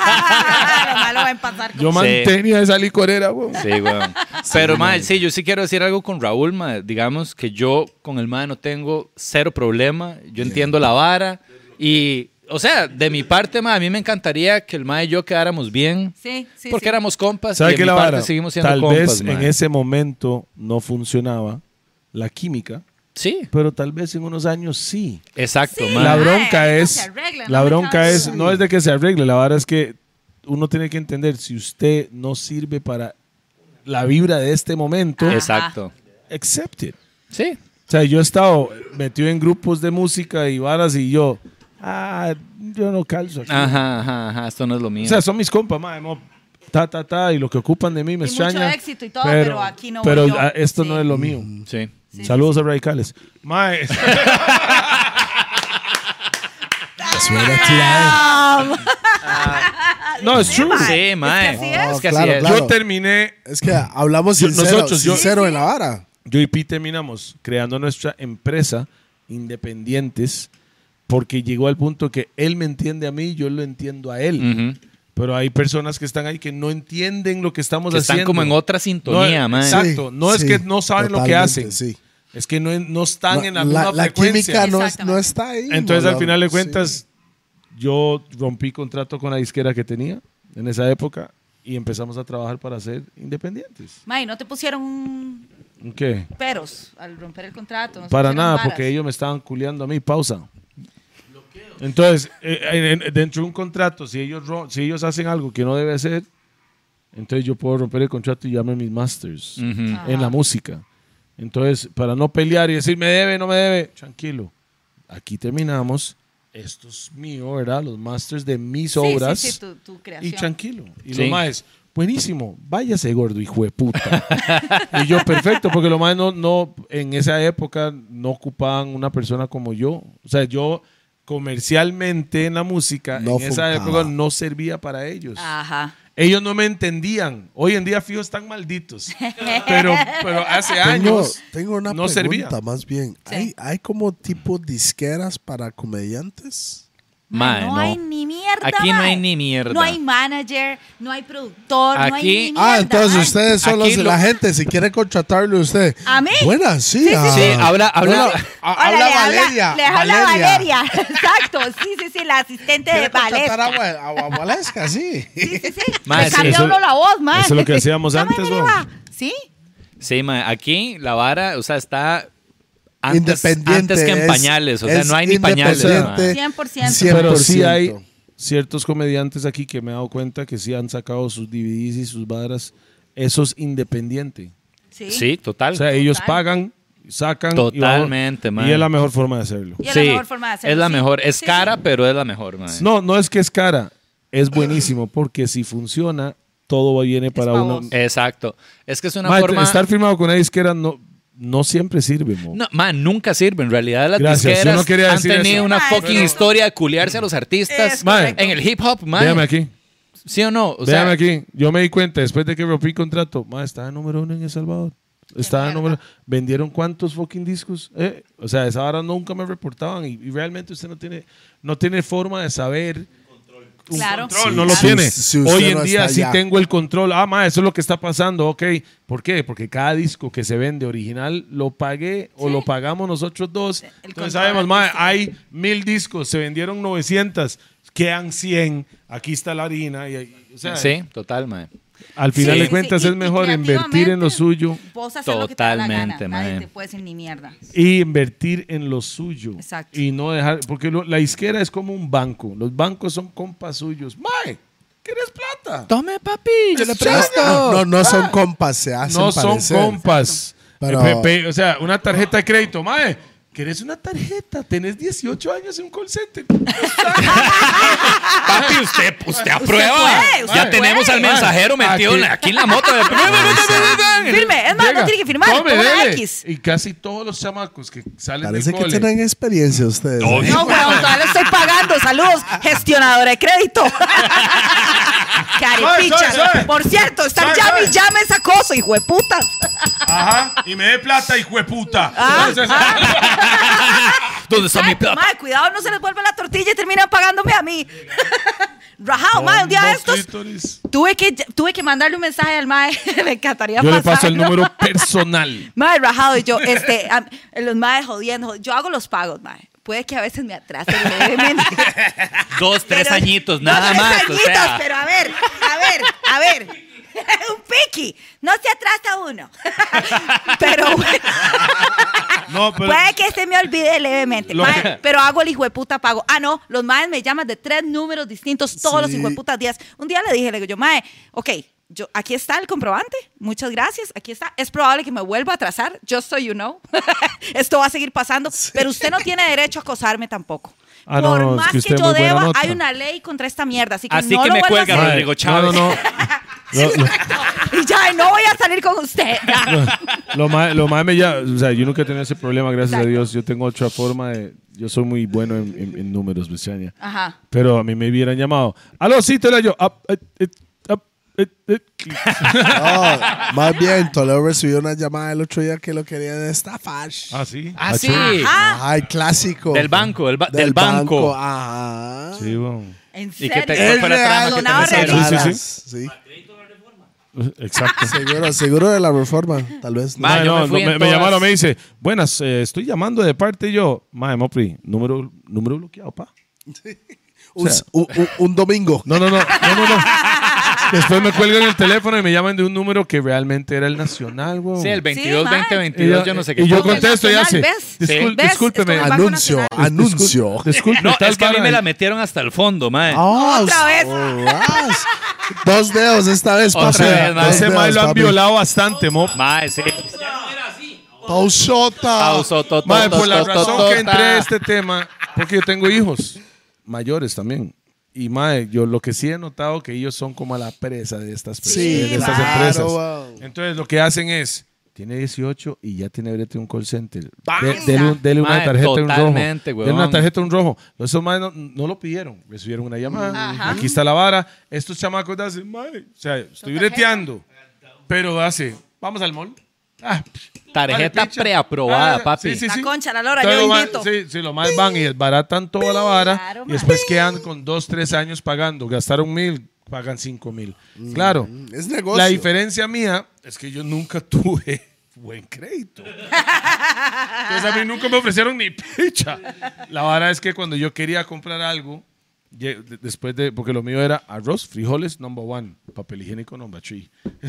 Speaker 4: Lo malo va a empatar con-
Speaker 5: Yo
Speaker 6: Sí.
Speaker 5: mantenía esa licorera, weón.
Speaker 6: Sí,
Speaker 4: [LAUGHS]
Speaker 6: weón. Pero, mae, sí, yo sí quiero decir algo con Raúl, mae. Digamos que yo con el mae no tengo cero problema. Yo entiendo la vara. Y, o sea, de mi parte, mae, a mí me encantaría que el mae y yo quedáramos bien.
Speaker 4: Sí, sí.
Speaker 6: porque
Speaker 4: sí.
Speaker 6: éramos compas. y
Speaker 5: ¿Sabe
Speaker 6: de
Speaker 5: qué
Speaker 6: mi
Speaker 5: la
Speaker 6: parte
Speaker 5: vara?
Speaker 6: seguimos siendo
Speaker 5: Tal
Speaker 6: compas,
Speaker 5: vez en
Speaker 6: mae.
Speaker 5: ese momento no funcionaba la química,
Speaker 6: Sí,
Speaker 5: pero tal vez en unos años sí.
Speaker 6: exacto, mae.
Speaker 5: La
Speaker 4: Ay,
Speaker 5: bronca
Speaker 4: no
Speaker 5: es.
Speaker 4: se arregla,
Speaker 5: la
Speaker 4: no me
Speaker 5: bronca
Speaker 4: cabe
Speaker 5: es. No es de que se arregle, la verdad es que uno tiene que entender si usted no sirve para la vibra de este momento,
Speaker 6: Exacto.
Speaker 4: Ah.
Speaker 5: accept it.
Speaker 6: Sí.
Speaker 5: O sea, yo he estado metido en grupos de música y varas y yo, ah, yo no calzo. aquí".
Speaker 6: Ajá, ajá, ajá. Esto no es lo mío.
Speaker 5: O sea, son mis compas, mae, mo- ta, ta, ta, y lo que ocupan de mí me
Speaker 4: Y mucho
Speaker 5: extraña.
Speaker 4: éxito y todo, pero aquí no voy
Speaker 5: Pero
Speaker 4: yo.
Speaker 5: ah, esto
Speaker 4: Sí.
Speaker 5: no es lo mío.
Speaker 6: sí.
Speaker 5: Saludos a Radicales.
Speaker 4: [LAUGHS]
Speaker 5: Mae,
Speaker 2: Suena clave.
Speaker 5: [LAUGHS] no, es true.
Speaker 6: Sí, mae.
Speaker 4: así es.
Speaker 6: Es que así
Speaker 2: Claro,
Speaker 6: es.
Speaker 2: claro.
Speaker 5: Yo terminé,
Speaker 2: Es que hablamos
Speaker 5: Yo-
Speaker 2: sincero,
Speaker 5: nosotros, yo-
Speaker 2: sincero en la vara.
Speaker 5: yo y Pi terminamos creando nuestra empresa independientes porque llegó al punto que él me entiende a mí, yo lo entiendo a
Speaker 6: Ujú.
Speaker 5: él. Pero hay personas que están ahí que no entienden lo que estamos
Speaker 6: Que
Speaker 5: haciendo.
Speaker 6: están como en otra sintonía,
Speaker 5: No,
Speaker 6: mae.
Speaker 5: Exacto. No es que no saben lo que
Speaker 2: totalmente,
Speaker 5: hacen.
Speaker 2: Sí.
Speaker 5: Es que no, no están
Speaker 2: No,
Speaker 5: en la,
Speaker 2: la,
Speaker 5: misma
Speaker 2: la
Speaker 5: frecuencia.
Speaker 2: química no, es-
Speaker 4: Exactamente.
Speaker 2: no está ahí.
Speaker 5: Entonces,
Speaker 2: Morón.
Speaker 5: al final de
Speaker 2: Sí.
Speaker 5: cuentas, yo rompí contrato con la disquera que tenía en esa época y empezamos a trabajar para ser independientes.
Speaker 4: May, no te pusieron un
Speaker 5: ¿Qué?
Speaker 4: peros al romper el contrato. No te
Speaker 5: Para
Speaker 4: pusieron
Speaker 5: nada,
Speaker 4: varas.
Speaker 5: porque ellos me estaban culeando a mí. Pausa. Entonces, eh, en- en- dentro de un contrato, si ellos, ro- si ellos hacen algo que no debe hacer, entonces yo puedo romper el contrato y llame mis masters en la música. Entonces, para no pelear y decir me debe, no me debe, tranquilo. Aquí terminamos. Esto es mío, ¿verdad? Los masters de mis
Speaker 4: Sí,
Speaker 5: obras.
Speaker 4: Sí, sí, tu, tu
Speaker 5: Y
Speaker 4: creación.
Speaker 5: tranquilo. Y
Speaker 6: Sí.
Speaker 5: lo más es, buenísimo, váyase gordo, hijo de puta. y yo, perfecto, porque lo más no, no, en esa época no ocupaban una persona como yo. O sea, yo comercialmente en la música,
Speaker 2: No
Speaker 5: en esa
Speaker 2: funcionaba.
Speaker 5: época no servía para ellos.
Speaker 4: Ajá.
Speaker 5: Ellos no me entendían. Hoy en día, fijo, están malditos. Pero, pero hace
Speaker 2: Tengo,
Speaker 5: años
Speaker 2: tengo una
Speaker 5: no
Speaker 2: pregunta
Speaker 5: servía.
Speaker 2: más bien. ¿Hay, ¿Hay como tipo disqueras para comediantes?
Speaker 5: Ah,
Speaker 4: Ma,
Speaker 6: Mae,
Speaker 4: no,
Speaker 6: no.
Speaker 4: hay ni mierda.
Speaker 6: Aquí no
Speaker 4: mae.
Speaker 6: hay ni mierda.
Speaker 4: No hay manager, no hay productor, no hay
Speaker 6: Aquí-
Speaker 4: ni mierda. ¿eh?
Speaker 2: Ah, entonces
Speaker 4: mae.
Speaker 2: ustedes son los
Speaker 6: Aquí
Speaker 2: de
Speaker 6: lo-
Speaker 2: la gente. Si quiere contratarle usted.
Speaker 4: ¿A mí?
Speaker 2: Buenas, sí.
Speaker 4: Sí,
Speaker 2: ah,
Speaker 6: sí, habla- habla-
Speaker 2: bueno, a-
Speaker 4: Hola,
Speaker 2: Ah, habla
Speaker 4: le
Speaker 2: Valeria.
Speaker 4: Habla, le habla Valeria. [LAUGHS] Exacto. Sí, sí, sí, la asistente
Speaker 2: Quiere
Speaker 4: de
Speaker 2: contratar a, Wa-
Speaker 4: Valeria.
Speaker 2: a Wa- Walesca, sí.
Speaker 4: Sí, sí, sí.
Speaker 6: Mae,
Speaker 4: Le
Speaker 6: sí,
Speaker 4: cambia
Speaker 6: eso-
Speaker 4: uno la voz, mae.
Speaker 5: Ah, eso es
Speaker 4: [LAUGHS]
Speaker 5: lo que hacíamos antes,
Speaker 4: mae,
Speaker 5: weón.
Speaker 4: va. ah, Sí.
Speaker 6: Sí, mae, aquí la vara, o sea, está antes,
Speaker 2: Independiente,
Speaker 6: antes que en
Speaker 2: es-
Speaker 6: pañales. O sea,
Speaker 2: es
Speaker 6: no hay ni pañales.
Speaker 2: independiente.
Speaker 6: mae.
Speaker 4: 100%.
Speaker 5: Pero sí
Speaker 2: 100%.
Speaker 5: hay ciertos comediantes aquí que me he dado cuenta que sí han sacado sus DVDs y sus varas. Eso es independiente.
Speaker 4: Sí.
Speaker 6: Sí, total.
Speaker 5: O sea, ellos
Speaker 4: Total.
Speaker 5: pagan, sacan. y vamos-
Speaker 6: Totalmente, man.
Speaker 5: Y es la mejor forma de hacerlo.
Speaker 4: Y es la
Speaker 6: Sí,
Speaker 4: mejor forma de hacerlo,
Speaker 6: es la
Speaker 4: sí.
Speaker 6: mejor. Es
Speaker 4: Sí,
Speaker 6: cara, pero es la mejor, mae.
Speaker 5: No, no es que es cara. Es buenísimo porque si funciona, todo viene para
Speaker 4: pa'
Speaker 5: uno.
Speaker 4: vos.
Speaker 6: Exacto. Es que es una
Speaker 5: Mae,
Speaker 6: forma...
Speaker 5: Estar firmado con una disquera no, no siempre sirve, mo.
Speaker 6: No, man, nunca sirve. En realidad las
Speaker 5: Gracias, yo
Speaker 6: disqueras
Speaker 5: no quería
Speaker 6: han
Speaker 5: decir
Speaker 6: tenido
Speaker 5: eso.
Speaker 6: una
Speaker 4: Mae,
Speaker 6: fucking
Speaker 4: no.
Speaker 6: historia de culiarse a los artistas.
Speaker 4: Es
Speaker 5: Mae.
Speaker 4: correcto.
Speaker 6: En el hip hop, man.
Speaker 5: Véame aquí.
Speaker 6: ¿Sí o no? O sea,
Speaker 5: Véame aquí. Yo me di cuenta después de que rompí contrato. Ma, estaba número uno en El Salvador. Estaba
Speaker 4: mierda.
Speaker 5: número. ¿Vendieron cuántos fucking discos? Eh, o sea, esa hora nunca me reportaban. Y, y realmente usted no tiene, no tiene forma de saber. un
Speaker 4: Claro.
Speaker 5: control, no lo
Speaker 4: Claro.
Speaker 5: tiene.
Speaker 2: Si- si usted
Speaker 5: Hoy en
Speaker 2: no
Speaker 5: día
Speaker 2: está
Speaker 5: sí
Speaker 2: allá.
Speaker 5: tengo el control. Ah, ma, eso es lo que está pasando. Ok. ¿Por qué? Porque cada disco que se vende original lo pagué o lo pagamos nosotros dos.
Speaker 4: control
Speaker 5: Entonces sabemos, ma, hay mil discos, se vendieron 900, quedan 100. Aquí está la harina. Y, y- o sea,
Speaker 6: Sí, total, man.
Speaker 5: al final
Speaker 4: Sí,
Speaker 5: de
Speaker 4: sí,
Speaker 5: cuentas
Speaker 4: sí,
Speaker 5: es
Speaker 4: y- y
Speaker 5: mejor invertir en lo
Speaker 4: creativamente,
Speaker 5: suyo
Speaker 4: Vos haces lo que te da la gana.
Speaker 6: Totalmente, mae.
Speaker 4: Nadie te puede decir ni mierda.
Speaker 5: y invertir en lo suyo
Speaker 4: Exacto.
Speaker 5: y no dejar porque lo- la izquierda es como un banco, los bancos son compas suyos. Mae, ¿quieres plata?
Speaker 6: Tome, papi. Yo le
Speaker 2: No, no son compas, se hacen
Speaker 5: Ah. No son
Speaker 2: parecer.
Speaker 5: compas.
Speaker 2: Pero-
Speaker 5: Eh, pe- pe- o sea, una tarjeta de crédito, mae. ¿Quieres una tarjeta? Tenés 18 años en un call center.
Speaker 6: Papi, usted, usted aprueba.
Speaker 4: puede, usted
Speaker 6: ya
Speaker 4: puede.
Speaker 6: tenemos al mensajero
Speaker 5: Mae,
Speaker 6: metido en-
Speaker 5: aquí-
Speaker 6: aquí en la moto. De...
Speaker 5: [LAUGHS]
Speaker 4: Firme. Es más,
Speaker 5: Llega,
Speaker 4: no tiene que firmar.
Speaker 5: tome,
Speaker 4: toma la
Speaker 5: dele.
Speaker 4: X.
Speaker 5: Y casi todos los chamacos que salen del
Speaker 2: Parece que
Speaker 5: cole-
Speaker 2: tienen experiencia ustedes.
Speaker 4: No,
Speaker 11: [LAUGHS]
Speaker 4: weón, todavía lo estoy pagando. Saludos, gestionadora
Speaker 11: [LAUGHS]
Speaker 4: de crédito.
Speaker 11: Suave, suave, suave.
Speaker 4: Caripicha. Por cierto, estar
Speaker 11: Suave,
Speaker 4: llame
Speaker 11: suave.
Speaker 4: y llame esa cosa, hijo de puta.
Speaker 11: Ajá. Y me dé plata, hijo de puta.
Speaker 4: Ah,
Speaker 11: Entonces,
Speaker 6: ¿Dónde
Speaker 11: Pues
Speaker 6: está mi plata?
Speaker 4: Madre, cuidado, no se les vuelve la tortilla y terminan pagándome a mí. [LAUGHS] Rajao, madre, un día de estos
Speaker 11: clítoris.
Speaker 4: tuve que, tuve que mandarle un mensaje al mae. [LAUGHS] Me encantaría
Speaker 5: Yo le paso el
Speaker 4: pasarlo.
Speaker 5: número personal.
Speaker 4: [LAUGHS] Madre, rajado, y yo, este, am- los madres jodiendo, jod- yo hago los pagos, madre. Puede que a veces me atrasen
Speaker 11: [LAUGHS]
Speaker 4: levemente.
Speaker 6: Dos, tres
Speaker 4: Pero-
Speaker 6: añitos,
Speaker 4: no,
Speaker 6: nada
Speaker 4: tres
Speaker 6: más. o
Speaker 4: añitos,
Speaker 6: sea.
Speaker 4: pero a ver, a ver, a ver. [LAUGHS] un piqui. No se atrasa uno. [LAUGHS] pero bueno,
Speaker 11: No, pero.
Speaker 4: puede que se me olvide levemente.
Speaker 11: Lo
Speaker 4: mae,
Speaker 11: que-
Speaker 4: Pero hago el hijo de puta pago. Ah, no, los madres me llaman de tres números distintos todos los
Speaker 2: Sí.
Speaker 4: hijo de putas días. Un día le dije, le digo yo, mae, ok. Yo, aquí está el comprobante. Muchas gracias. Aquí está. Es probable que me vuelva a atrasar. Just so you know. [LAUGHS] Esto va a seguir pasando. Pero usted no tiene derecho a acosarme tampoco.
Speaker 5: Ah, no,
Speaker 4: Por
Speaker 5: no, es
Speaker 4: más
Speaker 5: que
Speaker 4: que,
Speaker 5: usted es
Speaker 4: yo
Speaker 5: muy buena
Speaker 4: deba,
Speaker 5: nota.
Speaker 4: hay una ley contra esta mierda. Así que
Speaker 6: Así
Speaker 4: no
Speaker 6: que
Speaker 4: lo
Speaker 6: me
Speaker 4: vuelva a
Speaker 6: cuelga,
Speaker 4: hacer.
Speaker 6: Rodrigo
Speaker 5: No,
Speaker 6: Chávez.
Speaker 5: no, no. Lo, lo-
Speaker 4: [LAUGHS] Y ya no voy a salir con usted.
Speaker 5: [LAUGHS] lo más, lo más me ya, o sea, yo nunca he tenido ese problema, gracias a
Speaker 4: Exacto.
Speaker 5: Dios. Yo tengo otra forma de, yo soy muy bueno en, en- en números, Bechania.
Speaker 4: Ajá.
Speaker 5: Pero a mí me hubieran llamado. Aló, sí, te la yo. Ah, eh, eh, ah, eh, eh.
Speaker 2: No, [LAUGHS] más bien, Toledo recibió una llamada el otro día que lo querían estafar.
Speaker 5: Ah, sí.
Speaker 6: Ah, sí.
Speaker 2: Ay, clásico.
Speaker 6: Del banco, del ba- del banco.
Speaker 2: Ajá.
Speaker 5: Sí, bueno.
Speaker 4: En
Speaker 6: ¿Y
Speaker 4: serio.
Speaker 6: qué te- cuál fue la
Speaker 2: Es
Speaker 6: trama
Speaker 2: real,
Speaker 6: que te
Speaker 4: sonaba
Speaker 6: metieron?
Speaker 4: real.
Speaker 5: Sí, sí, sí.
Speaker 2: Sí.
Speaker 5: Exacto.
Speaker 2: Seguro, seguro de la reforma, tal vez. no.
Speaker 6: Ma,
Speaker 5: Mae,
Speaker 6: yo me
Speaker 5: no, no,
Speaker 6: fui en
Speaker 5: me, me
Speaker 6: todas.
Speaker 5: llamaron, me dice, buenas, eh, estoy llamando de parte yo. Mae, Mopri, número, número bloqueado, pa.
Speaker 2: Un, un- un- un domingo.
Speaker 5: No, no, no, no, no, no. Después me cuelgan el teléfono y me llaman de un número que realmente era el nacional, güey.
Speaker 6: Sí, el 22,
Speaker 4: Sí,
Speaker 6: 20,
Speaker 4: mae.
Speaker 6: 22, yo no sé qué.
Speaker 5: Y yo
Speaker 4: Con el
Speaker 5: contesto y hace.
Speaker 4: nacional, ¿ves?
Speaker 5: "Discul-
Speaker 6: Sí.
Speaker 4: ¿Ves?
Speaker 5: Discúlpeme.
Speaker 4: Es como el Banco
Speaker 2: Anuncio,
Speaker 4: Nacional.
Speaker 2: anuncio.
Speaker 5: Disculpe,
Speaker 6: No,
Speaker 5: tal
Speaker 6: es que a mí
Speaker 5: vara".
Speaker 6: me la metieron hasta el fondo, mae.
Speaker 2: Ah,
Speaker 4: Otra vez.
Speaker 2: alright. Dos dedos esta vez,
Speaker 6: Otra
Speaker 2: papi.
Speaker 6: vez,
Speaker 2: Dos
Speaker 6: mae.
Speaker 5: Ese
Speaker 2: dedos,
Speaker 5: mae lo han
Speaker 2: papi.
Speaker 5: violado bastante, mo.
Speaker 6: Mae, sí.
Speaker 2: Pausota.
Speaker 6: Pauso, to, to,
Speaker 5: Ah. Mae,
Speaker 6: to,
Speaker 5: por la
Speaker 6: to, to,
Speaker 5: razón
Speaker 6: to,
Speaker 5: que entré
Speaker 6: ta.
Speaker 5: a este tema, porque yo tengo hijos mayores también. Y mae, yo lo que sí he notado que ellos son como a la presa de estas, pres-
Speaker 2: Sí,
Speaker 5: de estas
Speaker 2: claro,
Speaker 5: empresas.
Speaker 2: wow.
Speaker 5: Entonces lo que hacen es, tiene 18 y ya tiene brete un call center. De- dele, un- dele una
Speaker 6: Mae,
Speaker 5: tarjeta un rojo.
Speaker 6: totalmente,
Speaker 5: Dele
Speaker 6: huevón.
Speaker 5: una tarjeta un rojo. Esos mae no, no lo pidieron, recibieron una llamada. Aquí está la vara. Estos chamacos hacen, mae, o sea, estoy breteando, pero hace, vamos al mall. Vale,
Speaker 12: Tarjeta
Speaker 5: picha.
Speaker 12: preaprobada,
Speaker 5: Ah,
Speaker 12: papi.
Speaker 5: Sí, sí,
Speaker 4: La
Speaker 5: sí.
Speaker 4: concha, la lora,
Speaker 5: Entonces,
Speaker 4: yo
Speaker 5: lo más-
Speaker 4: invito.
Speaker 5: Sí, sí, lo más van y desbaratan toda la vara
Speaker 4: Claro,
Speaker 5: y
Speaker 4: mae.
Speaker 5: después quedan con dos, tres años pagando. Gastaron mil, pagan cinco mil. Claro.
Speaker 2: Mm, Es negocio.
Speaker 5: La diferencia mía es que yo nunca [LAUGHS] tuve buen crédito. Entonces a mí nunca me ofrecieron ni picha. La vara es que cuando yo quería comprar algo, ye- de- después de, porque lo mío era arroz, frijoles, number one, papel higiénico, number three. [LAUGHS]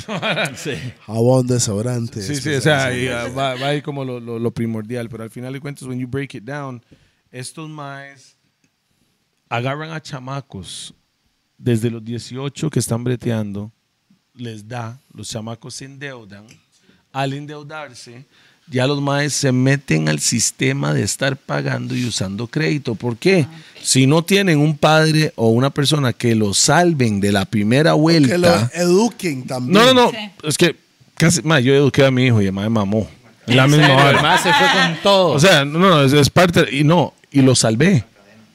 Speaker 2: Jabón, desodorante.
Speaker 5: Sí, sí, o sea, y, ah, va, va ahí como lo, lo- lo primordial, pero al final de cuentas, when you break it down, estos maes agarran a chamacos desde los 18 que están breteando, les da, los chamacos se endeudan, al endeudarse, ya los maes se meten al sistema de estar pagando y usando crédito. ¿Por qué? Si no tienen un padre o una persona que lo salven de la primera vuelta.
Speaker 2: Que lo eduquen también.
Speaker 5: No, no, no.
Speaker 4: Sí.
Speaker 5: Es que casi, ma, yo eduqué a mi hijo y además mamó. Es La misma
Speaker 12: Pero el
Speaker 5: hora.
Speaker 12: más se fue con todo.
Speaker 5: O sea, no, no, es, es parte. Y no, y lo salvé.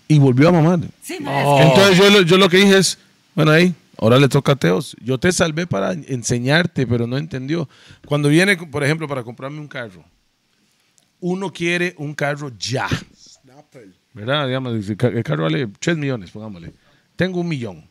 Speaker 5: Y volvió a mamar.
Speaker 4: Sí, mae, es que-
Speaker 5: Entonces yo, lo- yo lo que dije es, bueno, ahí, ahora le toca a Teos. Yo te salvé para enseñarte, pero no entendió. Cuando viene, por ejemplo, para comprarme un carro, uno quiere un carro ya. ¿Verdad? Digamos, el ca- el carro vale 3 millones, pongámosle. Tengo un millón.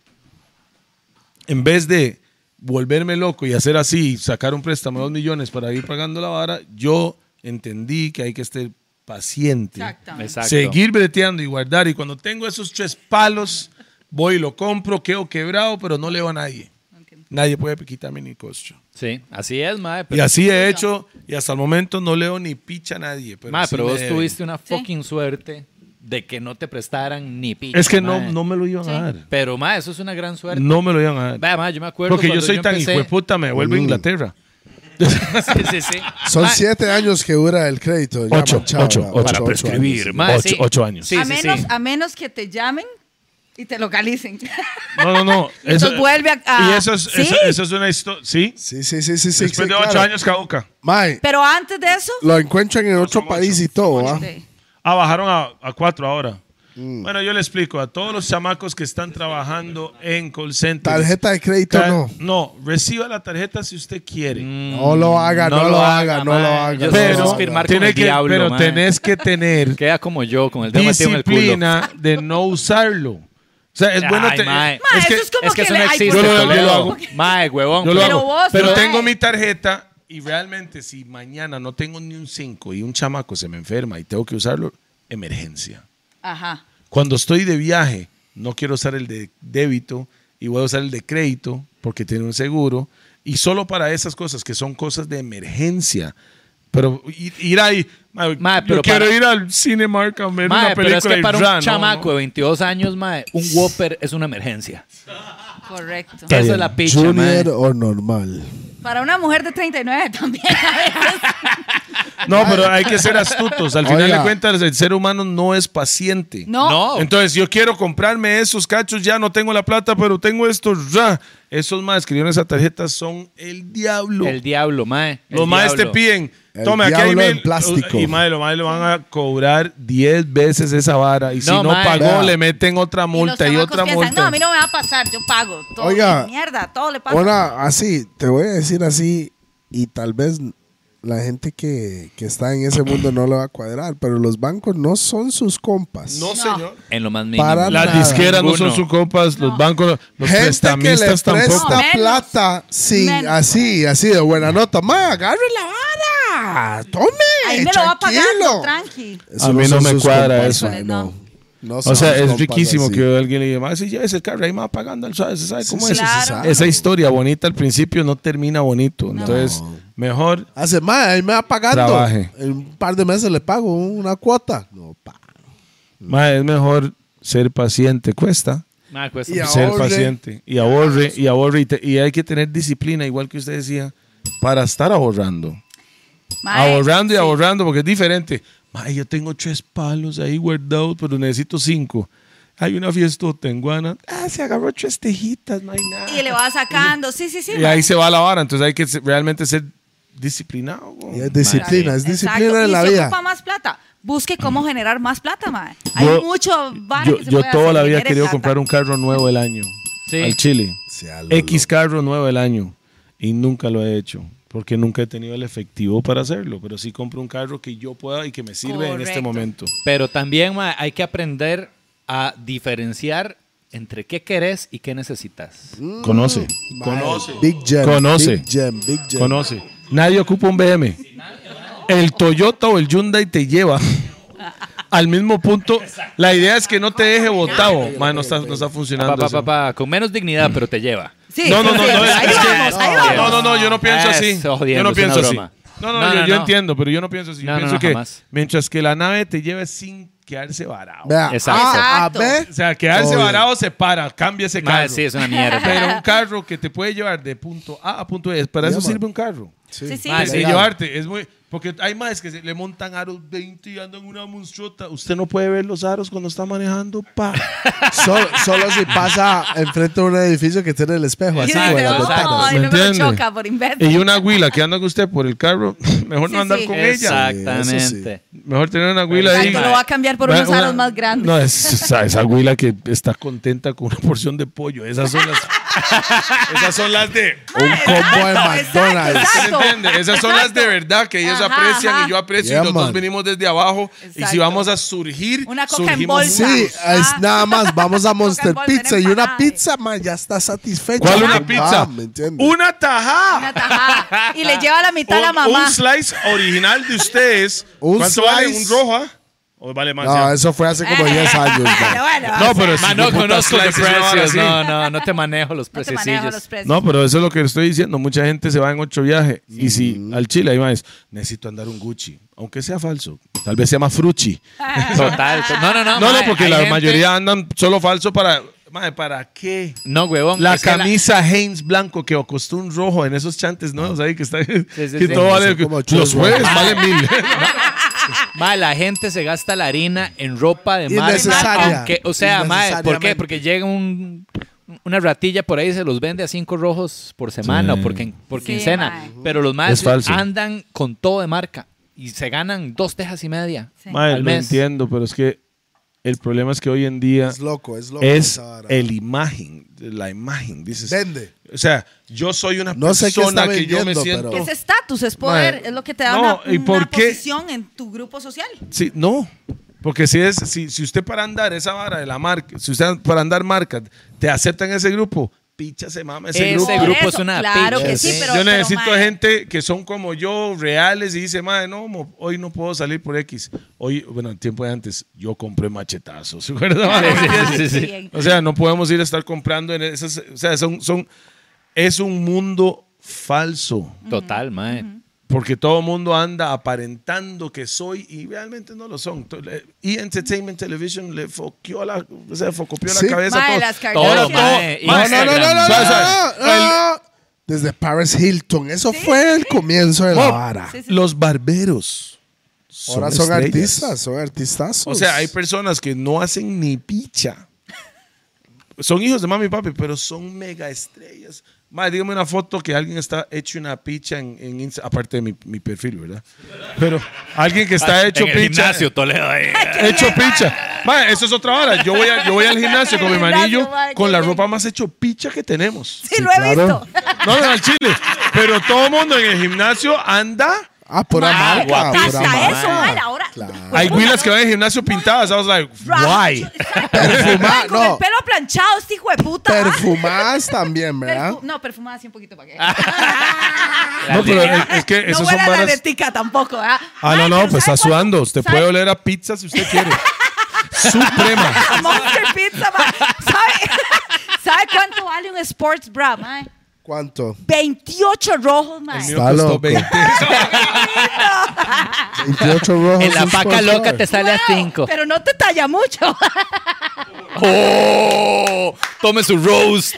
Speaker 5: En vez de volverme loco y hacer así, sacar un préstamo de 2 millones para ir pagando la vara, yo entendí que hay que estar paciente
Speaker 4: Exactamente.
Speaker 12: Exacto.
Speaker 5: seguir breteando y guardar. Y cuando tengo esos tres palos, voy y lo compro, quedo quebrado, pero no leo a nadie. Nadie puede quitarme ni costo.
Speaker 12: Sí, así es, mae.
Speaker 5: Y
Speaker 12: Pero,
Speaker 5: así he hecho, y hasta el momento no leo ni picha a nadie. Pero,
Speaker 12: mae,
Speaker 5: sí
Speaker 12: pero
Speaker 5: me
Speaker 12: vos
Speaker 5: deben.
Speaker 12: tuviste una fucking suerte de que no te prestaran ni picha.
Speaker 5: Es que no,
Speaker 12: mae.
Speaker 5: no me lo iban a dar.
Speaker 12: Pero, mae, eso es una gran suerte.
Speaker 5: No me lo iban a dar.
Speaker 12: Vea, mae, yo me acuerdo.
Speaker 5: Porque yo
Speaker 12: cuando
Speaker 5: soy tan hijo
Speaker 12: empecé-
Speaker 5: de puta, me
Speaker 12: Mm.
Speaker 5: vuelvo a Inglaterra.
Speaker 12: [LAUGHS] Sí, sí, sí.
Speaker 2: Son
Speaker 5: Ah.
Speaker 12: Mae,
Speaker 2: siete años que dura el crédito. Ya
Speaker 5: Ocho,
Speaker 2: manchado,
Speaker 5: ocho,
Speaker 2: ¿verdad?
Speaker 5: ocho.
Speaker 12: Para
Speaker 2: ocho
Speaker 12: prescribir,
Speaker 2: años.
Speaker 12: mae.
Speaker 5: Ocho-
Speaker 12: sí.
Speaker 5: ocho años.
Speaker 12: Sí,
Speaker 4: a,
Speaker 12: sí,
Speaker 4: menos,
Speaker 12: sí.
Speaker 4: a menos que te llamen y te localicen.
Speaker 5: No, no, no.
Speaker 4: Entonces vuelve a- a-
Speaker 5: y eso es,
Speaker 4: ¿Sí?
Speaker 5: eso, eso es una historia. Sí.
Speaker 2: Sí, sí, sí, sí. sí,
Speaker 5: Después
Speaker 2: sí,
Speaker 5: de ocho
Speaker 2: claro.
Speaker 5: años, caduca.
Speaker 2: Mae,
Speaker 4: Pero antes de eso,
Speaker 2: lo encuentran en otro
Speaker 5: son
Speaker 2: país
Speaker 5: ocho.
Speaker 2: y todo, ¿ah?
Speaker 4: sí.
Speaker 5: Ah, bajaron a, a cuatro ahora.
Speaker 2: Mm.
Speaker 5: Bueno, yo le explico. A todos los chamacos que están trabajando en call centers.
Speaker 2: Tarjeta de crédito
Speaker 5: Ca-
Speaker 2: no.
Speaker 5: No, reciba la tarjeta si usted quiere.
Speaker 2: No lo haga, no, lo haga, no
Speaker 12: mae.
Speaker 2: lo haga.
Speaker 12: Yo
Speaker 2: no
Speaker 12: sé,
Speaker 2: lo
Speaker 12: Mm, eso es
Speaker 2: haga.
Speaker 12: firmar con
Speaker 5: Tiene
Speaker 12: el
Speaker 5: que-
Speaker 12: diablo,
Speaker 5: pero
Speaker 12: mae.
Speaker 5: tenés
Speaker 12: [LAUGHS]
Speaker 5: que tener
Speaker 12: Queda como yo, con el dedo metido en el culo.
Speaker 5: disciplina de no usarlo. O sea, es bueno.
Speaker 12: Ay,
Speaker 5: te-
Speaker 12: mae.
Speaker 4: Ma,
Speaker 5: es
Speaker 4: eso
Speaker 5: que
Speaker 4: es como
Speaker 12: Es que
Speaker 4: que,
Speaker 12: eso
Speaker 4: le-
Speaker 12: no
Speaker 4: ay,
Speaker 12: existe.
Speaker 5: yo lo- yo
Speaker 12: Toledo.
Speaker 5: lo hago.
Speaker 12: Mae, huevón.
Speaker 5: yo lo
Speaker 4: Pero
Speaker 5: hago.
Speaker 4: vos,
Speaker 5: pero
Speaker 4: mae.
Speaker 5: tengo mi tarjeta y realmente si mañana no tengo ni un 5 y un chamaco se me enferma y tengo que usarlo, emergencia.
Speaker 4: Ajá.
Speaker 5: Cuando estoy de viaje, no quiero usar el de débito y voy a usar el de crédito porque tiene un seguro. Y solo para esas cosas que son cosas de emergencia. Pero i- ir ahí. ma,
Speaker 12: Ma,
Speaker 5: yo
Speaker 12: pero
Speaker 5: quiero
Speaker 12: para-
Speaker 5: ir al Cinemark a ver
Speaker 12: Mae,
Speaker 5: una
Speaker 12: pero
Speaker 5: película.
Speaker 12: es que
Speaker 5: y
Speaker 12: para un
Speaker 5: ra, no,
Speaker 12: chamaco
Speaker 5: no.
Speaker 12: de 22 años, mae, un Whopper es una emergencia.
Speaker 4: Correcto.
Speaker 12: Esa es la picha, mae.
Speaker 2: Junior o normal.
Speaker 4: Para una mujer de 39 también a veces.
Speaker 5: No, pero hay que ser astutos. Al final
Speaker 2: Oiga.
Speaker 5: de cuentas, el ser humano no es paciente.
Speaker 4: No.
Speaker 12: No.
Speaker 5: Entonces, yo quiero comprarme esos cachos, ya no tengo la plata, pero tengo estos. ra. Esos más que dieron esa tarjeta son el diablo.
Speaker 12: El diablo, mae. El
Speaker 5: Los maes te
Speaker 12: diablo.
Speaker 5: piden.
Speaker 2: El
Speaker 5: Toma, aquí hay
Speaker 2: diablo en
Speaker 5: mil. Uh,
Speaker 2: plástico.
Speaker 5: Y mae, los maes le van a cobrar 10 veces esa vara. Y si
Speaker 12: No,
Speaker 5: no,
Speaker 12: mae.
Speaker 5: pagó,
Speaker 2: Vea.
Speaker 5: le meten otra
Speaker 4: Y los
Speaker 5: multa y,
Speaker 4: chamacos
Speaker 5: otra
Speaker 4: piensan, No,
Speaker 5: multa.
Speaker 4: a mí no me va a pasar, yo pago. Todo,
Speaker 2: Oiga.
Speaker 4: Mierda, todo le pasa.
Speaker 2: Bueno, así, te voy a decir así, y tal vez la gente que, que está en ese mundo no le va a cuadrar, pero los bancos no son sus compas.
Speaker 5: No, señor.
Speaker 12: En lo más mínimo.
Speaker 2: Para
Speaker 5: Las
Speaker 2: nada.
Speaker 5: disqueras no
Speaker 12: Ninguno.
Speaker 5: son sus compas, los bancos, los
Speaker 2: Gente que le
Speaker 5: prestamistas
Speaker 2: presta
Speaker 5: tampoco.
Speaker 4: No, menos.
Speaker 2: plata sin
Speaker 4: Menos.
Speaker 2: así, así de buena nota. Más, agarre la vara. Tome.
Speaker 4: Ahí me lo va
Speaker 2: tranquilo.
Speaker 4: pagando, tranqui.
Speaker 2: Eso
Speaker 5: A mí no
Speaker 2: son
Speaker 5: me
Speaker 2: sus
Speaker 5: cuadra
Speaker 2: compas,
Speaker 5: eso.
Speaker 2: mae, no. No
Speaker 5: O
Speaker 2: son
Speaker 5: sea,
Speaker 2: sus
Speaker 5: es
Speaker 2: compas
Speaker 5: riquísimo
Speaker 2: así.
Speaker 5: que alguien le diga, "Mae, si lleves el carro ahí, más pagando, ¿sabes? ¿Sabes cómo
Speaker 2: Pues, sí,
Speaker 5: es?
Speaker 2: sí,
Speaker 4: Claro.
Speaker 2: sí.
Speaker 5: Esa historia bonita al principio no termina bonito. Entonces, mejor
Speaker 2: Hace más, ahí me va pagando.
Speaker 5: Trabaje.
Speaker 2: En un par de meses le pago una cuota. No, pa.
Speaker 5: Ma, es mejor ser paciente, cuesta
Speaker 12: Mae, cuesta
Speaker 2: Y
Speaker 12: mucho.
Speaker 5: ser
Speaker 2: ahorre.
Speaker 5: paciente y ahorre y ahorre y, te- y hay que tener disciplina, igual que usted decía, para estar ahorrando.
Speaker 4: Mae,
Speaker 5: ahorrando y ahorrando, porque es diferente. Ma, yo tengo tres palos ahí guardados, pero necesito cinco. Hay una fiestota en Guana. Ah, se agarró tres tejitas, no hay nada.
Speaker 4: Y le va sacando. Sí, sí, sí.
Speaker 5: Y ahí se va la vara, entonces hay que se- realmente ser disciplinado. güey.
Speaker 2: Y es disciplina, es disciplina en la
Speaker 4: Y si
Speaker 2: vida.
Speaker 4: ocupa más plata, busque cómo generar más plata, mae.
Speaker 5: Yo-
Speaker 4: Hay mucho vara
Speaker 5: Yo,
Speaker 4: que se
Speaker 5: yo
Speaker 4: puede
Speaker 5: toda
Speaker 4: hacer,
Speaker 5: la vida he
Speaker 4: genere
Speaker 5: querido
Speaker 4: plata.
Speaker 5: comprar un carro nuevo el año.
Speaker 12: Sí.
Speaker 5: Al Chile.
Speaker 2: Sea lo
Speaker 5: X carro nuevo del año y nunca lo he hecho. porque nunca he tenido el efectivo para hacerlo, pero sí compro un carro que yo pueda y que me sirve en este
Speaker 4: Correcto.
Speaker 5: momento.
Speaker 6: Pero también mae, hay que aprender a diferenciar entre qué querés y qué necesitas.
Speaker 2: Mm.
Speaker 5: Conoce,
Speaker 2: Conoce. Big gem.
Speaker 5: Conoce.
Speaker 2: Big gem, big gem.
Speaker 5: conoce. Nadie ocupa un BM. El Toyota o el Hyundai te
Speaker 4: [LAUGHS]
Speaker 5: lleva al mismo punto. La idea es que no te deje botado. Man, no está, no está funcionando.
Speaker 6: Papá,
Speaker 5: eso.
Speaker 6: papá, con menos dignidad, pero te lleva.
Speaker 4: Sí,
Speaker 5: No, no, no,
Speaker 4: sí,
Speaker 5: no, es-
Speaker 4: ahí
Speaker 5: es que-
Speaker 4: vamos, ahí
Speaker 6: no,
Speaker 4: vamos.
Speaker 5: Ah, No, no, no, yo no pienso así.
Speaker 6: Eso, jodiendo,
Speaker 5: Yo no
Speaker 6: es una
Speaker 5: pienso así.
Speaker 6: broma.
Speaker 5: No, no,
Speaker 6: No,
Speaker 5: yo,
Speaker 6: no,
Speaker 5: yo
Speaker 6: no.
Speaker 5: entiendo, pero yo no pienso así. Yo
Speaker 6: No, no,
Speaker 5: pienso
Speaker 6: no,
Speaker 5: que
Speaker 6: jamás.
Speaker 5: mientras que la nave te lleve sin quedarse varado.
Speaker 2: Vea, ah,
Speaker 6: Exacto.
Speaker 2: A, a,
Speaker 4: Exacto.
Speaker 2: B.
Speaker 5: O sea, quedarse
Speaker 2: Obvio.
Speaker 5: varado se para, cambia ese carro.
Speaker 6: Mae, sí, es una mierda.
Speaker 5: Pero un carro que te puede llevar de punto A a punto B, para
Speaker 2: Ya,
Speaker 5: eso
Speaker 2: man.
Speaker 5: sirve un carro.
Speaker 4: Sí, sí.
Speaker 6: Mae,
Speaker 5: Y
Speaker 6: sí, yo-
Speaker 5: llevarte, es muy... Porque hay más que se le montan aros 20 y andan una monstrota. Usted no puede ver los aros cuando está manejando,
Speaker 6: [LAUGHS]
Speaker 5: pa.
Speaker 2: Solo, solo si pasa enfrente de un edificio que tiene el espejo, así
Speaker 4: Sí,
Speaker 2: como en las
Speaker 4: "Oh, no,
Speaker 2: ventanas.
Speaker 4: ay,
Speaker 5: ¿me
Speaker 4: no me lo
Speaker 5: entiende?
Speaker 4: choca por imbécil.
Speaker 5: Y una huila que anda con usted por el carro, [LAUGHS] mejor
Speaker 4: Sí,
Speaker 5: no andar
Speaker 4: sí.
Speaker 5: con ella.
Speaker 6: Exactamente.
Speaker 5: Mejor tener una huila
Speaker 4: Exacto,
Speaker 5: ahí.
Speaker 4: lo va a cambiar por
Speaker 5: Una-
Speaker 4: unos aros
Speaker 5: una-
Speaker 4: más grandes.
Speaker 5: No, es, esa, esa huila que está contenta con una porción de pollo. Esas son las. esas son las de.
Speaker 2: Un combo en
Speaker 4: Exacto,
Speaker 2: McDonald's.
Speaker 5: ¿Se
Speaker 4: exacto.
Speaker 5: entiende? Esas son las de verdad que ellos
Speaker 4: Ajá,
Speaker 5: aprecian
Speaker 4: ajá.
Speaker 5: y yo aprecio.
Speaker 2: Yeah,
Speaker 5: y los
Speaker 2: man.
Speaker 5: dos venimos desde abajo. Y si
Speaker 4: Exacto.
Speaker 5: vamos a surgir,
Speaker 4: Una coca en
Speaker 5: surgimos.
Speaker 4: bolsa. Ah.
Speaker 2: Sí, es nada más. Vamos
Speaker 4: [LAUGHS]
Speaker 2: a Monster
Speaker 4: Coca-Cola,
Speaker 2: Pizza y una
Speaker 4: empanada.
Speaker 2: pizza, man, ya está satisfecho.
Speaker 5: ¿Cuál una
Speaker 2: Mam,
Speaker 5: pizza?
Speaker 2: ¿me entiendes?
Speaker 5: ¡Una tajada!
Speaker 4: Una tajada. Y le lleva la mitad a la
Speaker 5: un,
Speaker 4: mamá. [LAUGHS]
Speaker 5: un slice original de ustedes.
Speaker 2: Un
Speaker 5: ¿Cuánto vale
Speaker 2: slice.
Speaker 5: un rojo? ah? ¿O vale más?
Speaker 2: No,
Speaker 5: ya?
Speaker 2: eso fue hace como
Speaker 4: Eh,
Speaker 2: 10 años. man.
Speaker 4: Bueno, bueno,
Speaker 5: No, pero
Speaker 6: Ma,
Speaker 5: si
Speaker 6: no
Speaker 5: putas
Speaker 6: conozco los
Speaker 5: slices, una vara
Speaker 6: precios.
Speaker 5: así.
Speaker 6: No, no, no te manejo los
Speaker 5: pues
Speaker 4: no te manejo los
Speaker 6: precios.
Speaker 4: precios.
Speaker 5: No, pero eso es lo que estoy diciendo. Mucha gente se va en ocho viajes. Y si al Chile hay más, necesito andar un Gucci. Aunque sea falso. Tal vez sea más fruchi.
Speaker 6: Total. No, no, no.
Speaker 5: No, no,
Speaker 6: Ah, mae,
Speaker 5: porque
Speaker 6: hay
Speaker 5: la
Speaker 6: gente-
Speaker 5: mayoría andan solo falso para. Madre, ¿para qué?
Speaker 6: No, huevón.
Speaker 5: La
Speaker 6: es que
Speaker 5: camisa Heinz blanco que costó un rojo en esos chantes nuevos ahí que está.
Speaker 6: Ah. sí,
Speaker 5: que
Speaker 6: sí.
Speaker 5: todo vale.
Speaker 2: Son como
Speaker 5: Los
Speaker 2: churros,
Speaker 5: jueves
Speaker 2: ¿no?
Speaker 5: valen
Speaker 6: [LAUGHS]
Speaker 5: mil.
Speaker 6: Ma, la gente se gasta la harina en ropa de marca.
Speaker 2: Innecesaria.
Speaker 6: Aunque, o sea, ma, ¿por qué?
Speaker 2: Innecesariamente.
Speaker 6: Porque llega un, una ratilla por ahí y se los vende a cinco rojos por semana o por, quin- por
Speaker 4: Sí,
Speaker 6: quincena.
Speaker 4: ma.
Speaker 6: Pero los
Speaker 5: Es
Speaker 6: más
Speaker 5: falso.
Speaker 6: andan con todo de marca y se ganan dos tejas y media.
Speaker 4: Sí.
Speaker 5: Madre,
Speaker 6: Al
Speaker 5: lo
Speaker 6: mes.
Speaker 5: entiendo, pero es que el problema es que hoy en día
Speaker 2: Es loco, es loco.
Speaker 5: es
Speaker 2: esa vara.
Speaker 5: el imagen. La imagen, dices.
Speaker 2: Vende.
Speaker 5: O sea, yo soy una
Speaker 2: No sé qué
Speaker 5: persona
Speaker 2: está
Speaker 5: que yo me
Speaker 2: vendiendo,
Speaker 5: siento.
Speaker 2: pero-
Speaker 4: Es estatus, es poder,
Speaker 5: Mae,
Speaker 4: es lo que te da
Speaker 5: no,
Speaker 4: una,
Speaker 5: ¿y por
Speaker 4: una
Speaker 5: qué?
Speaker 4: posición en tu grupo social.
Speaker 5: Sí, no. Porque si es, si, si usted para andar esa vara de la marca, si usted para andar marca, te aceptan ese grupo, picha se mama ese,
Speaker 6: Ese
Speaker 5: grupo. Eh,
Speaker 4: Por
Speaker 6: grupo es una
Speaker 4: Claro
Speaker 6: pinche
Speaker 4: que sí,
Speaker 6: gente.
Speaker 4: pero
Speaker 5: yo
Speaker 4: pero,
Speaker 5: necesito
Speaker 4: mae,
Speaker 5: gente que son como yo, reales, y dice, madre, no, mo- hoy no puedo salir por X. Hoy, bueno, el tiempo de antes, yo compré machetazos, [LAUGHS] ¿se acuerda, madre?
Speaker 4: [LAUGHS] Ah, Sí, sí, sí.
Speaker 5: O sea, no podemos ir a estar comprando en esas, o sea, son, son, es un mundo falso.
Speaker 6: Total, mae.
Speaker 5: Porque todo el mundo anda aparentando que soy y realmente no lo son. To- le- Y Entertainment Television le foqueó la, o sea, focopió
Speaker 2: Sí.
Speaker 5: la cabeza
Speaker 4: Mae,
Speaker 5: a
Speaker 4: las
Speaker 5: todos.
Speaker 4: Kardashian.
Speaker 6: Todo, mae.
Speaker 2: No, no, no, no, no, no,
Speaker 5: Suave,
Speaker 2: no,
Speaker 5: suave.
Speaker 2: no, no. Desde Paris Hilton. Eso fue el comienzo de la vara.
Speaker 4: Sí, sí.
Speaker 5: Los barberos.
Speaker 2: Ahora son
Speaker 5: estrellas.
Speaker 2: artistas, son artistas.
Speaker 5: O sea, hay personas que no hacen ni picha. Son hijos de mami y papi, pero son mega estrellas. Mae, dígame una foto que alguien está hecho una picha en, en Insta- aparte de mi, mi perfil, ¿verdad? Pero alguien que está hecho
Speaker 6: Ah, en el
Speaker 5: picha.
Speaker 6: gimnasio Toledo ahí.
Speaker 5: hecho picha. Mae, eso es otra hora. Yo voy, a- yo voy al gimnasio con mi
Speaker 4: El gimnasio,
Speaker 5: manillo
Speaker 4: mae,
Speaker 5: con la
Speaker 4: qué bien.
Speaker 5: ropa más hecho picha que tenemos.
Speaker 4: Sí, lo he
Speaker 2: claro.
Speaker 4: visto.
Speaker 5: No, no, al chile. Pero todo el mundo en el gimnasio anda.
Speaker 2: Ah, pura
Speaker 4: Mae,
Speaker 2: marca.
Speaker 4: hasta
Speaker 2: Pura marca.
Speaker 4: eso, mae, ahora.
Speaker 5: Hay huilas que van al gimnasio pintadas. I was like, [LAUGHS] why?
Speaker 2: Perfuma-
Speaker 4: Mae, con
Speaker 2: no.
Speaker 4: el pelo planchado, este hijo de puta. mae.
Speaker 2: Perfumadas también, ¿verdad?
Speaker 4: Perfu- no, perfumada así un poquito
Speaker 5: [LAUGHS]
Speaker 4: para que.
Speaker 5: No, pero es, es que
Speaker 4: no
Speaker 5: esas son
Speaker 4: huele a la
Speaker 5: varas.
Speaker 4: letica tampoco, ¿verdad?
Speaker 5: Ah, no,
Speaker 4: Mae,
Speaker 5: no,
Speaker 4: pero
Speaker 5: pues
Speaker 4: ¿sabe
Speaker 5: está
Speaker 4: cuál-
Speaker 5: sudando. Usted
Speaker 4: sabe-
Speaker 5: puede oler a pizza si usted quiere. Suprema.
Speaker 4: [LAUGHS] Monster Pizza, mae. ¿Sabe, ¿Sabe [LAUGHS] cuánto vale un sports bra, mae?
Speaker 2: ¿Cuánto?
Speaker 4: 28 rojos, mae.
Speaker 2: Está loco. [LAUGHS] 28 rojos.
Speaker 6: En la
Speaker 2: un
Speaker 6: paca
Speaker 2: sponsor.
Speaker 6: loca te sale a
Speaker 4: Wow,
Speaker 6: cinco.
Speaker 4: Pero no te talla mucho. [LAUGHS]
Speaker 6: ¡Oh! Tome su roast.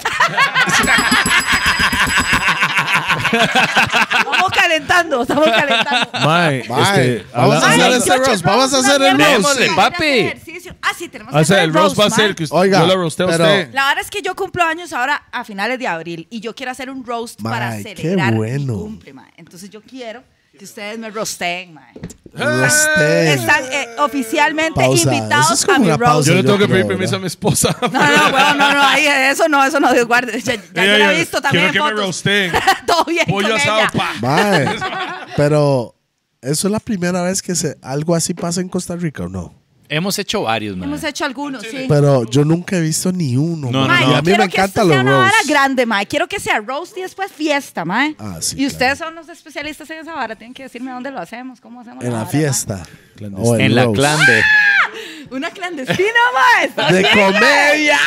Speaker 4: Estamos calentando, estamos calentando.
Speaker 5: Mae,
Speaker 2: Mae,
Speaker 5: este,
Speaker 2: vamos a
Speaker 5: habla-
Speaker 2: hacer ese roast. Vamos a hacer el
Speaker 6: mierda.
Speaker 2: roast.
Speaker 6: Démosle,
Speaker 4: Démosle,
Speaker 6: papi.
Speaker 4: Ah, sí, tenemos que
Speaker 5: o sea,
Speaker 4: hacer
Speaker 5: el roast va a ser
Speaker 4: man.
Speaker 5: que usted,
Speaker 2: Oiga,
Speaker 5: yo la rosteo a
Speaker 2: pero-
Speaker 5: usted.
Speaker 4: La verdad es que yo cumplo años ahora a finales de abril y yo quiero hacer un roast para
Speaker 2: Mae, qué
Speaker 4: celebrar mi
Speaker 2: bueno.
Speaker 4: cumple, mae. Entonces yo quiero que ustedes me roasteen, mae.
Speaker 2: Resté.
Speaker 4: Están eh, oficialmente
Speaker 2: Pausa. Eso es
Speaker 4: invitados
Speaker 2: como
Speaker 4: a mi
Speaker 2: una
Speaker 4: roast.
Speaker 2: pausa.
Speaker 5: Yo le tengo que pedir
Speaker 2: creo,
Speaker 5: permiso
Speaker 2: ¿verdad?
Speaker 5: a mi esposa.
Speaker 4: No, no, weón, no, no, ahí, eso no, eso no, Dios guarde. Ya, ya yo la he visto también en
Speaker 13: Quiero que me
Speaker 4: fotos.
Speaker 13: roasteen.
Speaker 4: [LAUGHS] Todo bien
Speaker 13: Pollo
Speaker 4: con
Speaker 13: asado,
Speaker 4: ella.
Speaker 13: pa.
Speaker 2: Mae,
Speaker 4: [LAUGHS]
Speaker 2: pero eso es la primera vez que se, algo así pasa en Costa Rica, ¿o no?
Speaker 6: Hemos hecho varios, man.
Speaker 4: Hemos hecho algunos, sí.
Speaker 2: Pero yo nunca he visto ni uno.
Speaker 13: No,
Speaker 2: mae.
Speaker 4: Mae,
Speaker 2: Y
Speaker 4: yo
Speaker 2: a mí
Speaker 4: quiero
Speaker 2: me
Speaker 4: que esto
Speaker 2: encantan
Speaker 4: sea
Speaker 2: los
Speaker 4: una vara
Speaker 2: roasts.
Speaker 4: grande, mae. Quiero que sea roast y después fiesta, mae.
Speaker 2: Ah, sí,
Speaker 4: y ustedes son los especialistas en esa vara. Tienen que decirme dónde lo hacemos, cómo hacemos
Speaker 2: En la
Speaker 4: vara,
Speaker 2: fiesta. O el
Speaker 14: En la
Speaker 2: roast.
Speaker 14: clande.
Speaker 4: mae. Una clandestina, mae. Está
Speaker 2: De
Speaker 4: bien,
Speaker 2: comedia.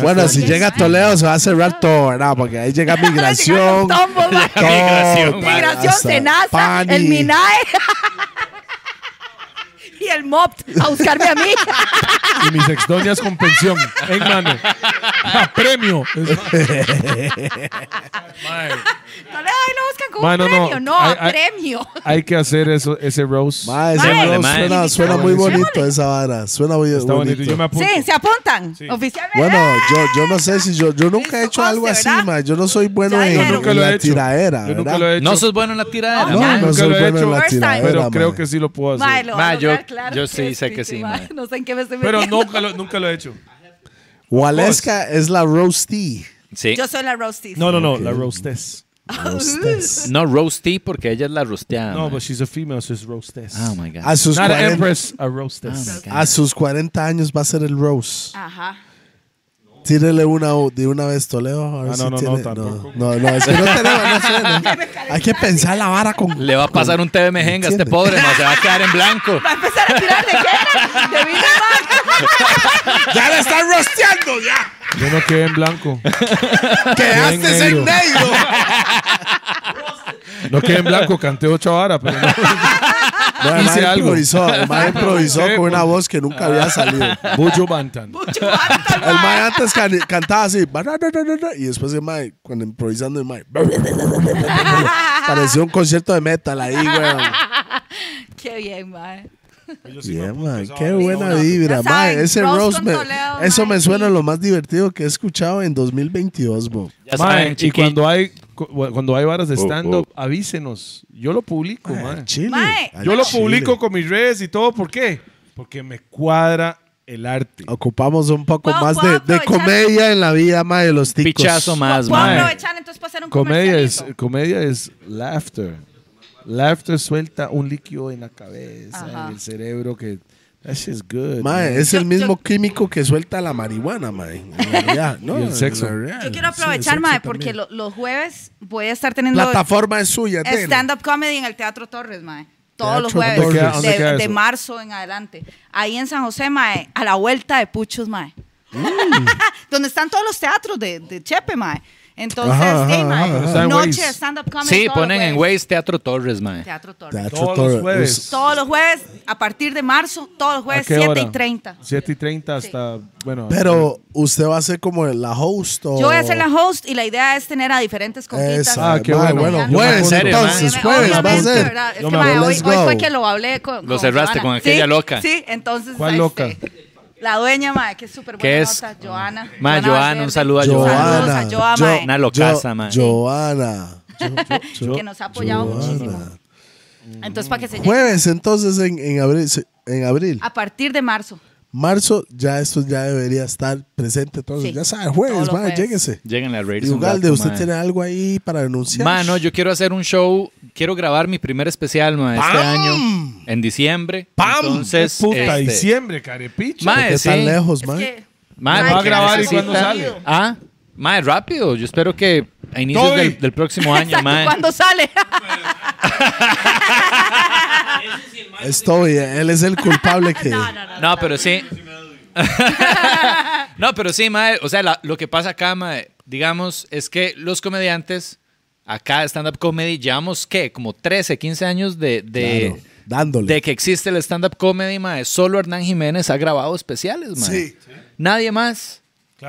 Speaker 2: Bueno, si llega a Toledo se va a cerrar todo, ¿verdad? Porque ahí
Speaker 4: [LAUGHS]
Speaker 2: llega
Speaker 4: mae.
Speaker 2: migración.
Speaker 4: Llegan los tombos, mae.
Speaker 2: todo,
Speaker 4: Migración,
Speaker 2: hasta
Speaker 4: Senasa,
Speaker 2: Pani.
Speaker 4: el MINAE.
Speaker 2: [LAUGHS]
Speaker 4: y el MOPT a buscarme
Speaker 2: [LAUGHS]
Speaker 4: a mí.
Speaker 5: y mis exdoñas con pensión en mano. A premio.
Speaker 4: No le ay, lo buscan como
Speaker 5: Mae, no,
Speaker 4: un premio,
Speaker 5: no.
Speaker 4: no,
Speaker 5: Ay,
Speaker 4: a
Speaker 5: ay.
Speaker 4: premio.
Speaker 5: Hay que hacer eso, ese roast.
Speaker 2: Mae, ese
Speaker 4: Mae,
Speaker 2: roast
Speaker 14: mae.
Speaker 2: suena, suena muy
Speaker 4: Invitémosle.
Speaker 2: bonito esa vara. Suena muy
Speaker 5: Está bonito.
Speaker 2: bonito.
Speaker 5: Yo me apunto.
Speaker 4: Sí, se apuntan oficialmente.
Speaker 2: Bueno, yo, yo no sé si yo, yo nunca he
Speaker 4: Listo,
Speaker 2: hecho algo
Speaker 4: conste,
Speaker 2: así,
Speaker 4: ¿verdad?
Speaker 2: ma. Yo no soy bueno
Speaker 4: Ya
Speaker 2: en,
Speaker 4: dijeron.
Speaker 2: en
Speaker 4: Yo nunca
Speaker 5: lo he
Speaker 2: la
Speaker 5: hecho.
Speaker 2: tiraera,
Speaker 5: Yo nunca
Speaker 2: ¿verdad?
Speaker 5: lo he hecho.
Speaker 6: No sos bueno en la tiradera. man.
Speaker 4: No,
Speaker 2: No, no
Speaker 5: nunca
Speaker 2: soy
Speaker 5: lo he
Speaker 2: bueno en la
Speaker 4: hecho.
Speaker 2: tiraera,
Speaker 5: pero
Speaker 2: ma.
Speaker 5: creo que sí lo puedo hacer.
Speaker 4: Mae, lo va a
Speaker 14: Mae, yo-
Speaker 4: lograr, claro
Speaker 14: yo sí sé que
Speaker 4: pichi,
Speaker 14: sí,
Speaker 4: mae.
Speaker 14: mae.
Speaker 4: No sé en qué me estoy
Speaker 5: Pero
Speaker 4: metiendo.
Speaker 5: nunca lo, nunca lo he hecho.
Speaker 2: Waleska es la roasty.
Speaker 14: Sí.
Speaker 4: Yo soy la roasties.
Speaker 5: No, no, no. La roastess.
Speaker 2: Roastes.
Speaker 14: No, roasty porque ella es la rosteada.
Speaker 5: No, pues, but she's a female, so it's roastess.
Speaker 14: Oh my God.
Speaker 2: A sus,
Speaker 5: Not an
Speaker 2: 40,
Speaker 5: empress, a roastess.
Speaker 2: a sus 40 años va a ser el roast.
Speaker 4: Ajá.
Speaker 2: Tírele una o- de una vez, Toledo. a ver
Speaker 5: Ah,
Speaker 2: si
Speaker 5: no, no,
Speaker 2: tiene-
Speaker 5: no, tampoco.
Speaker 2: no, no, es que no tenemos, no sé, ¿no? Hay que pensar la vara con.
Speaker 5: [LAUGHS]
Speaker 6: Le va a pasar un TV mejenga a este
Speaker 2: Entiende.
Speaker 6: pobre, man. Se va a quedar en
Speaker 2: [LAUGHS]
Speaker 6: blanco.
Speaker 4: Va a empezar a tirar leyendas de vida, mae.
Speaker 2: ¡Ya le están rosteando! ¡Ya!
Speaker 5: Yo no quedé en blanco.
Speaker 2: ¡Quedaste en
Speaker 5: negro.
Speaker 2: medio!
Speaker 5: No quedé en blanco. Canté ocho horas, pero no.
Speaker 2: [LAUGHS] No, el
Speaker 5: Hice
Speaker 2: mae
Speaker 5: algo.
Speaker 2: improvisó, el
Speaker 5: [LAUGHS]
Speaker 2: mae improvisó
Speaker 5: Sí, pues.
Speaker 2: con una voz que nunca había salido.
Speaker 5: Bujo Bantan.
Speaker 4: Mucho harto,
Speaker 2: El
Speaker 4: mae.
Speaker 2: mae antes can- cantaba así, "Bararararara", y después el mae, cuando improvisando el mae,
Speaker 4: [LAUGHS]
Speaker 2: parecía un concierto de metal ahí, güey.
Speaker 4: [LAUGHS] Qué bien, mae.
Speaker 2: Yeah,
Speaker 14: pues,
Speaker 2: man, qué buena vibra,
Speaker 4: Ya
Speaker 2: mae.
Speaker 4: saben,
Speaker 2: Ese
Speaker 4: roast
Speaker 2: roast,
Speaker 4: con
Speaker 2: me-
Speaker 4: Toledo,
Speaker 2: eso
Speaker 4: mae,
Speaker 2: me suena
Speaker 4: sí.
Speaker 2: lo más divertido que he escuchado en 2022, bo.
Speaker 14: Ya
Speaker 5: Mae,
Speaker 14: saben,
Speaker 5: y
Speaker 14: chiquillos.
Speaker 5: cuando hay, cu- cuando hay
Speaker 2: Oh,
Speaker 5: varas de stand-up, avísenos. Yo lo publico, mae.
Speaker 2: Al Chile.
Speaker 4: Mae.
Speaker 2: al
Speaker 5: Yo lo
Speaker 2: chile.
Speaker 5: publico con mis redes y todo. ¿Por qué? Porque me cuadra el arte.
Speaker 2: Ocupamos un poco
Speaker 4: Puedo-
Speaker 2: más de,
Speaker 4: puedo
Speaker 2: de
Speaker 4: aprovechar-
Speaker 2: comedia en la vida, mae, de los ticos.
Speaker 14: Pichazo más,
Speaker 4: ¿Puedo
Speaker 14: mae.
Speaker 4: aprovechar entonces para hacer un
Speaker 5: Comedia es,
Speaker 4: comercialito?
Speaker 5: comedia es laughter. Laughter suelta un líquido en la cabeza,
Speaker 4: Ajá.
Speaker 5: en el cerebro que... That shit's good.
Speaker 2: Mae, es
Speaker 4: Yo-
Speaker 2: el mismo
Speaker 4: yo-
Speaker 2: químico que suelta la marihuana, mae.
Speaker 5: [LAUGHS]
Speaker 2: En realidad, ¿no?
Speaker 5: Y el
Speaker 2: En
Speaker 5: sexo.
Speaker 2: la real. eh,
Speaker 4: Yo quiero
Speaker 2: Sí, el
Speaker 4: aprovechar,
Speaker 2: sexo
Speaker 4: mae,
Speaker 2: también.
Speaker 4: porque lo- los jueves voy a estar teniendo
Speaker 2: plataforma es suya, ten.
Speaker 4: stand-up comedy en el Teatro Torres, mae. Todos los
Speaker 2: Teatro Torres.
Speaker 4: jueves,
Speaker 2: ¿Dónde
Speaker 5: queda- dónde
Speaker 4: de,
Speaker 5: queda
Speaker 4: de
Speaker 5: eso?
Speaker 4: marzo en adelante. Ahí en San José, mae, a la vuelta de Puchos, mae.
Speaker 2: Mm.
Speaker 4: [LAUGHS] Donde están todos los teatros de, de Chepe, mae. Entonces,
Speaker 2: Ajá,
Speaker 4: sí,
Speaker 2: ajá,
Speaker 4: mae,
Speaker 2: ajá.
Speaker 5: Está en
Speaker 4: noche
Speaker 5: Waze.
Speaker 4: de stand-up comedy.
Speaker 6: Sí,
Speaker 4: todos los
Speaker 6: ponen en
Speaker 4: jueves.
Speaker 6: Waze Teatro Torres, man.
Speaker 4: Teatro Torres.
Speaker 2: Teatro
Speaker 5: Todos
Speaker 2: Toro-
Speaker 5: los jueves.
Speaker 4: Todos los jueves, a partir de marzo, todos los
Speaker 5: ¿A
Speaker 4: jueves,
Speaker 5: qué
Speaker 4: 7
Speaker 5: hora?
Speaker 4: Pues y 30.
Speaker 5: 7 y 30 hasta... Bueno,
Speaker 2: Pero usted va a ser como la host o...
Speaker 4: Yo voy a ser la host y la idea es tener a diferentes conquitas.
Speaker 2: Esa,
Speaker 5: Oh. Ah, qué
Speaker 2: mae,
Speaker 5: bueno.
Speaker 2: bueno.
Speaker 5: Yo me
Speaker 2: Jueves,
Speaker 5: apunto.
Speaker 2: entonces, jueves va a
Speaker 4: Obviamente,
Speaker 2: ser.
Speaker 4: ¿verdad? Es
Speaker 5: Yo
Speaker 4: que,
Speaker 5: me
Speaker 4: mae,
Speaker 2: voy,
Speaker 4: hoy,
Speaker 2: let's
Speaker 4: hoy
Speaker 2: go.
Speaker 4: fue que lo hablé con.
Speaker 6: Lo cerraste con aquella
Speaker 4: Sí,
Speaker 6: loca.
Speaker 4: Sí, entonces.
Speaker 5: ¿Cuál
Speaker 4: este,
Speaker 5: loca?
Speaker 4: La dueña, mae, que es súper buena
Speaker 6: ¿Qué es?
Speaker 4: nota, Joana.
Speaker 14: Ma, Joana,
Speaker 4: Valverde.
Speaker 14: un saludo a
Speaker 2: Joana.
Speaker 4: Saludos
Speaker 14: Joana.
Speaker 4: a Joa,
Speaker 2: Yo-
Speaker 4: mae,
Speaker 14: Una locaza, man.
Speaker 2: Joana.
Speaker 4: que nos ha apoyado muchísimo. Entonces, para que se llegue.
Speaker 2: Jueves, entonces, en, en abril. se- En abril.
Speaker 4: A partir de marzo.
Speaker 2: Marzo, ya esto ya debería estar presente. Entonces,
Speaker 4: Sí.
Speaker 2: ya sabe,
Speaker 4: Todos
Speaker 2: jueves,
Speaker 4: los
Speaker 2: mae,
Speaker 4: jueves.
Speaker 2: lléguese.
Speaker 6: Lleguen a
Speaker 2: Y
Speaker 6: reírse un
Speaker 2: Ugalde,
Speaker 6: rato,
Speaker 2: ¿usted
Speaker 6: mae.
Speaker 2: tiene algo ahí para anunciar?
Speaker 6: Mano, yo quiero hacer un show, quiero grabar mi primer especial, ma, este año, en diciembre.
Speaker 5: ¡Pam!
Speaker 6: Entonces,
Speaker 5: puta,
Speaker 6: este,
Speaker 5: diciembre, carepicha.
Speaker 6: ma,
Speaker 2: ¿Por qué
Speaker 6: sí.
Speaker 2: tan lejos,
Speaker 4: Es
Speaker 2: mae?
Speaker 4: que.
Speaker 6: Ma,
Speaker 4: mae,
Speaker 5: va a
Speaker 6: que
Speaker 5: grabar y
Speaker 6: necesitan-
Speaker 5: cuándo sale.
Speaker 6: Ah, ma, rápido. Yo espero que a inicios
Speaker 5: Toby.
Speaker 6: del, del próximo año,
Speaker 4: [LAUGHS] Exacto,
Speaker 6: ma.
Speaker 4: ¿Cuándo sale?
Speaker 2: Estoy, él es
Speaker 4: [LAUGHS]
Speaker 2: el culpable que...
Speaker 4: No, no, no.
Speaker 6: No, pero sí. [LAUGHS] no, pero sí, mae. O sea, la- lo que pasa acá, mae, digamos, es que los comediantes, acá stand-up comedy, llevamos, ¿qué? Como 13, 15 años de, de,
Speaker 2: Claro, dándole.
Speaker 6: de que existe el stand-up comedy, mae. Solo Hernán Jiménez ha grabado especiales, mae.
Speaker 2: Sí.
Speaker 6: Nadie más.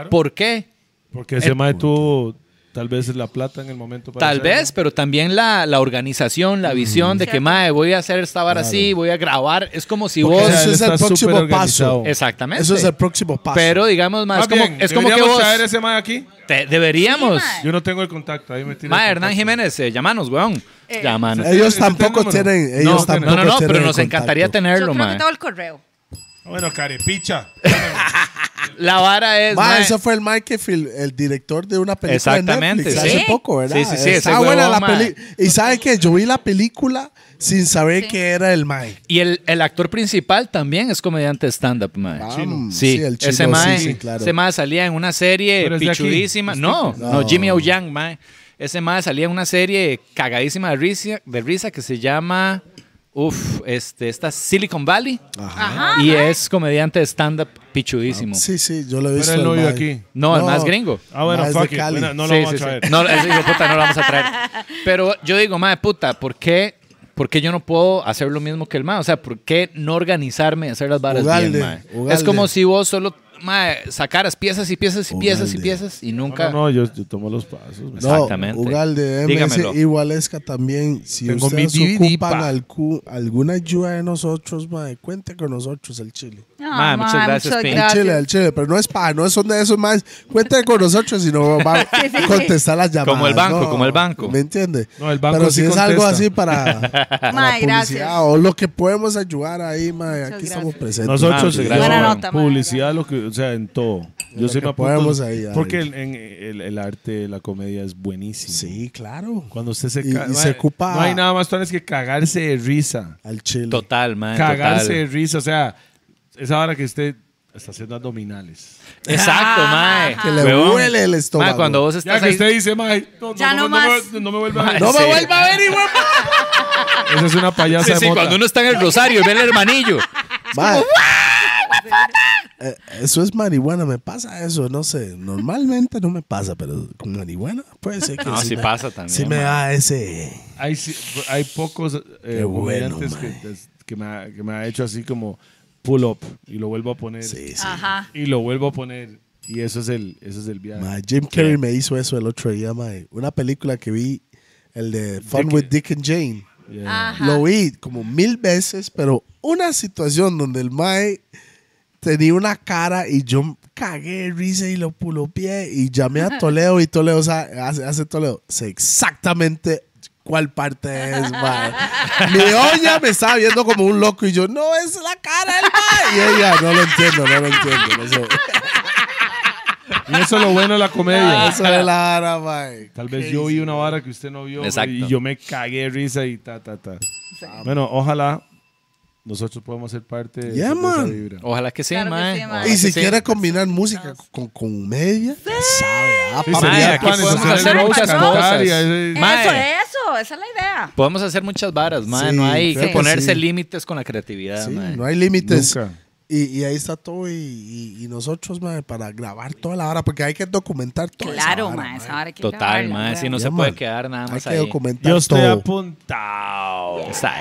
Speaker 6: ¿Por qué?
Speaker 5: Porque ese mae tuvo Tal vez es la plata en el momento para
Speaker 6: eh, Tal
Speaker 5: hacerlo.
Speaker 6: vez, pero también la, la organización,
Speaker 2: Mm.
Speaker 6: la visión de que, mae, voy a hacer esta vara así, voy a grabar. Es como si
Speaker 5: Porque, o
Speaker 6: vos...
Speaker 5: sea,
Speaker 2: Eso
Speaker 5: él
Speaker 2: es el
Speaker 5: está
Speaker 2: próximo
Speaker 5: súper
Speaker 2: paso.
Speaker 5: organizado.
Speaker 6: Exactamente.
Speaker 2: Eso es el próximo paso.
Speaker 6: Pero digamos, mae, es
Speaker 5: Más
Speaker 6: como,
Speaker 5: bien,
Speaker 6: es como que
Speaker 5: deberíamos
Speaker 6: vos...
Speaker 5: traer ese mae aquí.
Speaker 6: te- deberíamos...
Speaker 4: Sí, mae.
Speaker 5: Yo no tengo el contacto, ahí me tira el
Speaker 6: mae, Hernán
Speaker 5: contacto.
Speaker 6: Jiménez, eh, llamanos, weón. Llámanos.
Speaker 2: ellos
Speaker 5: ¿Ese es el
Speaker 2: tampoco
Speaker 5: número?
Speaker 2: tienen.
Speaker 5: No,
Speaker 2: Ellos
Speaker 5: no,
Speaker 2: tampoco
Speaker 6: No, no, no,
Speaker 2: tienen
Speaker 6: pero
Speaker 2: el
Speaker 6: nos encantaría
Speaker 2: contacto.
Speaker 4: Yo
Speaker 6: tenerlo,
Speaker 4: creo que
Speaker 6: mae.
Speaker 4: tengo el correo.
Speaker 5: Ah,
Speaker 15: Bueno,
Speaker 6: [LAUGHS]
Speaker 15: carepicha.
Speaker 6: La vara es,
Speaker 2: Ma,
Speaker 6: mae,
Speaker 2: ese fue el Mike que fil- el director de una película
Speaker 6: Exactamente,
Speaker 2: de Netflix
Speaker 6: sí.
Speaker 2: hace poco, ¿verdad?
Speaker 6: Sí, sí, sí,
Speaker 2: Está
Speaker 6: ese
Speaker 2: buena
Speaker 6: huevón,
Speaker 2: la
Speaker 6: ma.
Speaker 2: película. Y sabe que yo vi la película sin saber que era el Mike.
Speaker 6: Y el, el actor principal también es comediante stand-up, mae.
Speaker 2: Chino.
Speaker 6: Sí,
Speaker 2: Sí, el chino,
Speaker 6: ese
Speaker 2: sí,
Speaker 6: mae,
Speaker 2: sí, claro.
Speaker 6: ese mae salía en una serie
Speaker 5: Pero es de aquí,
Speaker 6: pichudísima.
Speaker 5: es
Speaker 6: No,
Speaker 2: tico.
Speaker 6: no,
Speaker 2: No.
Speaker 6: Jimmy O'Yang, mae. Ese mae salía en una serie cagadísima de risa, de risa que se llama, uf, este, esta Silicon Valley.
Speaker 4: Ajá.
Speaker 6: Y es comediante stand-up pichudísimo.
Speaker 2: Sí, sí, yo lo he visto.
Speaker 5: Pero él no
Speaker 2: el
Speaker 5: vive
Speaker 2: Mike.
Speaker 5: aquí.
Speaker 6: No, el
Speaker 2: No.
Speaker 6: más gringo.
Speaker 5: Ah, bueno,
Speaker 2: Ma, es de
Speaker 5: fuck it.
Speaker 2: Cali.
Speaker 5: Bueno, no lo
Speaker 6: Sí,
Speaker 5: vamos
Speaker 6: sí,
Speaker 5: a
Speaker 6: sí.
Speaker 5: traer.
Speaker 6: No, ese hijo de puta no lo vamos a traer. Pero yo digo, madre puta, ¿por qué, ¿por qué yo no puedo hacer lo mismo que el mae? O sea, ¿por qué no organizarme y hacer las varas
Speaker 2: Ugalde,
Speaker 6: bien, mae?
Speaker 2: Ugalde.
Speaker 6: Es como si vos solo, mae, sacaras piezas y piezas y piezas y
Speaker 2: Ugalde.
Speaker 6: piezas y nunca...
Speaker 5: No, no, yo, yo tomo los pasos. mae.
Speaker 2: No,
Speaker 6: Exactamente.
Speaker 2: Ugalde,
Speaker 6: Dígamelo.
Speaker 2: MS Igualesca también. Si
Speaker 5: Tengo mi
Speaker 2: ustedes
Speaker 5: DVD,
Speaker 2: ocupan
Speaker 5: pa.
Speaker 2: alcu- alguna ayuda de nosotros, mae, cuente con nosotros el Chile.
Speaker 4: Ah,
Speaker 6: Ma, muchas gracias, Pink.
Speaker 2: El Chile, el Chile, pero no es para, no son de esos más. Cuente con nosotros y no
Speaker 4: [LAUGHS]
Speaker 2: va a contestar las llamadas.
Speaker 6: Como el banco,
Speaker 2: no,
Speaker 6: como el banco.
Speaker 2: ¿Me entiende?
Speaker 5: No, el banco
Speaker 2: pero
Speaker 5: sí
Speaker 2: si es algo
Speaker 5: contesta.
Speaker 6: [LAUGHS]
Speaker 2: así para, para
Speaker 4: Mae, gracias.
Speaker 2: publicidad o lo que podemos ayudar ahí, mae, aquí
Speaker 4: gracias.
Speaker 2: estamos presentes. Ah,
Speaker 5: Nosotros,
Speaker 6: Madre,
Speaker 5: yo,
Speaker 6: buena
Speaker 4: nota, madre,
Speaker 5: publicidad, lo que, o sea, en todo. Yo
Speaker 2: lo
Speaker 5: soy
Speaker 2: que podemos ahí, ahí.
Speaker 5: Porque el, en- el- el arte, la comedia es buenísimo.
Speaker 2: Sí, claro.
Speaker 5: Cuando usted se
Speaker 2: Y-
Speaker 5: ca-
Speaker 2: y
Speaker 5: no
Speaker 2: se
Speaker 5: hay-
Speaker 2: ocupa-
Speaker 5: No hay nada más es que cagarse de risa.
Speaker 2: Al Chile.
Speaker 6: Total, mae,
Speaker 5: Cagarse de
Speaker 6: total.
Speaker 5: risa. O sea, esa hora que usted está haciendo abdominales.
Speaker 6: Exacto, mae.
Speaker 2: Que le
Speaker 6: Huevón.
Speaker 2: huele el
Speaker 6: Mae,
Speaker 2: estómago.
Speaker 6: cuando vos Pues estás
Speaker 5: Ya que
Speaker 6: ahí-
Speaker 5: usted dice, "Mae, no,
Speaker 4: Ya no
Speaker 5: no, no me-
Speaker 4: más.
Speaker 5: no me, vuelva a ver.
Speaker 6: Mae, sí.
Speaker 2: a ver, igual.
Speaker 5: Esa es una payasa
Speaker 6: Sí,
Speaker 5: de
Speaker 6: sí,
Speaker 5: mota.
Speaker 6: cuando uno está en el rosario y ve el hermanillo.
Speaker 2: Mae. Eh, Eso es marihuana, me pasa eso, no sé. Normalmente no me pasa, pero con marihuana puede ser que
Speaker 6: No, sí
Speaker 2: me-
Speaker 6: pasa también,
Speaker 2: Sí me
Speaker 6: mae.
Speaker 2: da ese.
Speaker 5: Hay, sí- hay pocos eh,
Speaker 2: bueno,
Speaker 5: comediantes que-
Speaker 2: mae.
Speaker 5: que, me ha, que me ha hecho así como pull up y lo vuelvo a poner.
Speaker 2: Sí, sí.
Speaker 4: Ajá.
Speaker 5: Y lo vuelvo a poner. Y eso es el, eso es el viaje.
Speaker 2: Ma, Jim Carrey me hizo eso el otro día, mae. Una película que vi, el de Fun with Dick and Jane.
Speaker 5: Yeah.
Speaker 4: Ajá.
Speaker 2: Lo vi como mil veces, pero una situación donde el mae tenía una cara y yo cagué de risa y lo pulopié y llamé a Toledo y Toledo sa- hace, hace Toledo. Sé exactamente cuál parte es, mae. Mi olla me estaba viendo como un loco y yo, no, es la cara del mae. Y ella, no lo entiendo, no lo entiendo. No sé.
Speaker 5: Y eso es lo bueno de la comedia.
Speaker 2: Ah, Eso es la vara, mae.
Speaker 5: Tal vez yo vi una vara que usted no vio
Speaker 6: Exacto.
Speaker 5: y yo me cagué de risa y ta, ta, ta. Bueno, ojalá nosotros podamos ser parte de,
Speaker 2: Yeah,
Speaker 5: esa- de esa
Speaker 2: man.
Speaker 5: vibra.
Speaker 6: Ojalá que sí,
Speaker 4: Claro que
Speaker 6: mae.
Speaker 4: sí, mae.
Speaker 6: Ojalá
Speaker 2: Y
Speaker 6: que
Speaker 2: si
Speaker 6: sí.
Speaker 2: quiere combinar música con comedia, ya sabe. ah,
Speaker 5: Sí,
Speaker 2: papi,
Speaker 5: sí,
Speaker 6: Mae,
Speaker 2: ya
Speaker 6: aquí
Speaker 2: planes,
Speaker 6: podemos
Speaker 2: o sea,
Speaker 6: hacer
Speaker 4: no,
Speaker 6: muchas
Speaker 4: cantar
Speaker 6: cosas.
Speaker 5: y ahí-
Speaker 6: Mae,
Speaker 4: Eso, eso, esa es la idea.
Speaker 6: podemos hacer muchas varas, mae.
Speaker 2: Sí,
Speaker 6: no hay que
Speaker 2: creo que
Speaker 6: ponerse
Speaker 2: sí.
Speaker 6: límites con la creatividad,
Speaker 2: sí,
Speaker 6: mae.
Speaker 2: no hay límites.
Speaker 5: Nunca.
Speaker 2: Y, y ahí está todo. Y, y- y nosotros, mae, para grabar toda la hora, porque hay que documentar todo.
Speaker 4: Claro, ma, esa hora hay que
Speaker 6: Total,
Speaker 4: grabarla,
Speaker 6: mae.
Speaker 4: weón.
Speaker 6: Si no
Speaker 2: Ya,
Speaker 6: se puede
Speaker 2: mae.
Speaker 6: quedar nada
Speaker 2: Hay
Speaker 6: más
Speaker 2: que
Speaker 6: ahí. Oh,
Speaker 2: documentar
Speaker 5: Yo estoy
Speaker 2: todo.
Speaker 5: [LAUGHS] apuntado.
Speaker 6: Sai.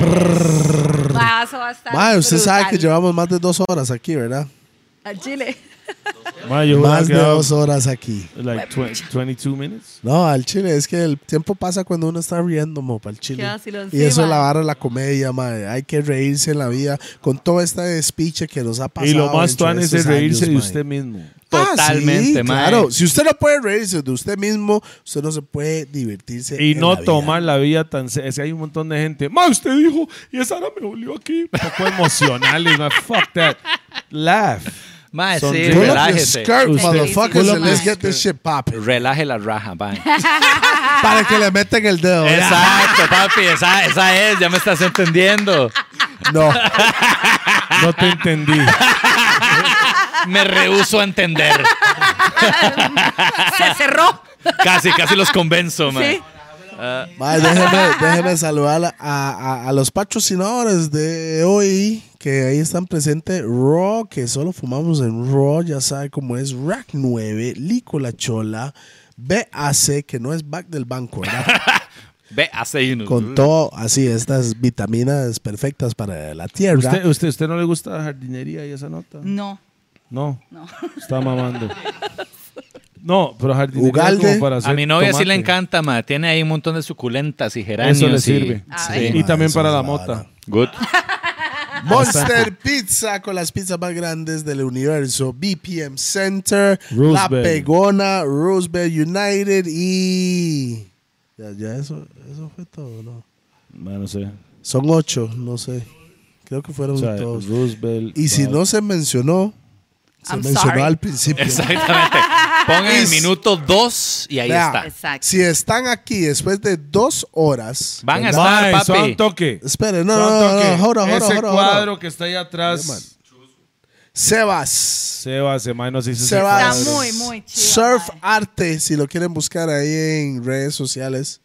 Speaker 4: Va, eso va a estar
Speaker 2: Mae, usted sabe que
Speaker 4: brutal.
Speaker 2: llevamos más de dos horas aquí, ¿verdad?
Speaker 4: Al
Speaker 6: [LAUGHS]
Speaker 4: Chile.
Speaker 5: Ma, yo
Speaker 2: Más de
Speaker 5: hubiera quedado
Speaker 2: dos horas aquí.
Speaker 5: like twen- 22 minutes.
Speaker 2: No, al chile, es que el tiempo pasa cuando uno está riendo, mo, para el chile.
Speaker 4: Queda así lo
Speaker 2: Y eso
Speaker 4: encima.
Speaker 2: es la vara de la comedia, mae. Hay que reírse en la vida con todo este despiche que nos ha pasado.
Speaker 5: y lo más
Speaker 2: dentro
Speaker 5: tuan es de
Speaker 2: estos
Speaker 5: reírse
Speaker 2: años, mae.
Speaker 5: de usted mismo.
Speaker 2: Ah,
Speaker 6: Totalmente,
Speaker 2: sí,
Speaker 6: mae.
Speaker 2: Claro, si usted no puede reírse de usted mismo, usted no se puede divertirse.
Speaker 5: Y
Speaker 2: en
Speaker 5: no
Speaker 2: la vida.
Speaker 5: tomar la vida tan seria. hay un montón de gente. Ma, usted dijo, y esa hora me volvió aquí. Un poco emocional. y ma, fuck that. Laugh.
Speaker 6: Mae, sí,
Speaker 5: Sonríe.
Speaker 2: Pull up your
Speaker 6: relájese.
Speaker 2: skirt,
Speaker 4: Usted-
Speaker 2: motherfuckers,
Speaker 4: Pull up
Speaker 2: and let's
Speaker 4: your
Speaker 2: get this shit popping.
Speaker 6: Relaje la raja, mae.
Speaker 4: Ah.
Speaker 2: Para que le metan el dedo.
Speaker 6: Exacto, papi. Esa, esa es, ya me estás entendiendo.
Speaker 2: No,
Speaker 5: No te [LAUGHS] entendí.
Speaker 6: Me rehuso a entender.
Speaker 4: Se cerró.
Speaker 6: Casi, casi los convenzo, mae.
Speaker 4: Sí.
Speaker 2: mae, déjeme, déjeme saludar a, a- a los patrocinadores de hoy que ahí están presentes. Raw, que solo fumamos en Raw, ya sabe cómo es. Rack 9, Licola Chola, BAC, que no es back del banco, ¿verdad?
Speaker 6: Ve, hace uno.
Speaker 2: Con todo, así, estas vitaminas perfectas para la tierra.
Speaker 5: ¿Usted, usted, ¿Usted no le gusta la jardinería y esa nota?
Speaker 4: No.
Speaker 5: No.
Speaker 4: No.
Speaker 5: Está mamando. No, pero jardinería
Speaker 2: Ugalde.
Speaker 5: como para
Speaker 6: A
Speaker 5: hacer
Speaker 6: mi novia sí le
Speaker 5: tomate.
Speaker 6: encanta, ma. Tiene ahí un montón de suculentas y geranios.
Speaker 5: Eso le
Speaker 6: y-
Speaker 5: sirve.
Speaker 4: Ah,
Speaker 6: Sí.
Speaker 4: bueno.
Speaker 5: Y también
Speaker 2: eso
Speaker 5: para
Speaker 2: es
Speaker 5: la
Speaker 2: la
Speaker 5: mota.
Speaker 2: vara.
Speaker 6: Good.
Speaker 2: Monster Pizza con las pizzas más grandes del universo. BPM Center, La
Speaker 5: Roosevelt.
Speaker 2: Pegona, Roosevelt United y. Ya, ya eso, eso fue todo, ¿no?
Speaker 5: Ma, no sé.
Speaker 2: Son ocho, no sé. Creo que fueron
Speaker 5: O sea,
Speaker 2: todos.
Speaker 5: Roosevelt. ah,
Speaker 2: Y si
Speaker 5: Bad-
Speaker 2: no se mencionó, se
Speaker 4: I'm
Speaker 2: mencionó
Speaker 4: sorry.
Speaker 2: al principio.
Speaker 6: Exactamente. Pongan el
Speaker 2: Is-
Speaker 6: minuto 2 y ahí
Speaker 2: Vea.
Speaker 6: está.
Speaker 4: Exacto.
Speaker 2: Si están aquí después de dos horas.
Speaker 6: Van a
Speaker 2: ¿verdad?
Speaker 6: estar,
Speaker 5: Mae, suave
Speaker 6: papi.
Speaker 5: un toque.
Speaker 2: Espere, no,
Speaker 5: Suave
Speaker 2: no,
Speaker 5: un
Speaker 2: no,
Speaker 5: toque.
Speaker 2: no, hold on, hold on,
Speaker 5: Ese
Speaker 2: hold on, hold on.
Speaker 5: cuadro que está ahí atrás.
Speaker 2: Sebas.
Speaker 5: Sebas, se no se hizo ese
Speaker 2: Sebas.
Speaker 4: Está
Speaker 5: cuadro.
Speaker 4: muy, muy chido.
Speaker 2: Surf Arte, si lo quieren buscar ahí en redes sociales.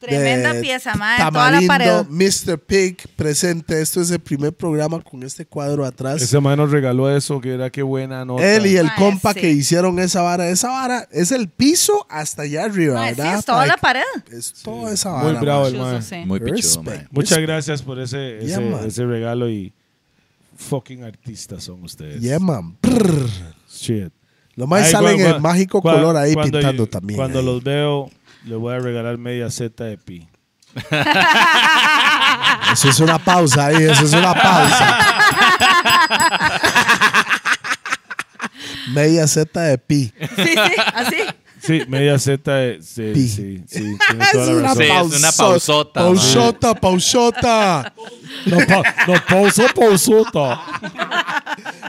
Speaker 2: de
Speaker 4: Tremenda pieza, mae, toda la
Speaker 2: eh, Tamarindo,
Speaker 4: pared.
Speaker 2: Mr. Pig presente. Esto es el primer programa con este cuadro atrás.
Speaker 5: Ese mae nos regaló eso, que era qué buena nota.
Speaker 2: Él y el
Speaker 4: Mae,
Speaker 2: compa
Speaker 4: sí.
Speaker 2: que hicieron esa vara. Esa vara es el piso hasta allá arriba,
Speaker 4: Mae, sí,
Speaker 2: ¿verdad?
Speaker 4: es toda
Speaker 2: Para
Speaker 4: la
Speaker 2: que-
Speaker 4: pared.
Speaker 2: Es toda esa
Speaker 5: Muy
Speaker 2: vara.
Speaker 5: bravo
Speaker 2: mae.
Speaker 5: el
Speaker 4: Chuzo,
Speaker 5: mae.
Speaker 4: sí.
Speaker 6: Muy pichudo,
Speaker 2: Respect.
Speaker 6: ma.
Speaker 5: Muchas gracias por ese,
Speaker 2: Yeah,
Speaker 5: ese,
Speaker 2: man.
Speaker 5: ese regalo y fucking artistas son ustedes.
Speaker 2: Yeah, man. Prrr.
Speaker 5: Shit.
Speaker 2: Lo más
Speaker 5: Ay,
Speaker 2: salen
Speaker 5: cua-
Speaker 2: el mágico
Speaker 5: cua-
Speaker 2: color ahí
Speaker 5: cuando
Speaker 2: pintando
Speaker 5: yo-
Speaker 2: también.
Speaker 5: Cuando
Speaker 2: ahí.
Speaker 5: los veo, les voy a regalar media seta de pi.
Speaker 2: Eso es una pausa ahí, eso es una pausa. Media Z de é pi.
Speaker 4: Sí, sí,
Speaker 6: [LAUGHS]
Speaker 4: así.
Speaker 5: Sí, media seta de sí,
Speaker 2: Pi.
Speaker 5: sí,
Speaker 2: [LAUGHS]
Speaker 5: sí, tienes toda la razón.
Speaker 6: Sí, es una pausota, man.
Speaker 2: Pausota, pausota.
Speaker 5: No, pa- no, pausa, pausota.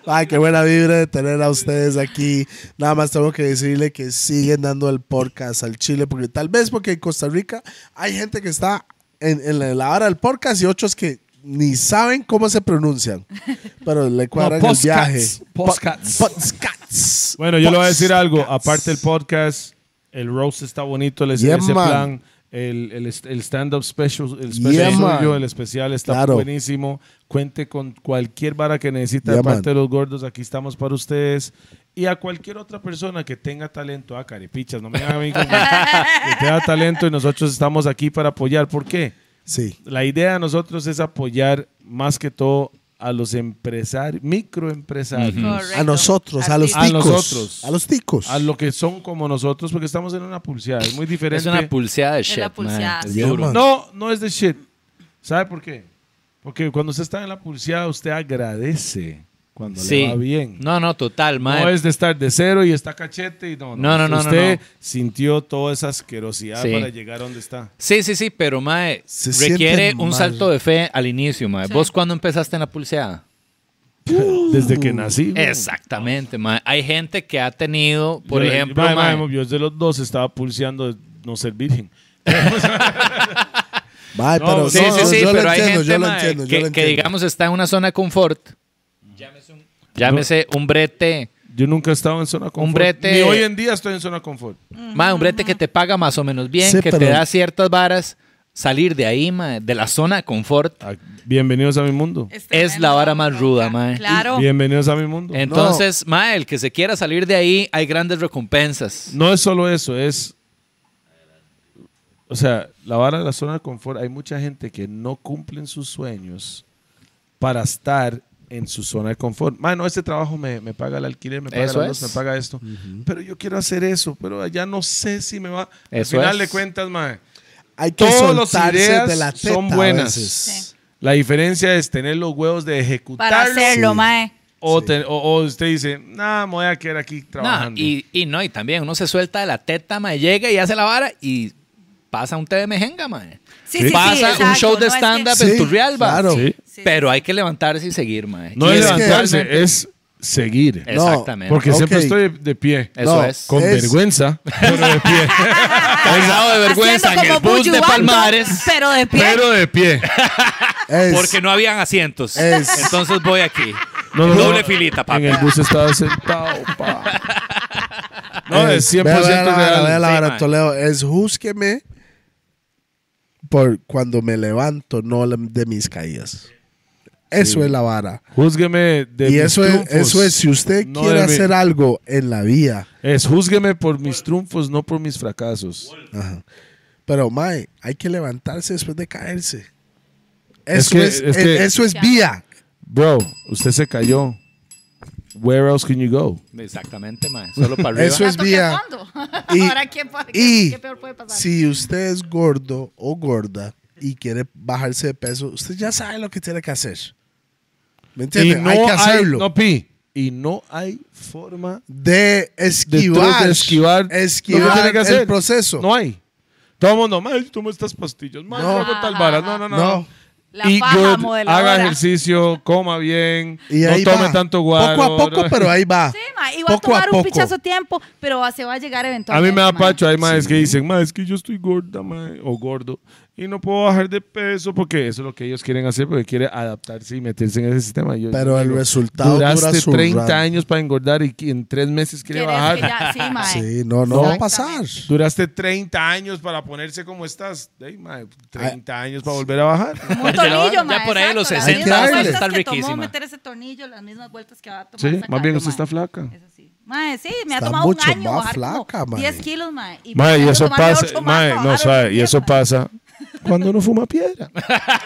Speaker 2: Ay, qué buena vibra de tener a ustedes aquí. Nada más tengo que decirle que siguen dando el podcast al Chile, porque tal vez porque en Costa Rica hay gente que está en, en la, la hora del podcast y otros que ni saben cómo se pronuncian,
Speaker 4: [LAUGHS]
Speaker 2: pero le cuadran el
Speaker 5: postcats,
Speaker 2: viaje. Po-
Speaker 5: postcats.
Speaker 2: Postcats.
Speaker 5: Bueno, yo le voy a decir algo. Aparte del podcast, el roast está bonito, el,
Speaker 2: Yeah,
Speaker 5: ese
Speaker 2: man.
Speaker 5: plan, el, el, est- el stand-up special, el special
Speaker 2: Yeah,
Speaker 5: suyo,
Speaker 2: man.
Speaker 5: el especial está
Speaker 2: Claro.
Speaker 5: buenísimo. Cuente con cualquier vara que necesita
Speaker 2: Yeah,
Speaker 5: de parte
Speaker 2: man.
Speaker 5: de los gordos, aquí estamos para ustedes. Y a cualquier otra persona que tenga talento, ah, caripichas, no me hagan a mí con- que tenga talento y nosotros estamos aquí para apoyar. ¿Por qué?
Speaker 2: Sí.
Speaker 5: La idea de nosotros es apoyar más que todo a los empresarios, microempresarios.
Speaker 6: Mm.
Speaker 4: Correcto.
Speaker 2: A nosotros, a los
Speaker 4: Artista.
Speaker 2: ticos.
Speaker 5: A nosotros.
Speaker 2: A los ticos.
Speaker 5: a lo que son como nosotros, porque estamos en una pulseada. Es muy diferente.
Speaker 6: Es una pulseada de
Speaker 4: la
Speaker 6: shit, ma.
Speaker 4: pulseada,
Speaker 6: Es
Speaker 2: sí.
Speaker 6: duro.
Speaker 5: no, no es de shit. ¿Sabe por qué? Porque cuando usted está en la pulseada, usted agradece cuando
Speaker 6: Sí.
Speaker 5: le va bien. No,
Speaker 6: No, no, total, ma.
Speaker 5: es de estar de cero y está cachete y no.
Speaker 6: No, no, no, no,
Speaker 5: Usted
Speaker 6: no.
Speaker 5: sintió toda esa asquerosidad
Speaker 6: Sí.
Speaker 5: para llegar a donde está.
Speaker 6: Sí, sí, sí, pero mae,
Speaker 2: Se
Speaker 6: requiere
Speaker 2: siente
Speaker 6: un
Speaker 2: mal.
Speaker 6: salto de fe al inicio, mae. ¿Vos cuándo empezaste en la pulseada?
Speaker 5: Desde
Speaker 6: Uh.
Speaker 5: que nací.
Speaker 2: Mm.
Speaker 5: güey.
Speaker 6: Exactamente, mae. Hay gente que ha tenido, por
Speaker 5: Yo-
Speaker 6: ejemplo,
Speaker 5: mae,
Speaker 6: mae,
Speaker 5: mae, yo desde los dos estaba pulseando de no ser virgen.
Speaker 2: Mae,
Speaker 5: No,
Speaker 2: pero
Speaker 6: Sí,
Speaker 2: no,
Speaker 6: sí, sí,
Speaker 2: yo lo
Speaker 6: pero hay
Speaker 2: entiendo,
Speaker 6: gente
Speaker 2: yo lo
Speaker 6: mae,
Speaker 2: entiendo, yo
Speaker 6: que,
Speaker 2: lo
Speaker 6: que,
Speaker 2: entiendo.
Speaker 6: digamos está en una zona de confort. Llámese un, brete,
Speaker 5: Yo nunca he estado en zona confort.
Speaker 6: brete-
Speaker 5: Ni hoy en día estoy en zona confort.
Speaker 6: mae, un brete que te paga más o menos bien,
Speaker 2: Sí,
Speaker 6: que te
Speaker 2: pero-
Speaker 6: da ciertas varas. Salir de ahí, mae, de la zona de confort,
Speaker 5: Ah, Bienvenidos a mi mundo.
Speaker 6: es la vara más ruda, mae.
Speaker 4: Claro.
Speaker 5: Bienvenidos a mi mundo.
Speaker 6: Entonces, mae, el que se quiera salir de ahí, hay grandes recompensas.
Speaker 5: No es solo eso, es. O sea, la vara de la zona de confort, hay mucha gente que no cumplen sus sueños para estar en su zona de confort. Mano, este trabajo me, me paga el alquiler, me paga
Speaker 6: Eso
Speaker 5: la luz,
Speaker 6: es.
Speaker 5: me paga esto. Pero yo quiero hacer eso, pero allá no sé si me va.
Speaker 6: Eso
Speaker 5: Al
Speaker 6: es.
Speaker 5: final de cuentas, mae,
Speaker 2: Hay que
Speaker 5: todos los
Speaker 2: soltarse
Speaker 5: ideas
Speaker 2: de la teta
Speaker 5: son
Speaker 2: a
Speaker 5: buenas.
Speaker 2: veces.
Speaker 4: Sí.
Speaker 5: La diferencia es tener los huevos de ejecutarlo.
Speaker 4: Para hacerlo,
Speaker 2: Sí.
Speaker 4: mae.
Speaker 5: O, te- o- o usted dice, nah, me voy a quedar aquí
Speaker 6: No,
Speaker 5: trabajando.
Speaker 6: y, y no, y también uno se suelta de la teta, mae, llega y hace la vara y pasa un té de mejenga, mae.
Speaker 4: Sí, sí, sí,
Speaker 6: pasa un
Speaker 4: exacto,
Speaker 6: show de
Speaker 4: no es que-
Speaker 6: stand-up
Speaker 2: Sí,
Speaker 6: en Turrialba.
Speaker 2: claro.
Speaker 5: Sí.
Speaker 4: sí,
Speaker 6: Pero hay que levantarse y seguir, mae.
Speaker 5: No
Speaker 6: Y
Speaker 5: es
Speaker 2: es que-
Speaker 5: levantarse, es seguir.
Speaker 6: Exactamente.
Speaker 5: Porque
Speaker 2: Ok.
Speaker 5: siempre estoy de, de pie.
Speaker 6: Eso
Speaker 2: No,
Speaker 6: es.
Speaker 5: Con
Speaker 2: es- [LAUGHS]
Speaker 5: vergüenza, pero de pie.
Speaker 6: Cagado de vergüenza en
Speaker 4: Haciendo
Speaker 6: el
Speaker 4: como
Speaker 6: bus de
Speaker 4: Bujubanto,
Speaker 6: Palmares
Speaker 4: Pero de pie.
Speaker 5: pero
Speaker 2: [LAUGHS]
Speaker 5: de pie.
Speaker 2: Es-
Speaker 6: porque no habían asientos.
Speaker 2: Es-
Speaker 6: Entonces voy aquí.
Speaker 5: No, no, no.
Speaker 6: Doble filita, papi.
Speaker 5: En el bus estaba sentado,
Speaker 2: [LAUGHS]
Speaker 5: pa. No, es 100%
Speaker 2: Vea, vea la vara, vea
Speaker 5: real.
Speaker 2: la
Speaker 6: Sí,
Speaker 2: vara,
Speaker 6: mae.
Speaker 2: Toledo. Es júzqueme por cuando me levanto, no la- de mis caídas. Eso es la vara.
Speaker 5: Júzgueme de
Speaker 2: Y
Speaker 5: mis
Speaker 2: eso es,
Speaker 5: triunfos.
Speaker 2: eso es, si usted
Speaker 5: No
Speaker 2: quiere
Speaker 5: de mi-
Speaker 2: hacer algo en la vida,
Speaker 5: Es júzgueme por mis triunfos, no por mis fracasos.
Speaker 2: pero Mae, hay que levantarse después de caerse.
Speaker 5: Es
Speaker 2: Eso
Speaker 5: que-
Speaker 2: es,
Speaker 5: es que-
Speaker 2: eso es vía.
Speaker 5: Bro, usted se cayó. where else can you go?
Speaker 6: Exactamente, mae. Solo para arriba.
Speaker 2: Eso es
Speaker 4: Tanto que
Speaker 2: vía.
Speaker 4: fondo. [LAUGHS]
Speaker 2: Y-
Speaker 4: Ahora, ¿qué, puede-
Speaker 2: y
Speaker 4: qué peor puede pasar?
Speaker 2: si usted es gordo o gorda y quiere bajarse de peso, usted ya sabe lo que tiene que hacer. ¿Me entiende? hay que hacerlo.
Speaker 5: no, Pi, y no hay forma
Speaker 2: de
Speaker 5: de tú
Speaker 2: esquivar,
Speaker 5: de esquivar, lo que
Speaker 2: esquivar
Speaker 5: tiene que hacer.
Speaker 2: el proceso.
Speaker 5: No hay. Todo el mundo, "Mae, toma estas pastillas, mae,
Speaker 2: No.
Speaker 5: hago tal vara". No, no, no.
Speaker 2: No.
Speaker 5: no.
Speaker 4: La
Speaker 5: Eat
Speaker 4: paja
Speaker 5: good,
Speaker 4: modeladora.
Speaker 5: haga ejercicio, coma bien,
Speaker 2: Y
Speaker 5: no
Speaker 2: ahí
Speaker 5: tome
Speaker 2: va.
Speaker 5: tanto guaro.
Speaker 2: Poco a poco, pero ahí va.
Speaker 4: Sí, ma, y va a
Speaker 2: Poco a
Speaker 4: tomar un
Speaker 2: poco.
Speaker 4: pichazo tiempo, pero se va a llegar
Speaker 5: [LAUGHS] A
Speaker 4: eventualmente.
Speaker 5: mí me da
Speaker 4: ma.
Speaker 5: pacho, hay madres que dicen, "Mae, es que yo estoy gorda, mae, o gordo, y no puedo bajar de peso porque eso es lo que ellos quieren hacer, porque quieren adaptarse y meterse en ese sistema. Yo-
Speaker 2: Pero
Speaker 5: yo
Speaker 2: el
Speaker 5: digo,
Speaker 2: resultado dura
Speaker 5: Duraste
Speaker 2: su
Speaker 5: 30
Speaker 2: rato.
Speaker 5: años para engordar y que en tres meses quiere
Speaker 4: ¿Quieres que ya-
Speaker 5: bajar.
Speaker 4: sí, ma, eh.
Speaker 2: Sí, no, no va a
Speaker 4: Exactamente.
Speaker 2: pasar.
Speaker 5: Duraste 30 años para ponerse como estás. Ey, mae, 30 años para volver a bajar.
Speaker 4: Un tornillo,
Speaker 6: Ya
Speaker 4: ma,
Speaker 6: por ahí
Speaker 4: exacto,
Speaker 6: los
Speaker 4: las
Speaker 2: 60
Speaker 4: mismas
Speaker 2: años
Speaker 4: vueltas
Speaker 6: está
Speaker 4: que
Speaker 6: riquísima.
Speaker 4: tomó meter ese tornillo, las mismas vueltas que va a tomar
Speaker 5: Sí,
Speaker 4: sacarlo,
Speaker 5: más bien usted
Speaker 4: ma.
Speaker 5: está flaca.
Speaker 4: Eso sí. Mae, sí, me ha
Speaker 2: Está
Speaker 4: tomado
Speaker 2: mucho
Speaker 4: un año
Speaker 2: más
Speaker 4: bajar como
Speaker 2: flaca, eh. mae.
Speaker 4: 10 kilos, mae. Y,
Speaker 5: Mae, y
Speaker 4: me
Speaker 5: eso
Speaker 4: tomó más de
Speaker 5: pasa,
Speaker 4: ocho más
Speaker 5: mae,
Speaker 4: bajar
Speaker 5: no
Speaker 4: los
Speaker 5: sabe, y
Speaker 4: diez,
Speaker 5: eso
Speaker 4: mae.
Speaker 5: pasa cuando uno fuma piedra.
Speaker 6: [LAUGHS]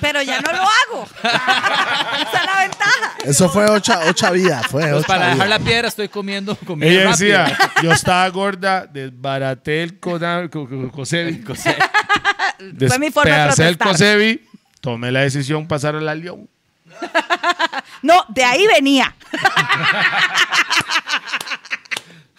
Speaker 4: Pero ya no lo hago. [LAUGHS] Esa es la ventaja.
Speaker 2: Eso fue ocha, ocha vía, fue
Speaker 6: Pues
Speaker 2: ocha
Speaker 6: para
Speaker 2: vía.
Speaker 6: dejar la piedra estoy comiendo comida
Speaker 5: [LAUGHS] Ella
Speaker 6: rápida.
Speaker 5: decía, yo estaba gorda, desbaraté el Cosevi. Co co- cosevi. [LAUGHS]
Speaker 4: Fue mi forma de
Speaker 5: Despedacé el
Speaker 4: protestar.
Speaker 5: Cosevi, tomé la decisión pasar al León.
Speaker 4: No, de ahí venía.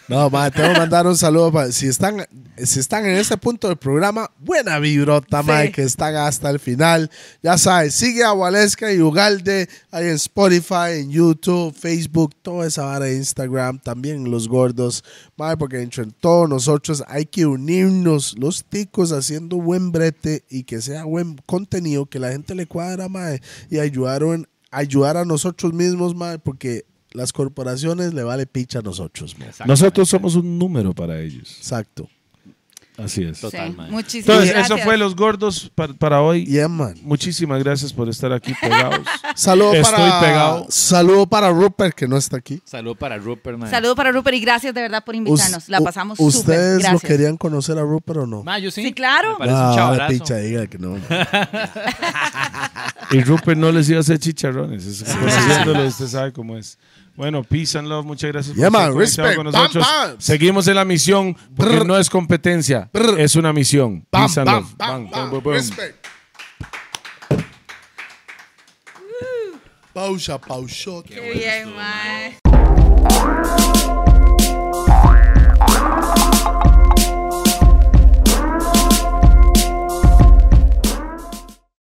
Speaker 2: No, ma, tengo que mandar un saludo. pa- si, están, si están en este punto del programa, buena vibrota, ma,
Speaker 4: Sí.
Speaker 2: que están hasta el final. Ya sabes, sigue a Waleska y Ugalde ahí en Spotify, en YouTube, Facebook, toda esa vara de Instagram, también los gordos, ma, porque entre todos nosotros hay que unirnos los ticos haciendo buen brete y que sea buen contenido, que la gente le cuadra, ma, y ayudaron, ayudar a nosotros mismos, ma, porque las corporaciones le vale picha a nosotros, ma.
Speaker 5: Nosotros somos un número para ellos.
Speaker 2: Exacto.
Speaker 5: Así es.
Speaker 4: Sí, muchísimas
Speaker 5: Entonces,
Speaker 4: gracias.
Speaker 5: eso fue Los Gordos para, para hoy.
Speaker 2: Yeah, man.
Speaker 5: Muchísimas gracias por estar aquí pegados. [LAUGHS]
Speaker 2: Saludo
Speaker 5: Estoy
Speaker 2: para,
Speaker 5: pegado.
Speaker 2: Saludo para Rupert, que no está aquí.
Speaker 6: Salud para Rupert, mae.
Speaker 4: Saludos para Rupert y gracias de verdad por invitarnos.
Speaker 2: Us-
Speaker 4: la
Speaker 2: u-
Speaker 4: pasamos súper.
Speaker 2: ¿Ustedes lo
Speaker 4: Gracias.
Speaker 2: querían conocer a Rupert o no?
Speaker 6: Mae, yo sí.
Speaker 4: Sí, claro.
Speaker 6: Me parece
Speaker 2: Ah,
Speaker 6: un
Speaker 2: ahora
Speaker 6: chavarazo.
Speaker 2: picha, diga
Speaker 6: [LAUGHS]
Speaker 2: que no.
Speaker 5: y Rupert no les iba a hacer chicharrones. Es conociéndolo, usted sabe cómo es. Bueno, peace and love. Muchas gracias
Speaker 2: Yeah, man,
Speaker 5: estar
Speaker 2: respect.
Speaker 5: conectado con nosotros.
Speaker 2: Pam, pam.
Speaker 5: Seguimos en la misión porque
Speaker 2: Brr.
Speaker 5: no es competencia,
Speaker 2: Brr.
Speaker 5: es una misión. peace and love. Bang, bang, bang, bang.
Speaker 2: Respect. Pausa, pausota.
Speaker 4: Qué bien, mae.